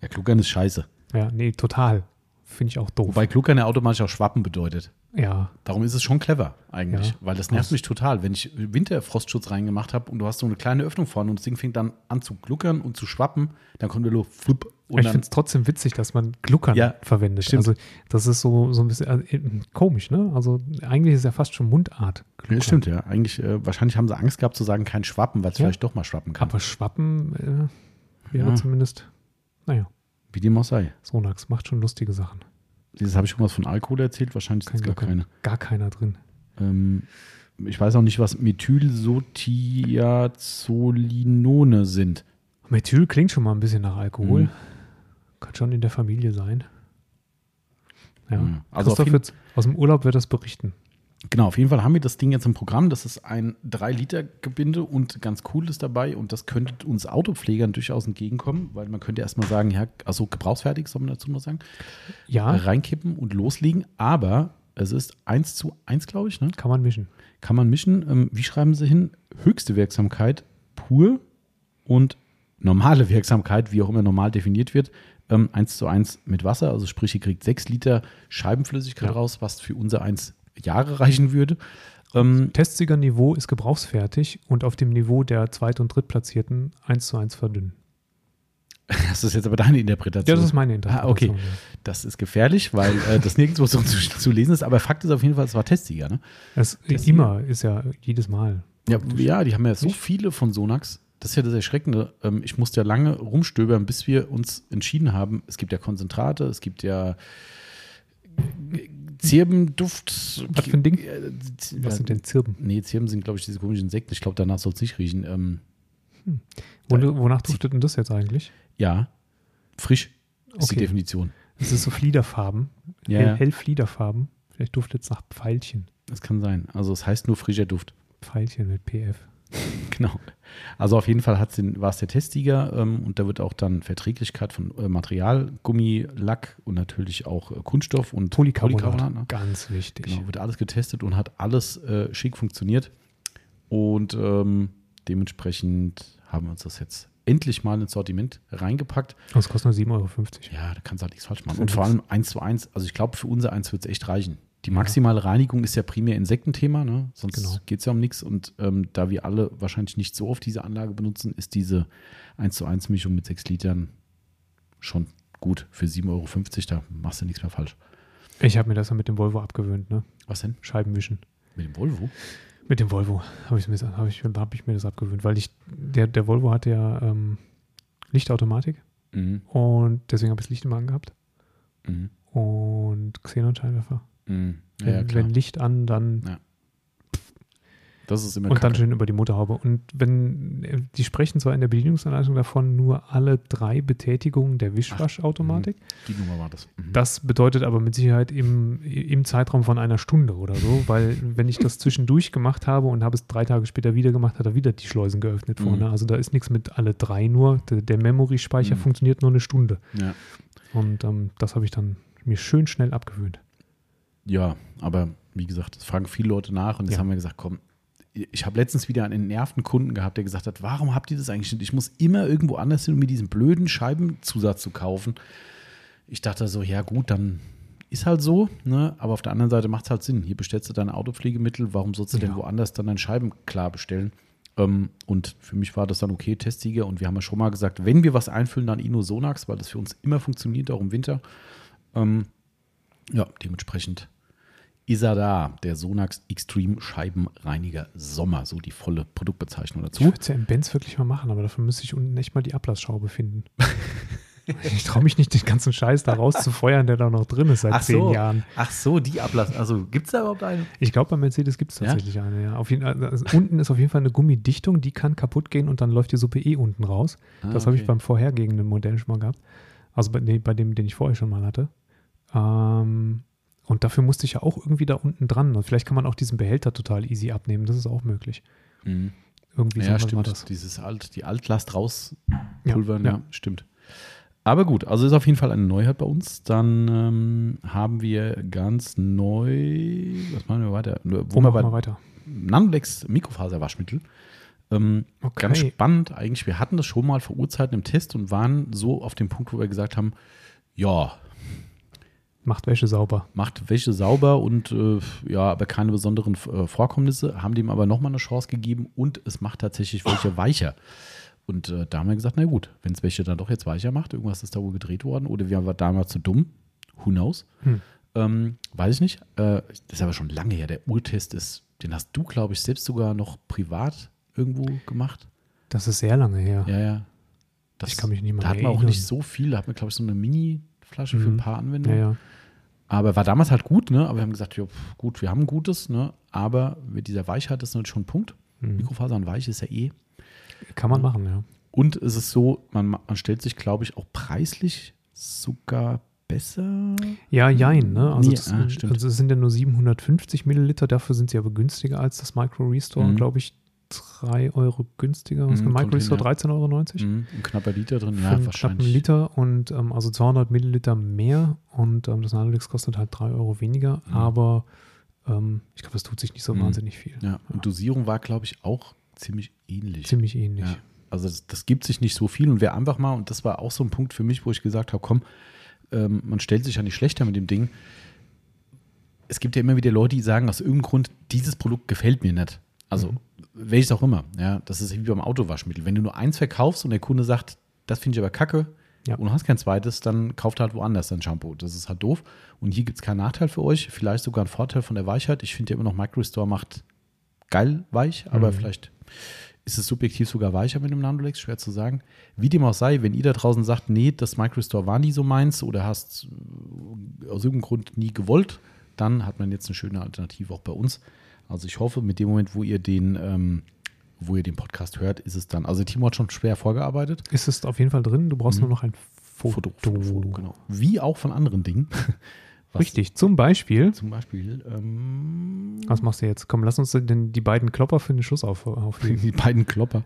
Speaker 1: Ja, Gluckern ist scheiße.
Speaker 2: Ja, nee, total. Finde ich auch doof.
Speaker 1: Wobei Gluckern ja automatisch auch Schwappen bedeutet.
Speaker 2: ja,
Speaker 1: Darum ist es schon clever eigentlich,
Speaker 2: Ja.
Speaker 1: weil das nervt mich total, wenn ich Winterfrostschutz reingemacht habe und du hast so eine kleine Öffnung vorne und das Ding fängt dann an zu gluckern und zu schwappen, dann kommt der Luft flupp und
Speaker 2: ich
Speaker 1: dann
Speaker 2: finde es trotzdem witzig, dass man Gluckern
Speaker 1: Ja,
Speaker 2: verwendet.
Speaker 1: stimmt.
Speaker 2: Also das ist so, so ein bisschen also, äh, komisch, ne? Also eigentlich ist ja fast schon Mundart.
Speaker 1: Ja, stimmt, ja. Eigentlich, äh, wahrscheinlich haben sie Angst gehabt zu sagen, kein Schwappen, weil es
Speaker 2: Ja.
Speaker 1: vielleicht doch mal schwappen kann.
Speaker 2: Aber Schwappen äh, wäre
Speaker 1: Ja.
Speaker 2: zumindest, naja,
Speaker 1: Wie dem auch sei.
Speaker 2: Sonax macht schon lustige Sachen.
Speaker 1: Dieses habe ich irgendwas von Alkohol erzählt, wahrscheinlich ist
Speaker 2: Kein
Speaker 1: es gar
Speaker 2: Gluckern.
Speaker 1: keine.
Speaker 2: Gar keiner drin.
Speaker 1: Ähm, ich weiß auch nicht, was Methylsotiazolinone sind.
Speaker 2: Methyl klingt schon mal ein bisschen nach Alkohol.
Speaker 1: Mhm.
Speaker 2: Kann schon in der Familie sein. Ja.
Speaker 1: Ja, also
Speaker 2: Also
Speaker 1: auf jeden-
Speaker 2: Christoph wird's, aus dem Urlaub wird das berichten.
Speaker 1: Genau, auf jeden Fall haben wir das Ding jetzt im Programm. Das ist ein 3-Liter-Gebinde und ganz cool ist dabei. Und das könnte uns Autopflegern durchaus entgegenkommen, weil man könnte erstmal sagen, ja, also gebrauchsfertig, soll man dazu noch sagen,
Speaker 2: Ja,
Speaker 1: reinkippen und loslegen. Aber es ist 1 zu 1, glaube ich, ne?
Speaker 2: kann man mischen.
Speaker 1: kann man mischen. Ähm, wie schreiben sie hin? Höchste Wirksamkeit pur und normale Wirksamkeit, wie auch immer normal definiert wird, ähm, 1 zu 1 mit Wasser. Also sprich, ihr kriegt 6 Liter Scheibenflüssigkeit
Speaker 2: Ja.
Speaker 1: raus, was für unser 1 Jahre reichen würde. Ähm,
Speaker 2: Testsiegerniveau ist gebrauchsfertig und auf dem Niveau der Zweit- und Drittplatzierten 1 zu 1 verdünnen.
Speaker 1: das ist jetzt aber deine Interpretation.
Speaker 2: Ja, das ist meine
Speaker 1: Ah, okay.
Speaker 2: Interpretation.
Speaker 1: Das ist gefährlich, weil äh, das nirgendwo so zu, zu lesen ist. Aber Fakt ist auf jeden Fall, es war Testsieger. Ne?
Speaker 2: Es, immer ist ja jedes Mal.
Speaker 1: Ja, ja, die haben ja so viele von Sonax. Das ist ja das Erschreckende. Ähm, ich musste ja lange rumstöbern, bis wir uns entschieden haben. Es gibt ja Konzentrate, es gibt ja Zirbenduft.
Speaker 2: Was für ein Ding?
Speaker 1: Äh, Z-
Speaker 2: Was
Speaker 1: ja,
Speaker 2: sind denn Zirben?
Speaker 1: Nee, Zirben sind, glaube ich, diese komischen Insekten. Ich glaube, danach soll es nicht riechen. Ähm,
Speaker 2: Wo, wonach duftet denn das jetzt eigentlich?
Speaker 1: ja, frisch ist
Speaker 2: Okay.
Speaker 1: die Definition.
Speaker 2: Es ist so Fliederfarben,
Speaker 1: Ja,
Speaker 2: hell,
Speaker 1: ja,
Speaker 2: hell Fliederfarben. Vielleicht duftet es nach Pfeilchen.
Speaker 1: das kann sein. Also, es heißt nur frischer Duft.
Speaker 2: Pfeilchen mit PF.
Speaker 1: Genau. Also auf jeden Fall hat's den, war es der Testsieger ähm, und da wird auch dann Verträglichkeit von äh, Material, Gummi, Lack und natürlich auch äh, Kunststoff und
Speaker 2: Polycarbonat,
Speaker 1: ne?
Speaker 2: ganz wichtig.
Speaker 1: Genau, wird alles getestet und hat alles äh, schick funktioniert. Und ähm, dementsprechend haben wir uns das jetzt endlich mal ins Sortiment reingepackt.
Speaker 2: Das kostet nur 7,50 Euro.
Speaker 1: Ja, da kannst du halt nichts falsch machen.
Speaker 2: Für
Speaker 1: Und vor
Speaker 2: nix.
Speaker 1: allem 1 zu 1, also ich glaube, für unser 1 wird es echt reichen. Die maximale Reinigung ist ja primär Insektenthema, ne? sonst
Speaker 2: Genau.
Speaker 1: geht es ja um nichts. Und ähm, da wir alle wahrscheinlich nicht so oft diese Anlage benutzen, ist diese 1 zu 1 Mischung mit 6 Litern schon gut für 7,50 Euro. Da machst du nichts mehr falsch.
Speaker 2: Ich habe mir das ja mit dem Volvo abgewöhnt, ne?
Speaker 1: Was denn?
Speaker 2: Scheibenwischen.
Speaker 1: Mit dem Volvo?
Speaker 2: Mit dem Volvo habe ich, mir- hab ich, hab ich mir das abgewöhnt, weil ich, der, der Volvo hatte ja ähm, Lichtautomatik
Speaker 1: Mhm.
Speaker 2: und deswegen habe ich das Licht immer angehabt
Speaker 1: Mhm.
Speaker 2: und Xenonscheinwerfer.
Speaker 1: Mhm. Ja,
Speaker 2: Wenn,
Speaker 1: ja, klar.
Speaker 2: wenn Licht an, dann
Speaker 1: Das ist immer
Speaker 2: und dann
Speaker 1: kacke.
Speaker 2: schön über die Motorhaube. Und wenn, äh, die sprechen zwar in der Bedienungsanleitung davon nur alle drei Betätigungen der Wischwaschautomatik.
Speaker 1: Die Nummer war das. Mhm.
Speaker 2: Das bedeutet aber mit Sicherheit im, im Zeitraum von einer Stunde oder so, weil wenn ich das zwischendurch gemacht habe und habe es drei Tage später wieder gemacht, hat er wieder die Schleusen geöffnet
Speaker 1: Mhm.
Speaker 2: vorne. Also da ist nichts mit alle drei nur. Der, der Memory-Speicher
Speaker 1: Mhm.
Speaker 2: funktioniert nur eine Stunde.
Speaker 1: Ja.
Speaker 2: Und ähm, das habe ich dann mir schön schnell abgewöhnt.
Speaker 1: Ja, aber wie gesagt, das fragen viele Leute nach und jetzt
Speaker 2: Ja.
Speaker 1: haben wir gesagt, komm, ich habe letztens wieder einen nerven Kunden gehabt, der gesagt hat, warum habt ihr das eigentlich nicht? Ich muss immer irgendwo anders hin, um mir diesen blöden Scheibenzusatz zu kaufen. Ich dachte so, ja gut, dann ist halt so, ne? aber auf der anderen Seite macht es halt Sinn. Hier bestellst du deine Autopflegemittel, warum sollst du denn
Speaker 2: Ja.
Speaker 1: woanders dann dein Scheiben klar bestellen? Ähm, und für mich war das dann okay, Testsieger. Und wir haben ja schon mal gesagt, wenn wir was einfüllen, dann Ino Sonax, weil das für uns immer funktioniert, auch im Winter. Ähm, ja, dementsprechend ist er da, der Sonax Extreme Scheibenreiniger Sommer, so die volle Produktbezeichnung
Speaker 2: Ich
Speaker 1: dazu.
Speaker 2: würde es ja im Benz wirklich mal machen, aber dafür müsste ich unten echt mal die Ablassschraube finden. ich traue mich nicht, den ganzen Scheiß da rauszufeuern, der da noch drin ist seit zehn Jahren.
Speaker 1: ach so, die Ablass. Also gibt es da überhaupt einen?
Speaker 2: Ich glaube, bei Mercedes gibt es
Speaker 1: Ja?
Speaker 2: tatsächlich eine. Ja. Auf jeden, also unten ist auf jeden Fall eine Gummidichtung, die kann kaputt gehen und dann läuft die Suppe eh unten raus.
Speaker 1: Ah,
Speaker 2: das habe ich
Speaker 1: okay.
Speaker 2: beim vorhergehenden Modell schon mal gehabt. Also bei, nee, bei dem, den ich vorher schon mal hatte. Ähm, und dafür musste ich ja auch irgendwie da unten dran. Und vielleicht kann man auch diesen Behälter total easy abnehmen. Das ist auch möglich.
Speaker 1: Mhm.
Speaker 2: Irgendwie
Speaker 1: Ja,
Speaker 2: sowas war
Speaker 1: stimmt. ne?
Speaker 2: das.
Speaker 1: Dieses Alt, die Altlast
Speaker 2: Ja,
Speaker 1: rauspulvern, ja,
Speaker 2: ja.
Speaker 1: stimmt. Aber gut, also ist auf jeden Fall eine Neuheit bei uns. Dann ähm, haben wir ganz neu, was machen wir weiter? Wo
Speaker 2: Wo
Speaker 1: wir
Speaker 2: machen
Speaker 1: bei
Speaker 2: wir weiter?
Speaker 1: Nanolex Mikrofaserwaschmittel. Ähm,
Speaker 2: Okay.
Speaker 1: Ganz spannend eigentlich. Wir hatten das schon mal vor Urzeiten im Test und waren so auf dem Punkt, wo wir gesagt haben, ja,
Speaker 2: Macht Wäsche sauber.
Speaker 1: macht Wäsche sauber und äh, ja, aber keine besonderen äh, Vorkommnisse, haben dem aber nochmal eine Chance gegeben und es macht tatsächlich welche weicher. Und äh, da haben wir gesagt, na gut, wenn es welche dann doch jetzt weicher macht, irgendwas ist da wohl gedreht worden oder wir waren damals zu dumm, who knows,
Speaker 2: Hm.
Speaker 1: ähm, weiß ich nicht. Äh, das ist aber schon lange her, der Urtest ist, den hast du, glaube ich, selbst sogar noch privat irgendwo gemacht.
Speaker 2: Das ist sehr lange her.
Speaker 1: Ja, ja. Das,
Speaker 2: Ich kann mich nicht mehr
Speaker 1: Da hatten wir auch
Speaker 2: erinnern.
Speaker 1: nicht so viel. Da hatten wir, glaube ich, so eine Mini-Flasche für
Speaker 2: Mhm.
Speaker 1: ein paar
Speaker 2: Ja,
Speaker 1: Anwendungen.
Speaker 2: ja.
Speaker 1: Aber war damals halt gut, ne? Aber wir haben gesagt, jo, pf, gut, wir haben ein gutes, ne? Aber mit dieser Weichheit ist natürlich schon ein Punkt.
Speaker 2: Mhm.
Speaker 1: Mikrofasern weich ist ja eh.
Speaker 2: Kann man machen, ja.
Speaker 1: Und es ist so, man, man stellt sich, glaube ich, auch preislich sogar besser.
Speaker 2: Ja, jein, ne? Also,
Speaker 1: Nee,
Speaker 2: das,
Speaker 1: ah, stimmt.
Speaker 2: also es sind ja nur 750 Milliliter, dafür sind sie aber günstiger als das Micro Restore,
Speaker 1: Mhm.
Speaker 2: glaube ich, 3 Euro günstiger. Was
Speaker 1: Mhm,
Speaker 2: war
Speaker 1: kommt
Speaker 2: Micro
Speaker 1: hin,
Speaker 2: Restore
Speaker 1: ja.
Speaker 2: 13,90 Euro?
Speaker 1: Mhm. Ein knapper Liter drin,
Speaker 2: Für
Speaker 1: ja,
Speaker 2: einen knappen
Speaker 1: wahrscheinlich.
Speaker 2: Liter und ähm, also 200 Milliliter mehr und ähm, das Nanolex kostet halt 3 Euro weniger,
Speaker 1: Mhm.
Speaker 2: aber ähm, ich glaube, das tut sich nicht so
Speaker 1: Mhm.
Speaker 2: wahnsinnig viel.
Speaker 1: Ja. Und Dosierung war, glaube ich, auch ziemlich ähnlich.
Speaker 2: Ziemlich ähnlich.
Speaker 1: Ja. Also das, das gibt sich nicht so viel. Und wer einfach mal, und das war auch so ein Punkt für mich, wo ich gesagt habe, komm, ähm, man stellt sich ja nicht schlechter mit dem Ding. Es gibt ja immer wieder Leute, die sagen, aus irgendeinem Grund, dieses Produkt gefällt mir nicht.
Speaker 2: Mhm.
Speaker 1: Also welches auch immer. Ja, das ist wie beim Autowaschmittel. Wenn du nur eins verkaufst und der Kunde sagt, das finde ich aber kacke
Speaker 2: Ja.
Speaker 1: und du hast kein zweites, dann kauft er halt woanders dein Shampoo. Das ist halt doof. Und hier gibt es keinen Nachteil für euch, vielleicht sogar einen Vorteil von der Weichheit. Ich finde ja immer noch Microstore macht geil weich, aber
Speaker 2: Mhm.
Speaker 1: vielleicht ist es subjektiv sogar weicher mit dem Nandolex, schwer zu sagen. Wie dem auch sei, wenn ihr da draußen sagt, nee, das Microstore war nie so meins oder hast äh, aus irgendeinem Grund nie gewollt, dann hat man jetzt eine schöne Alternative auch bei uns. Also ich hoffe, mit dem Moment, wo ihr den, ähm, wo ihr den Podcast hört, ist es dann. Also Timo hat schon schwer vorgearbeitet.
Speaker 2: Ist es auf jeden Fall drin. Du brauchst
Speaker 1: Mhm.
Speaker 2: nur noch ein Foto.
Speaker 1: genau. Wie auch von anderen Dingen. Was
Speaker 2: Richtig. Zum Beispiel,
Speaker 1: Zum Beispiel ähm,
Speaker 2: was machst du jetzt? Komm, lass uns denn die beiden Klopper für den Schuss auf, aufheben.
Speaker 1: die beiden Klopper.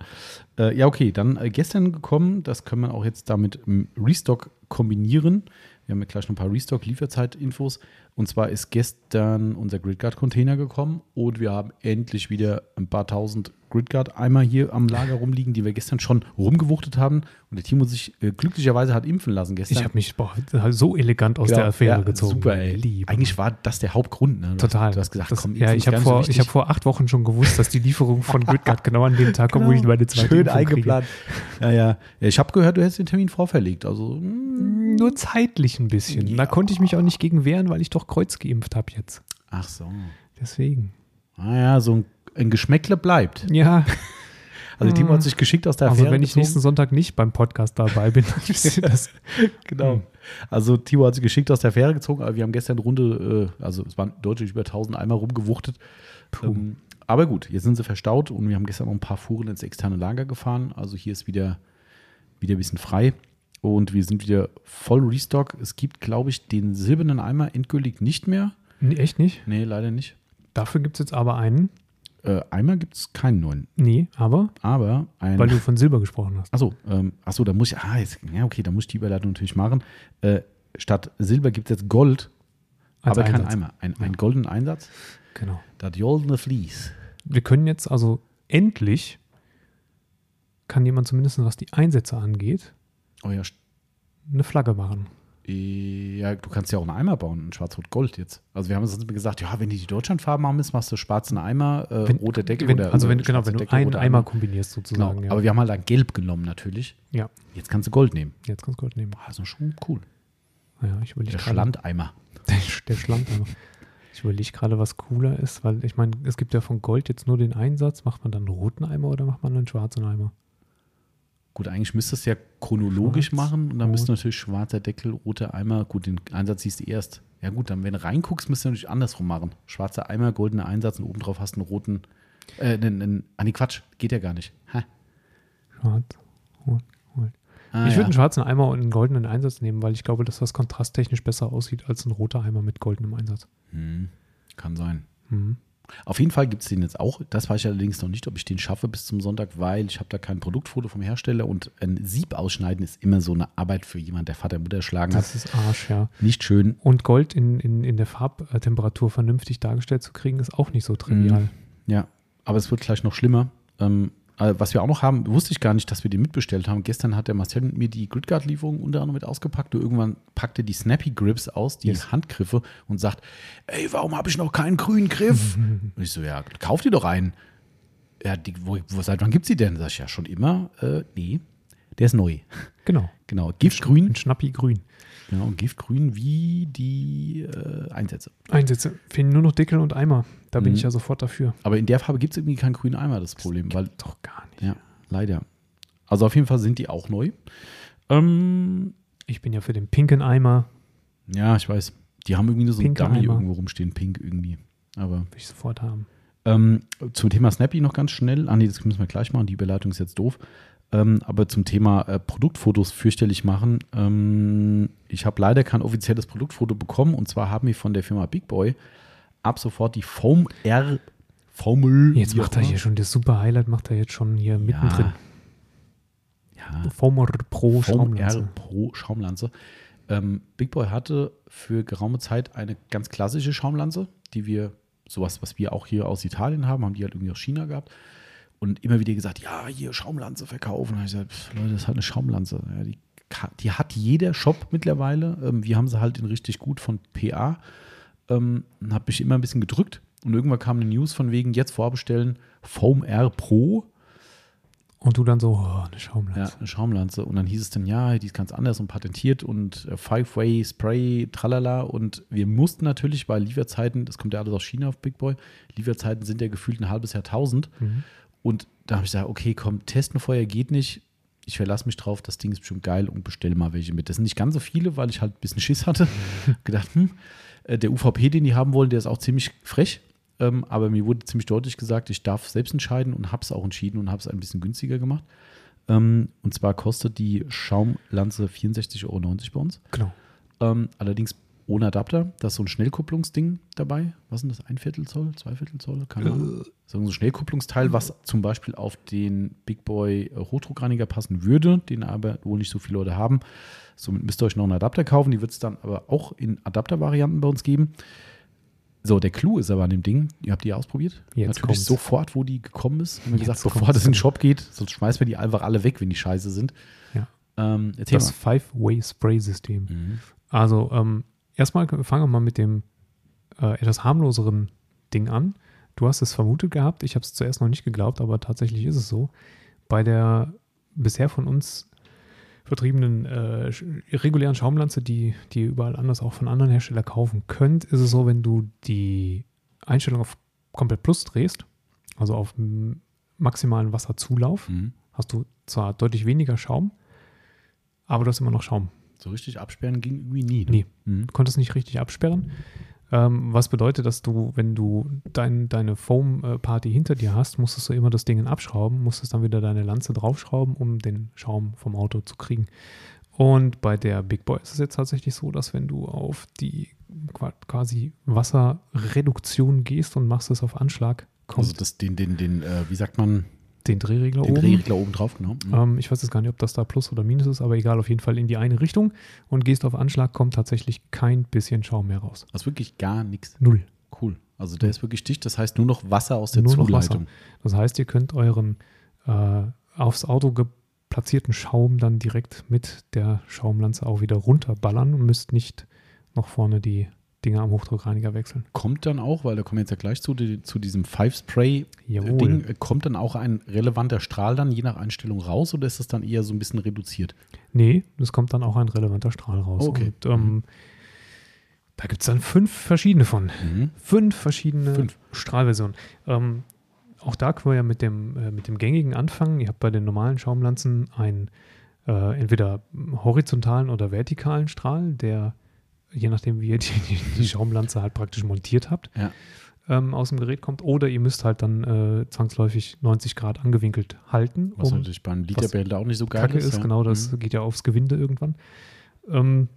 Speaker 1: Äh, ja, okay, dann äh, gestern gekommen. Das können wir auch jetzt damit im Restock kombinieren. Wir haben ja gleich noch ein paar Restock-Lieferzeit-Infos. Und zwar ist gestern unser Gridguard-Container gekommen und wir haben endlich wieder ein paar tausend Gridguard-Eimer hier am Lager rumliegen, die wir gestern schon rumgewuchtet haben. Und der Timo sich äh, glücklicherweise hat impfen lassen gestern.
Speaker 2: Ich habe mich boah, halt so elegant aus
Speaker 1: Genau,
Speaker 2: der Affäre
Speaker 1: ja,
Speaker 2: gezogen.
Speaker 1: Super, ey.
Speaker 2: Lieb.
Speaker 1: Eigentlich war das der Hauptgrund. Ne? Du
Speaker 2: Total.
Speaker 1: Hast, du hast gesagt,
Speaker 2: das,
Speaker 1: komm,
Speaker 2: ja,
Speaker 1: impfen ist
Speaker 2: ich habe
Speaker 1: gar nicht
Speaker 2: vor,
Speaker 1: so
Speaker 2: ich hab
Speaker 1: wichtig.
Speaker 2: vor acht Wochen schon gewusst, dass die Lieferung von Gridguard genau an dem Tag kommt, wo ich meine zweite
Speaker 1: Schön
Speaker 2: Impfung kriege.
Speaker 1: eingeplant. Ja, ja. ja ich habe gehört, du hättest den Termin vorverlegt. Also, hm.
Speaker 2: Nur zeitlich ein bisschen. Da konnte ich mich auch nicht gegen wehren, weil ich doch Kreuz geimpft habe jetzt.
Speaker 1: ach so.
Speaker 2: Deswegen.
Speaker 1: Ah ja, so ein, ein Geschmäckle bleibt.
Speaker 2: Ja,
Speaker 1: Also Timo hat sich geschickt aus der
Speaker 2: also
Speaker 1: Affäre
Speaker 2: wenn ich nächsten
Speaker 1: gezogen.
Speaker 2: Sonntag nicht beim Podcast dabei bin, dann wisst ihr das. Hm.
Speaker 1: genau. Also Timo hat sich geschickt aus der Affäre gezogen, aber wir haben gestern Runde, äh, also es waren deutlich über 1000 Eimer rumgewuchtet. Ähm, aber gut, jetzt sind sie verstaut und wir haben gestern noch ein paar Fuhren ins externe Lager gefahren. Also hier ist wieder, wieder ein bisschen frei. Und wir sind wieder voll Restock. Es gibt, glaube ich, den silbernen Eimer endgültig nicht mehr.
Speaker 2: Nee, echt nicht?
Speaker 1: Nee, leider nicht.
Speaker 2: Dafür gibt es jetzt aber einen.
Speaker 1: Äh, einmal gibt es keinen neuen,
Speaker 2: Nee, aber,
Speaker 1: aber ein.
Speaker 2: weil du von Silber gesprochen hast.
Speaker 1: achso, ähm, achso, da muss ich. Ah, jetzt, ja, okay, da muss ich die Überleitung natürlich machen. Äh, statt Silber gibt es jetzt Gold,
Speaker 2: Als
Speaker 1: aber kein
Speaker 2: Also Einsatz.
Speaker 1: Eimer. Ein, einen goldenen Einsatz.
Speaker 2: Genau.
Speaker 1: Das goldene Vlies.
Speaker 2: Wir können jetzt also endlich, kann jemand zumindest was die Einsätze angeht,
Speaker 1: Oh ja, st-
Speaker 2: eine Flagge machen.
Speaker 1: äh, ja, du kannst ja auch einen Eimer bauen, ein schwarz-rot-gold jetzt. Also, wir haben uns gesagt, ja, wenn die die Deutschlandfarben machen müssen, machst du schwarzen Eimer, äh,
Speaker 2: Wenn-
Speaker 1: roter Deckel
Speaker 2: Wenn,
Speaker 1: oder.
Speaker 2: also wenn,
Speaker 1: oder
Speaker 2: genau,
Speaker 1: schwarzer
Speaker 2: wenn du
Speaker 1: Deckel,
Speaker 2: einen
Speaker 1: roter
Speaker 2: Eimer kombinierst
Speaker 1: Genau,
Speaker 2: sozusagen.
Speaker 1: aber
Speaker 2: ja.
Speaker 1: wir haben halt dann gelb genommen natürlich.
Speaker 2: ja,
Speaker 1: Jetzt kannst du Gold nehmen.
Speaker 2: jetzt ganz gut nehmen.
Speaker 1: Ah, Das ist schon cool.
Speaker 2: Ja, Also ich überlege
Speaker 1: Der
Speaker 2: gerade.
Speaker 1: Schlandeimer.
Speaker 2: Der, Sch- der Schlamp. aber Ich überlege gerade, was cooler ist, weil ich meine, es gibt ja von Gold jetzt nur den Einsatz. Macht man dann einen roten Eimer oder macht man einen schwarzen Eimer?
Speaker 1: Gut, eigentlich müsste es ja chronologisch
Speaker 2: Schwarz,
Speaker 1: machen und dann
Speaker 2: rot.
Speaker 1: müsste natürlich schwarzer Deckel, roter Eimer, gut, den Einsatz siehst du erst. Ja gut, dann wenn du reinguckst, müsst du natürlich andersrum machen. Schwarzer Eimer, goldener Einsatz und obendrauf hast du einen roten, äh, einen, einen, ah nee, Quatsch, geht ja gar nicht. Ha.
Speaker 2: Schwarz, rot, rot.
Speaker 1: Ah,
Speaker 2: ich würde
Speaker 1: ja.
Speaker 2: einen schwarzen Eimer und einen goldenen Einsatz nehmen, weil ich glaube, dass das kontrasttechnisch besser aussieht als ein roter Eimer mit goldenem Einsatz.
Speaker 1: hm, kann sein.
Speaker 2: Mhm.
Speaker 1: Auf jeden Fall gibt es den jetzt auch. Das weiß ich allerdings noch nicht, ob ich den schaffe bis zum Sonntag, weil ich habe da kein Produktfoto vom Hersteller und ein Sieb ausschneiden ist immer so eine Arbeit für jemand, der Vater Mutter schlagen hat.
Speaker 2: Das ist Arsch, ja.
Speaker 1: Nicht schön.
Speaker 2: Und Gold in, in, in der Farbtemperatur vernünftig dargestellt zu kriegen, ist auch nicht so trivial.
Speaker 1: Ja, aber es wird gleich noch schlimmer. Ähm, äh, was wir auch noch haben, wusste ich gar nicht, dass wir die mitbestellt haben. Gestern hat der Marcel mit mir die Gridguard-Lieferung unter anderem mit ausgepackt und irgendwann packte die Snappy Grips aus, die Handgriffe, und sagt: Ey, warum habe ich noch keinen grünen Griff? und ich so: Ja, kauf dir doch einen. Ja, die, wo, wo, seit wann gibt sie denn? Sag ich ja schon immer. Äh, nee, der ist neu.
Speaker 2: Genau.
Speaker 1: Genau, Giftgrün.
Speaker 2: Ein Schnappi grün.
Speaker 1: Genau, Giftgrün wie die äh, Einsätze.
Speaker 2: Einsätze. Fehlen nur noch Deckel und Eimer. Da
Speaker 1: Mhm.
Speaker 2: bin ich ja sofort dafür.
Speaker 1: Aber in der Farbe gibt es irgendwie keinen grünen Eimer, das Problem, weil
Speaker 2: Doch gar nicht.
Speaker 1: Ja, leider. Also auf jeden Fall sind die auch neu. Ähm,
Speaker 2: Ich bin ja für den pinken Eimer.
Speaker 1: ja, ich weiß. Die haben irgendwie nur so einen
Speaker 2: Pinker
Speaker 1: Dummy
Speaker 2: Eimer.
Speaker 1: irgendwo rumstehen, pink irgendwie. Aber
Speaker 2: Will ich sofort haben.
Speaker 1: ähm, zum Thema Snappy noch ganz schnell. Ah nee, das müssen wir gleich machen. Die Überleitung ist jetzt doof. Ähm, aber zum Thema äh, Produktfotos fürchterlich machen. Ähm, ich habe leider kein offizielles Produktfoto bekommen. Und zwar haben wir von der Firma Big Boy ab sofort die Foam R Formel.
Speaker 2: Jetzt
Speaker 1: wie
Speaker 2: macht
Speaker 1: auch
Speaker 2: er
Speaker 1: immer.
Speaker 2: hier schon das super Highlight, macht er jetzt schon hier mittendrin.
Speaker 1: Ja.
Speaker 2: Foamer Pro
Speaker 1: Foam R
Speaker 2: Schaumlanze.
Speaker 1: Pro Schaumlanze. Ähm, Big Boy hatte für geraume Zeit eine ganz klassische Schaumlanze, die wir, sowas, was wir auch hier aus Italien haben, haben die halt irgendwie aus China gehabt. und immer wieder gesagt, ja, hier Schaumlanze verkaufen. Da hab ich gesagt, pff, Leute, das ist halt eine Schaumlanze. Ja, die, ka- die hat jeder Shop mittlerweile. Ähm, wir haben sie halt in richtig gut von PA. Ähm, habe ich immer ein bisschen gedrückt und irgendwann kam eine News von wegen, jetzt vorbestellen, Foam R Pro.
Speaker 2: Und du dann so, oh, eine
Speaker 1: Ja,
Speaker 2: Schaumlanze.
Speaker 1: eine Schaumlanze. Und dann hieß es dann, ja, die ist ganz anders und patentiert und äh, Five-Way-Spray, tralala. Und wir mussten natürlich bei Lieferzeiten, das kommt ja alles aus China auf Big Boy, Lieferzeiten sind ja gefühlt ein halbes Jahrtausend.
Speaker 2: Mhm.
Speaker 1: Und da habe ich gesagt, okay, komm, testen vorher geht nicht. Ich verlasse mich drauf, das Ding ist bestimmt geil und bestelle mal welche mit. Das sind nicht ganz so viele, weil ich halt ein bisschen Schiss hatte.
Speaker 2: Mhm.
Speaker 1: Hab gedacht, hm, äh, der UVP, den die haben wollen, der ist auch ziemlich frech. Ähm, aber mir wurde ziemlich deutlich gesagt, ich darf selbst entscheiden und habe es auch entschieden und habe es ein bisschen günstiger gemacht. Ähm, und zwar kostet die Schaumlanze 64,90 Euro bei uns.
Speaker 2: Genau.
Speaker 1: Ähm, allerdings ohne Adapter. Da ist so ein Schnellkupplungsding dabei. Was sind das? Ein Viertel Zoll? Zwei Viertel Zoll? Keine Ahnung. So ein Schnellkupplungsteil, was zum Beispiel auf den Big Boy äh, Hochdruckreiniger passen würde, den aber wohl nicht so viele Leute haben. Somit müsst ihr euch noch einen Adapter kaufen. Die wird es dann aber auch in Adaptervarianten bei uns geben. So, der Clou ist aber an dem Ding, ihr habt die ja ausprobiert.
Speaker 2: Jetzt
Speaker 1: Natürlich
Speaker 2: kommt's.
Speaker 1: sofort, wo die gekommen ist. Und wir gesagt,
Speaker 2: Jetzt kommt's.
Speaker 1: bevor das in den Shop geht, sonst schmeißen wir die einfach alle weg, wenn die scheiße sind.
Speaker 2: Ja.
Speaker 1: Ähm, erzähl
Speaker 2: Das Five-Way-Spray-System.
Speaker 1: mal. Mhm,
Speaker 2: Also, ähm, erstmal fangen wir mal mit dem äh, etwas harmloseren Ding an. Du hast es vermutet gehabt, ich habe es zuerst noch nicht geglaubt, aber tatsächlich ist es so. Bei der bisher von uns vertriebenen äh, sch- regulären Schaumlanze, die, die ihr überall anders auch von anderen Herstellern kaufen könnt, ist es so, wenn du die Einstellung auf komplett plus drehst, also auf m- maximalen Wasserzulauf,
Speaker 1: Mhm.
Speaker 2: hast du zwar deutlich weniger Schaum, aber du hast immer noch Schaum.
Speaker 1: So richtig absperren ging irgendwie nie. Ne?
Speaker 2: Nee.
Speaker 1: Mhm.
Speaker 2: Du konntest nicht richtig absperren. Ähm, was bedeutet, dass du, wenn du dein, deine Foam-Party hinter dir hast, musstest du immer das Ding abschrauben, musstest dann wieder deine Lanze draufschrauben, um den Schaum vom Auto zu kriegen. Und bei der Big Boy ist es jetzt tatsächlich so, dass wenn du auf die qua- quasi Wasserreduktion gehst und machst es auf Anschlag, kommt
Speaker 1: Also das, den, den, den, äh, wie sagt man,
Speaker 2: den Drehregler
Speaker 1: den
Speaker 2: oben.
Speaker 1: Drehregler oben drauf genommen. Mhm.
Speaker 2: Ähm, ich weiß jetzt gar nicht, ob das da Plus oder Minus ist, aber egal, auf jeden Fall in die eine Richtung und gehst auf Anschlag, kommt tatsächlich kein bisschen Schaum mehr raus.
Speaker 1: Also wirklich gar nichts.
Speaker 2: Null.
Speaker 1: Cool. Also der ist wirklich dicht, das heißt nur noch Wasser aus der
Speaker 2: Nur noch
Speaker 1: Zuleitung.
Speaker 2: Das heißt, ihr könnt euren äh, aufs Auto geplatzierten Schaum dann direkt mit der Schaumlanze auch wieder runterballern und müsst nicht noch vorne die Dinger am Hochdruckreiniger wechseln.
Speaker 1: Kommt dann auch, weil da kommen wir jetzt ja gleich zu, die, zu diesem Five-Spray-Ding,
Speaker 2: Jawohl.
Speaker 1: äh, kommt dann auch ein relevanter Strahl dann je nach Einstellung raus oder ist das dann eher so ein bisschen reduziert?
Speaker 2: Nee, es kommt dann auch ein relevanter Strahl raus.
Speaker 1: Okay.
Speaker 2: Und, ähm, da gibt es dann fünf verschiedene von.
Speaker 1: Mhm.
Speaker 2: Fünf verschiedene
Speaker 1: Fünf.
Speaker 2: Strahlversionen. Ähm, auch da können wir ja mit dem, äh, mit dem gängigen anfangen. Ihr habt bei den normalen Schaumlanzen einen äh, entweder horizontalen oder vertikalen Strahl, der je nachdem, wie ihr die, die, die Schaumlanze halt praktisch montiert habt,
Speaker 1: Ja.
Speaker 2: ähm, aus dem Gerät kommt. Oder ihr müsst halt dann äh, zwangsläufig 90 Grad angewinkelt halten,
Speaker 1: Was halt
Speaker 2: um
Speaker 1: natürlich beim Literbehälter auch nicht so geil
Speaker 2: Kacke
Speaker 1: ist.
Speaker 2: ist,
Speaker 1: ja.
Speaker 2: genau, das
Speaker 1: Mhm.
Speaker 2: geht ja aufs Gewinde irgendwann. Ähm,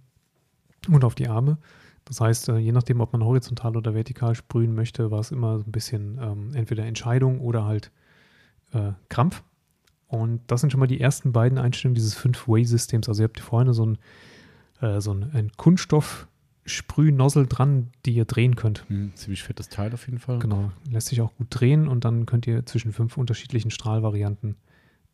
Speaker 2: und auf die Arme. Das heißt, äh, je nachdem, ob man horizontal oder vertikal sprühen möchte, war es immer so ein bisschen ähm, entweder Entscheidung oder halt äh, Krampf. Und das sind schon mal die ersten beiden Einstellungen dieses Fünf-Way-Systems. Also ihr habt hier vorne so ein, äh, so ein, ein Kunststoff-Sprühnozzle dran, die ihr drehen könnt.
Speaker 1: Mhm. Ziemlich fettes Teil auf jeden Fall.
Speaker 2: Genau, lässt sich auch gut drehen und dann könnt ihr zwischen fünf unterschiedlichen Strahlvarianten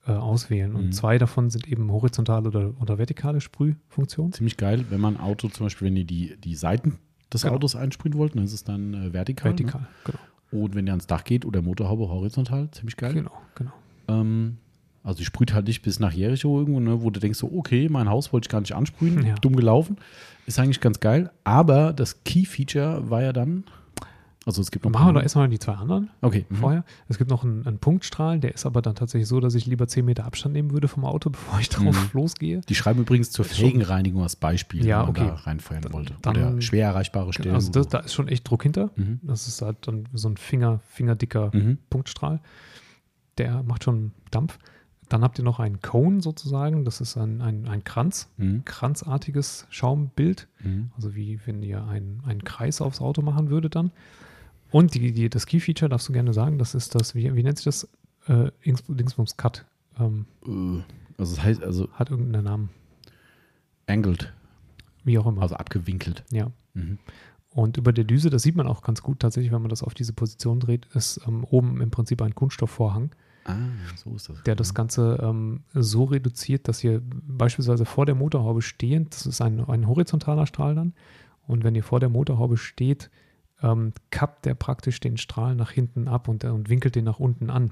Speaker 2: äh, auswählen.
Speaker 1: Mhm.
Speaker 2: Und zwei davon sind eben horizontale oder, oder vertikale Sprühfunktion.
Speaker 1: Ziemlich geil, wenn man ein Auto zum Beispiel, wenn ihr die, die Seiten des
Speaker 2: Genau.
Speaker 1: Autos einsprühen wollt, dann ist es dann äh, vertikal. Ne?
Speaker 2: Vertikal, genau.
Speaker 1: Und wenn der ans Dach geht oder Motorhaube horizontal, ziemlich geil.
Speaker 2: Genau, genau.
Speaker 1: Ähm, also die sprüht halt nicht bis nach Jericho irgendwo, ne, wo du denkst so, okay, mein Haus wollte ich gar nicht ansprühen,
Speaker 2: Ja.
Speaker 1: dumm gelaufen. Ist eigentlich ganz geil. Aber das Key-Feature war ja dann, also es gibt noch
Speaker 2: Machen wir doch erstmal die zwei anderen
Speaker 1: Okay, mhm.
Speaker 2: vorher. Es gibt noch einen, einen Punktstrahl, der ist aber dann tatsächlich so, dass ich lieber 10 Meter Abstand nehmen würde vom Auto, bevor ich
Speaker 1: Mhm.
Speaker 2: drauf losgehe.
Speaker 1: die schreiben übrigens zur
Speaker 2: schon-
Speaker 1: Felgenreinigung als Beispiel,
Speaker 2: Ja,
Speaker 1: wenn man
Speaker 2: okay.
Speaker 1: da reinfeuern wollte.
Speaker 2: dann-
Speaker 1: oder schwer erreichbare Stellen.
Speaker 2: Also das,
Speaker 1: oder
Speaker 2: da ist schon echt Druck hinter.
Speaker 1: so. mhm.
Speaker 2: Das ist halt dann so ein Finger, fingerdicker
Speaker 1: Mhm.
Speaker 2: Punktstrahl. Der macht schon Dampf. Dann habt ihr noch einen Cone sozusagen. Das ist ein, ein, ein Kranz,
Speaker 1: Mhm.
Speaker 2: kranzartiges Schaumbild.
Speaker 1: Mhm.
Speaker 2: Also wie wenn ihr einen, einen Kreis aufs Auto machen würdet dann. Und die, die, das Key-Feature darfst du gerne sagen, das ist das, wie, wie nennt sich das? Äh, Dings- Dingsbums Cut. Ähm,
Speaker 1: Äh, Also das heißt, also
Speaker 2: hat irgendeinen Namen.
Speaker 1: angled,
Speaker 2: Wie auch immer.
Speaker 1: also abgewinkelt.
Speaker 2: ja.
Speaker 1: Mhm.
Speaker 2: Und über der Düse, das sieht man auch ganz gut tatsächlich, wenn man das auf diese Position dreht, ist ähm, oben im Prinzip ein Kunststoffvorhang,
Speaker 1: Ah, so ist das.
Speaker 2: der das Ganze ähm, so reduziert, dass ihr beispielsweise vor der Motorhaube stehend, das ist ein, ein horizontaler Strahl dann, und wenn ihr vor der Motorhaube steht, ähm, kappt der praktisch den Strahl nach hinten ab und, äh, und winkelt den nach unten an.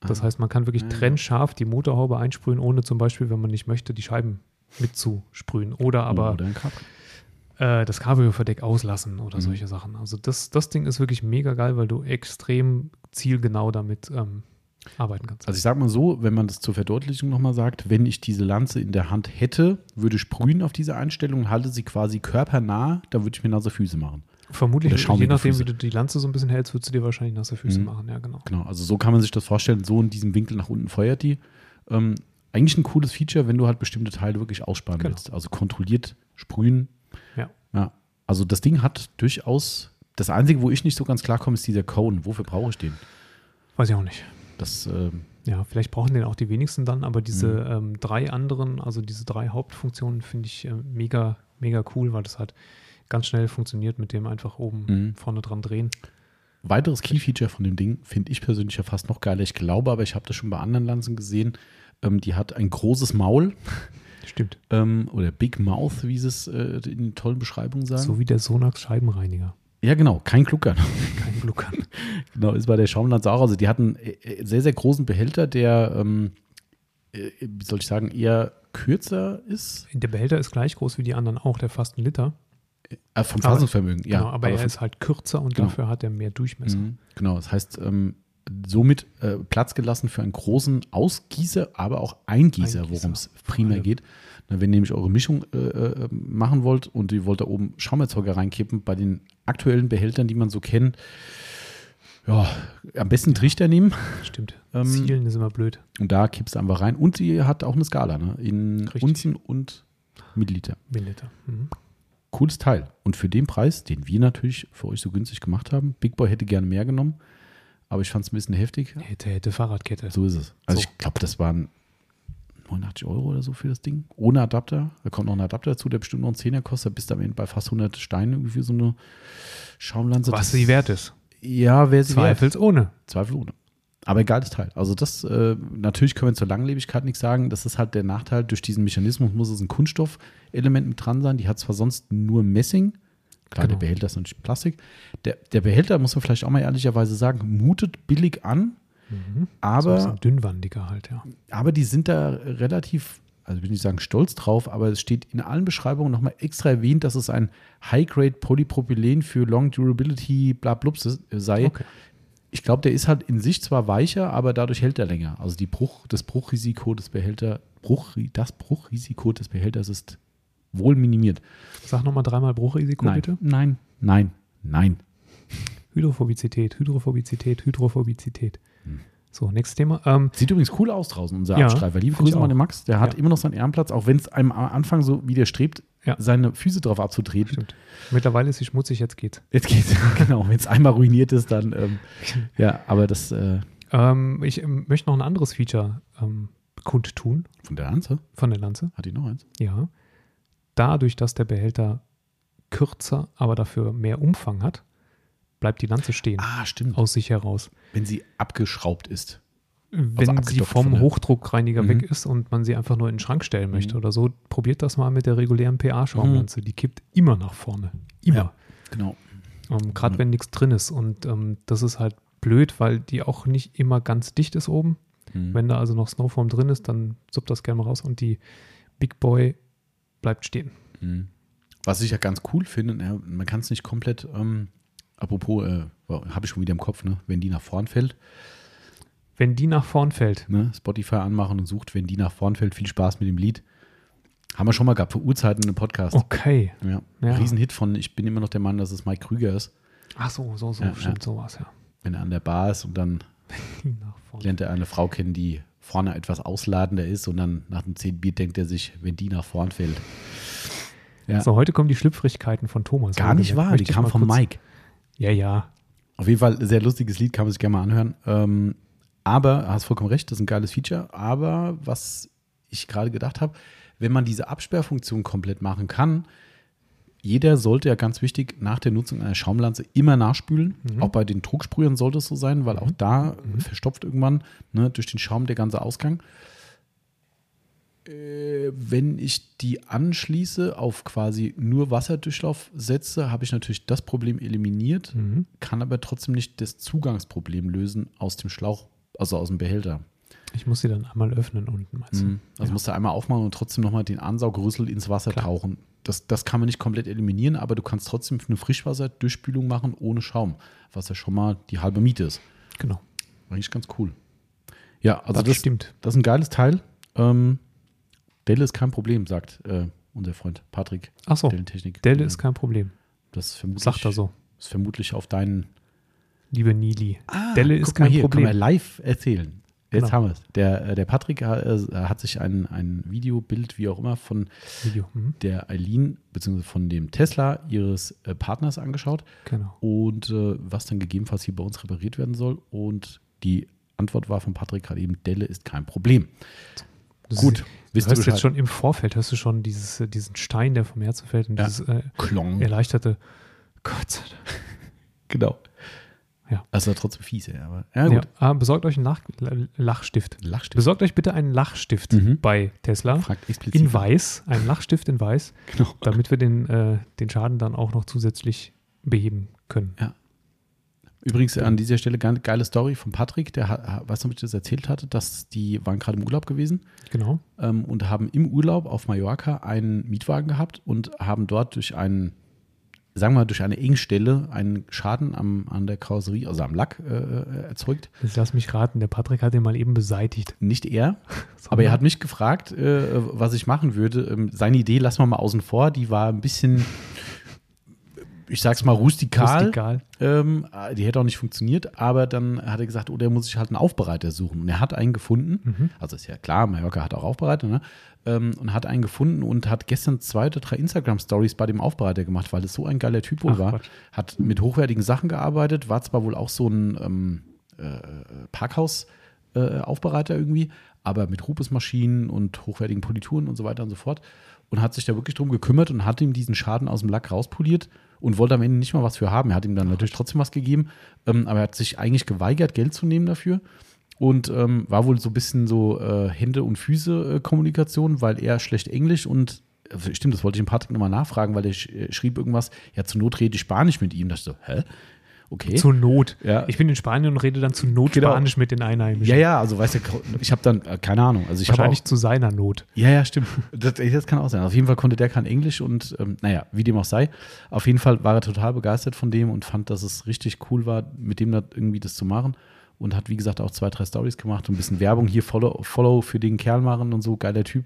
Speaker 2: Das
Speaker 1: Ah.
Speaker 2: heißt, man kann wirklich
Speaker 1: Ja, ja.
Speaker 2: trennscharf die Motorhaube einsprühen, ohne zum Beispiel, wenn man nicht möchte, die Scheiben mitzusprühen.
Speaker 1: Mhm.
Speaker 2: Oder aber
Speaker 1: Oder ein Kabel.
Speaker 2: äh, das Cabrio-Verdeck auslassen oder
Speaker 1: Mhm.
Speaker 2: solche Sachen. Also das, das Ding ist wirklich mega geil, weil du extrem zielgenau damit ähm, arbeiten kannst.
Speaker 1: Also ich sag mal so, wenn man das zur Verdeutlichung nochmal sagt, wenn ich diese Lanze in der Hand hätte, würde sprühen auf diese Einstellung, halte sie quasi körpernah, da würde ich mir nasse Füße machen.
Speaker 2: Vermutlich,
Speaker 1: Oder schaumige
Speaker 2: je nachdem,
Speaker 1: Füße.
Speaker 2: wie du die Lanze so ein bisschen hältst, würdest du dir wahrscheinlich nasse Füße
Speaker 1: Mhm.
Speaker 2: machen. Ja, genau.
Speaker 1: Genau, also so kann man sich das vorstellen, so in diesem Winkel nach unten feuert die. Ähm, eigentlich ein cooles Feature, wenn du halt bestimmte Teile wirklich aussparen
Speaker 2: Genau.
Speaker 1: willst. Also kontrolliert sprühen.
Speaker 2: Ja.
Speaker 1: ja. Also das Ding hat durchaus, das Einzige, wo ich nicht so ganz klarkomme, ist dieser Cone. Wofür brauche ich den?
Speaker 2: Weiß ich auch nicht.
Speaker 1: Das, ähm,
Speaker 2: Ja, vielleicht brauchen den auch die wenigsten dann, aber diese
Speaker 1: Mhm.
Speaker 2: ähm, drei anderen, also diese drei Hauptfunktionen finde ich äh, mega, mega cool, weil das halt ganz schnell funktioniert mit dem einfach oben
Speaker 1: Mhm.
Speaker 2: vorne dran drehen.
Speaker 1: Weiteres Key-Feature von dem Ding finde ich persönlich ja fast noch geiler. Ich glaube aber, ich habe das schon bei anderen Lanzen gesehen. Ähm, die hat ein großes Maul
Speaker 2: Stimmt.
Speaker 1: ähm, oder Big Mouth, wie sie es äh, in den tollen Beschreibungen sagen.
Speaker 2: So wie der Sonax Scheibenreiniger.
Speaker 1: Ja, genau, kein Kluckern.
Speaker 2: Kein Gluckern.
Speaker 1: genau, ist bei der Schaumlanze auch. Also die hat einen äh, äh, sehr, sehr großen Behälter, der, ähm, äh, wie soll ich sagen, eher kürzer ist.
Speaker 2: der Behälter ist gleich groß wie die anderen auch, der fast ein Liter.
Speaker 1: Äh, vom
Speaker 2: Aber-
Speaker 1: Fassungsvermögen, ja.
Speaker 2: genau, aber, er
Speaker 1: vom-
Speaker 2: ist halt kürzer und
Speaker 1: Genau.
Speaker 2: dafür hat er mehr Durchmesser.
Speaker 1: Mhm, Genau, das heißt, ähm, somit äh, Platz gelassen für einen großen Ausgießer, aber auch Eingießer,
Speaker 2: Eingießer,
Speaker 1: worum es
Speaker 2: vor
Speaker 1: primär
Speaker 2: allem.
Speaker 1: geht. Na, wenn ihr nämlich eure Mischung äh, äh, machen wollt und ihr wollt da oben Schaumerzeuger reinkippen, bei den aktuellen Behältern, die man so kennt, ja, am besten Trichter nehmen
Speaker 2: Stimmt.
Speaker 1: Ähm,
Speaker 2: Zielen ist immer blöd.
Speaker 1: und da kippst du einfach rein. Und sie hat auch eine Skala, ne? In
Speaker 2: Richtig.
Speaker 1: Unzen und Milliliter.
Speaker 2: Milliliter. Mhm.
Speaker 1: Cooles Teil. Und für den Preis, den wir natürlich für euch so günstig gemacht haben, Big Boy hätte gerne mehr genommen, aber ich fand es ein bisschen heftig.
Speaker 2: Hätte, hätte Fahrradkette.
Speaker 1: So ist es. Also
Speaker 2: So.
Speaker 1: ich glaube, das waren 89 Euro oder so für das Ding. Ohne Adapter. Da kommt noch ein Adapter dazu, der bestimmt noch einen Zehner kostet. Da bist du am Ende bei fast 100 Steinen irgendwie für so eine Schaumlanze.
Speaker 2: Was
Speaker 1: Das-
Speaker 2: sie wert ist.
Speaker 1: Ja, wer sie wert.
Speaker 2: Zweifelsohne.
Speaker 1: Zweifelsohne. Aber ein geiles Teil. Also das, äh, natürlich können wir zur Langlebigkeit nichts sagen. Das ist halt der Nachteil. Durch diesen Mechanismus muss es ein Kunststoffelement mit dran sein. Die hat zwar sonst nur Messing. Klar,
Speaker 2: Genau.
Speaker 1: der Behälter ist natürlich Plastik. Der, der Behälter, muss man vielleicht auch mal ehrlicherweise sagen, mutet billig an.
Speaker 2: Aber
Speaker 1: Aber
Speaker 2: Mhm. so ein bisschen dünnwandiger halt, ja.
Speaker 1: aber die sind da relativ, also ich will nicht sagen stolz drauf, aber es steht in allen Beschreibungen nochmal extra erwähnt, dass es ein High-Grade Polypropylen für Long Durability bla blups ist- sei.
Speaker 2: Okay.
Speaker 1: Ich glaube, der ist halt in sich zwar weicher, aber dadurch hält er länger. Also die Bruch, das Bruchrisiko des Behälter, Bruch, das Bruchrisiko des Behälters ist wohl minimiert.
Speaker 2: Sag nochmal dreimal Bruchrisiko
Speaker 1: nein,
Speaker 2: bitte.
Speaker 1: nein, nein, nein.
Speaker 2: Hydrophobizität, Hydrophobizität, Hydrophobizität.
Speaker 1: Hm.
Speaker 2: So, nächstes Thema. Ähm,
Speaker 1: Sieht übrigens cool aus draußen, unser
Speaker 2: Ja,
Speaker 1: Abstreifer. Liebe
Speaker 2: find ich
Speaker 1: Grüße mal
Speaker 2: auch.
Speaker 1: an den Max. Der hat
Speaker 2: Ja.
Speaker 1: immer noch seinen Ehrenplatz, auch wenn es einem am Anfang so widerstrebt,
Speaker 2: Ja.
Speaker 1: seine Füße drauf abzutreten.
Speaker 2: stimmt. Mittlerweile ist sie schmutzig, jetzt geht's.
Speaker 1: Jetzt geht's, genau. Wenn es einmal ruiniert ist, dann ähm, ja, aber das äh,
Speaker 2: Ähm, ich ähm, möchte noch ein anderes Feature ähm, kundtun
Speaker 1: von der Lanze
Speaker 2: von der Lanze.
Speaker 1: hat die noch eins.
Speaker 2: Ja. Dadurch, dass der Behälter kürzer, aber dafür mehr Umfang hat, bleibt die Lanze stehen.
Speaker 1: Ah, stimmt.
Speaker 2: Aus sich heraus.
Speaker 1: Wenn sie abgeschraubt ist.
Speaker 2: Wenn sie
Speaker 1: abgedockt Also von
Speaker 2: vom
Speaker 1: der-
Speaker 2: Hochdruckreiniger
Speaker 1: Mhm.
Speaker 2: weg ist und man sie einfach nur in den Schrank stellen möchte oder so, probiert das mal mit der regulären PA-Schaumlanze. Die kippt immer nach vorne. Immer.
Speaker 1: Mhm. Ja. Genau.
Speaker 2: Ähm, Gerade wenn nichts drin ist. Und ähm, das ist halt blöd, weil die auch nicht immer ganz dicht ist oben.
Speaker 1: Mhm.
Speaker 2: Wenn da also noch Snowform drin ist, dann suppt das gerne mal raus und die Big Boy bleibt stehen.
Speaker 1: Mhm. Was ich ja ganz cool finde, na, man kann es nicht komplett, ähm, apropos, äh, habe ich schon wieder im Kopf, ne? Wenn die nach vorn fällt,
Speaker 2: Wenn die nach vorn fällt,
Speaker 1: ne? Spotify anmachen und sucht, wenn die nach vorn fällt, viel Spaß mit dem Lied. Haben wir schon mal gehabt, vor Urzeiten im Podcast.
Speaker 2: okay.
Speaker 1: Ja.
Speaker 2: Oh. Ja.
Speaker 1: Riesenhit von, ich bin immer noch der Mann, dass es Mike Krüger ist,
Speaker 2: Ach so, so, so,
Speaker 1: Ja,
Speaker 2: stimmt, sowas, ja.
Speaker 1: wenn er an der Bar ist und dann
Speaker 2: Die nach vorn.
Speaker 1: lernt er eine Frau kennen, die vorne etwas ausladender ist und dann nach dem 10 Bier denkt er sich, wenn die nach vorn fällt. Ja.
Speaker 2: So, heute kommen die Schlüpfrigkeiten von Thomas.
Speaker 1: Gar nicht wahr, die kam von
Speaker 2: von
Speaker 1: Mike.
Speaker 2: Ja, ja.
Speaker 1: Auf jeden Fall ein sehr lustiges Lied, kann man sich gerne mal anhören. Ähm, aber, hast vollkommen recht, das ist ein geiles Feature. Aber was ich gerade gedacht habe, wenn man diese Absperrfunktion komplett machen kann, jeder sollte ja ganz wichtig nach der Nutzung einer Schaumlanze immer nachspülen.
Speaker 2: Mhm.
Speaker 1: Auch bei den Drucksprühern sollte es so sein, weil auch da verstopft irgendwann ne, durch den Schaum der ganze Ausgang. Äh, wenn ich die anschließe auf quasi nur Wasserdurchlauf setze, habe ich natürlich das Problem eliminiert,
Speaker 2: Mhm.
Speaker 1: kann aber trotzdem nicht das Zugangsproblem lösen aus dem Schlauch, also aus dem Behälter.
Speaker 2: Ich muss sie dann einmal öffnen unten, meinst du?
Speaker 1: Mhm. Also musst du einmal aufmachen und trotzdem nochmal den Ansaugrüssel ins Wasser
Speaker 2: Klar.
Speaker 1: tauchen. Das, das kann man nicht komplett eliminieren, aber du kannst trotzdem eine Frischwasserdurchspülung machen ohne Schaum, was ja schon mal die halbe Miete ist.
Speaker 2: Genau.
Speaker 1: Eigentlich ganz cool. Ja, also
Speaker 2: das,
Speaker 1: das, das,
Speaker 2: stimmt.
Speaker 1: ist ein geiles Teil. Ähm, Delle ist kein Problem, sagt äh, unser Freund Patrick.
Speaker 2: Ach so,
Speaker 1: Dellentechnik.
Speaker 2: Delle ist kein Problem.
Speaker 1: das ist vermutlich,
Speaker 2: Sagt er so,
Speaker 1: Ist vermutlich auf deinen.
Speaker 2: liebe Nili. Delle
Speaker 1: Ah,
Speaker 2: ist
Speaker 1: Guck mal
Speaker 2: kein
Speaker 1: hier,
Speaker 2: Problem.
Speaker 1: Kann man live erzählen. Jetzt
Speaker 2: Genau.
Speaker 1: haben wir es. Der, äh, der Patrick äh, hat sich ein, ein Videobild, wie auch immer, von
Speaker 2: Video. Mhm.
Speaker 1: der Eileen beziehungsweise von dem Tesla ihres äh, Partners angeschaut
Speaker 2: Genau.
Speaker 1: und äh, was dann gegebenenfalls hier bei uns repariert werden soll. Und die Antwort war von Patrick gerade eben, Delle ist kein Problem.
Speaker 2: Das
Speaker 1: Gut,
Speaker 2: Ist, du
Speaker 1: wisst ihr
Speaker 2: hörst
Speaker 1: Bescheid?
Speaker 2: jetzt schon im Vorfeld, hörst du schon dieses, äh, diesen Stein, der vom Herzen fällt und
Speaker 1: Ja. Mhm.
Speaker 2: dieses äh,
Speaker 1: Klong.
Speaker 2: erleichterte Gott sei Dank.
Speaker 1: Genau.
Speaker 2: Ja.
Speaker 1: Also trotzdem fiese, aber ja
Speaker 2: Ja,
Speaker 1: gut.
Speaker 2: ah, besorgt euch einen Lach, Lachstift.
Speaker 1: Lachstift.
Speaker 2: Besorgt euch bitte einen Lachstift
Speaker 1: Mhm.
Speaker 2: bei Tesla.
Speaker 1: Fragt explizit.
Speaker 2: In weiß, einen Lachstift in weiß,
Speaker 1: Genau.
Speaker 2: damit wir den, äh, den Schaden dann auch noch zusätzlich beheben können.
Speaker 1: Übrigens an dieser Stelle ganz geile Story von Patrick, der hat, weißt du, ob ich das erzählt hatte, dass die waren gerade im Urlaub gewesen
Speaker 2: Genau.
Speaker 1: ähm, und haben im Urlaub auf Mallorca einen Mietwagen gehabt und haben dort durch einen, sagen wir mal, durch eine Engstelle einen Schaden am, an der Karosserie, also am Lack äh, erzeugt.
Speaker 2: Jetzt lass mich raten, der Patrick hat den mal eben beseitigt.
Speaker 1: Nicht er,
Speaker 2: Sondern-
Speaker 1: aber er hat mich gefragt, äh, was ich machen würde. Ähm, seine Idee lassen wir mal außen vor, die war ein bisschen, ich sag's mal, rustikal.
Speaker 2: Rustikal.
Speaker 1: Ähm, die hätte auch nicht funktioniert, aber dann hat er gesagt, oh, der muss sich halt einen Aufbereiter suchen. Und er hat einen gefunden.
Speaker 2: Mhm.
Speaker 1: Also ist ja klar, Mallorca hat auch Aufbereiter, ne? Ähm, und hat einen gefunden und hat gestern zwei oder drei Instagram-Stories bei dem Aufbereiter gemacht, weil es so ein geiler Typ wohl
Speaker 2: Ach,
Speaker 1: war.
Speaker 2: Quatsch.
Speaker 1: Hat mit hochwertigen Sachen gearbeitet, war zwar wohl auch so ein ähm, äh, Parkhaus-Aufbereiter irgendwie, aber mit Rubusmaschinen und hochwertigen Polituren und so weiter und so fort. Und hat sich da wirklich drum gekümmert und hat ihm diesen Schaden aus dem Lack rauspoliert und wollte am Ende nicht mal was für haben. Er hat ihm dann natürlich trotzdem was gegeben, ähm, aber er hat sich eigentlich geweigert, Geld zu nehmen dafür. Und ähm, war wohl so ein bisschen so äh, Hände- und Füße-Kommunikation, weil er schlecht Englisch und also stimmt, das wollte ich dem Patrick nochmal nachfragen, weil er sch äh, schrieb irgendwas, ja, zur Not rede ich Spanisch mit ihm. Da dachte ich so, hä? Okay.
Speaker 2: Zur Not.
Speaker 1: Ja.
Speaker 2: Ich bin in Spanien und rede dann zur Not
Speaker 1: Genau.
Speaker 2: Spanisch mit den Einheimischen.
Speaker 1: ja, ja, also weißt du, ich habe dann, äh, keine Ahnung, also ich habe auch,
Speaker 2: Wahrscheinlich zu seiner Not.
Speaker 1: ja, ja, stimmt. Das, äh, das kann auch sein. Auf jeden Fall konnte der kein Englisch und ähm, naja, wie dem auch sei. Auf jeden Fall war er total begeistert von dem und fand, dass es richtig cool war, mit dem da irgendwie das zu machen. Und hat, wie gesagt, auch zwei, drei Stories gemacht und ein bisschen Werbung hier, Follow, Follow für den Kerl machen und so, geiler Typ.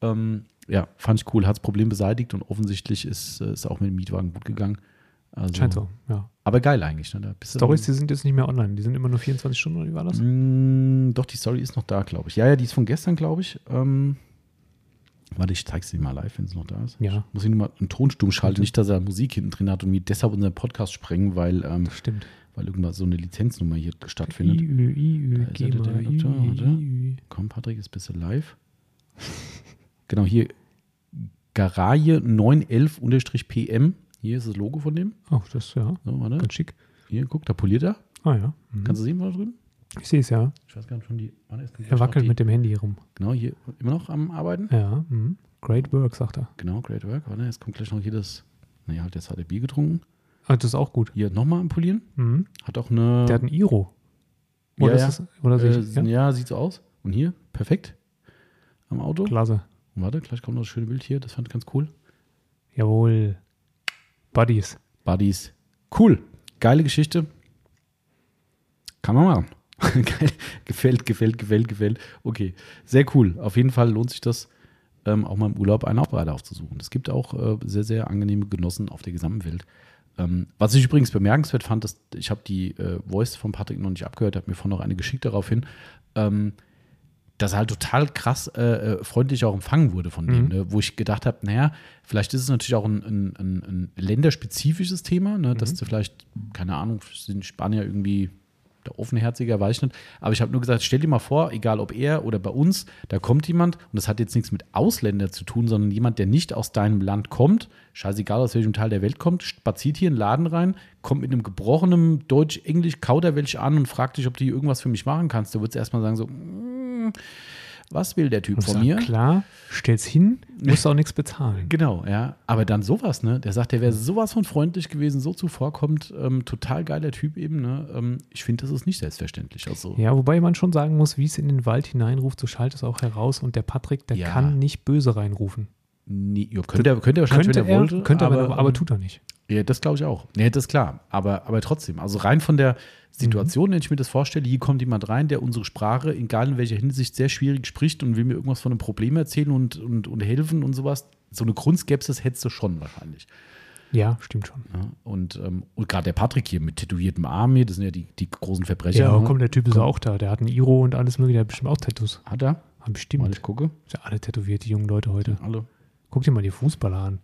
Speaker 1: Ähm, ja, fand ich cool, hat das Problem beseitigt und offensichtlich ist es auch mit dem Mietwagen gut gegangen. Also,
Speaker 2: Scheint so. Ja.
Speaker 1: Aber geil eigentlich. Ne? Da bist du
Speaker 2: Stories, die sind jetzt nicht mehr online. Die sind immer nur 24 Stunden, oder wie war das?
Speaker 1: Mm, doch, die Story ist noch da, glaube ich. Ja, ja, die ist von gestern, glaube ich. Ähm, warte, ich zeig's dir mal live, wenn es noch da ist.
Speaker 2: Ja.
Speaker 1: Ich muss ich mal einen Tonsturm schalten, nicht, dass er Musik hinten drin hat und wir deshalb unseren Podcast sprengen, weil, ähm,
Speaker 2: Stimmt.
Speaker 1: weil irgendwas so eine Lizenznummer hier stattfindet.
Speaker 2: IÜ, IÜ,
Speaker 1: Da ist er,
Speaker 2: GEMA,
Speaker 1: der
Speaker 2: IÜ,
Speaker 1: Doktor, oder?
Speaker 2: IÜ.
Speaker 1: Komm, Patrick, ist bisschen live. genau, hier Garaje 911-PM. Hier ist das Logo von dem.
Speaker 2: Oh, das ja.
Speaker 1: So, warte.
Speaker 2: Ganz schick.
Speaker 1: Hier, guck, da poliert er.
Speaker 2: Ah ja. Mhm.
Speaker 1: Kannst du sehen, war da drüben?
Speaker 2: Ich sehe es ja.
Speaker 1: Ich weiß gar nicht, schon die. Warte, jetzt kommt gleich
Speaker 2: Er
Speaker 1: noch
Speaker 2: wackelt
Speaker 1: die-
Speaker 2: mit dem Handy rum.
Speaker 1: Genau, hier immer noch am Arbeiten.
Speaker 2: Ja. Mhm. Great work, sagt er.
Speaker 1: Genau, Great Work. Warte, jetzt kommt gleich noch hier das. Naja, halt, jetzt hat er Bier getrunken.
Speaker 2: Ah, das ist auch gut.
Speaker 1: Hier nochmal am Polieren.
Speaker 2: Mhm.
Speaker 1: Hat auch eine.
Speaker 2: Der hat ein Iro.
Speaker 1: Ja,
Speaker 2: Oder
Speaker 1: ja.
Speaker 2: ist das, oder sehe
Speaker 1: äh,
Speaker 2: ich,
Speaker 1: ja?
Speaker 2: ja?
Speaker 1: sieht so aus. Und hier, perfekt. Am Auto.
Speaker 2: Klasse.
Speaker 1: Und warte, gleich kommt noch das schöne Bild hier. Das fand ich ganz cool.
Speaker 2: Jawohl. Buddies.
Speaker 1: Buddies. Cool. Geile Geschichte. Kann man machen. Geil. Gefällt, gefällt, gefällt, gefällt. Okay, sehr cool. Auf jeden Fall lohnt sich das, ähm, auch mal im Urlaub einen Aufbereiter aufzusuchen. Es gibt auch äh, sehr, sehr angenehme Genossen auf der gesamten Welt. Ähm, was ich übrigens bemerkenswert fand, dass ich habe die äh, Voice von Patrick noch nicht abgehört, habe mir vorhin noch eine geschickt darauf hin, ähm, dass er halt total krass äh, äh, freundlich auch empfangen wurde von dem,
Speaker 2: Mhm.
Speaker 1: ne? wo ich gedacht habe, naja, vielleicht ist es natürlich auch ein, ein, ein, ein länderspezifisches Thema, ne? dass du vielleicht, keine Ahnung, sind Spanier irgendwie da offenherziger war ich nicht. Aber ich habe nur gesagt, stell dir mal vor, egal ob er oder bei uns, da kommt jemand und das hat jetzt nichts mit Ausländer zu tun, sondern jemand, der nicht aus deinem Land kommt, scheißegal aus welchem Teil der Welt kommt, spaziert hier in den Laden rein, kommt mit einem gebrochenen Deutsch-Englisch-Kauderwelsch an und fragt dich, ob du hier irgendwas für mich machen kannst. Du würdest erstmal sagen so, "Mm, was will der Typ
Speaker 2: Und ich
Speaker 1: von
Speaker 2: sag,
Speaker 1: mir?
Speaker 2: Klar, stell's hin, musst auch nichts bezahlen.
Speaker 1: Genau, ja. Aber dann sowas, ne? Der sagt, der wäre sowas von freundlich gewesen, so zuvorkommt. Ähm, total geiler Typ eben, ne? Ähm, ich finde, das ist nicht selbstverständlich. Also,
Speaker 2: Ja, wobei man schon sagen muss, wie es in den Wald hineinruft, so schallt es auch heraus und der Patrick, der
Speaker 1: Ja.
Speaker 2: kann nicht böse reinrufen.
Speaker 1: nee, ja, könnte, er, könnte er wahrscheinlich,
Speaker 2: Könnte
Speaker 1: wenn er
Speaker 2: er,
Speaker 1: wollte.
Speaker 2: könnte aber, aber,
Speaker 1: ähm,
Speaker 2: tut er nicht.
Speaker 1: Ja, das glaube ich auch. Nee, das ist klar. Aber, aber trotzdem, also rein von der
Speaker 2: Mhm.
Speaker 1: Situation, wenn ich mir das vorstelle, hier kommt jemand rein, der unsere Sprache, egal in welcher Hinsicht, sehr schwierig spricht und will mir irgendwas von einem Problem erzählen und, und, und helfen und sowas. So eine Grundskepsis hättest du schon wahrscheinlich.
Speaker 2: Ja, stimmt schon.
Speaker 1: Ja, und ähm, und gerade der Patrick hier mit tätowiertem Arm hier, das sind ja die, die großen Verbrecher.
Speaker 2: Ja,
Speaker 1: ne?
Speaker 2: komm, der Typ ist auch da. Der hat einen Iro und alles mögliche. Der hat bestimmt auch Tattoos.
Speaker 1: Hat er?
Speaker 2: Haben
Speaker 1: Mal ich
Speaker 2: bestimmt.
Speaker 1: gucke.
Speaker 2: Ist ja alle tätowiert, die jungen Leute heute.
Speaker 1: Alle.
Speaker 2: Guck dir mal die Fußballer an.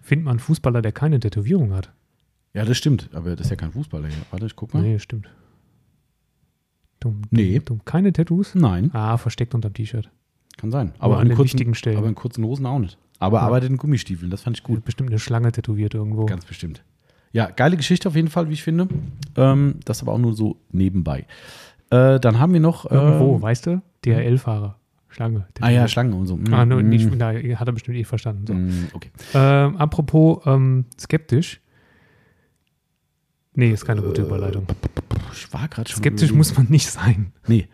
Speaker 2: Find mal einen Fußballer, der keine Tätowierung hat.
Speaker 1: Ja, das stimmt. Aber das ist ja kein Fußballer hier. Warte, ich guck mal.
Speaker 2: Nee, stimmt. Dumm, dumm,
Speaker 1: Nee. Hm.
Speaker 2: dumm. Keine Tattoos?
Speaker 1: Nein,
Speaker 2: Ah, versteckt unterm T-Shirt.
Speaker 1: kann sein.
Speaker 2: Nur
Speaker 1: Aber
Speaker 2: an
Speaker 1: in
Speaker 2: den
Speaker 1: kurzen,
Speaker 2: wichtigen Stellen.
Speaker 1: Aber in kurzen Hosen auch nicht. Aber
Speaker 2: Ja.
Speaker 1: arbeitet in Gummistiefeln. Das fand ich gut.
Speaker 2: Gut. Bestimmt eine Schlange tätowiert irgendwo.
Speaker 1: Ganz bestimmt. Ja, geile Geschichte auf jeden Fall, wie ich finde. Ähm, das aber auch nur so nebenbei. Äh, dann haben wir noch.
Speaker 2: Irgendwo,
Speaker 1: Ähm,
Speaker 2: weißt du? DHL-Fahrer. Schlange.
Speaker 1: ah ja, Schlangen und so. Mm,
Speaker 2: Ah, ne,
Speaker 1: mm,
Speaker 2: nicht, na, hat er bestimmt eh verstanden. So.
Speaker 1: mm, okay.
Speaker 2: Ähm, apropos ähm, skeptisch. Nee, ist keine gute Überleitung.
Speaker 1: Äh, Puh, ich war gerade schon.
Speaker 2: Skeptisch
Speaker 1: überlegen.
Speaker 2: muss man nicht sein.
Speaker 1: Nee,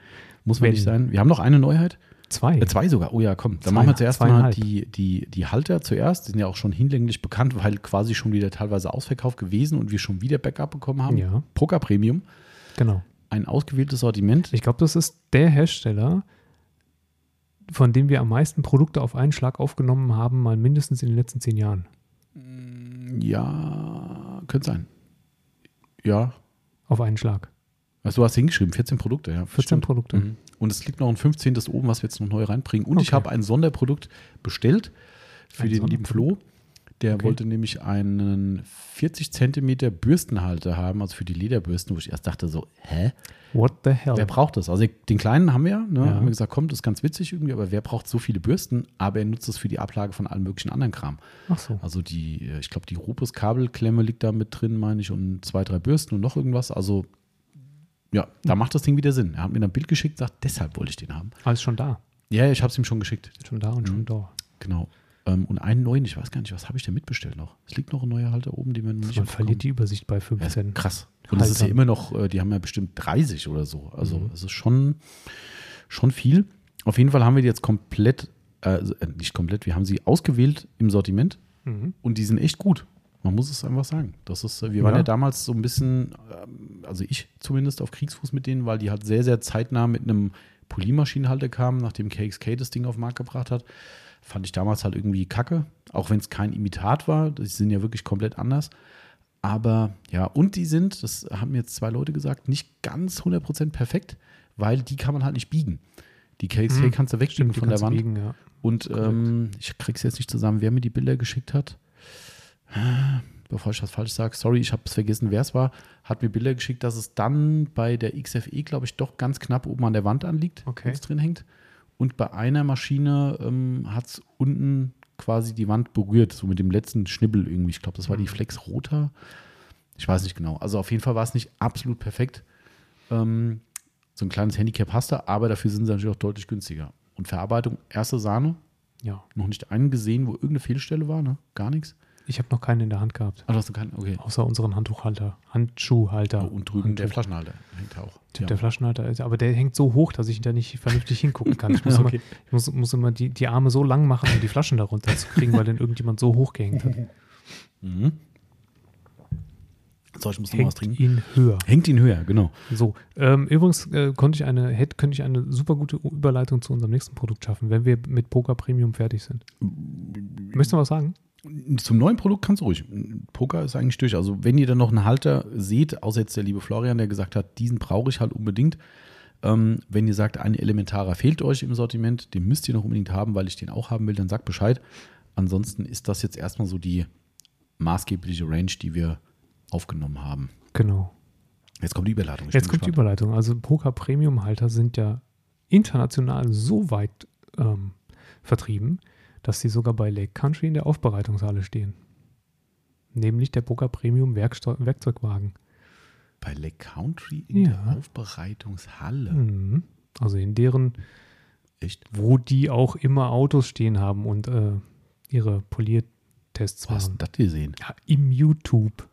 Speaker 1: muss man
Speaker 2: Wenn.
Speaker 1: nicht sein. Wir haben noch eine Neuheit.
Speaker 2: Zwei.
Speaker 1: Äh, zwei sogar. Oh ja, komm. Dann
Speaker 2: Zwei-
Speaker 1: machen wir zuerst mal
Speaker 2: zweieinhalb.
Speaker 1: die, die, die Halter zuerst. Die sind ja auch schon hinlänglich bekannt, weil quasi schon wieder teilweise Ausverkauf gewesen und wir schon wieder Backup bekommen haben.
Speaker 2: Ja.
Speaker 1: Poker Premium,
Speaker 2: Genau.
Speaker 1: ein ausgewähltes Sortiment.
Speaker 2: Ich glaube, das ist der Hersteller, von dem wir am meisten Produkte auf einen Schlag aufgenommen haben, mal mindestens in den letzten zehn Jahren.
Speaker 1: Ja, könnte sein. Ja.
Speaker 2: Auf einen Schlag.
Speaker 1: Also du hast hingeschrieben, 14 Produkte, ja.
Speaker 2: 14
Speaker 1: stimmt.
Speaker 2: Produkte.
Speaker 1: Mhm. Und es liegt noch ein 15. oben, was wir jetzt noch neu reinbringen. Und ich
Speaker 2: Okay.
Speaker 1: habe ein Sonderprodukt bestellt für
Speaker 2: Ein
Speaker 1: den lieben Flo. Der
Speaker 2: Okay.
Speaker 1: wollte nämlich einen 40 Zentimeter Bürstenhalter haben, also für die Lederbürsten, wo ich erst dachte so, hä?
Speaker 2: What the hell?
Speaker 1: Wer braucht das? Also den kleinen haben wir, ne?
Speaker 2: Ja.
Speaker 1: haben wir gesagt, komm, das ist ganz witzig irgendwie, aber wer braucht so viele Bürsten? Aber er nutzt es für die Ablage von allem möglichen anderen Kram.
Speaker 2: Ach so.
Speaker 1: Also die, äh, ich glaube, die Rupus-Kabelklemme liegt da mit drin, meine ich, und zwei, drei Bürsten und noch irgendwas. Also ja, da macht das Ding wieder Sinn. Er hat mir dann ein Bild geschickt, sagt, deshalb wollte ich den haben.
Speaker 2: Alles schon da.
Speaker 1: Ja, ja, ich habe es ihm schon geschickt.
Speaker 2: Schon da und schon da.
Speaker 1: Genau. Ähm, und einen neuen, ich weiß gar nicht, was habe ich denn mitbestellt noch? Es liegt noch ein neuer Halter oben, den wir noch nicht bekommen.
Speaker 2: Man verliert die Übersicht bei
Speaker 1: Ja, ist
Speaker 2: 15.
Speaker 1: krass. Und es ist ja
Speaker 2: Haltern.
Speaker 1: immer noch, äh, die haben ja bestimmt 30 oder so. Also
Speaker 2: Mhm.
Speaker 1: es ist schon, schon viel. Auf jeden Fall haben wir die jetzt komplett, äh, äh, nicht komplett, wir haben sie ausgewählt im Sortiment
Speaker 2: Mhm.
Speaker 1: und die sind echt gut. Man muss es einfach sagen. Das ist, äh, wir waren ja.
Speaker 2: Ja.
Speaker 1: damals so ein bisschen, ähm, also ich zumindest auf Kriegsfuß mit denen, weil die halt sehr, sehr zeitnah mit einem Polymaschinenhalter kamen, nachdem KXK das Ding auf den Markt gebracht hat. Fand ich damals halt irgendwie kacke, auch wenn es kein Imitat war. Die sind ja wirklich komplett anders. Aber ja, und die sind, das haben mir jetzt zwei Leute gesagt, nicht ganz 100% perfekt, weil die kann man halt nicht biegen. Die KXK
Speaker 2: Mhm.
Speaker 1: kannst du wegbiegen
Speaker 2: Stimmt, die
Speaker 1: von der
Speaker 2: kannst du
Speaker 1: Wand.
Speaker 2: biegen, ja.
Speaker 1: Und ähm, ich krieg's jetzt nicht zusammen, wer mir die Bilder geschickt hat. Bevor ich was falsch sage, sorry, ich habe es vergessen, wer es war, hat mir Bilder geschickt, dass es dann bei der XFE, glaube ich, doch ganz knapp oben an der Wand anliegt,
Speaker 2: Okay.
Speaker 1: wenn es drin hängt. Und bei einer Maschine ähm, hat es unten quasi die Wand berührt, so mit dem letzten Schnibbel irgendwie. Ich glaube, das war die Flex Roter. Ich weiß nicht genau. Also auf jeden Fall war es nicht absolut perfekt. Ähm, so ein kleines Handicap hast du, aber dafür sind sie natürlich auch deutlich günstiger. Und Verarbeitung, erste Sahne,
Speaker 2: ja.
Speaker 1: noch nicht einen gesehen, wo irgendeine Fehlstelle war, ne? Gar nichts.
Speaker 2: Ich habe noch keinen in der Hand gehabt.
Speaker 1: Ah, du hast noch keinen, okay.
Speaker 2: Außer unseren Handtuchhalter. Handschuhhalter.
Speaker 1: Oh, und drüben
Speaker 2: Handschuh.
Speaker 1: der Flaschenhalter hängt auch.
Speaker 2: Typ der Flaschenhalter ist. Aber der hängt so hoch, dass ich da nicht vernünftig hingucken kann. Ich muss,
Speaker 1: Okay.
Speaker 2: immer, ich muss, muss immer die, die Arme so lang machen, um die Flaschen darunter zu kriegen, weil dann irgendjemand so hochgehängt hat.
Speaker 1: So, ich muss noch mal was
Speaker 2: Hängt
Speaker 1: trinken.
Speaker 2: ihn höher.
Speaker 1: Hängt ihn höher, genau.
Speaker 2: So, ähm, übrigens äh, konnte ich eine, hätte, könnte ich eine super gute Überleitung zu unserem nächsten Produkt schaffen, wenn wir mit Poker Premium fertig sind.
Speaker 1: Äh,
Speaker 2: Möchtest du noch was sagen?
Speaker 1: Zum neuen Produkt kannst du ruhig. Poker ist eigentlich durch. Also, wenn ihr dann noch einen Halter seht, außer jetzt der liebe Florian, der gesagt hat, diesen brauche ich halt unbedingt. Ähm, wenn ihr sagt, ein Elementarer fehlt euch im Sortiment, den müsst ihr noch unbedingt haben, weil ich den auch haben will, dann sagt Bescheid. Ansonsten ist das jetzt erstmal so die maßgebliche Range, die wir aufgenommen haben.
Speaker 2: Genau.
Speaker 1: Jetzt kommt die Überladung. Ich
Speaker 2: Jetzt
Speaker 1: bin
Speaker 2: kommt die
Speaker 1: gespannt.
Speaker 2: Überleitung. Also Poker Premium Halter sind ja international so weit ähm, vertrieben, dass sie sogar bei Lake Country in der Aufbereitungshalle stehen. Nämlich der Poker Premium Werksto- Werkzeugwagen.
Speaker 1: Bei Lake Country in
Speaker 2: Ja.
Speaker 1: der Aufbereitungshalle.
Speaker 2: Mhm. Also in deren,
Speaker 1: Echt?
Speaker 2: wo die auch immer Autos stehen haben und äh, ihre Poliertests
Speaker 1: Wo hast du
Speaker 2: machen.
Speaker 1: das gesehen?
Speaker 2: Ja, Im YouTube.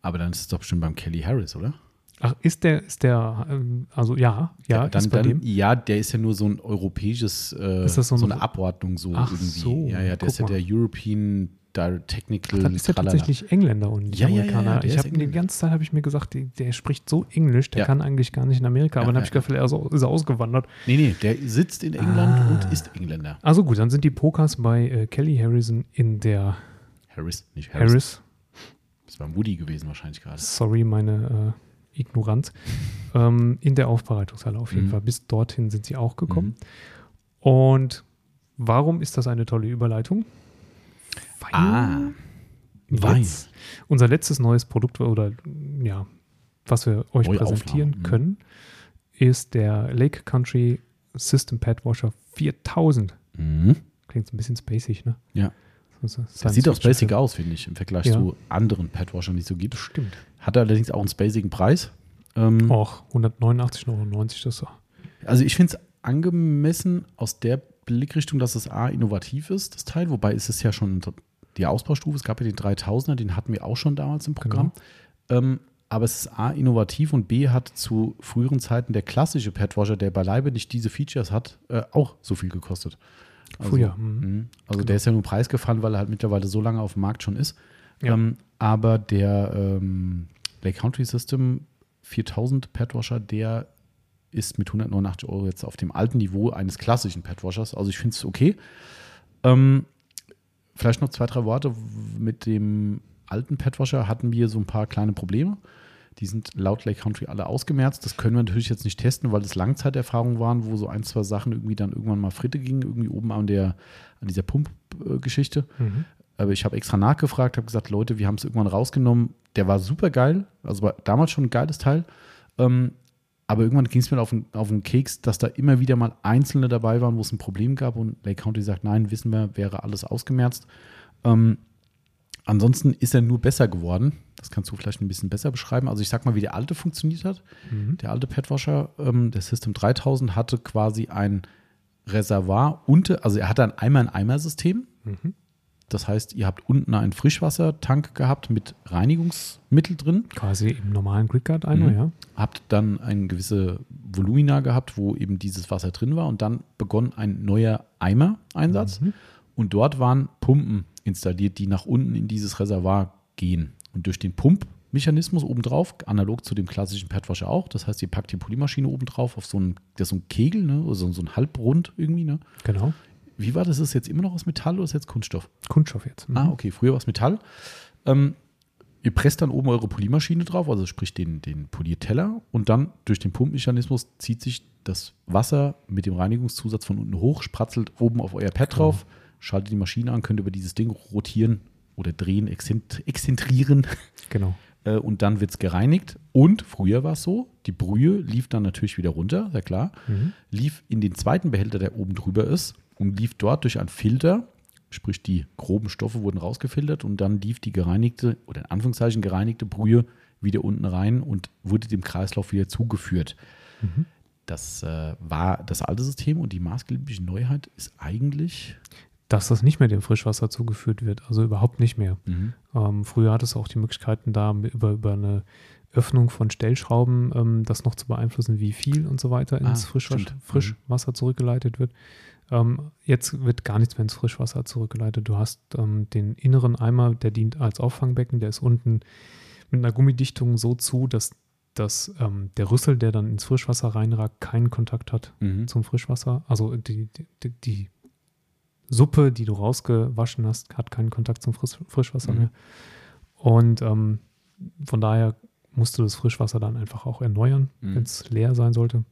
Speaker 1: Aber dann ist es doch bestimmt beim Kelly Harris, oder?
Speaker 2: Ach, ist der, ist der, ähm, also ja, ja,
Speaker 1: dann,
Speaker 2: ist bei
Speaker 1: dann,
Speaker 2: dem.
Speaker 1: ja, der ist ja nur so ein europäisches, äh,
Speaker 2: Ist das so
Speaker 1: so,
Speaker 2: ein-
Speaker 1: eine Abordnung so
Speaker 2: Ach
Speaker 1: irgendwie.
Speaker 2: so,
Speaker 1: ja, ja, der
Speaker 2: guck
Speaker 1: ist ja
Speaker 2: mal.
Speaker 1: der European Direct Technical.
Speaker 2: Dann ist er
Speaker 1: Hm, Tralala.
Speaker 2: tatsächlich Engländer und nicht
Speaker 1: Ja, ja, ja,
Speaker 2: Amerikaner.
Speaker 1: ja, der
Speaker 2: ich
Speaker 1: ist
Speaker 2: habe die
Speaker 1: Engländer.
Speaker 2: ganze Zeit habe ich mir gesagt, die, der spricht so Englisch, der
Speaker 1: Ja.
Speaker 2: kann eigentlich gar nicht in Amerika.
Speaker 1: Ja,
Speaker 2: aber dann
Speaker 1: ja,
Speaker 2: habe ich gedacht, vielleicht ist er- ist er ausgewandert.
Speaker 1: Nee, nee, der sitzt in England
Speaker 2: Ah.
Speaker 1: und ist Engländer.
Speaker 2: Also gut, dann sind die Pokers bei äh, Kelly Harrison in der
Speaker 1: Harris, nicht Harris.
Speaker 2: Harris.
Speaker 1: Das war Moody gewesen wahrscheinlich gerade.
Speaker 2: Sorry, meine äh, Ignoranz. ähm, in der Aufbereitungshalle auf jeden
Speaker 1: Mhm.
Speaker 2: Fall. Bis dorthin sind sie auch gekommen. Und warum ist das eine tolle Überleitung? Weil
Speaker 1: Ah,
Speaker 2: Hm.
Speaker 1: weil.
Speaker 2: Jetzt Unser letztes neues Produkt oder ja, was wir euch
Speaker 1: Neuauflage,
Speaker 2: präsentieren
Speaker 1: mhm.
Speaker 2: können, ist der Lake Country System Pad Washer 4000.
Speaker 1: Mhm.
Speaker 2: Klingt so ein bisschen spacig, ne?
Speaker 1: Ja.
Speaker 2: Das, ist
Speaker 1: Das sieht auch spacig aus, finde ich, im Vergleich
Speaker 2: Ja.
Speaker 1: zu anderen Padwashern, die es so gibt.
Speaker 2: Stimmt.
Speaker 1: Hat allerdings auch einen spacigen Preis. Ähm,
Speaker 2: Auch 189,99 das war.
Speaker 1: Also ich finde es angemessen aus der Blickrichtung, dass es A, innovativ ist, das Teil. Wobei ist es ja schon die Ausbaustufe. Es gab ja den 3000er, den hatten wir auch schon damals im Programm. Ähm, aber es ist A, innovativ und B, hat zu früheren Zeiten der klassische Padwasher, der beileibe nicht diese Features hat, äh, auch so viel gekostet.
Speaker 2: Früher, mhm.
Speaker 1: mh. Also der ist ja nur preisgefallen, weil er halt mittlerweile so lange auf dem Markt schon ist.
Speaker 2: Ja.
Speaker 1: Ähm, aber der ähm, Lake Country System 4000 Padwasher, der ist mit 189 Euro jetzt auf dem alten Niveau eines klassischen Padwashers. Also ich finde es okay. Ähm, vielleicht noch zwei, drei Worte. Mit dem alten Padwasher hatten wir so ein paar kleine Probleme. Die sind laut Lake Country alle ausgemerzt. Das können wir natürlich jetzt nicht testen, weil das Langzeiterfahrungen waren, wo so ein, zwei Sachen irgendwie dann irgendwann mal fritte gingen, irgendwie oben an, der, an dieser äh, Pump-Geschichte.
Speaker 2: Mhm.
Speaker 1: Aber ich habe extra nachgefragt, habe gesagt, Leute, wir haben es irgendwann rausgenommen. Der war super geil, also war damals schon ein geiles Teil. Ähm, aber irgendwann ging es mir auf den, auf den Keks, dass da immer wieder mal Einzelne dabei waren, wo es ein Problem gab. Und Lake County sagt, nein, wissen wir, wäre alles ausgemerzt. Ähm, ansonsten ist er nur besser geworden. Das kannst du vielleicht ein bisschen besser beschreiben. Also ich sag mal, wie der alte funktioniert hat.
Speaker 2: Mhm.
Speaker 1: Der alte Padwasher, ähm, der System 3000, hatte quasi ein Reservoir unter, also er hatte ein Eimer-in-Eimer-System.
Speaker 2: Mhm.
Speaker 1: Das heißt, ihr habt unten einen Frischwassertank gehabt mit Reinigungsmittel drin,
Speaker 2: Quasi im normalen Quickguard einmal,
Speaker 1: Mhm.
Speaker 2: ja.
Speaker 1: habt dann eine gewisse Volumina gehabt, wo eben dieses Wasser drin war und dann begann ein neuer Eimer-Einsatz.
Speaker 2: Mhm.
Speaker 1: Und dort waren Pumpen installiert, die nach unten in dieses Reservoir gehen. Und durch den Pumpmechanismus obendrauf, analog zu dem klassischen Padwasher auch, das heißt, ihr packt die Polymaschine obendrauf auf so einen, das ist so ein Kegel, ne? oder so, so ein Halbrund irgendwie. Ne?
Speaker 2: Genau.
Speaker 1: Wie war das? Ist das jetzt immer noch aus Metall oder ist das jetzt Kunststoff?
Speaker 2: Kunststoff jetzt. Mhm.
Speaker 1: Ah, okay, früher war es Metall. Ähm, ihr presst dann oben eure Poliermaschine drauf, also sprich den, den Polierteller und dann durch den Pumpmechanismus zieht sich das Wasser mit dem Reinigungszusatz von unten hoch, spratzelt oben auf euer Pad drauf, schaltet die Maschine an, könnt über dieses Ding rotieren oder drehen, exzent- exzentrieren
Speaker 2: Genau.
Speaker 1: äh, und dann wird es gereinigt. Und früher war es so, die Brühe lief dann natürlich wieder runter, sehr klar,
Speaker 2: Mhm.
Speaker 1: lief in den zweiten Behälter, der oben drüber ist, und lief dort durch einen Filter, sprich die groben Stoffe wurden rausgefiltert und dann lief die gereinigte oder in Anführungszeichen gereinigte Brühe wieder unten rein und wurde dem Kreislauf wieder zugeführt. Das äh, war das alte System und die maßgebliche Neuheit ist eigentlich
Speaker 2: Dass das nicht mehr dem Frischwasser zugeführt wird, also überhaupt nicht mehr. Ähm, früher hat es auch die Möglichkeiten, da über, über eine Öffnung von Stellschrauben ähm, das noch zu beeinflussen, wie viel und so weiter
Speaker 1: Ah,
Speaker 2: ins Frischwas
Speaker 1: stimmt. Mhm.
Speaker 2: Frischwasser zurückgeleitet wird. Ähm, jetzt wird gar nichts mehr ins Frischwasser zurückgeleitet. Du hast ähm, den inneren Eimer, der dient als Auffangbecken, der ist unten mit einer Gummidichtung so zu, dass, dass ähm, der Rüssel, der dann ins Frischwasser reinragt, keinen Kontakt hat
Speaker 1: Mhm.
Speaker 2: zum Frischwasser. Also die, die, die Suppe, die du rausgewaschen hast, hat keinen Kontakt zum Frisch, Frischwasser
Speaker 1: Mhm.
Speaker 2: mehr. Und ähm, von daher musst du das Frischwasser dann einfach auch erneuern,
Speaker 1: Mhm.
Speaker 2: wenn es leer sein sollte.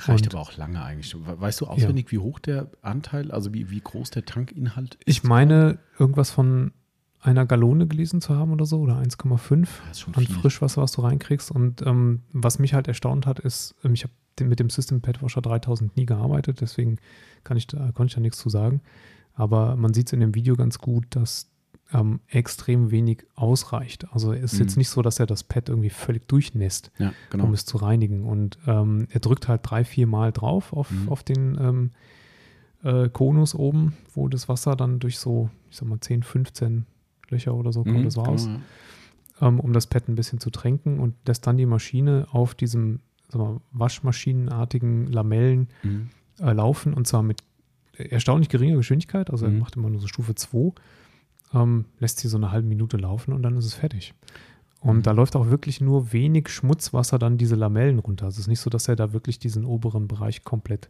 Speaker 1: reicht
Speaker 2: Und-
Speaker 1: aber auch lange eigentlich. We- Weißt du auswendig, wie hoch der Anteil, also wie, wie groß der Tankinhalt ist?
Speaker 2: Ich meine, irgendwas von einer Gallone gelesen zu haben oder so, oder 1,5
Speaker 1: Das ist schon
Speaker 2: an
Speaker 1: viel.
Speaker 2: Frischwasser, was du reinkriegst. Und ähm, was mich halt erstaunt hat, ist, ähm, ich habe mit dem System Pad Washer 3000 nie gearbeitet, deswegen kann ich da, konnte ich da nichts zu sagen. Aber man sieht es in dem Video ganz gut, dass ähm, extrem wenig ausreicht. Also es ist
Speaker 1: Mhm.
Speaker 2: jetzt nicht so, dass er das Pad irgendwie völlig durchnässt,
Speaker 1: Ja,
Speaker 2: um
Speaker 1: genau.
Speaker 2: es zu reinigen. Und ähm, er drückt halt drei, vier Mal drauf auf,
Speaker 1: Mhm.
Speaker 2: auf den ähm, äh, Konus oben, wo das Wasser dann durch so, ich sag mal, 10, 15 Löcher oder so kommt
Speaker 1: Mhm,
Speaker 2: das raus
Speaker 1: genau, ja.
Speaker 2: ähm, um das Pad ein bisschen zu tränken und lässt dann die Maschine auf diesem sagen wir, mal, waschmaschinenartigen Lamellen
Speaker 1: Mhm.
Speaker 2: äh, laufen und zwar mit erstaunlich geringer Geschwindigkeit. Also
Speaker 1: Mhm.
Speaker 2: er macht immer nur so Stufe 2, ähm, lässt sie so eine halbe Minute laufen und dann ist es fertig. Und
Speaker 1: Mhm.
Speaker 2: da läuft auch wirklich nur wenig Schmutzwasser dann diese Lamellen runter. Also es ist nicht so, dass er da wirklich diesen oberen Bereich komplett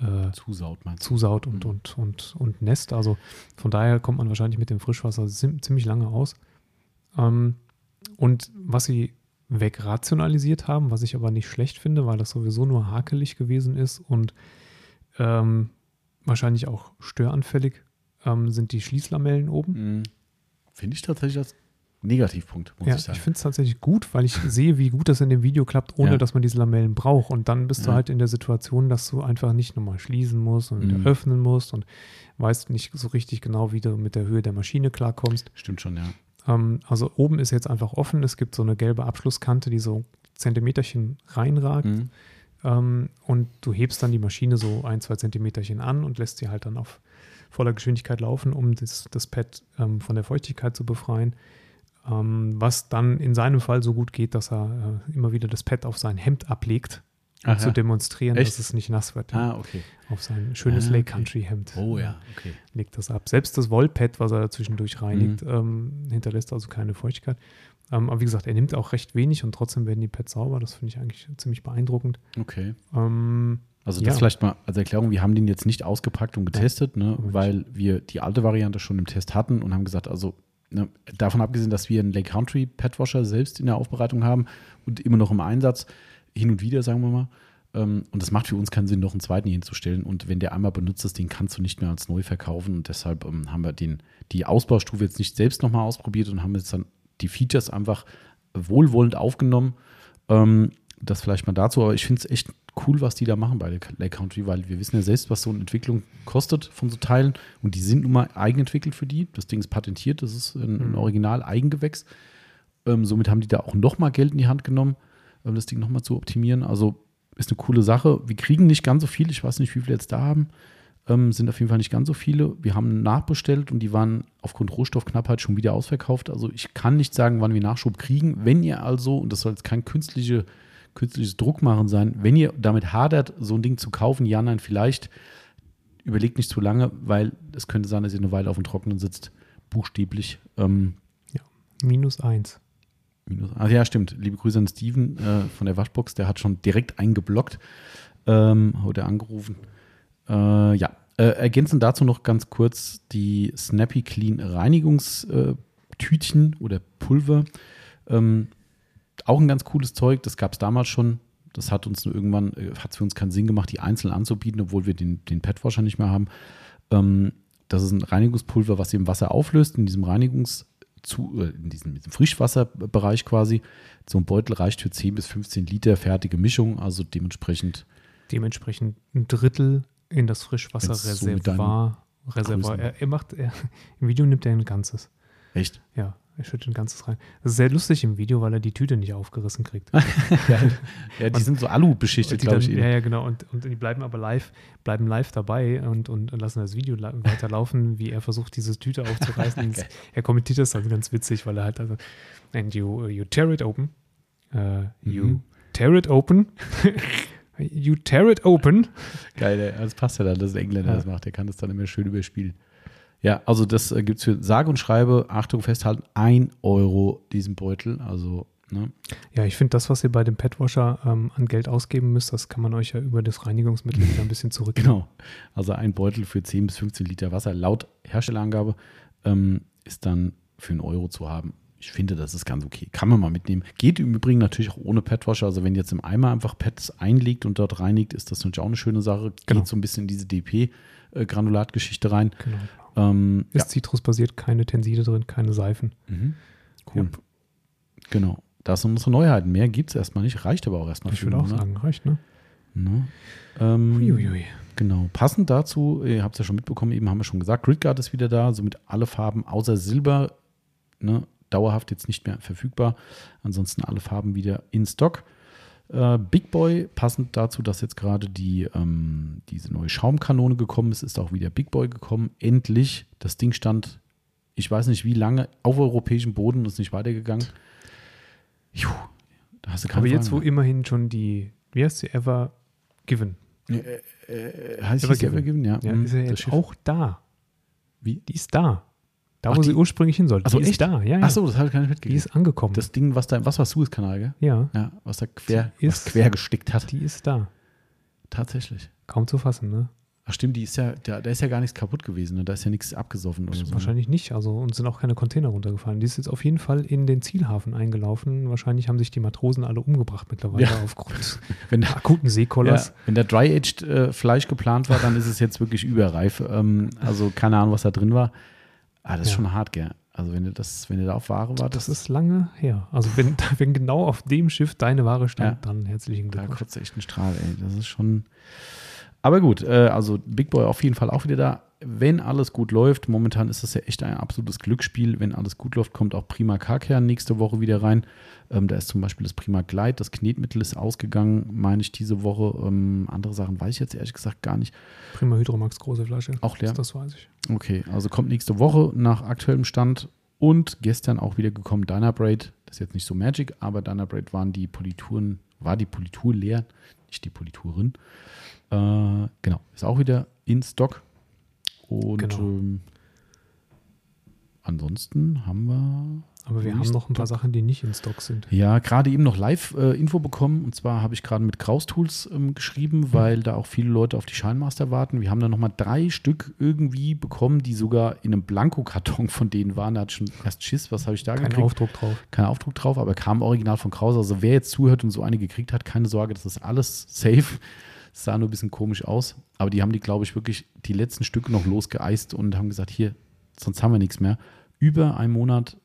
Speaker 2: äh,
Speaker 1: Zusaut, meinst du?
Speaker 2: zusaut und,
Speaker 1: Mhm.
Speaker 2: und, und, und nässt. Also von daher kommt man wahrscheinlich mit dem Frischwasser sim- ziemlich lange aus. Ähm, und was sie wegrationalisiert haben, was ich aber nicht schlecht finde, weil das sowieso nur hakelig gewesen ist und ähm, wahrscheinlich auch störanfällig, ähm, sind die Schließlamellen oben.
Speaker 1: Mhm. Finde ich tatsächlich als Negativpunkt, muss
Speaker 2: ja,
Speaker 1: ich
Speaker 2: ich,
Speaker 1: sagen.
Speaker 2: finde es tatsächlich gut, weil ich sehe, wie gut das in dem Video klappt, ohne
Speaker 1: Ja. Mhm.
Speaker 2: dass man diese Lamellen braucht. Und dann bist du
Speaker 1: Ja.
Speaker 2: halt in der Situation, dass du einfach nicht nochmal schließen musst und wieder
Speaker 1: Mhm.
Speaker 2: öffnen musst und weißt nicht so richtig genau, wie du mit der Höhe der Maschine klarkommst.
Speaker 1: Stimmt schon, ja.
Speaker 2: Ähm, also oben ist jetzt einfach offen. Es gibt so eine gelbe Abschlusskante, die so Zentimeterchen reinragt.
Speaker 1: Mhm.
Speaker 2: Ähm, und du hebst dann die Maschine so ein, zwei Zentimeterchen an und lässt sie halt dann auf voller Geschwindigkeit laufen, um das, das Pad ähm, von der Feuchtigkeit zu befreien. Ähm, was dann in seinem Fall so gut geht, dass er äh, immer wieder das Pad auf sein Hemd ablegt, um
Speaker 1: Aha.
Speaker 2: zu demonstrieren,
Speaker 1: Echt?
Speaker 2: dass es nicht nass wird.
Speaker 1: Ah, okay.
Speaker 2: Auf sein schönes
Speaker 1: Ah, okay.
Speaker 2: Lake Country Hemd
Speaker 1: Oh ja, okay.
Speaker 2: legt das ab. Selbst das Wollpad, was er zwischendurch
Speaker 1: Mhm.
Speaker 2: reinigt, ähm, hinterlässt also keine Feuchtigkeit. Ähm, aber wie gesagt, er nimmt auch recht wenig und trotzdem werden die Pads sauber. Das finde ich eigentlich ziemlich beeindruckend.
Speaker 1: Okay.
Speaker 2: Ähm,
Speaker 1: Also
Speaker 2: Ja.
Speaker 1: das vielleicht mal als Erklärung, wir haben den jetzt nicht ausgepackt und getestet, ne,
Speaker 2: Moment.
Speaker 1: weil wir die alte Variante schon im Test hatten und haben gesagt, also ne, davon abgesehen, dass wir einen Lake Country Padwasher selbst in der Aufbereitung haben und immer noch im Einsatz, hin und wieder, sagen wir mal. ähm, Und das macht für uns keinen Sinn, noch einen zweiten hinzustellen. Und wenn der einmal benutzt ist, den kannst du nicht mehr als neu verkaufen. Und deshalb ähm, haben wir den, die Ausbaustufe jetzt nicht selbst nochmal ausprobiert und haben jetzt dann die Features einfach wohlwollend aufgenommen. Ähm, das vielleicht mal dazu, aber ich finde es echt cool, was die da machen bei Lake Country, weil wir wissen ja selbst, was so eine Entwicklung kostet von so Teilen und die sind nun mal eigenentwickelt für die. Das Ding ist patentiert, das ist ein, ein
Speaker 2: Mhm.
Speaker 1: Original Eigengewächs. Ähm, somit haben die da auch nochmal Geld in die Hand genommen, ähm, das Ding nochmal zu optimieren. Also ist eine coole Sache. Wir kriegen nicht ganz so viel, ich weiß nicht, wie viele jetzt da haben. Ähm, sind auf jeden Fall nicht ganz so viele. Wir haben nachbestellt und die waren aufgrund Rohstoffknappheit schon wieder ausverkauft. Also ich kann nicht sagen, wann wir Nachschub kriegen. Wenn ihr also, und das soll jetzt kein künstliche, künstliches Druckmachen sein, wenn ihr damit hadert, so ein Ding zu kaufen, ja, nein, vielleicht, überlegt nicht zu lange, weil es könnte sein, dass ihr eine Weile auf dem Trockenen sitzt, buchstäblich. Ähm,
Speaker 2: minus eins.
Speaker 1: Minus, ah, ja, stimmt. Liebe Grüße an Steven äh, von der Waschbox, der hat schon direkt eingeblockt ähm, oder angerufen. Äh, ja, äh, ergänzend dazu noch ganz kurz die Snappy Clean Reinigungstütchen oder Pulver. Ähm, auch ein ganz cooles Zeug, das gab es damals schon. Das hat uns nur irgendwann, äh, hat für uns keinen Sinn gemacht, die einzeln anzubieten, obwohl wir den, den Padwasher nicht mehr haben. Ähm, das ist ein Reinigungspulver, was im Wasser auflöst, in diesem Reinigungs- zu, äh, in diesem, in diesem Frischwasserbereich quasi. So ein Beutel reicht für 10 bis 15 Liter fertige Mischung, also dementsprechend
Speaker 2: Dementsprechend ein Drittel in das
Speaker 1: Wenn's so mit deinen
Speaker 2: Frischwasserreservoir. Reservoir.
Speaker 1: Größen-
Speaker 2: Er, er macht, er, im Video nimmt er ein ganzes.
Speaker 1: echt.
Speaker 2: Ja, er schüttet ein ganzes rein. Das ist sehr lustig im Video, weil er die Tüte nicht aufgerissen kriegt.
Speaker 1: Ja, die
Speaker 2: Und-
Speaker 1: sind so Alu beschichtet,
Speaker 2: die
Speaker 1: glaube Ah, ich. eh.
Speaker 2: dann-
Speaker 1: eben.
Speaker 2: Ja, ja, genau. Und, und die bleiben aber live, bleiben live dabei und, und lassen das Video la- weiterlaufen, wie er versucht, diese Tüte aufzureißen. Und Er kommentiert das dann ganz witzig, weil er halt also, and you, you tear it open. Äh, you
Speaker 1: Mhm.
Speaker 2: tear it open. you tear it open.
Speaker 1: Geil, ey. das passt ja dann, dass ein Engländer
Speaker 2: Ja.
Speaker 1: das macht. Der kann das dann immer schön überspielen. Ja, also das äh, gibt es für sage und schreibe, Achtung, festhalten, 1 Euro diesen Beutel. Also, ne?
Speaker 2: Ja, ich finde, das, was ihr bei dem Petwasher ähm, an Geld ausgeben müsst, das kann man euch ja über das Reinigungsmittel wieder ein bisschen zurücknehmen.
Speaker 1: Genau. Also ein Beutel für 10 bis 15 Liter Wasser laut Herstellerangabe ähm, ist dann für einen Euro zu haben. Ich finde, das ist ganz okay. Kann man mal mitnehmen. Geht im Übrigen natürlich auch ohne Padwasher. Also wenn ihr jetzt im Eimer einfach Pads einlegt und dort reinigt, ist das natürlich auch eine schöne Sache. Geht
Speaker 2: Genau.
Speaker 1: so ein bisschen in diese DP-Granulatgeschichte rein.
Speaker 2: Genau.
Speaker 1: Ähm,
Speaker 2: Ist zitrusbasiert, keine Tenside drin, keine Seifen.
Speaker 1: ja. mhm. Cool. Genau. Das sind unsere Neuheiten. Mehr gibt es erstmal nicht, reicht aber auch erstmal
Speaker 2: Ich
Speaker 1: für
Speaker 2: würde
Speaker 1: den
Speaker 2: auch
Speaker 1: Monat.
Speaker 2: sagen, reicht, ne?
Speaker 1: Ne? Ähm,
Speaker 2: Uiuiui.
Speaker 1: Genau. Passend dazu, ihr habt es ja schon mitbekommen, eben haben wir schon gesagt, Gridguard ist wieder da, somit alle Farben außer Silber, ne, dauerhaft jetzt nicht mehr verfügbar. Ansonsten alle Farben wieder in Stock. Äh, Big Boy, passend dazu, dass jetzt gerade die, ähm, diese neue Schaumkanone gekommen ist, ist auch wieder Big Boy gekommen. Endlich, das Ding stand, ich weiß nicht wie lange, auf europäischem Boden und ist nicht weitergegangen. Juh, da hast du keine
Speaker 2: Aber jetzt, wo
Speaker 1: Fragen
Speaker 2: immerhin schon die, wie heißt sie, Ever Given,
Speaker 1: mehr. äh, heißt es
Speaker 2: Evergiven.
Speaker 1: Evergiven, ja.
Speaker 2: ja,
Speaker 1: Mhm,
Speaker 2: ist ja
Speaker 1: das
Speaker 2: jetzt
Speaker 1: Schiff.
Speaker 2: auch da.
Speaker 1: Wie?
Speaker 2: Die ist da. Da,
Speaker 1: Ach,
Speaker 2: wo
Speaker 1: die-
Speaker 2: sie ursprünglich hin sollte.
Speaker 1: Ach so,
Speaker 2: die ist
Speaker 1: Also echt?
Speaker 2: da, ja, ja.
Speaker 1: Ach so, das habe ich gar nicht
Speaker 2: die
Speaker 1: mitgekriegt.
Speaker 2: ist angekommen.
Speaker 1: Das Ding, was da, was war Suezkanal, gell?
Speaker 2: ja,
Speaker 1: Ja, was da quer,
Speaker 2: Die
Speaker 1: was
Speaker 2: ist-
Speaker 1: quer gestickt hat.
Speaker 2: die ist da.
Speaker 1: Tatsächlich.
Speaker 2: Kaum zu fassen, ne?
Speaker 1: Ach stimmt, die ist ja, da, da ist ja gar nichts kaputt gewesen, ne? da ist ja nichts abgesoffen oder so. ne?
Speaker 2: Wahrscheinlich nicht. Also uns sind auch keine Container runtergefallen. Die ist jetzt auf jeden Fall in den Zielhafen eingelaufen. Wahrscheinlich haben sich die Matrosen alle umgebracht mittlerweile
Speaker 1: Ja.
Speaker 2: aufgrund
Speaker 1: Wenn da,
Speaker 2: akuten
Speaker 1: ja,
Speaker 2: Seekollers.
Speaker 1: wenn da Dry-Aged äh, Fleisch geplant war, dann ist es jetzt wirklich überreif. Ähm, also keine Ahnung, was da drin war. Ah, das ist
Speaker 2: Ja.
Speaker 1: schon hart, gell? Also wenn du das, wenn du da auf Ware
Speaker 2: Das
Speaker 1: wartest,
Speaker 2: ist lange her. Also wenn, wenn genau auf dem Schiff deine Ware stand,
Speaker 1: Ja.
Speaker 2: dann herzlichen
Speaker 1: da
Speaker 2: Glückwunsch.
Speaker 1: kotzt echt ein Strahl, ey. Das ist schon. Aber gut, äh, also Big Boy auf jeden Fall auch wieder da. Wenn alles gut läuft, momentan ist das ja echt ein absolutes Glücksspiel. Wenn alles gut läuft, kommt auch Prima K-Kern nächste Woche wieder rein. Ähm, da ist zum Beispiel das Prima Glide, das Knetmittel ist ausgegangen, meine ich, diese Woche. Ähm, andere Sachen weiß ich jetzt ehrlich gesagt gar nicht.
Speaker 2: Prima Hydromax, große Flasche.
Speaker 1: Auch leer?
Speaker 2: Das, das weiß ich.
Speaker 1: Okay, also kommt nächste Woche nach aktuellem Stand und gestern auch wieder gekommen Dynabraid. Das ist jetzt nicht so Magic, aber Dynabraid waren die Polituren, war die Politur leer, nicht die Politurin. Äh, genau, ist auch wieder in Stock. Und
Speaker 2: Genau.
Speaker 1: ähm, ansonsten haben wir
Speaker 2: Aber wir
Speaker 1: Wo
Speaker 2: haben
Speaker 1: ist
Speaker 2: noch ein paar Sachen, die nicht in Stock sind.
Speaker 1: ja, gerade eben noch Live-Info bekommen. Und zwar habe ich gerade mit Kraus Tools ähm, geschrieben, weil da auch viele Leute auf die Scheinmaster warten. Wir haben da nochmal drei Stück irgendwie bekommen, die sogar in einem Blankokarton von denen waren. Da hat schon erst Schiss, was habe ich da
Speaker 2: Kein
Speaker 1: gekriegt?
Speaker 2: Aufdruck drauf.
Speaker 1: Kein Aufdruck drauf, aber kam original von Kraus. Also wer jetzt zuhört und so eine gekriegt hat, keine Sorge, das ist alles safe. Es sah nur ein bisschen komisch aus. Aber die haben die, glaube ich, wirklich die letzten Stücke noch losgeeist und haben gesagt, hier, sonst haben wir nichts mehr. Über einen Monat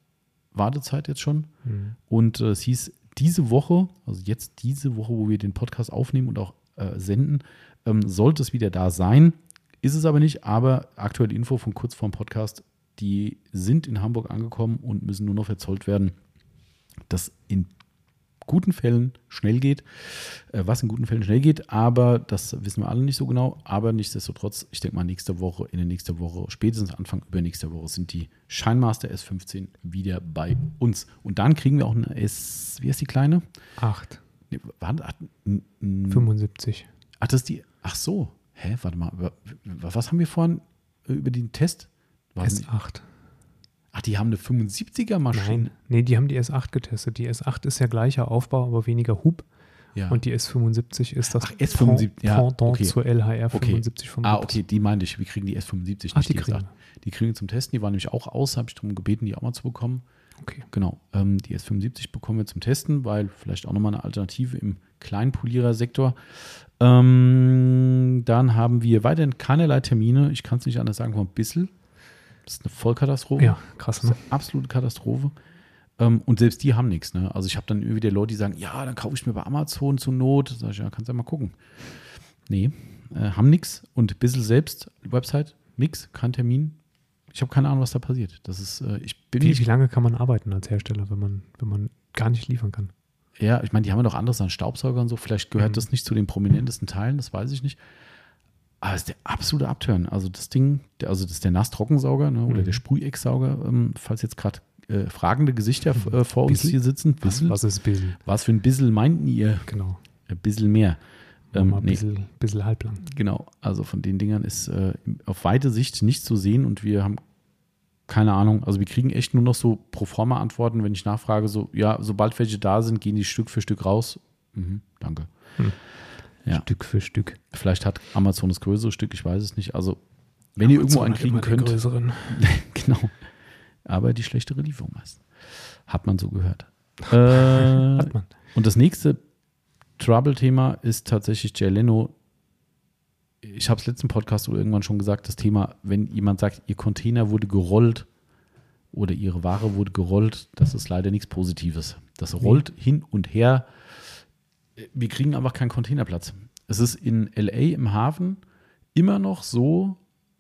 Speaker 1: Wartezeit jetzt schon.
Speaker 2: Hm.
Speaker 1: Und äh, es hieß, diese Woche, also jetzt diese Woche, wo wir den Podcast aufnehmen und auch äh, senden, ähm, sollte es wieder da sein. Ist es aber nicht, aber aktuelle Info von kurz vorm Podcast, die sind in Hamburg angekommen und müssen nur noch verzollt werden. Das in guten Fällen schnell geht, äh, was in guten Fällen schnell geht, aber das wissen wir alle nicht so genau. Aber nichtsdestotrotz, ich denke mal, nächste Woche, in der nächsten Woche, spätestens Anfang übernächster Woche sind die Scheinmaster S15 wieder bei uns. Und dann kriegen wir auch eine S, wie heißt die kleine?
Speaker 2: 8,
Speaker 1: Nee, warte, ach, n- n-
Speaker 2: 75.
Speaker 1: ach, das ist die, ach so, hä, warte mal, über, über- was haben wir vorhin äh, über den Test? War nicht-
Speaker 2: S8.
Speaker 1: Ach, die haben eine 75er Maschine.
Speaker 2: Nein, nee, die haben die S8 getestet. Die S8 ist ja gleicher Aufbau, aber weniger Hub.
Speaker 1: Ja.
Speaker 2: Und die S75 ist das
Speaker 1: Ach, S75, ja,
Speaker 2: Pendant
Speaker 1: okay.
Speaker 2: zur LHR
Speaker 1: Okay.
Speaker 2: 75 vom
Speaker 1: Ah,
Speaker 2: Hub.
Speaker 1: okay, die meinte ich. Wir kriegen die S75
Speaker 2: Ach,
Speaker 1: nicht.
Speaker 2: die kriegen
Speaker 1: S8. die kriegen wir zum Testen. Die waren nämlich auch aus. Habe ich darum gebeten, die auch mal zu bekommen.
Speaker 2: okay.
Speaker 1: Genau. Ähm, die S75 bekommen wir zum Testen, weil vielleicht auch nochmal eine Alternative im Kleinpolierer-Sektor. Ähm, dann haben wir weiterhin keinerlei Termine. Ich kann es nicht anders sagen, von Bissel. Das ist eine Vollkatastrophe.
Speaker 2: Ja, krass,
Speaker 1: Das
Speaker 2: ne?
Speaker 1: ist eine absolute Katastrophe. Ähm, und selbst die haben nichts. Ne? Also ich habe dann irgendwie wieder Leute, die sagen, ja, dann kaufe ich mir bei Amazon zur Not. Sag ich, ja, kannst ja mal gucken. Nee, äh, haben nichts. Und Bissel selbst, Website, nix, kein Termin. Ich habe keine Ahnung, was da passiert. Das ist, äh, ich bin
Speaker 2: Wie,
Speaker 1: nicht-
Speaker 2: wie lange kann man arbeiten als Hersteller, wenn man, wenn man gar nicht liefern kann?
Speaker 1: Ja, ich meine, die haben ja noch anderes an Staubsauger und so. Vielleicht gehört
Speaker 2: Mhm.
Speaker 1: das nicht zu den prominentesten Teilen, das weiß ich nicht. Aber es ist der absolute Abtören. Also das Ding, der, also das ist der Nass-Trockensauger ne, oder
Speaker 2: Mhm.
Speaker 1: der Sprühecksauger, ähm, falls jetzt gerade äh, fragende Gesichter f- äh, vor uns
Speaker 2: Bissl?
Speaker 1: hier sitzen.
Speaker 2: Was,
Speaker 1: Bissl? Was,
Speaker 2: was ist Bissel?
Speaker 1: für ein Bissel meinten ihr?
Speaker 2: Genau.
Speaker 1: Ein bisschen mehr. Ähm,
Speaker 2: Mal ein
Speaker 1: nee,
Speaker 2: bisschen, bisschen halblang.
Speaker 1: Genau, also von den Dingern ist äh, auf weite Sicht nichts zu sehen und wir haben keine Ahnung. Also wir kriegen echt nur noch so pro forma Antworten, wenn ich nachfrage, so, ja, sobald welche da sind, gehen die Stück für Stück raus. Mhm, danke. Ja.
Speaker 2: Stück für Stück.
Speaker 1: Vielleicht hat Amazon das größere Stück, ich weiß es nicht. Also wenn ihr irgendwo einen kriegen könnt,
Speaker 2: Größeren.
Speaker 1: genau. Aber die schlechtere Lieferung meist. Hat man so gehört. Äh,
Speaker 2: Hat man.
Speaker 1: und das nächste Trouble-Thema ist tatsächlich Jay Leno ich habe es letzten Podcast oder irgendwann schon gesagt, das Thema, wenn jemand sagt, ihr Container wurde gerollt oder ihre Ware wurde gerollt, das ist leider nichts Positives. Das rollt hin und her. Wir kriegen einfach keinen Containerplatz. Es ist in LA im Hafen immer noch so,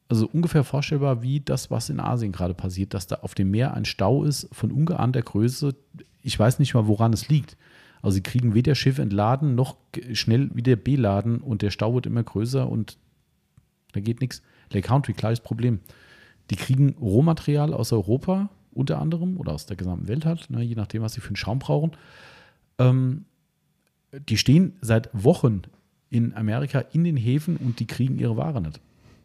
Speaker 1: also ungefähr vorstellbar wie das, was in Asien gerade passiert, dass da auf dem Meer ein Stau ist von ungeahnter Größe. Ich weiß nicht mal, woran es liegt. Also sie kriegen weder Schiff entladen noch g- schnell wieder beladen und der Stau wird immer größer und da geht nichts. Lake Country, gleiches Problem. Die kriegen Rohmaterial aus Europa unter anderem oder aus der gesamten Welt halt, ne, je nachdem, was sie für einen Schaum brauchen. Ähm, die stehen seit Wochen in Amerika in den Häfen und die kriegen ihre Ware nicht.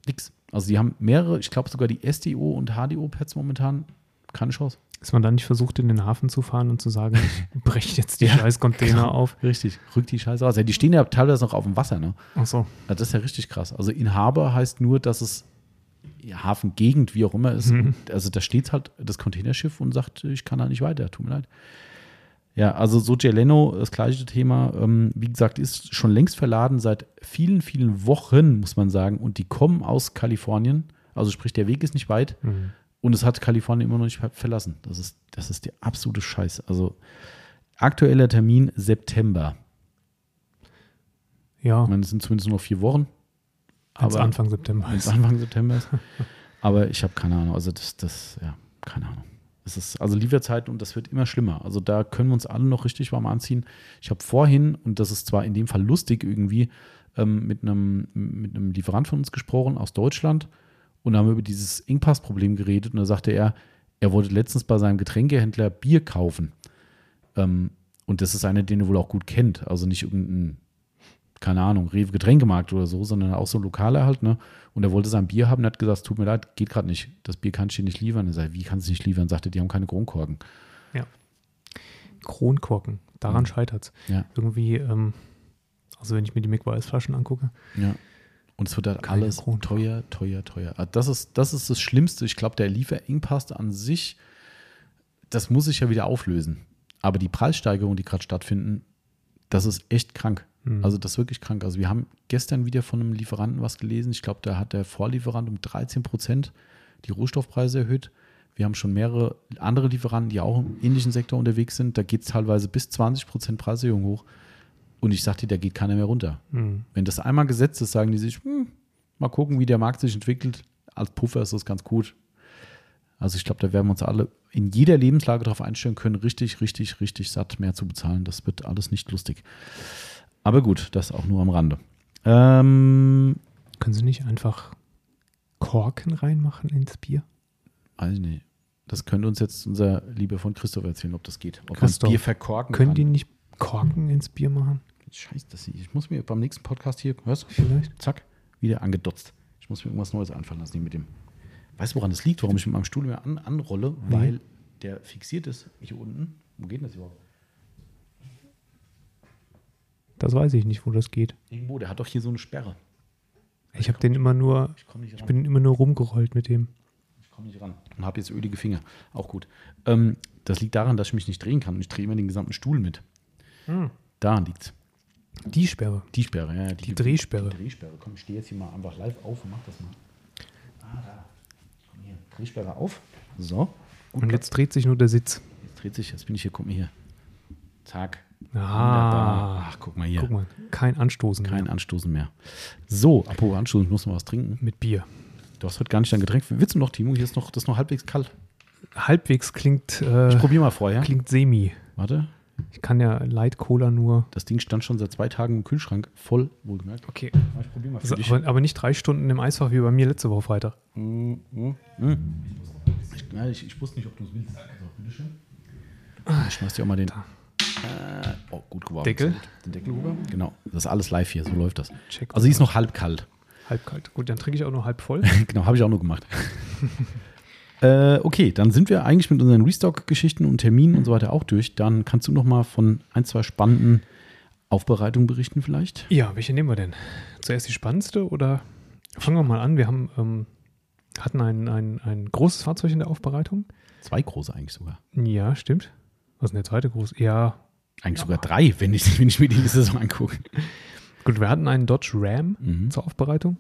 Speaker 1: Nix. Also die haben mehrere, ich glaube sogar die SDO und HDO-Pads momentan keine Chance.
Speaker 2: Dass man da nicht versucht, in den Hafen zu fahren und zu sagen, ich breche jetzt die scheiß
Speaker 1: genau.
Speaker 2: Container auf.
Speaker 1: Richtig, rückt die Scheiße raus. Ja, die stehen ja teilweise noch auf dem Wasser, ne?
Speaker 2: Ach so.
Speaker 1: Ja, das ist ja richtig krass. Also Inhaber heißt nur, dass es ja, Hafengegend, wie auch immer ist.
Speaker 2: Mhm.
Speaker 1: Und Also da steht halt das Containerschiff und sagt, ich kann da nicht weiter, tut mir leid. Ja, also so Geleno, das gleiche Thema, ähm, wie gesagt, ist schon längst verladen seit vielen, vielen Wochen, muss man sagen. Und die kommen aus Kalifornien. Also sprich, der Weg ist nicht weit.
Speaker 2: Mhm.
Speaker 1: Und es hat Kalifornien immer noch nicht verlassen. Das ist, das ist der absolute Scheiß. Also aktueller Termin September.
Speaker 2: Ja,
Speaker 1: Ich meine, es sind zumindest nur noch vier Wochen.
Speaker 2: als
Speaker 1: aber-
Speaker 2: Anfang September.
Speaker 1: Wenn's
Speaker 2: Ist.
Speaker 1: Anfang September ist. Aber ich habe keine Ahnung. Also das, das, ja, keine Ahnung. Es ist also Lieferzeiten und das wird immer schlimmer. Also da können wir uns alle noch richtig warm anziehen. Ich habe vorhin, und das ist zwar in dem Fall lustig irgendwie, ähm, mit einem mit einem Lieferant von uns gesprochen aus Deutschland und haben über dieses Engpassproblem geredet und da sagte er, er wollte letztens bei seinem Getränkehändler Bier kaufen. Ähm, und das ist einer, den er wohl auch gut kennt. Also nicht irgendein keine Ahnung, Rewe Getränkemarkt oder so, sondern auch so ein Lokaler halt, ne? Und er wollte sein Bier haben, hat gesagt, es tut mir leid, geht gerade nicht. Das Bier kann ich dir nicht liefern. Er sagt, wie kannst du nicht liefern? Sagte, die haben keine Kronkorken.
Speaker 2: Kronkorken. Daran
Speaker 1: Mhm.
Speaker 2: scheitert's.
Speaker 1: Ja.
Speaker 2: Irgendwie, ähm, also wenn ich mir die Mick Flaschen angucke,
Speaker 1: Ja. Und es wird halt
Speaker 2: Keine
Speaker 1: alles
Speaker 2: Kronkorken.
Speaker 1: teuer, teuer, teuer. Ah, Das ist, das ist das Schlimmste. Ich glaube, der Lieferengpass an sich, das muss sich ja wieder auflösen. Aber die Preissteigerungen, die gerade stattfinden, das ist echt krank.
Speaker 2: Mhm.
Speaker 1: Also das ist wirklich krank. Also wir haben gestern wieder von einem Lieferanten was gelesen. Ich glaube, da hat der Vorlieferant um 13 Prozent die Rohstoffpreise erhöht. Wir haben schon mehrere andere Lieferanten, die auch im ähnlichen Sektor unterwegs sind. Da geht es teilweise bis 20 Prozent Preiserhöhung hoch. Und ich sagte, da geht keiner mehr runter.
Speaker 2: Mhm.
Speaker 1: Wenn das einmal gesetzt ist, sagen die sich, hm, mal gucken, wie der Markt sich entwickelt. Als Puffer ist das ganz gut. Also ich glaube, da werden wir uns alle in jeder Lebenslage darauf einstellen können, richtig, richtig, richtig satt mehr zu bezahlen. Das wird alles nicht lustig. Aber gut, das auch nur am Rande. Ähm,
Speaker 2: können Sie nicht einfach Korken reinmachen ins Bier?
Speaker 1: weiß ich nicht. Das könnte uns jetzt unser lieber von Christoph erzählen, ob das geht. Ob
Speaker 2: Christoph,
Speaker 1: man Bier verkorken
Speaker 2: Können die
Speaker 1: kann.
Speaker 2: nicht Korken ins Bier machen?
Speaker 1: Scheiße, das, ich muss mir beim nächsten Podcast hier, hörst du?
Speaker 2: Vielleicht?
Speaker 1: zack, wieder angedotzt. Ich muss mir irgendwas Neues einfallen lassen hier mit dem. Weißt du, woran das liegt, warum ich mit meinem Stuhl mehr an, anrolle? Weil der fixiert ist hier unten. Wo geht denn das überhaupt?
Speaker 2: Das weiß ich nicht, wo das geht.
Speaker 1: Irgendwo, der hat doch hier so eine Sperre.
Speaker 2: Ich habe den immer nur,
Speaker 1: Ich komme nicht
Speaker 2: ich
Speaker 1: ran.
Speaker 2: bin immer nur rumgerollt mit dem.
Speaker 1: Ich komme nicht ran. Und habe jetzt ölige Finger. Auch gut. Ähm, das liegt daran, dass ich mich nicht drehen kann. Und ich drehe immer den gesamten Stuhl mit. Hm. Daran liegt's.
Speaker 2: Die Sperre.
Speaker 1: Die Sperre, ja. ja, Die,
Speaker 2: Drehsperre.
Speaker 1: Die Drehsperre. Komm, ich stehe jetzt hier mal einfach live auf und mach das mal. Ah, da. Komm hier. Drehsperre auf. So.
Speaker 2: Und jetzt dreht sich nur der Sitz.
Speaker 1: Jetzt dreht sich, jetzt bin ich hier, guck mal hier. Zack. Wunderbar.
Speaker 2: Ah,
Speaker 1: Ach, guck mal hier.
Speaker 2: guck mal, kein Anstoßen
Speaker 1: Kein
Speaker 2: mehr
Speaker 1: Anstoßen mehr. So, apropos Anstoßen, ich muss noch was trinken.
Speaker 2: mit Bier.
Speaker 1: Du hast heute gar nicht dein Getränk. Willst du noch, Timo? Hier ist noch, das ist noch halbwegs kalt.
Speaker 2: Halbwegs klingt, äh,
Speaker 1: Ich probier mal vorher.
Speaker 2: klingt semi.
Speaker 1: Warte,
Speaker 2: Ich kann ja Light Cola nur.
Speaker 1: das Ding stand schon seit zwei Tagen im Kühlschrank, voll wohlgemerkt.
Speaker 2: Okay.
Speaker 1: Aber Ich probier mal für
Speaker 2: So,
Speaker 1: dich.
Speaker 2: aber, aber nicht drei Stunden im Eisfach wie bei mir letzte Woche Freitag.
Speaker 1: Ich, na, Hm? ich, ich wusste nicht, ob du es willst. Also, bitteschön. Ich schmeiß dir auch mal den. Äh, oh, gut geworden.
Speaker 2: Deckel?
Speaker 1: Den Deckel rüber. Genau, das ist alles live hier, so läuft das.
Speaker 2: Check.
Speaker 1: Also, sie ist noch halb kalt.
Speaker 2: Halb kalt. Gut, dann trinke ich auch nur halb voll.
Speaker 1: genau, habe ich auch nur gemacht. äh, okay, dann sind wir eigentlich mit unseren Restock-Geschichten und Terminen und so weiter auch durch. Dann kannst du noch mal von ein, zwei spannenden Aufbereitungen berichten vielleicht.
Speaker 2: ja, welche nehmen wir denn? Zuerst die spannendste oder fangen wir mal an. Wir haben, ähm, hatten ein, ein, ein großes Fahrzeug in der Aufbereitung.
Speaker 1: Zwei große eigentlich sogar.
Speaker 2: Ja, stimmt. Was ist denn der zweite groß? Ja,
Speaker 1: Eigentlich sogar drei, wenn ich, wenn ich mir die Saison angucke.
Speaker 2: Gut, wir hatten einen Dodge Ram
Speaker 1: Mhm.
Speaker 2: zur Aufbereitung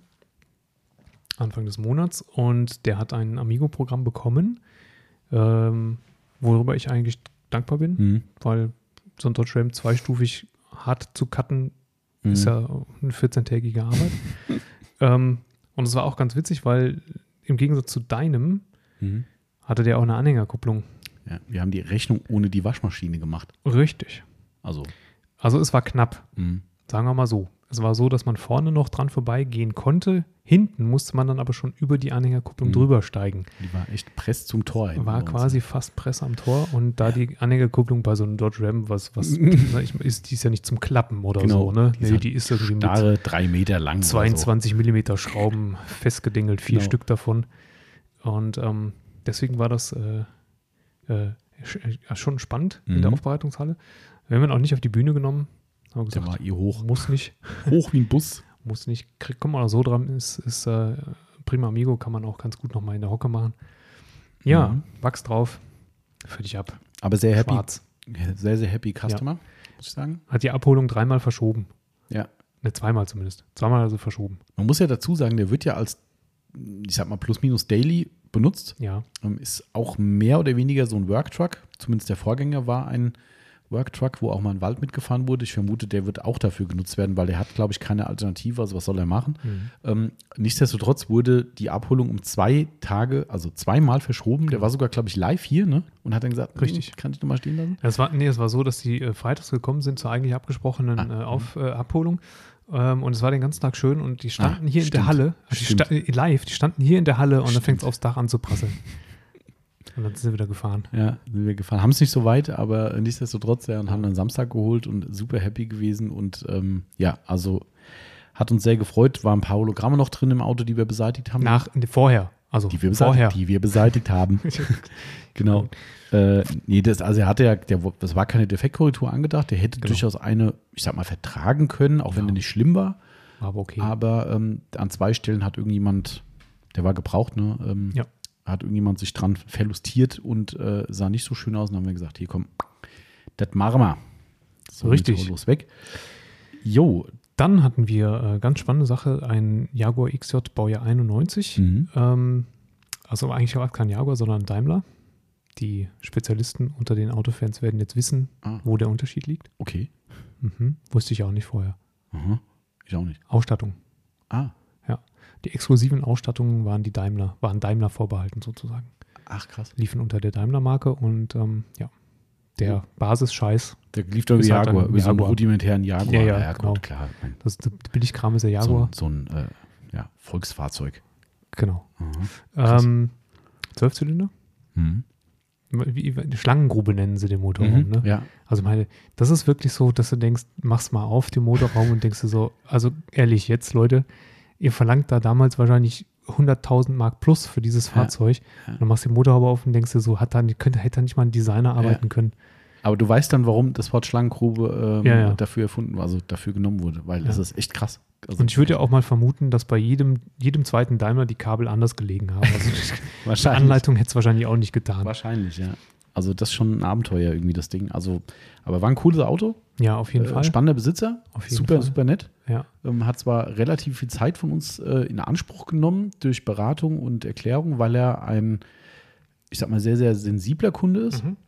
Speaker 2: Anfang des Monats und der hat ein Amigo-Programm bekommen, ähm, worüber ich eigentlich dankbar bin,
Speaker 1: Mhm.
Speaker 2: weil so ein Dodge Ram zweistufig hart zu cutten
Speaker 1: Mhm.
Speaker 2: ist ja eine 14-tägige Arbeit. ähm, und es war auch ganz witzig, weil im Gegensatz zu deinem
Speaker 1: Mhm.
Speaker 2: hatte der auch eine Anhängerkupplung.
Speaker 1: ja. Wir haben die Rechnung ohne die Waschmaschine gemacht.
Speaker 2: Richtig.
Speaker 1: Also,
Speaker 2: Also es war knapp,
Speaker 1: mhm.
Speaker 2: sagen wir mal so. Es war so, dass man vorne noch dran vorbeigehen konnte. Hinten musste man dann aber schon über die Anhängerkupplung
Speaker 1: Mhm.
Speaker 2: drüber steigen.
Speaker 1: die war echt Press zum Tor. Also hinten
Speaker 2: War
Speaker 1: bei uns.
Speaker 2: quasi fast Presse am Tor und da die Anhängerkupplung bei so einem Dodge Ram, was, was sag ich mal, ist, die ist ja nicht zum Klappen oder
Speaker 1: Genau,
Speaker 2: so, ne?
Speaker 1: die ist
Speaker 2: Nee,
Speaker 1: halt
Speaker 2: die ist irgendwie mit
Speaker 1: Starre, drei Meter lang. oder
Speaker 2: 22 mm Schrauben festgedingelt, vier
Speaker 1: Genau.
Speaker 2: Stück davon. Und ähm, deswegen war das äh, äh, sch- äh, schon spannend in
Speaker 1: Mhm.
Speaker 2: der Aufbereitungshalle. Wir haben ihn auch nicht auf die Bühne genommen. Haben
Speaker 1: So. Der
Speaker 2: gesagt,
Speaker 1: war ihr hoch.
Speaker 2: muss nicht,
Speaker 1: Hoch wie ein Bus.
Speaker 2: muss nicht, krieg, komm mal so dran, ist, ist äh, prima Amigo, kann man auch ganz gut nochmal in der Hocke machen. Ja,
Speaker 1: Mhm.
Speaker 2: Wachs drauf, für dich ab.
Speaker 1: Aber sehr happy.
Speaker 2: Schwarz.
Speaker 1: Sehr, sehr happy Customer, muss ich sagen.
Speaker 2: Hat die Abholung dreimal verschoben.
Speaker 1: Ja.
Speaker 2: Ne, zweimal zumindest. Zweimal also verschoben.
Speaker 1: Man muss ja dazu sagen, der wird ja als, ich sag mal, plus minus daily benutzt.
Speaker 2: Ja.
Speaker 1: Ähm, Ist auch mehr oder weniger so ein Worktruck. Zumindest der Vorgänger war ein Worktruck, wo auch mal ein Wald mitgefahren wurde. Ich vermute, der wird auch dafür genutzt werden, weil der hat, glaube ich, keine Alternative. Also was soll er machen? Ähm, nichtsdestotrotz wurde die Abholung um zwei Tage, also zweimal verschoben. Der war sogar, glaube ich, live hier ne? und hat dann gesagt,
Speaker 2: Richtig.
Speaker 1: "Hm, kann ich nochmal stehen lassen?
Speaker 2: Es war, nee, es war so, dass die äh, freitags gekommen sind zur eigentlich abgesprochenen
Speaker 1: Ah,
Speaker 2: äh, Auf,
Speaker 1: mhm.
Speaker 2: äh, Abholung. Ähm, und es war den ganzen Tag schön und die standen
Speaker 1: Ah,
Speaker 2: hier in der
Speaker 1: stimmt.
Speaker 2: Halle, also die
Speaker 1: Stimmt.
Speaker 2: sta äh, live, die standen hier in der Halle und dann
Speaker 1: Stimmt.
Speaker 2: fängt es aufs Dach an zu prasseln. und dann sind sie wieder gefahren.
Speaker 1: Ja, sind wir gefahren. Haben es nicht so weit, aber nichtsdestotrotz ja, und haben dann Samstag geholt und super happy gewesen. Und ähm, ja, also hat uns sehr gefreut. Waren ein paar Hologramme noch drin im Auto, die wir beseitigt haben.
Speaker 2: Nach, nee, vorher. Also
Speaker 1: die, wir
Speaker 2: vorher.
Speaker 1: beseitigt, die wir beseitigt haben. genau. Äh, nee, das, also er hatte ja, der, das war keine Defektkorrektur angedacht. Der hätte
Speaker 2: Genau.
Speaker 1: durchaus eine, ich sag mal, vertragen können, auch wenn
Speaker 2: Ja.
Speaker 1: der nicht schlimm war.
Speaker 2: War aber okay.
Speaker 1: Aber ähm, an zwei Stellen hat irgendjemand, der war gebraucht, ne? Ähm,
Speaker 2: Ja.
Speaker 1: Hat irgendjemand sich dran verlustiert und äh, sah nicht so schön aus. Und dann haben wir gesagt, hier komm, das machen wir. So,
Speaker 2: Richtig.
Speaker 1: jetzt hol Los weg. Jo,
Speaker 2: Dann hatten wir äh, ganz spannende Sache, ein Jaguar XJ Baujahr 91.
Speaker 1: mhm.
Speaker 2: Ähm, also eigentlich war es kein Jaguar, sondern ein Daimler. Die Spezialisten unter den Autofans werden jetzt wissen,
Speaker 1: Ah.
Speaker 2: wo der Unterschied liegt.
Speaker 1: okay.
Speaker 2: Mhm. Wusste ich auch nicht vorher.
Speaker 1: Aha. Ich auch nicht.
Speaker 2: Ausstattung.
Speaker 1: Ah,
Speaker 2: Die exklusiven Ausstattungen waren die Daimler, waren Daimler vorbehalten sozusagen.
Speaker 1: ach krass.
Speaker 2: Liefen unter der Daimler-Marke und ähm, ja,
Speaker 1: Mhm.
Speaker 2: der Basisscheiß,
Speaker 1: Der lief doch über
Speaker 2: Ist halt
Speaker 1: Jaguar,
Speaker 2: ein
Speaker 1: über so einen
Speaker 2: Jaguar.
Speaker 1: rudimentären Jaguar.
Speaker 2: Ja, ja, genau.
Speaker 1: klar. Mein,
Speaker 2: das der Billigkram ist der
Speaker 1: so,
Speaker 2: Jaguar.
Speaker 1: ein- so ein äh, ja, Volksfahrzeug.
Speaker 2: Genau.
Speaker 1: Aha. krass.
Speaker 2: Ähm, Zwölfzylinder?
Speaker 1: Mhm.
Speaker 2: Wie, wie- Schlangengrube nennen sie den Motorraum,
Speaker 1: Mhm.
Speaker 2: ne?
Speaker 1: Ja,
Speaker 2: Also meine, das ist wirklich so, dass du denkst, mach's mal auf den Motorraum und denkst du so, also ehrlich jetzt, Leute, ihr verlangt da damals wahrscheinlich 100.000 Mark plus für dieses Fahrzeug.
Speaker 1: ja.
Speaker 2: Und dann machst du den Motorhaube auf und denkst dir so, hat da, nicht- könnte, hätte da nicht mal ein Designer arbeiten können.
Speaker 1: Aber du weißt dann, warum das Wort Schlangengrube ähm,
Speaker 2: Ja, ja.
Speaker 1: dafür erfunden war, also dafür genommen wurde, weil
Speaker 2: Ja.
Speaker 1: das ist echt krass. Also
Speaker 2: Und ich würde ja auch mal vermuten, dass bei jedem, jedem zweiten Daimler die Kabel anders gelegen haben. Also die
Speaker 1: wahrscheinlich,
Speaker 2: Anleitung hätte es wahrscheinlich auch nicht getan.
Speaker 1: wahrscheinlich, ja. Also das ist schon ein Abenteuer irgendwie das Ding. Also, aber war ein cooles Auto,
Speaker 2: Ja, auf jeden
Speaker 1: äh,
Speaker 2: Fall.
Speaker 1: spannender Besitzer,
Speaker 2: Auf jeden
Speaker 1: super,
Speaker 2: Fall.
Speaker 1: super nett.
Speaker 2: Ja.
Speaker 1: Ähm, hat zwar relativ viel Zeit von uns äh, in Anspruch genommen durch Beratung und Erklärung, weil er ein, ich sag mal, sehr, sehr sensibler Kunde ist.
Speaker 2: Mhm.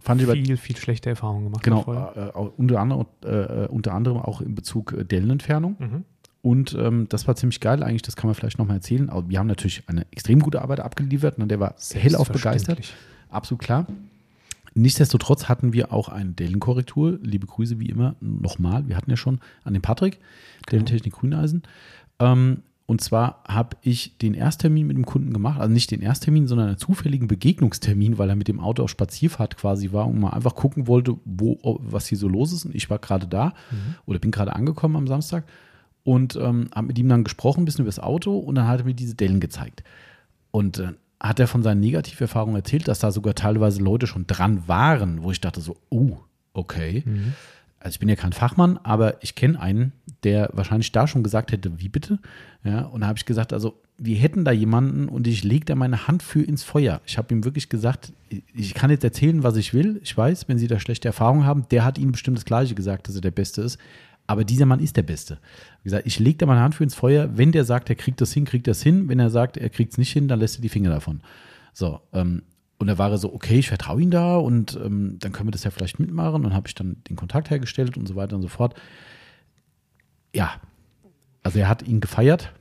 Speaker 1: Fand ich aber
Speaker 2: Viel, viel schlechte Erfahrungen gemacht.
Speaker 1: genau,
Speaker 2: davor.
Speaker 1: äh, auch unter, anderem, äh, unter anderem auch in Bezug äh, Dellenentfernung.
Speaker 2: Mhm.
Speaker 1: Und ähm, das war ziemlich geil eigentlich, das kann man vielleicht nochmal erzählen. Aber wir haben natürlich eine extrem gute Arbeit abgeliefert und der war hellauf begeistert,
Speaker 2: Selbstverständlich.
Speaker 1: absolut klar. Nichtsdestotrotz hatten wir auch eine Dellenkorrektur. Liebe Grüße wie immer nochmal. Wir hatten ja schon an den Patrick, Dellentechnik Grüneisen. Ähm, und zwar habe ich den Ersttermin mit dem Kunden gemacht, also nicht den Ersttermin, sondern einen zufälligen Begegnungstermin, weil er mit dem Auto auf Spazierfahrt quasi war und mal einfach gucken wollte, wo, was hier so los ist. Und ich war gerade da oder bin gerade angekommen am Samstag und ähm, habe mit ihm dann gesprochen, ein bisschen über das Auto und dann hat er mir diese Dellen gezeigt. Und äh, hat er von seinen Negativerfahrungen erzählt, dass da sogar teilweise Leute schon dran waren, wo ich dachte so, oh, okay. Also ich bin ja kein Fachmann, aber ich kenne einen, der wahrscheinlich da schon gesagt hätte, wie bitte? Ja, und da habe ich gesagt, also wir hätten da jemanden und ich lege da meine Hand für ins Feuer. Ich habe ihm wirklich gesagt, ich kann jetzt erzählen, was ich will. Ich weiß, wenn Sie da schlechte Erfahrungen haben, der hat Ihnen bestimmt das Gleiche gesagt, dass er der Beste ist. Aber dieser Mann ist der Beste. Wie gesagt, ich lege da meine Hand für ins Feuer. Wenn der sagt, er kriegt das hin, kriegt das hin. Wenn er sagt, er kriegt es nicht hin, dann lässt er die Finger davon. So, ähm, und da war er so, okay, ich vertraue ihm da und ähm, dann können wir das ja vielleicht mitmachen. Und habe ich dann den Kontakt hergestellt und so weiter und so fort. Ja, also er hat ihn gefeiert.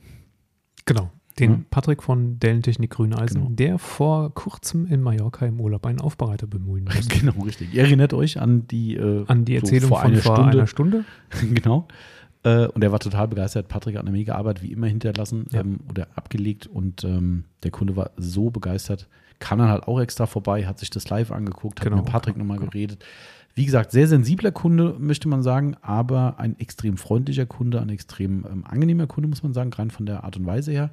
Speaker 2: Genau. Den
Speaker 1: Ja.
Speaker 2: Patrick von Dellentechnik Grüneisen,
Speaker 1: Mhm. Genau.
Speaker 2: der vor kurzem in Mallorca im Urlaub einen Aufbereiter bemühen musste.
Speaker 1: genau, richtig. Ihr erinnert euch an die, äh,
Speaker 2: An die
Speaker 1: so
Speaker 2: Erzählung
Speaker 1: vor
Speaker 2: von
Speaker 1: einer
Speaker 2: vor
Speaker 1: Stunde.
Speaker 2: einer Stunde.
Speaker 1: genau. Äh, und er war total begeistert. Patrick hat eine mega Arbeit wie immer hinterlassen
Speaker 2: Ja.
Speaker 1: ähm, oder abgelegt. Und ähm, der Kunde war so begeistert. Kam dann halt auch extra vorbei, hat sich das live angeguckt, hat
Speaker 2: Genau,
Speaker 1: mit Patrick
Speaker 2: genau,
Speaker 1: nochmal
Speaker 2: genau.
Speaker 1: geredet. Wie gesagt, sehr sensibler Kunde, möchte man sagen, aber ein extrem freundlicher Kunde, ein extrem ähm, angenehmer Kunde, muss man sagen, rein von der Art und Weise her.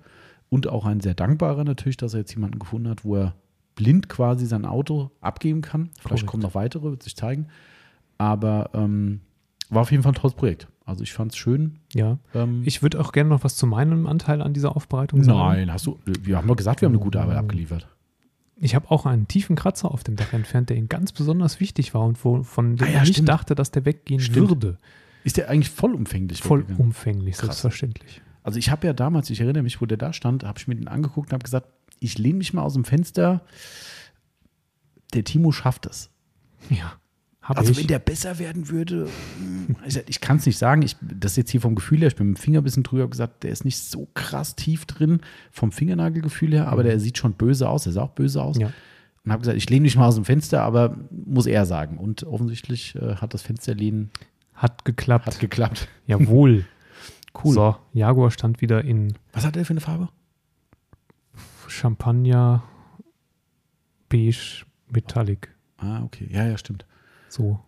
Speaker 1: Und auch ein sehr dankbarer natürlich, dass er jetzt jemanden gefunden hat, wo er blind quasi sein Auto abgeben kann. Vielleicht
Speaker 2: Korrekt.
Speaker 1: kommen noch weitere, wird sich zeigen. Aber ähm, war auf jeden Fall ein tolles Projekt. Also ich fand es schön.
Speaker 2: Ja.
Speaker 1: Ähm,
Speaker 2: Ich würde auch gerne noch was zu meinem Anteil an dieser Aufbereitung sagen.
Speaker 1: nein, hast du, wir haben doch gesagt, wir haben eine gute Arbeit abgeliefert.
Speaker 2: Ich habe auch einen tiefen Kratzer auf dem Dach entfernt, der ihm ganz besonders wichtig war und wo, von dem
Speaker 1: Ah ja,
Speaker 2: ich
Speaker 1: stimmt.
Speaker 2: dachte, dass der weggehen
Speaker 1: Stimmt.
Speaker 2: würde.
Speaker 1: Ist der eigentlich vollumfänglich weggegangen?
Speaker 2: Vollumfänglich,
Speaker 1: Krass.
Speaker 2: selbstverständlich.
Speaker 1: Also ich habe ja damals, ich erinnere mich, wo der da stand, habe ich mir den angeguckt und habe gesagt, ich lehne mich mal aus dem Fenster. Der Timo schafft es.
Speaker 2: Ja. Habe
Speaker 1: Also
Speaker 2: ich.
Speaker 1: wenn der besser werden würde, mm, ich, ich kann es nicht sagen. Ich, das ist jetzt hier vom Gefühl her, ich bin mit dem Finger ein bisschen drüber hab gesagt, der ist nicht so krass tief drin vom Fingernagelgefühl her, aber der sieht schon böse aus, der sah auch böse aus.
Speaker 2: Ja.
Speaker 1: Und habe gesagt, ich lehne mich mal aus dem Fenster, aber muss er sagen. Und offensichtlich äh, hat das Fensterlehnen
Speaker 2: Hat geklappt.
Speaker 1: hat geklappt.
Speaker 2: Jawohl.
Speaker 1: Cool.
Speaker 2: So, Jaguar stand wieder in
Speaker 1: Was hat er für eine Farbe?
Speaker 2: Champagner, beige, metallic.
Speaker 1: Ah, okay. Ja, ja, stimmt.
Speaker 2: So.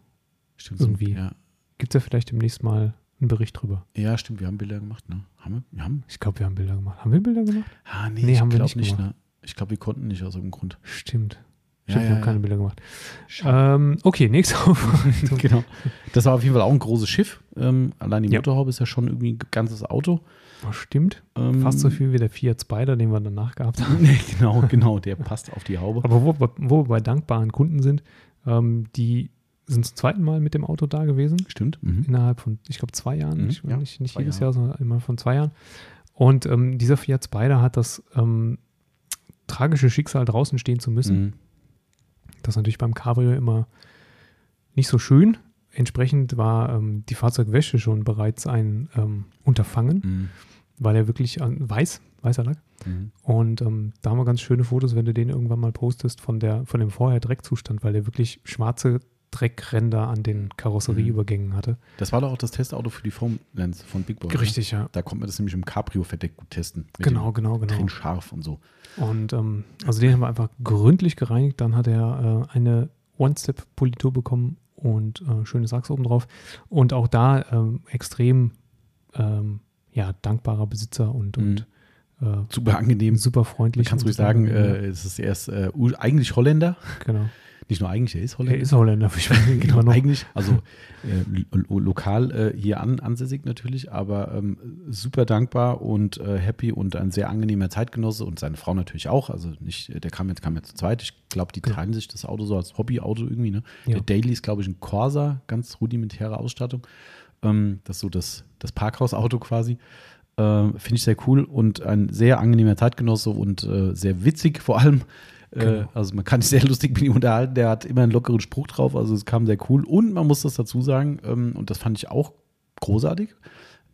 Speaker 1: Stimmt.
Speaker 2: Irgendwie.
Speaker 1: Ja.
Speaker 2: Gibt es ja vielleicht demnächst mal einen Bericht drüber.
Speaker 1: ja, stimmt. Wir haben Bilder gemacht, ne? Haben wir? Wir haben.
Speaker 2: Ich glaube, wir haben Bilder gemacht. Haben wir Bilder gemacht?
Speaker 1: Ah, nee,
Speaker 2: Nee,
Speaker 1: ich
Speaker 2: haben wir
Speaker 1: glaub
Speaker 2: nicht gemacht.
Speaker 1: ne? Ich glaube, wir konnten nicht aus irgendeinem Grund.
Speaker 2: Stimmt.
Speaker 1: Ja,
Speaker 2: Stimmt, wir
Speaker 1: ja,
Speaker 2: haben keine
Speaker 1: ja.
Speaker 2: Bilder gemacht. Ähm, okay, nächste Aufbereitung.
Speaker 1: genau. Das war auf jeden Fall auch ein großes Schiff. Ähm, allein die
Speaker 2: Ja.
Speaker 1: Motorhaube ist ja schon irgendwie ein ganzes Auto.
Speaker 2: Oh, stimmt.
Speaker 1: Ähm,
Speaker 2: Fast so viel wie der Fiat Spider, den wir danach gehabt haben.
Speaker 1: Nee, genau, genau. Der passt auf die Haube.
Speaker 2: Aber wo, wir- wo wir bei dankbaren Kunden sind, ähm, die sind zum zweiten Mal mit dem Auto da gewesen.
Speaker 1: Stimmt. Mhm.
Speaker 2: Innerhalb von, ich glaube, zwei Jahren.
Speaker 1: Mhm,
Speaker 2: nicht
Speaker 1: ja,
Speaker 2: nicht, nicht
Speaker 1: zwei
Speaker 2: jedes
Speaker 1: Jahre.
Speaker 2: Jahr, sondern immer von zwei Jahren. Und ähm, dieser Fiat Spider hat das ähm, tragische Schicksal, draußen stehen zu müssen.
Speaker 1: Mhm.
Speaker 2: Das ist natürlich beim Cabrio immer nicht so schön. Entsprechend war ähm, die Fahrzeugwäsche schon bereits ein ähm, Unterfangen,
Speaker 1: Mhm.
Speaker 2: weil er wirklich an weiß, weißer Lack.
Speaker 1: Mhm.
Speaker 2: Und ähm, da haben wir ganz schöne Fotos, wenn du den irgendwann mal postest, von, der, von dem vorher Dreckzustand, weil der wirklich schwarze Dreckränder an
Speaker 1: Mhm.
Speaker 2: den Karosserieübergängen hatte.
Speaker 1: Das war doch auch das Testauto für die Foam Lens von Big Boy. ne?
Speaker 2: Richtig, ja.
Speaker 1: Da konnte man das nämlich im Cabrio verdeckt gut testen. Mit
Speaker 2: Genau, genau,
Speaker 1: Dem
Speaker 2: genau.
Speaker 1: Trin scharf und so.
Speaker 2: Und ähm, also den haben wir einfach gründlich gereinigt. Dann hat er äh, eine One-Step-Politur bekommen und äh, schöne Sachs obendrauf. Und auch da ähm, extrem ähm, ja, dankbarer Besitzer und, und äh,
Speaker 1: Super angenehm.
Speaker 2: super freundlich.
Speaker 1: Mhm. Kannst du
Speaker 2: und
Speaker 1: ruhig sagen,
Speaker 2: super-
Speaker 1: äh, es ist erst äh, ur- eigentlich Holländer.
Speaker 2: genau.
Speaker 1: Nicht nur eigentlich, er ist
Speaker 2: Er
Speaker 1: Holländer.
Speaker 2: ist Holländer, ich meine,
Speaker 1: genau,
Speaker 2: immer noch.
Speaker 1: eigentlich, also äh, lo- lo- lokal äh, hier an, ansässig natürlich, aber ähm, super dankbar und äh, happy und ein sehr angenehmer Zeitgenosse und seine Frau natürlich auch. Also nicht, äh, der kam jetzt, kam jetzt zu zweit. Ich glaube, die
Speaker 2: Genau.
Speaker 1: teilen sich das Auto so als Hobbyauto irgendwie. Ne?
Speaker 2: Ja.
Speaker 1: Der Daily ist, glaube ich, ein Corsa, ganz rudimentäre Ausstattung. Ähm, das ist so das, das Parkhausauto quasi. Ähm, Finde ich sehr cool und ein sehr angenehmer Zeitgenosse und äh, sehr witzig vor allem. Äh,
Speaker 2: Genau.
Speaker 1: also man kann sich sehr lustig mit ihm unterhalten. Der hat immer einen lockeren Spruch drauf, also es kam sehr cool. Und man muss das dazu sagen, ähm, und das fand ich auch großartig,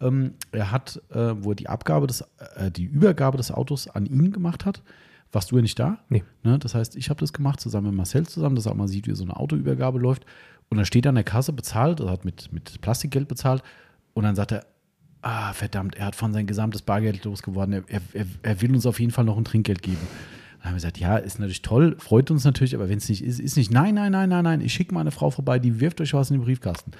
Speaker 1: ähm, er hat, äh, wo er die Abgabe des, äh, die Übergabe des Autos an ihn gemacht hat, warst du ja nicht da.
Speaker 2: Nee.
Speaker 1: Ne? Das heißt, ich habe das gemacht zusammen mit Marcel zusammen, dass er auch mal sieht, wie so eine Autoübergabe läuft. Und dann steht er an der Kasse bezahlt, er hat mit, mit Plastikgeld bezahlt. Und dann sagt er, ah, verdammt, er hat von sein gesamtes Bargeld losgeworden. Er, er, er, er will uns auf jeden Fall noch ein Trinkgeld geben. Dann haben wir gesagt, ja, ist natürlich toll, freut uns natürlich, aber wenn es nicht ist, ist nicht. Nein, nein, nein, nein, nein, ich schicke meine Frau vorbei, die wirft euch was in den Briefkasten.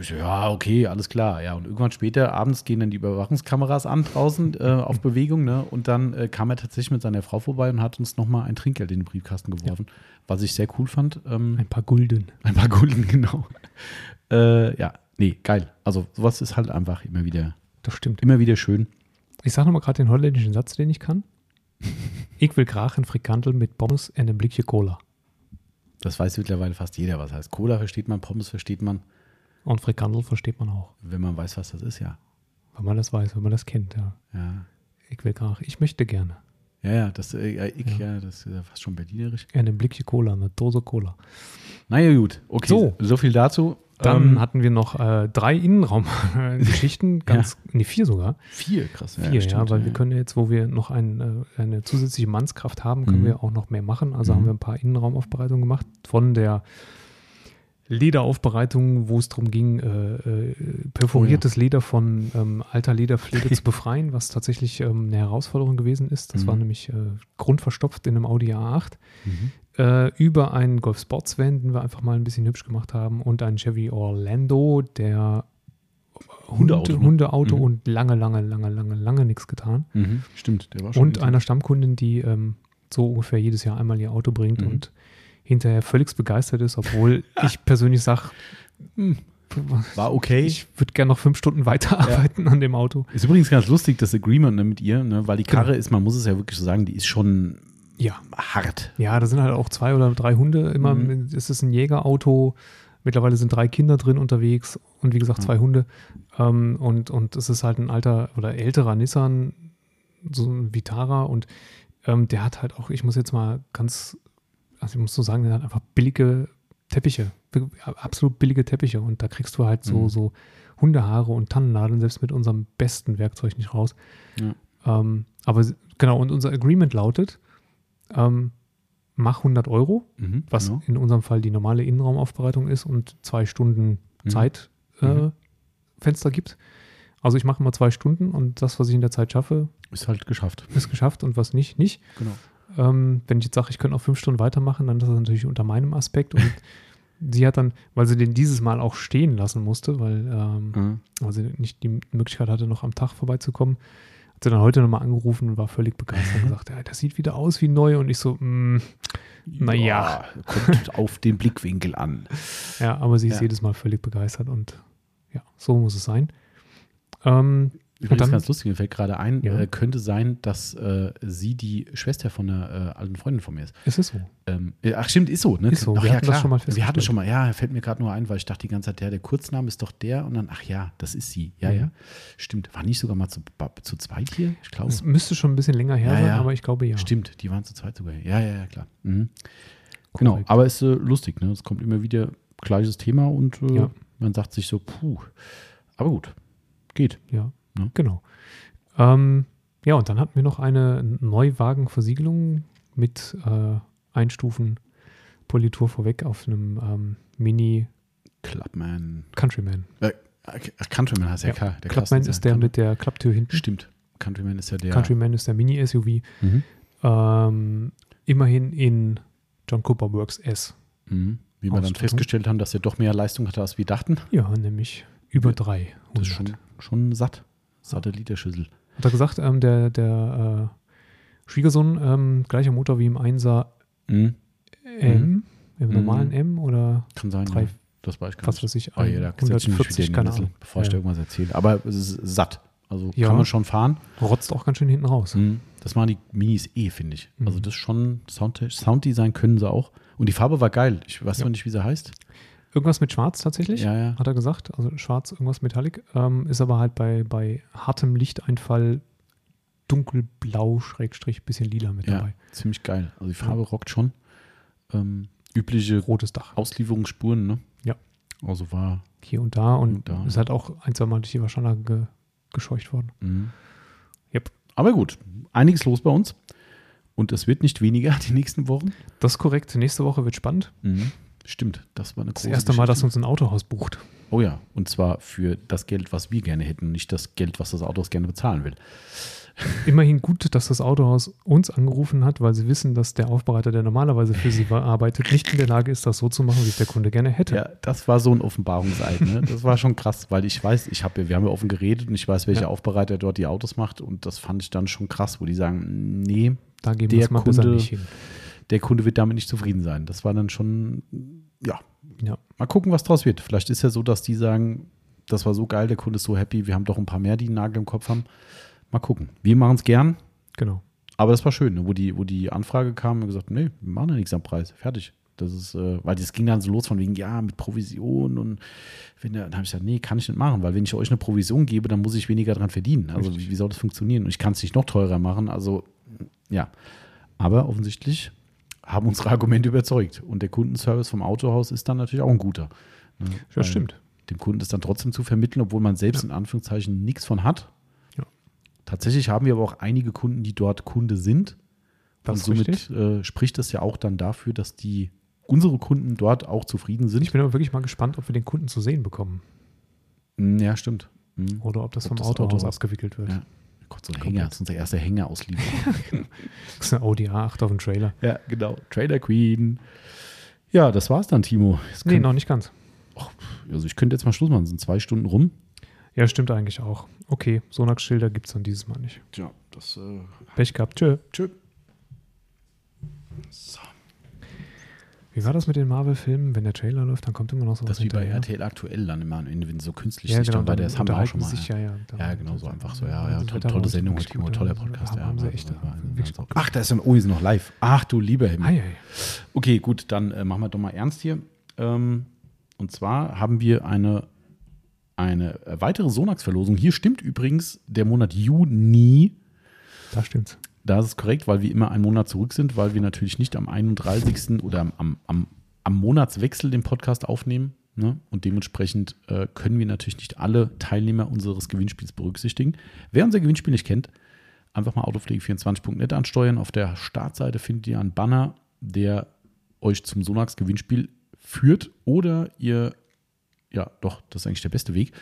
Speaker 1: Ich so, ja, okay, alles klar. Ja, und irgendwann später, abends gehen dann die Überwachungskameras an draußen äh, auf Bewegung, ne? Und dann äh, kam er tatsächlich mit seiner Frau vorbei und hat uns nochmal ein Trinkgeld in den Briefkasten geworfen, was ich sehr cool fand. Ähm,
Speaker 2: Ein paar Gulden.
Speaker 1: ein paar Gulden, genau. Äh, ja, nee, geil. Also sowas ist halt einfach immer wieder,
Speaker 2: Das stimmt.
Speaker 1: immer wieder schön.
Speaker 2: Ich sage nochmal gerade den holländischen Satz, den ich kann. ich will Grachen Frikantel mit Pommes und einem Blickchen Cola.
Speaker 1: Das weiß mittlerweile fast jeder, was heißt. Cola versteht man, Pommes versteht man.
Speaker 2: Und Frikandel versteht man auch,
Speaker 1: Wenn man weiß, was das ist, ja.
Speaker 2: wenn man das weiß, wenn man das kennt. Ja.
Speaker 1: Ja,
Speaker 2: Ich will gar, ich möchte gerne.
Speaker 1: ja, ja das, äh, ja, ich, ja. das ist ja fast schon berlinerisch.
Speaker 2: Eine Blickchen Cola, eine Dose Cola.
Speaker 1: Naja, gut. Okay, so,
Speaker 2: So.
Speaker 1: so viel dazu.
Speaker 2: Dann
Speaker 1: Ähm,
Speaker 2: hatten wir noch äh, drei Innenraumgeschichten, ganz, nee, vier sogar.
Speaker 1: vier, krass.
Speaker 2: Vier, ja,
Speaker 1: stimmt,
Speaker 2: weil wir können ja jetzt, wo wir noch ein, äh, eine zusätzliche Mannskraft haben, können
Speaker 1: Mhm.
Speaker 2: wir auch noch mehr machen. Also
Speaker 1: Mhm.
Speaker 2: haben wir ein paar Innenraumaufbereitungen gemacht von der Lederaufbereitung, wo es darum ging, äh, äh,
Speaker 1: Oh
Speaker 2: perforiertes Leder von ähm, alter Lederpflege zu befreien, was tatsächlich ähm, eine Herausforderung gewesen ist. Das
Speaker 1: Mhm.
Speaker 2: war nämlich äh, grundverstopft in einem Audi A8
Speaker 1: Mhm.
Speaker 2: äh, über einen Golf Sports Van, den wir einfach mal ein bisschen hübsch gemacht haben, und einen Chevy Orlando, der
Speaker 1: Hundeauto,
Speaker 2: Hunde-
Speaker 1: ne?
Speaker 2: Hundeauto
Speaker 1: Mhm.
Speaker 2: und lange, lange, lange, lange, lange nichts getan.
Speaker 1: Mhm. Stimmt, der war schon.
Speaker 2: Und
Speaker 1: interessant.
Speaker 2: einer Stammkundin, die ähm, so ungefähr jedes Jahr einmal ihr Auto bringt
Speaker 1: Mhm.
Speaker 2: und hinterher völlig begeistert ist, obwohl ich persönlich sage,
Speaker 1: Hm, war okay.
Speaker 2: ich würde gerne noch fünf Stunden weiterarbeiten an dem Auto.
Speaker 1: Ist übrigens ganz lustig, das Agreement ne, mit ihr, ne, weil die
Speaker 2: Genau.
Speaker 1: Karre ist, man muss es ja wirklich so sagen, die ist schon
Speaker 2: Ja.
Speaker 1: hart.
Speaker 2: Ja, da sind halt auch zwei oder drei Hunde. Immer
Speaker 1: Mhm.
Speaker 2: ist es ist ein Jägerauto. Mittlerweile sind drei Kinder drin unterwegs und wie
Speaker 1: Mhm.
Speaker 2: gesagt zwei Hunde. Ähm, und, und es ist halt ein alter oder älterer Nissan, so ein Vitara. Und ähm, der hat halt auch, ich muss jetzt mal ganz, also ich muss so sagen, der hat einfach billige Teppiche. Wirklich Absolut billige Teppiche. Und da kriegst du halt so,
Speaker 1: Mhm.
Speaker 2: so Hundehaare und Tannennadeln selbst mit unserem besten Werkzeug nicht raus.
Speaker 1: Ja.
Speaker 2: Ähm, aber s- genau, und unser Agreement lautet, ähm, mach 100 Euro,
Speaker 1: Mhm,
Speaker 2: was
Speaker 1: genau.
Speaker 2: in unserem Fall die normale Innenraumaufbereitung ist und zwei Stunden
Speaker 1: Mhm.
Speaker 2: Zeitfenster äh,
Speaker 1: Mhm.
Speaker 2: Fenster gibt. Also ich mache immer zwei Stunden und das, was ich in der Zeit schaffe,
Speaker 1: ist halt geschafft.
Speaker 2: ist geschafft und was nicht, nicht.
Speaker 1: Genau.
Speaker 2: Ähm, wenn ich jetzt sage, ich könnte noch fünf Stunden weitermachen, dann ist das natürlich unter meinem Aspekt. Und sie hat dann, weil sie den dieses Mal auch stehen lassen musste, weil ähm,
Speaker 1: Ja.
Speaker 2: weil sie nicht die Möglichkeit hatte, noch am Tag vorbeizukommen, hat sie dann heute nochmal angerufen und war völlig begeistert und gesagt, ja, das sieht wieder aus wie neu. Und ich so, mm, Naja.
Speaker 1: Ja, kommt auf den Blickwinkel an.
Speaker 2: ja, aber sie ist
Speaker 1: Ja.
Speaker 2: jedes Mal völlig begeistert und ja, so muss es sein. Ähm,
Speaker 1: Übrigens
Speaker 2: dann-
Speaker 1: ganz lustig, mir fällt gerade ein,
Speaker 2: Ja.
Speaker 1: äh, könnte sein, dass äh, sie die Schwester von einer äh, alten Freundin von mir ist.
Speaker 2: es ist so.
Speaker 1: Ähm, äh, ach stimmt, ist so. Ne?
Speaker 2: Ist so,
Speaker 1: Ach,
Speaker 2: wir
Speaker 1: ja,
Speaker 2: hatten das
Speaker 1: klar.
Speaker 2: schon mal
Speaker 1: wir hatten
Speaker 2: festgestellt.
Speaker 1: schon mal, ja, fällt mir gerade nur ein, weil ich dachte die ganze Zeit, ja, der Kurzname ist doch der und dann, ach ja, das ist sie. Ja,
Speaker 2: Mhm.
Speaker 1: ja. Stimmt, war nicht sogar mal zu, zu zweit hier? Ich glaube.
Speaker 2: Es müsste schon ein bisschen länger her
Speaker 1: Oh. Ja,
Speaker 2: sein,
Speaker 1: ja.
Speaker 2: aber ich glaube ja.
Speaker 1: Stimmt, die waren zu zweit sogar. Ja, ja, ja, klar. Mhm.
Speaker 2: Korrekt.
Speaker 1: Genau, aber ist äh, lustig, ne? Es kommt immer wieder gleiches Thema und äh,
Speaker 2: Ja.
Speaker 1: man sagt sich so, puh. Aber gut, geht.
Speaker 2: Ja,
Speaker 1: Ne?
Speaker 2: genau. Ähm, ja, und dann hatten wir noch eine Neuwagenversiegelung mit äh, Einstufen Politur vorweg auf einem ähm, Mini
Speaker 1: Clubman.
Speaker 2: Countryman.
Speaker 1: Ach, Countryman heißt ja,
Speaker 2: Ja,
Speaker 1: klar. Der
Speaker 2: Clubman
Speaker 1: Carsten
Speaker 2: ist
Speaker 1: ja
Speaker 2: der
Speaker 1: Country-
Speaker 2: mit der Klapptür hinten.
Speaker 1: Stimmt. Countryman ist ja der.
Speaker 2: Countryman ist der Mini-SUV.
Speaker 1: Mhm.
Speaker 2: Ähm, immerhin in John Cooper Works S.
Speaker 1: Mhm. Wie wir dann
Speaker 2: Ausstattung.
Speaker 1: festgestellt haben, dass er doch mehr Leistung hatte, als wir dachten.
Speaker 2: Ja, nämlich über
Speaker 1: Ja,
Speaker 2: drei.
Speaker 1: Das ist schon, schon satt. Satte Literschüssel.
Speaker 2: Hat er gesagt, ähm, der, der äh, Schwiegersohn, ähm, gleicher Motor wie im 1er
Speaker 1: Mhm.
Speaker 2: M, im
Speaker 1: Mhm.
Speaker 2: normalen M oder
Speaker 1: Kann sein.
Speaker 2: Drei-
Speaker 1: ja. Das war ich gar
Speaker 2: was
Speaker 1: nicht.
Speaker 2: weiß ich,
Speaker 1: Oh, ja, da setze ich mich wieder
Speaker 2: 140,
Speaker 1: in den
Speaker 2: keine
Speaker 1: Sessel,
Speaker 2: Ahnung.
Speaker 1: bevor ich da
Speaker 2: Ja.
Speaker 1: irgendwas erzähle. Aber es ist satt. Also
Speaker 2: Ja.
Speaker 1: kann man schon fahren.
Speaker 2: Rotzt auch ganz schön hinten raus.
Speaker 1: Mhm. Das machen die Minis eh, finde ich. Also
Speaker 2: Mhm.
Speaker 1: das ist schon Sound, Sounddesign können sie auch. Und die Farbe war geil. Ich weiß
Speaker 2: Ja.
Speaker 1: noch nicht, wie sie heißt.
Speaker 2: Irgendwas mit Schwarz tatsächlich,
Speaker 1: Ja, ja.
Speaker 2: hat er gesagt. Also schwarz, irgendwas Metallic. Ähm, ist aber halt bei, bei hartem Lichteinfall dunkelblau, Schrägstrich, bisschen lila mit
Speaker 1: ja
Speaker 2: dabei.
Speaker 1: ziemlich geil. Also die Farbe rockt schon. Ähm, übliche
Speaker 2: Rotes Dach.
Speaker 1: Auslieferungsspuren, ne?
Speaker 2: Ja.
Speaker 1: Also war.
Speaker 2: hier und da und
Speaker 1: Und da,
Speaker 2: es hat auch ein, zwei Mal durch die Waschanlage ge gescheucht worden.
Speaker 1: mhm.
Speaker 2: Yep.
Speaker 1: Aber gut, einiges los bei uns. Und es wird nicht weniger die nächsten Wochen.
Speaker 2: Das ist korrekt. Nächste Woche wird spannend.
Speaker 1: Stimmt, das war eine
Speaker 2: Das
Speaker 1: große
Speaker 2: erste Mal, dass
Speaker 1: Geschichte.
Speaker 2: uns ein Autohaus bucht.
Speaker 1: Oh ja, und zwar für das Geld, was wir gerne hätten, nicht das Geld, was das Auto gerne bezahlen will.
Speaker 2: Immerhin gut, dass das Autohaus uns angerufen hat, weil sie wissen, dass der Aufbereiter, der normalerweise für sie arbeitet, nicht in der Lage ist, das so zu machen, wie es der Kunde gerne hätte.
Speaker 1: Ja, das war so ein Offenbarungseid. Ne? Das war schon krass, weil ich weiß, ich hab, ja- wir haben ja offen geredet und ich weiß, welcher
Speaker 2: Ja.
Speaker 1: Aufbereiter dort die Autos macht. Und das fand ich dann schon krass, wo die sagen, nee,
Speaker 2: da geben
Speaker 1: der
Speaker 2: wir es mal besser
Speaker 1: Kunde-
Speaker 2: nicht hin.
Speaker 1: der Kunde wird damit nicht zufrieden sein. Das war dann schon, ja,
Speaker 2: Ja.
Speaker 1: mal gucken, was draus wird. Vielleicht ist ja so, dass die sagen, das war so geil, der Kunde ist so happy, wir haben doch ein paar mehr, die einen Nagel im Kopf haben. Mal gucken. Wir machen es gern,
Speaker 2: Genau.
Speaker 1: aber das war schön, ne? wo, die, wo die Anfrage kam und gesagt, nee, wir machen ja nichts am Preis, fertig. Das ist, äh, weil das ging dann so los von wegen, ja, mit Provision und wenn der, dann habe ich gesagt, nee, kann ich nicht machen, weil wenn ich euch eine Provision gebe, dann muss ich weniger dran verdienen. Also wie, wie soll das funktionieren? Und ich kann es nicht noch teurer machen. Also ja. Aber offensichtlich haben unsere Argumente überzeugt. Und der Kundenservice vom Autohaus ist dann natürlich auch ein guter. ne? Weil
Speaker 2: Das stimmt.
Speaker 1: Dem Kunden das dann trotzdem zu vermitteln, obwohl man selbst in Anführungszeichen nichts von hat.
Speaker 2: Ja.
Speaker 1: Tatsächlich haben wir aber auch einige Kunden, die dort Kunde sind.
Speaker 2: Das ist
Speaker 1: und
Speaker 2: richtig.
Speaker 1: somit äh, spricht das ja auch dann dafür, dass die unsere Kunden dort auch zufrieden sind.
Speaker 2: Ich bin aber wirklich mal gespannt, ob wir den Kunden zu sehen bekommen
Speaker 1: Mm, ja, stimmt. Mhm.
Speaker 2: oder ob das
Speaker 1: Ob
Speaker 2: vom
Speaker 1: das
Speaker 2: Autohaus
Speaker 1: Autohaus-
Speaker 2: abgewickelt wird.
Speaker 1: Ja. Gott, so ein Hänger, das ist unser erster Hänger ausliefern.
Speaker 2: Das ist eine Audi A8 auf dem Trailer.
Speaker 1: ja, genau. Trader Queen. Ja, das war's dann, Timo. Jetzt
Speaker 2: Nee,
Speaker 1: können,
Speaker 2: noch nicht ganz.
Speaker 1: Also ich könnte jetzt mal Schluss machen, sind zwei Stunden rum.
Speaker 2: Ja, stimmt eigentlich auch. Okay, Sonax-Schilder gibt es dann dieses Mal nicht.
Speaker 1: Tja, das. äh,
Speaker 2: Pech gehabt. Tschö.
Speaker 1: tschö.
Speaker 2: Wie war das mit den Marvel-Filmen? Wenn der Trailer läuft, dann kommt immer noch so
Speaker 1: Das ist wie bei
Speaker 2: hinterher.
Speaker 1: RTL aktuell dann immer am Ende, wenn sie so künstlich
Speaker 2: Ja,
Speaker 1: sich
Speaker 2: genau,
Speaker 1: dann bei der, das haben wir auch schon mal.
Speaker 2: Sich,
Speaker 1: ja.
Speaker 2: ja, ja, da-
Speaker 1: Ja, genau so einfach so.
Speaker 2: da-
Speaker 1: Ja,
Speaker 2: da-
Speaker 1: ja,
Speaker 2: da-
Speaker 1: to
Speaker 2: da-
Speaker 1: tolle
Speaker 2: da-
Speaker 1: Sendung,
Speaker 2: wirklich
Speaker 1: Timo,
Speaker 2: gut,
Speaker 1: toller
Speaker 2: da- da-
Speaker 1: Podcast. ja,
Speaker 2: da
Speaker 1: genau
Speaker 2: haben sie
Speaker 1: war-
Speaker 2: echt
Speaker 1: war- war-
Speaker 2: wirklich
Speaker 1: war-
Speaker 2: gut.
Speaker 1: Ach, da ist dann, oh, die sind noch live. Ach du lieber Himmel.
Speaker 2: Ei, ei.
Speaker 1: Okay, gut, dann äh, machen wir doch mal ernst hier. Ähm, und zwar haben wir eine, eine äh, weitere Sonax-Verlosung. Hier stimmt übrigens der Monat Juni.
Speaker 2: Da stimmt's.
Speaker 1: Da ist es korrekt, weil wir immer einen Monat zurück sind, weil wir natürlich nicht am 31. oder am, am, am, am Monatswechsel den Podcast aufnehmen. Ne? Und dementsprechend äh, können wir natürlich nicht alle Teilnehmer unseres Gewinnspiels berücksichtigen. Wer unser Gewinnspiel nicht kennt, einfach mal autopflege24.net ansteuern. Auf der Startseite findet ihr einen Banner, der euch zum Sonax-Gewinnspiel führt. Oder ihr, ja, doch, das ist eigentlich der beste Weg.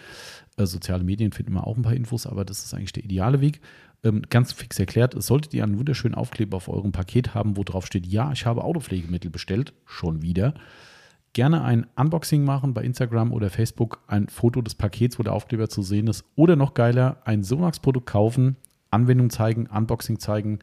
Speaker 1: Äh, soziale Medien finden wir auch ein paar Infos, aber das ist eigentlich der ideale Weg. Ähm, ganz fix erklärt, es solltet ihr einen wunderschönen Aufkleber auf eurem Paket haben, wo drauf steht, ja, ich habe Autopflegemittel bestellt, schon wieder. Gerne ein Unboxing machen bei Instagram oder Facebook, ein Foto des Pakets, wo der Aufkleber zu sehen ist. Oder noch geiler, ein Sonax-Produkt kaufen, Anwendung zeigen, Unboxing zeigen.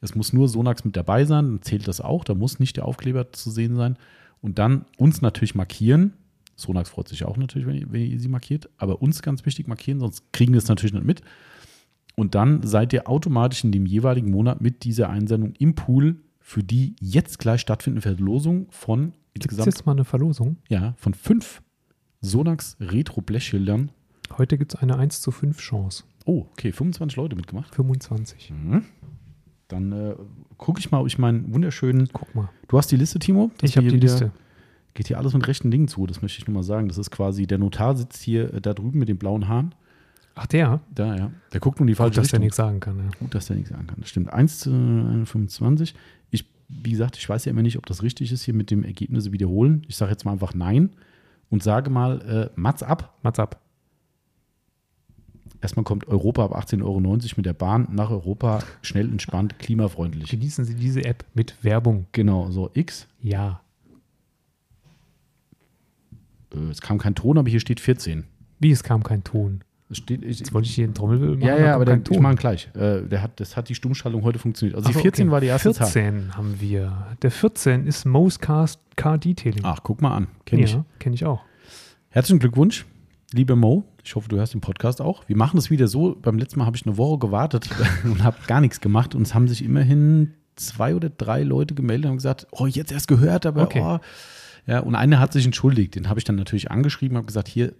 Speaker 1: Es muss nur Sonax mit dabei sein, dann zählt das auch, da muss nicht der Aufkleber zu sehen sein. Und dann uns natürlich markieren, Sonax freut sich auch natürlich, wenn ihr, wenn ihr sie markiert. Aber uns ganz wichtig markieren, sonst kriegen wir es natürlich nicht mit. Und dann seid ihr automatisch in dem jeweiligen Monat mit dieser Einsendung im Pool für die jetzt gleich stattfindende Verlosung von
Speaker 2: Gibt's
Speaker 1: insgesamt
Speaker 2: jetzt mal eine Verlosung?
Speaker 1: ja, von fünf Sonax Retro Blechschildern.
Speaker 2: Heute gibt's eine 1 zu 5 Chance.
Speaker 1: Oh, okay, 25 Leute mitgemacht.
Speaker 2: 25.
Speaker 1: Mhm. Dann äh, gucke ich mal, ob ich meinen wunderschönen.
Speaker 2: Guck mal.
Speaker 1: Du hast die Liste, Timo? Dass
Speaker 2: Ich habe
Speaker 1: wir
Speaker 2: die
Speaker 1: wieder-
Speaker 2: Liste.
Speaker 1: Geht hier alles mit rechten Dingen zu, das möchte ich nur mal sagen. Das ist quasi, der Notar sitzt hier äh, da drüben mit den blauen Haaren.
Speaker 2: Ach, der?
Speaker 1: Da, ja. Der guckt nun die falsche
Speaker 2: Gut, dass der
Speaker 1: Richtung.
Speaker 2: nichts sagen kann. Ja.
Speaker 1: Gut, dass der nichts sagen kann. Das stimmt. 1 zu 25. Ich, wie gesagt, ich weiß ja immer nicht, ob das richtig ist, hier mit dem Ergebnisse wiederholen. Ich sage jetzt mal einfach Nein und sage mal äh, Mats ab.
Speaker 2: Mats ab.
Speaker 1: Erstmal kommt Europa ab 18,90 Euro mit der Bahn nach Europa. Schnell, entspannt, klimafreundlich.
Speaker 2: Genießen Sie diese App mit Werbung.
Speaker 1: Genau, so X.
Speaker 2: Ja.
Speaker 1: Äh, es kam kein Ton, aber hier steht 14.
Speaker 2: Wie, es kam kein Ton.
Speaker 1: Es steht, ich,
Speaker 2: Jetzt wollte ich hier einen Trommelwirbel machen.
Speaker 1: ja,
Speaker 2: da
Speaker 1: ja,
Speaker 2: kommt
Speaker 1: aber
Speaker 2: kein
Speaker 1: dann,
Speaker 2: Ton.
Speaker 1: ich mache ihn gleich. Äh, der hat, das hat die Stummschaltung heute funktioniert. Also
Speaker 2: Ach,
Speaker 1: die 14
Speaker 2: okay.
Speaker 1: war die erste Zahl.
Speaker 2: 14 haben wir. Der 14 ist Moscast KD-Telling.
Speaker 1: Ach, guck mal an. Ah, Kenn ich.
Speaker 2: ja, kenne ich auch.
Speaker 1: Herzlichen Glückwunsch, lieber Mo. Ich hoffe, du hörst den Podcast auch. Wir machen es wieder so. Beim letzten Mal habe ich eine Woche gewartet und habe gar nichts gemacht. Und es haben sich immerhin zwei oder drei Leute gemeldet und gesagt, oh, jetzt erst gehört, aber
Speaker 2: Okay.
Speaker 1: oh. Ja, und einer hat sich entschuldigt. Den habe ich dann natürlich angeschrieben, habe gesagt, hier,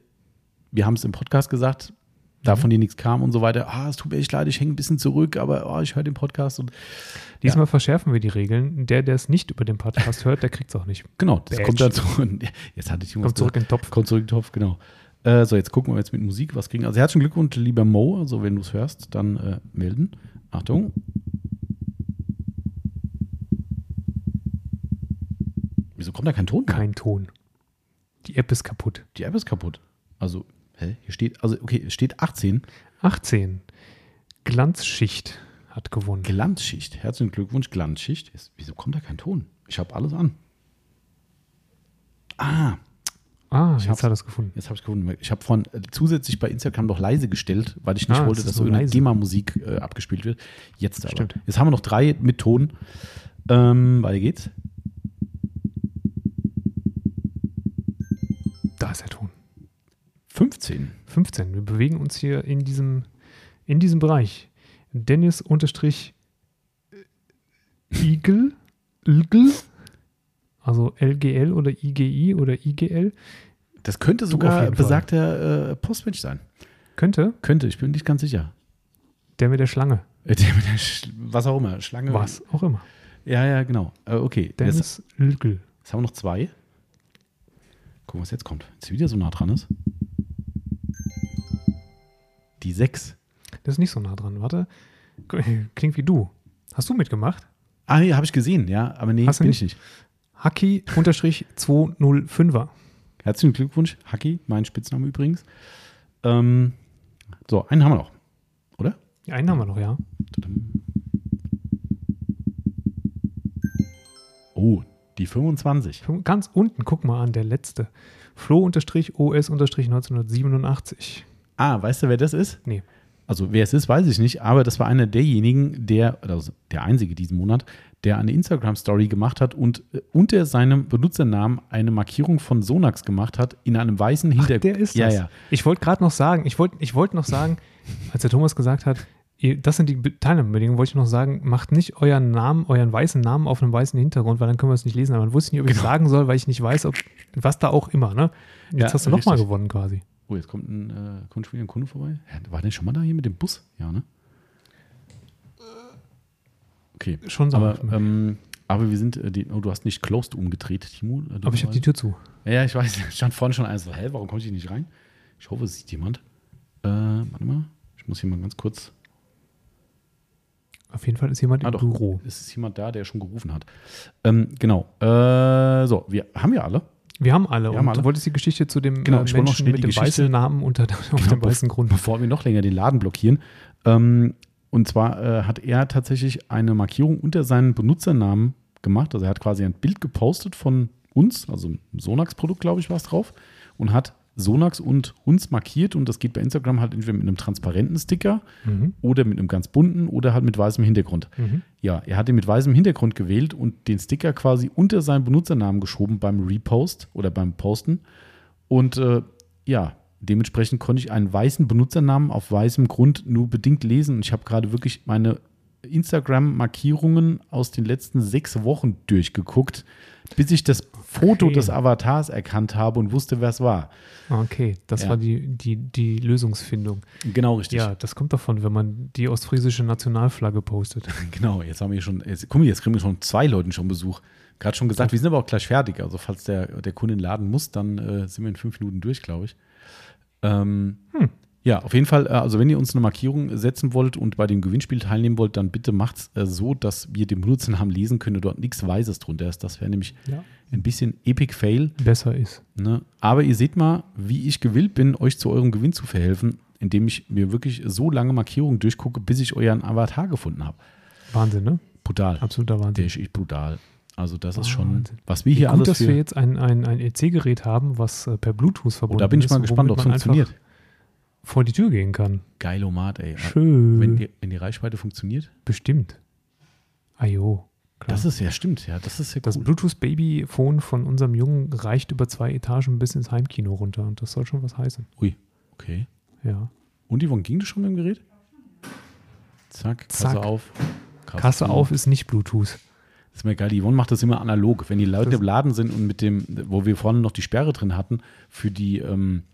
Speaker 1: wir haben es im Podcast gesagt,
Speaker 2: Mhm.
Speaker 1: davon dir nichts kam und so weiter. Ah, es tut mir echt leid, ich hänge ein bisschen zurück, aber oh, ich höre den Podcast. Und
Speaker 2: Diesmal verschärfen wir die Regeln. Der, der es nicht über den Podcast hört, der kriegt es auch nicht.
Speaker 1: genau, das
Speaker 2: Bitch.
Speaker 1: kommt dazu. Und jetzt hatte ich irgendwas
Speaker 2: Kommt zurück in den Topf.
Speaker 1: Kommt zurück in den Topf, genau. Äh, so, jetzt gucken wir jetzt mit Musik was kriegen. Also herzlichen Glückwunsch, lieber Mo. Also wenn du es hörst, dann äh, melden. Achtung. Wieso kommt da kein Ton? mehr?
Speaker 2: Kein Ton. Die App ist kaputt.
Speaker 1: Die App ist kaputt. Also, hä? Hier steht, also okay, es steht 18.
Speaker 2: 18. Glanzschicht hat gewonnen.
Speaker 1: Glanzschicht. Herzlichen Glückwunsch, Glanzschicht. Jetzt, wieso kommt da kein Ton? Ich habe alles an. Ah,
Speaker 2: ah, jetzt
Speaker 1: hab's.
Speaker 2: hat er es gefunden.
Speaker 1: Jetzt habe ich gefunden. Ich habe von äh, zusätzlich bei Instagram noch leise gestellt, weil ich nicht
Speaker 2: Ah,
Speaker 1: wollte,
Speaker 2: es ist
Speaker 1: dass so
Speaker 2: nur
Speaker 1: eine
Speaker 2: leise.
Speaker 1: GEMA-Musik äh, abgespielt wird. Jetzt aber.
Speaker 2: Stimmt.
Speaker 1: Jetzt haben wir noch drei mit Ton. Ähm, weiter geht's.
Speaker 2: Da ist der Ton.
Speaker 1: 15.
Speaker 2: 15. Wir bewegen uns hier in diesem, in diesem Bereich. Dennis äh, unterstrich Igel, Igel Also LGL oder IGI oder IGL
Speaker 1: Das könnte
Speaker 2: auf
Speaker 1: sogar
Speaker 2: jeden Fall.
Speaker 1: besagter äh, Postmensch sein.
Speaker 2: könnte
Speaker 1: Könnte, ich bin nicht ganz sicher.
Speaker 2: der mit der Schlange,
Speaker 1: Äh, der mit der Sch- Was auch immer, Schlange.
Speaker 2: was auch immer.
Speaker 1: Ja, ja, genau. Äh, okay, jetzt,
Speaker 2: Dennis Lügel.
Speaker 1: jetzt haben wir noch zwei. Gucken, was jetzt kommt. Jetzt wieder so nah dran ist. Die sechs.
Speaker 2: Das ist nicht so nah dran. Warte. Klingt wie du. Hast du mitgemacht?
Speaker 1: Ah, nee, habe ich gesehen, ja, aber nee,
Speaker 2: Hast du
Speaker 1: bin ich nicht.
Speaker 2: Haki-205er.
Speaker 1: Herzlichen Glückwunsch, Haki, mein Spitzname übrigens. Ähm, so, einen haben wir noch, oder?
Speaker 2: Einen haben wir noch, ja.
Speaker 1: Oh, die 25.
Speaker 2: Ganz unten, guck mal an, der letzte. Flo-OS-1987.
Speaker 1: Ah, weißt du, wer das ist?
Speaker 2: Nee.
Speaker 1: Also, wer es ist, weiß ich nicht, aber das war einer derjenigen, der, also der einzige diesen Monat, der eine Instagram-Story gemacht hat und äh, unter seinem Benutzernamen eine Markierung von Sonax gemacht hat, in einem weißen
Speaker 2: Ach,
Speaker 1: Hintergrund.
Speaker 2: der ist
Speaker 1: ja,
Speaker 2: das.
Speaker 1: Ja,
Speaker 2: Ich wollte gerade noch sagen, ich wollte ich wollt noch sagen, als der Thomas gesagt hat, ihr- das sind die Be- Teilnahmebedingungen, wollte ich noch sagen, macht nicht euren Namen, euren weißen Namen auf einem weißen Hintergrund, weil dann können wir es nicht lesen. Aber dann wusste ich nicht, ob ich sagen soll, weil ich nicht weiß, ob was da auch immer, ne? Jetzt
Speaker 1: Genau. Ja,
Speaker 2: hast du nochmal
Speaker 1: richtig.
Speaker 2: gewonnen quasi.
Speaker 1: Oh, jetzt kommt ein, äh, kommt schon wieder ein Kunde vorbei. Hä, War der schon mal da hier mit dem Bus? Ja, ne? Okay.
Speaker 2: Schon so.
Speaker 1: Aber,
Speaker 2: aber,
Speaker 1: ähm, aber wir sind, äh, die, oh, du hast nicht closed umgedreht, Timo. äh,
Speaker 2: ich habe die
Speaker 1: dummerweise.
Speaker 2: Tür zu.
Speaker 1: Ja, Ja, ich weiß, es stand vorne schon eins so, hä, warum komme ich hier nicht rein? Ich hoffe, es sieht jemand. Äh, warte mal, ich muss hier mal ganz kurz.
Speaker 2: Auf jeden Fall ist jemand
Speaker 1: Ah,
Speaker 2: im
Speaker 1: doch.
Speaker 2: Büro.
Speaker 1: Es ist jemand da, der schon gerufen hat. Ähm, genau. Äh, so, wir haben ja alle.
Speaker 2: Wir haben alle.
Speaker 1: Wir haben
Speaker 2: und
Speaker 1: alle.
Speaker 2: du wolltest die Geschichte zu dem
Speaker 1: Genau,
Speaker 2: äh,
Speaker 1: ich wollte noch
Speaker 2: Menschen
Speaker 1: schnell
Speaker 2: mit
Speaker 1: die
Speaker 2: dem
Speaker 1: Geschichte-
Speaker 2: weißen Namen unter auf dem
Speaker 1: Genau,
Speaker 2: weißen Grund.
Speaker 1: Bevor wir noch länger den Laden blockieren. Ähm, und zwar äh, hat er tatsächlich eine Markierung unter seinen Benutzernamen gemacht. Also er hat quasi ein Bild gepostet von uns, also ein Sonax-Produkt, glaube ich, war es drauf, und hat Sonax und uns markiert. Und das geht bei Instagram halt entweder mit einem transparenten Sticker
Speaker 2: Mhm.
Speaker 1: oder mit einem ganz bunten oder halt mit weißem Hintergrund.
Speaker 2: Mhm.
Speaker 1: Ja, er hat ihn mit weißem Hintergrund gewählt und den Sticker quasi unter seinen Benutzernamen geschoben beim Repost oder beim Posten. Und äh, ja, dementsprechend konnte ich einen weißen Benutzernamen auf weißem Grund nur bedingt lesen. Und ich habe gerade wirklich meine Instagram-Markierungen aus den letzten sechs Wochen durchgeguckt, bis ich das Foto
Speaker 2: Okay.
Speaker 1: des Avatars erkannt habe und wusste, wer es war.
Speaker 2: Ah, Okay, das
Speaker 1: Ja.
Speaker 2: war die, die, die Lösungsfindung.
Speaker 1: Genau richtig.
Speaker 2: Ja, das kommt davon, wenn man die ostfriesische Nationalflagge postet.
Speaker 1: Genau, jetzt haben wir schon, jetzt, guck mal, jetzt kriegen wir schon zwei Leuten schon Besuch. Gerade schon gesagt, wir sind aber auch gleich fertig. Also falls der, der Kunde in den Laden muss, dann äh, sind wir in fünf Minuten durch, glaube ich. Ähm, Ja, auf jeden Fall, äh, also wenn ihr uns eine Markierung setzen wollt und bei dem Gewinnspiel teilnehmen wollt, dann bitte macht's äh, so, dass wir den Benutzernamen lesen können und dort nichts Weises drunter ist. Das wäre nämlich
Speaker 2: Ja.
Speaker 1: ein bisschen Epic Fail.
Speaker 2: Besser ist.
Speaker 1: Ne? Aber ihr seht mal, wie ich gewillt bin, euch zu eurem Gewinn zu verhelfen, indem ich mir wirklich so lange Markierungen durchgucke, bis ich euren Avatar gefunden habe.
Speaker 2: Wahnsinn, ne?
Speaker 1: Brutal.
Speaker 2: Absoluter
Speaker 1: Der
Speaker 2: Wahnsinn.
Speaker 1: ist echt brutal. Also das ist schon,
Speaker 2: Ah, Wahnsinn.
Speaker 1: was wir hier
Speaker 2: Gut,
Speaker 1: alles
Speaker 2: dass wir
Speaker 1: für...
Speaker 2: jetzt ein, ein, ein EC-Gerät haben, was äh, per Bluetooth verbunden
Speaker 1: Oh, da
Speaker 2: ist.
Speaker 1: bin ich mal gespannt,
Speaker 2: womit
Speaker 1: ob es
Speaker 2: man einfach
Speaker 1: funktioniert.
Speaker 2: Vor die Tür gehen kann.
Speaker 1: Geilomat, ey.
Speaker 2: Schön.
Speaker 1: Wenn die, wenn die Reichweite funktioniert.
Speaker 2: Bestimmt. Ajo. Klar.
Speaker 1: Das ist ja, stimmt. Ja, das ist ja
Speaker 2: Das
Speaker 1: cool.
Speaker 2: Bluetooth-Baby-Phone von unserem Jungen reicht über zwei Etagen bis ins Heimkino runter. Und das soll schon was heißen.
Speaker 1: Ui, okay.
Speaker 2: Ja.
Speaker 1: Und Yvonne, ging das schon mit dem Gerät? Zack, Kasse
Speaker 2: Zack.
Speaker 1: auf. Kasse,
Speaker 2: Kasse auf ist nicht Bluetooth.
Speaker 1: ist mir geil. Die Yvonne macht das immer analog. Wenn die Leute
Speaker 2: Das-
Speaker 1: im Laden sind und mit dem, wo wir vorne noch die Sperre drin hatten, für die, ähm,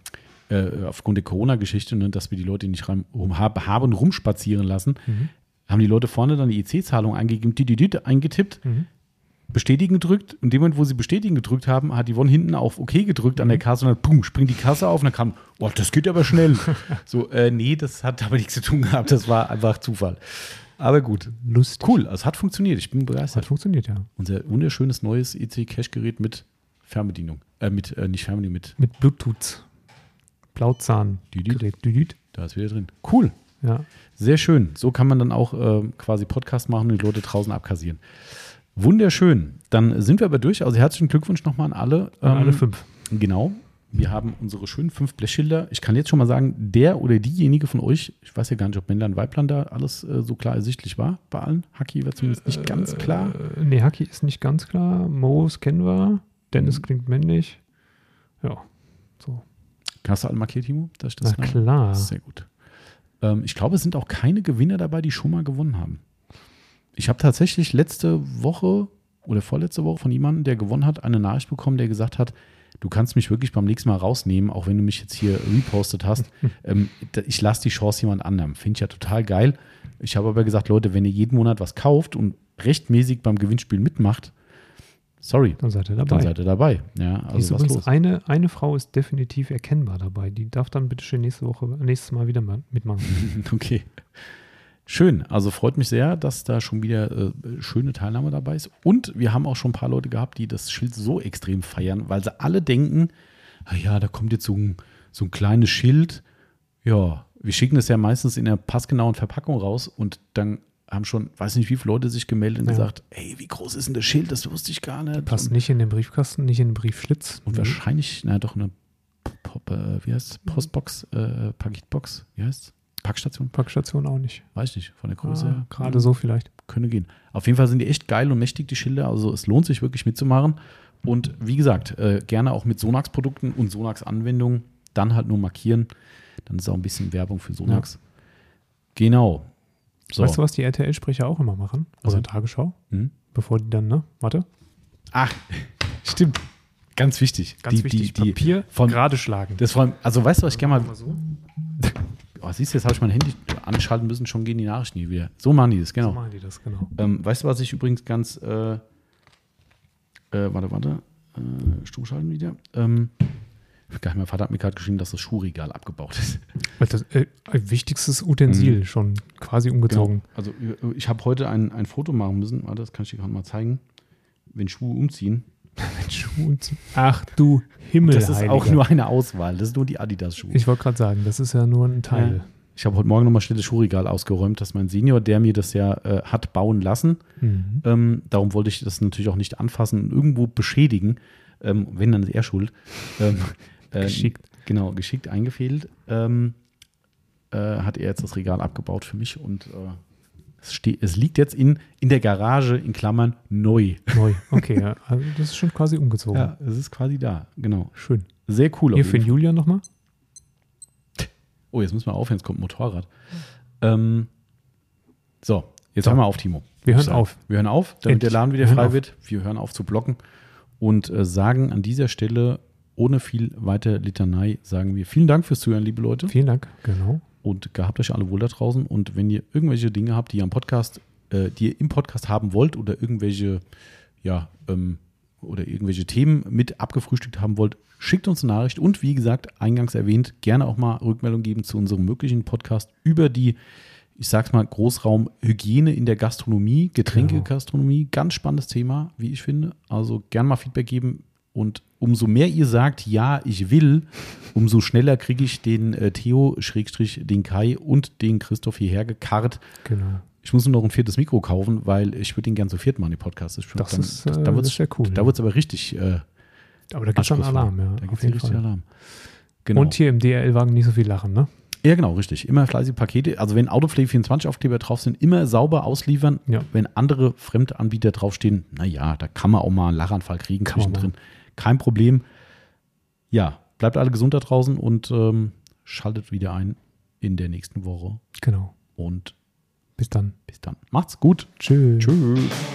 Speaker 1: äh, aufgrund der Corona-Geschichte, ne, dass wir die Leute nicht rein, um, hab- haben rumspazieren lassen, haben die Leute vorne dann die IC-Zahlung eingegeben, die, die, die, eingetippt,
Speaker 2: Mhm.
Speaker 1: bestätigen gedrückt. In dem Moment, wo sie bestätigen gedrückt haben, hat Yvonne hinten auf OK gedrückt an der Kasse und dann pum, springt die Kasse auf und dann kam, boah, das geht aber schnell. so, äh, nee, das hat aber nichts zu tun gehabt, das war einfach Zufall. Aber gut.
Speaker 2: Lustig.
Speaker 1: Cool, also es hat funktioniert, ich bin begeistert.
Speaker 2: Hat funktioniert, ja.
Speaker 1: Unser wunderschönes neues EC-Cache-Gerät mit Fernbedienung. Äh, mit, äh, nicht Fernbedienung, mit,
Speaker 2: Mit Bluetooth. Blauzahn.
Speaker 1: Düdüt.
Speaker 2: Gerät. Düdüt.
Speaker 1: da ist wieder drin. Cool,
Speaker 2: Ja.
Speaker 1: sehr schön. So kann man dann auch ähm, quasi Podcast machen und die Leute draußen abkassieren. Wunderschön. Dann sind wir aber durch. Also herzlichen Glückwunsch nochmal an alle.
Speaker 2: An alle
Speaker 1: Ähm,
Speaker 2: fünf.
Speaker 1: Genau. Wir haben unsere schönen fünf Blechschilder. Ich kann jetzt schon mal sagen, der oder diejenige von euch, ich weiß ja gar nicht, ob Männlein, Weiblein da alles äh, so klar ersichtlich war bei allen. Haki war zumindest nicht ganz klar.
Speaker 2: Äh, nee, Haki ist nicht ganz klar. Moos kennen wir.
Speaker 1: Mhm.
Speaker 2: Dennis klingt männlich. Ja. So.
Speaker 1: Hast du alle markiert, Timo? Dass ich
Speaker 2: Na
Speaker 1: das genau-
Speaker 2: klar.
Speaker 1: Sehr gut. Ähm, ich glaube, es sind auch keine Gewinner dabei, die schon mal gewonnen haben. Ich habe tatsächlich letzte Woche oder vorletzte Woche von jemandem, der gewonnen hat, eine Nachricht bekommen, der gesagt hat, du kannst mich wirklich beim nächsten Mal rausnehmen, auch wenn du mich jetzt hier repostet hast. ähm, da- ich lasse die Chance jemand anderem. Finde ich ja total geil. Ich habe aber gesagt, Leute, wenn ihr jeden Monat was kauft und rechtmäßig beim Gewinnspiel mitmacht, sorry,
Speaker 2: Dann seid ihr dabei.
Speaker 1: dann seid ihr dabei. Ja,
Speaker 2: Die ist
Speaker 1: also was
Speaker 2: übrigens
Speaker 1: los?
Speaker 2: Eine, eine Frau ist definitiv erkennbar dabei. Die darf dann bitte schön nächste Woche, nächstes Mal wieder mal mitmachen.
Speaker 1: Okay. Schön, also freut mich sehr, dass da schon wieder äh, schöne Teilnahme dabei ist. Und wir haben auch schon ein paar Leute gehabt, die das Schild so extrem feiern, weil sie alle denken, "Ah ja, da kommt jetzt so ein, so ein kleines Schild. Ja, wir schicken das ja meistens in der passgenauen Verpackung raus und dann haben schon, weiß nicht, wie viele Leute sich gemeldet und
Speaker 2: Ja.
Speaker 1: gesagt, ey, wie groß ist denn das Schild? Das wusste ich gar nicht.
Speaker 2: Passt
Speaker 1: und,
Speaker 2: nicht in den Briefkasten, nicht in den Briefschlitz.
Speaker 1: und wahrscheinlich, na doch, eine Pop, äh, wie heißt Postbox, äh, Paketbox, wie heißt Packstation?
Speaker 2: Packstation auch nicht.
Speaker 1: Weiß nicht, von der Größe
Speaker 2: Ah,
Speaker 1: her.
Speaker 2: Gerade so vielleicht.
Speaker 1: Könnte gehen. Auf jeden Fall sind die echt geil und mächtig, die Schilder. Also es lohnt sich wirklich mitzumachen. Und wie gesagt, äh, gerne auch mit Sonax-Produkten und Sonax-Anwendungen. Dann halt nur markieren. Dann ist auch ein bisschen Werbung für Sonax. Genau. So.
Speaker 2: Weißt du, was die RTL-Sprecher auch immer machen?
Speaker 1: Was
Speaker 2: Oder
Speaker 1: denn?
Speaker 2: Tagesschau?
Speaker 1: Hm?
Speaker 2: Bevor die dann, ne? Warte.
Speaker 1: Ach, stimmt. Ganz wichtig.
Speaker 2: Ganz
Speaker 1: die,
Speaker 2: wichtig,
Speaker 1: Die, die,
Speaker 2: Papier
Speaker 1: von-
Speaker 2: gerade schlagen.
Speaker 1: das vor allem, also weißt du, was ich gerne mal.
Speaker 2: Mal so.
Speaker 1: Oh, siehst du, jetzt habe ich mein Handy anschalten müssen, schon gehen die Nachrichten hier wieder. So machen die das,
Speaker 2: so
Speaker 1: genau.
Speaker 2: machen die das, genau.
Speaker 1: Ähm, weißt du, was ich übrigens ganz. Äh, äh, warte, warte. Äh, stumm schalten wieder. Ähm, gar nicht, mein Vater hat mir gerade geschrieben, dass das Schuhregal abgebaut ist.
Speaker 2: Weil Das äh, wichtigstes
Speaker 1: Mhm.
Speaker 2: Utensil schon quasi umgezogen.
Speaker 1: Also, äh, ich habe heute ein, ein Foto machen müssen. Warte, das kann ich dir gerade mal zeigen. Wenn Schuhe umziehen.
Speaker 2: Mit Schuhen zu- Ach du Himmel.
Speaker 1: Genau. Das ist auch nur eine Auswahl. Das ist nur die Adidas-Schuhe.
Speaker 2: Ich wollte gerade sagen, das ist ja nur ein Teil.
Speaker 1: Ich habe heute Morgen nochmal schnell das Schuhregal ausgeräumt, dass mein Senior, der mir das ja äh, hat bauen lassen,
Speaker 2: Mhm.
Speaker 1: Ähm, darum wollte ich das natürlich auch nicht anfassen und irgendwo beschädigen. Ähm, wenn, dann ist er schuld. Ähm, äh,
Speaker 2: Geschickt.
Speaker 1: Genau, geschickt eingefädelt. Ähm, äh, hat er jetzt das Regal abgebaut für mich und äh, es, steht, es liegt jetzt in, in der Garage in Klammern neu.
Speaker 2: Neu. Okay, ja. also das ist schon quasi umgezogen.
Speaker 1: es ist quasi da. Genau.
Speaker 2: Schön.
Speaker 1: Sehr cool. auf
Speaker 2: Hier für
Speaker 1: jeden
Speaker 2: den Julian nochmal.
Speaker 1: Fall. oh, jetzt müssen wir aufhören, jetzt kommt ein Motorrad. Ähm, so, jetzt
Speaker 2: So.
Speaker 1: hör mal auf, Timo.
Speaker 2: Wir hören
Speaker 1: So,
Speaker 2: auf.
Speaker 1: Wir hören auf, damit der
Speaker 2: Endlich.
Speaker 1: Laden wieder
Speaker 2: Wir hören
Speaker 1: frei
Speaker 2: auf.
Speaker 1: wird. Wir hören auf zu blocken und äh, sagen an dieser Stelle ohne viel weiter Litanei, sagen wir vielen Dank fürs Zuhören, liebe Leute.
Speaker 2: Vielen Dank. Genau.
Speaker 1: Und gehabt euch alle wohl da draußen. Und wenn ihr irgendwelche Dinge habt, die ihr am Podcast, äh, die ihr im Podcast haben wollt oder irgendwelche, ja, ähm, oder irgendwelche Themen mit abgefrühstückt haben wollt, schickt uns eine Nachricht und wie gesagt, eingangs erwähnt, gerne auch mal Rückmeldung geben zu unserem möglichen Podcast über die, ich sag's mal, Großraum Hygiene in der Gastronomie, Getränkegastronomie. Ganz spannendes Thema, wie ich finde. Also gerne mal Feedback geben. Und umso mehr ihr sagt, ja, ich will, umso schneller kriege ich den äh, Theo, Schrägstrich, den Kai und den Christoph hierher gekarrt.
Speaker 2: Genau.
Speaker 1: Ich muss nur noch ein viertes Mikro kaufen, weil ich würde den gern zu viert machen, den Podcast. Ich find,
Speaker 2: Das ist, äh,
Speaker 1: da wird's,
Speaker 2: das wär cool,
Speaker 1: Da
Speaker 2: ja.
Speaker 1: wird's aber richtig äh,
Speaker 2: Aber da gibt es schon
Speaker 1: anspruchsvoll.
Speaker 2: Alarm, ja.
Speaker 1: Da
Speaker 2: auf
Speaker 1: gibt's hier
Speaker 2: jeden
Speaker 1: richtig
Speaker 2: Fall.
Speaker 1: Alarm. Genau.
Speaker 2: Und hier im DRL-Wagen nicht so viel lachen, ne?
Speaker 1: ja, genau, richtig. Immer fleißige Pakete. Also wenn Autopflege 24 Aufkleber drauf sind, immer sauber ausliefern.
Speaker 2: Ja.
Speaker 1: Wenn andere Fremdanbieter draufstehen, naja, da kann man auch mal einen Lachanfall kriegen
Speaker 2: Kann man
Speaker 1: zwischendrin. Kein Problem. Ja, bleibt alle gesund da draußen und ähm, schaltet wieder ein in der nächsten Woche.
Speaker 2: Genau.
Speaker 1: Und
Speaker 2: Bis dann.
Speaker 1: Bis dann. Macht's gut.
Speaker 2: Tschüss.
Speaker 1: Tschüss.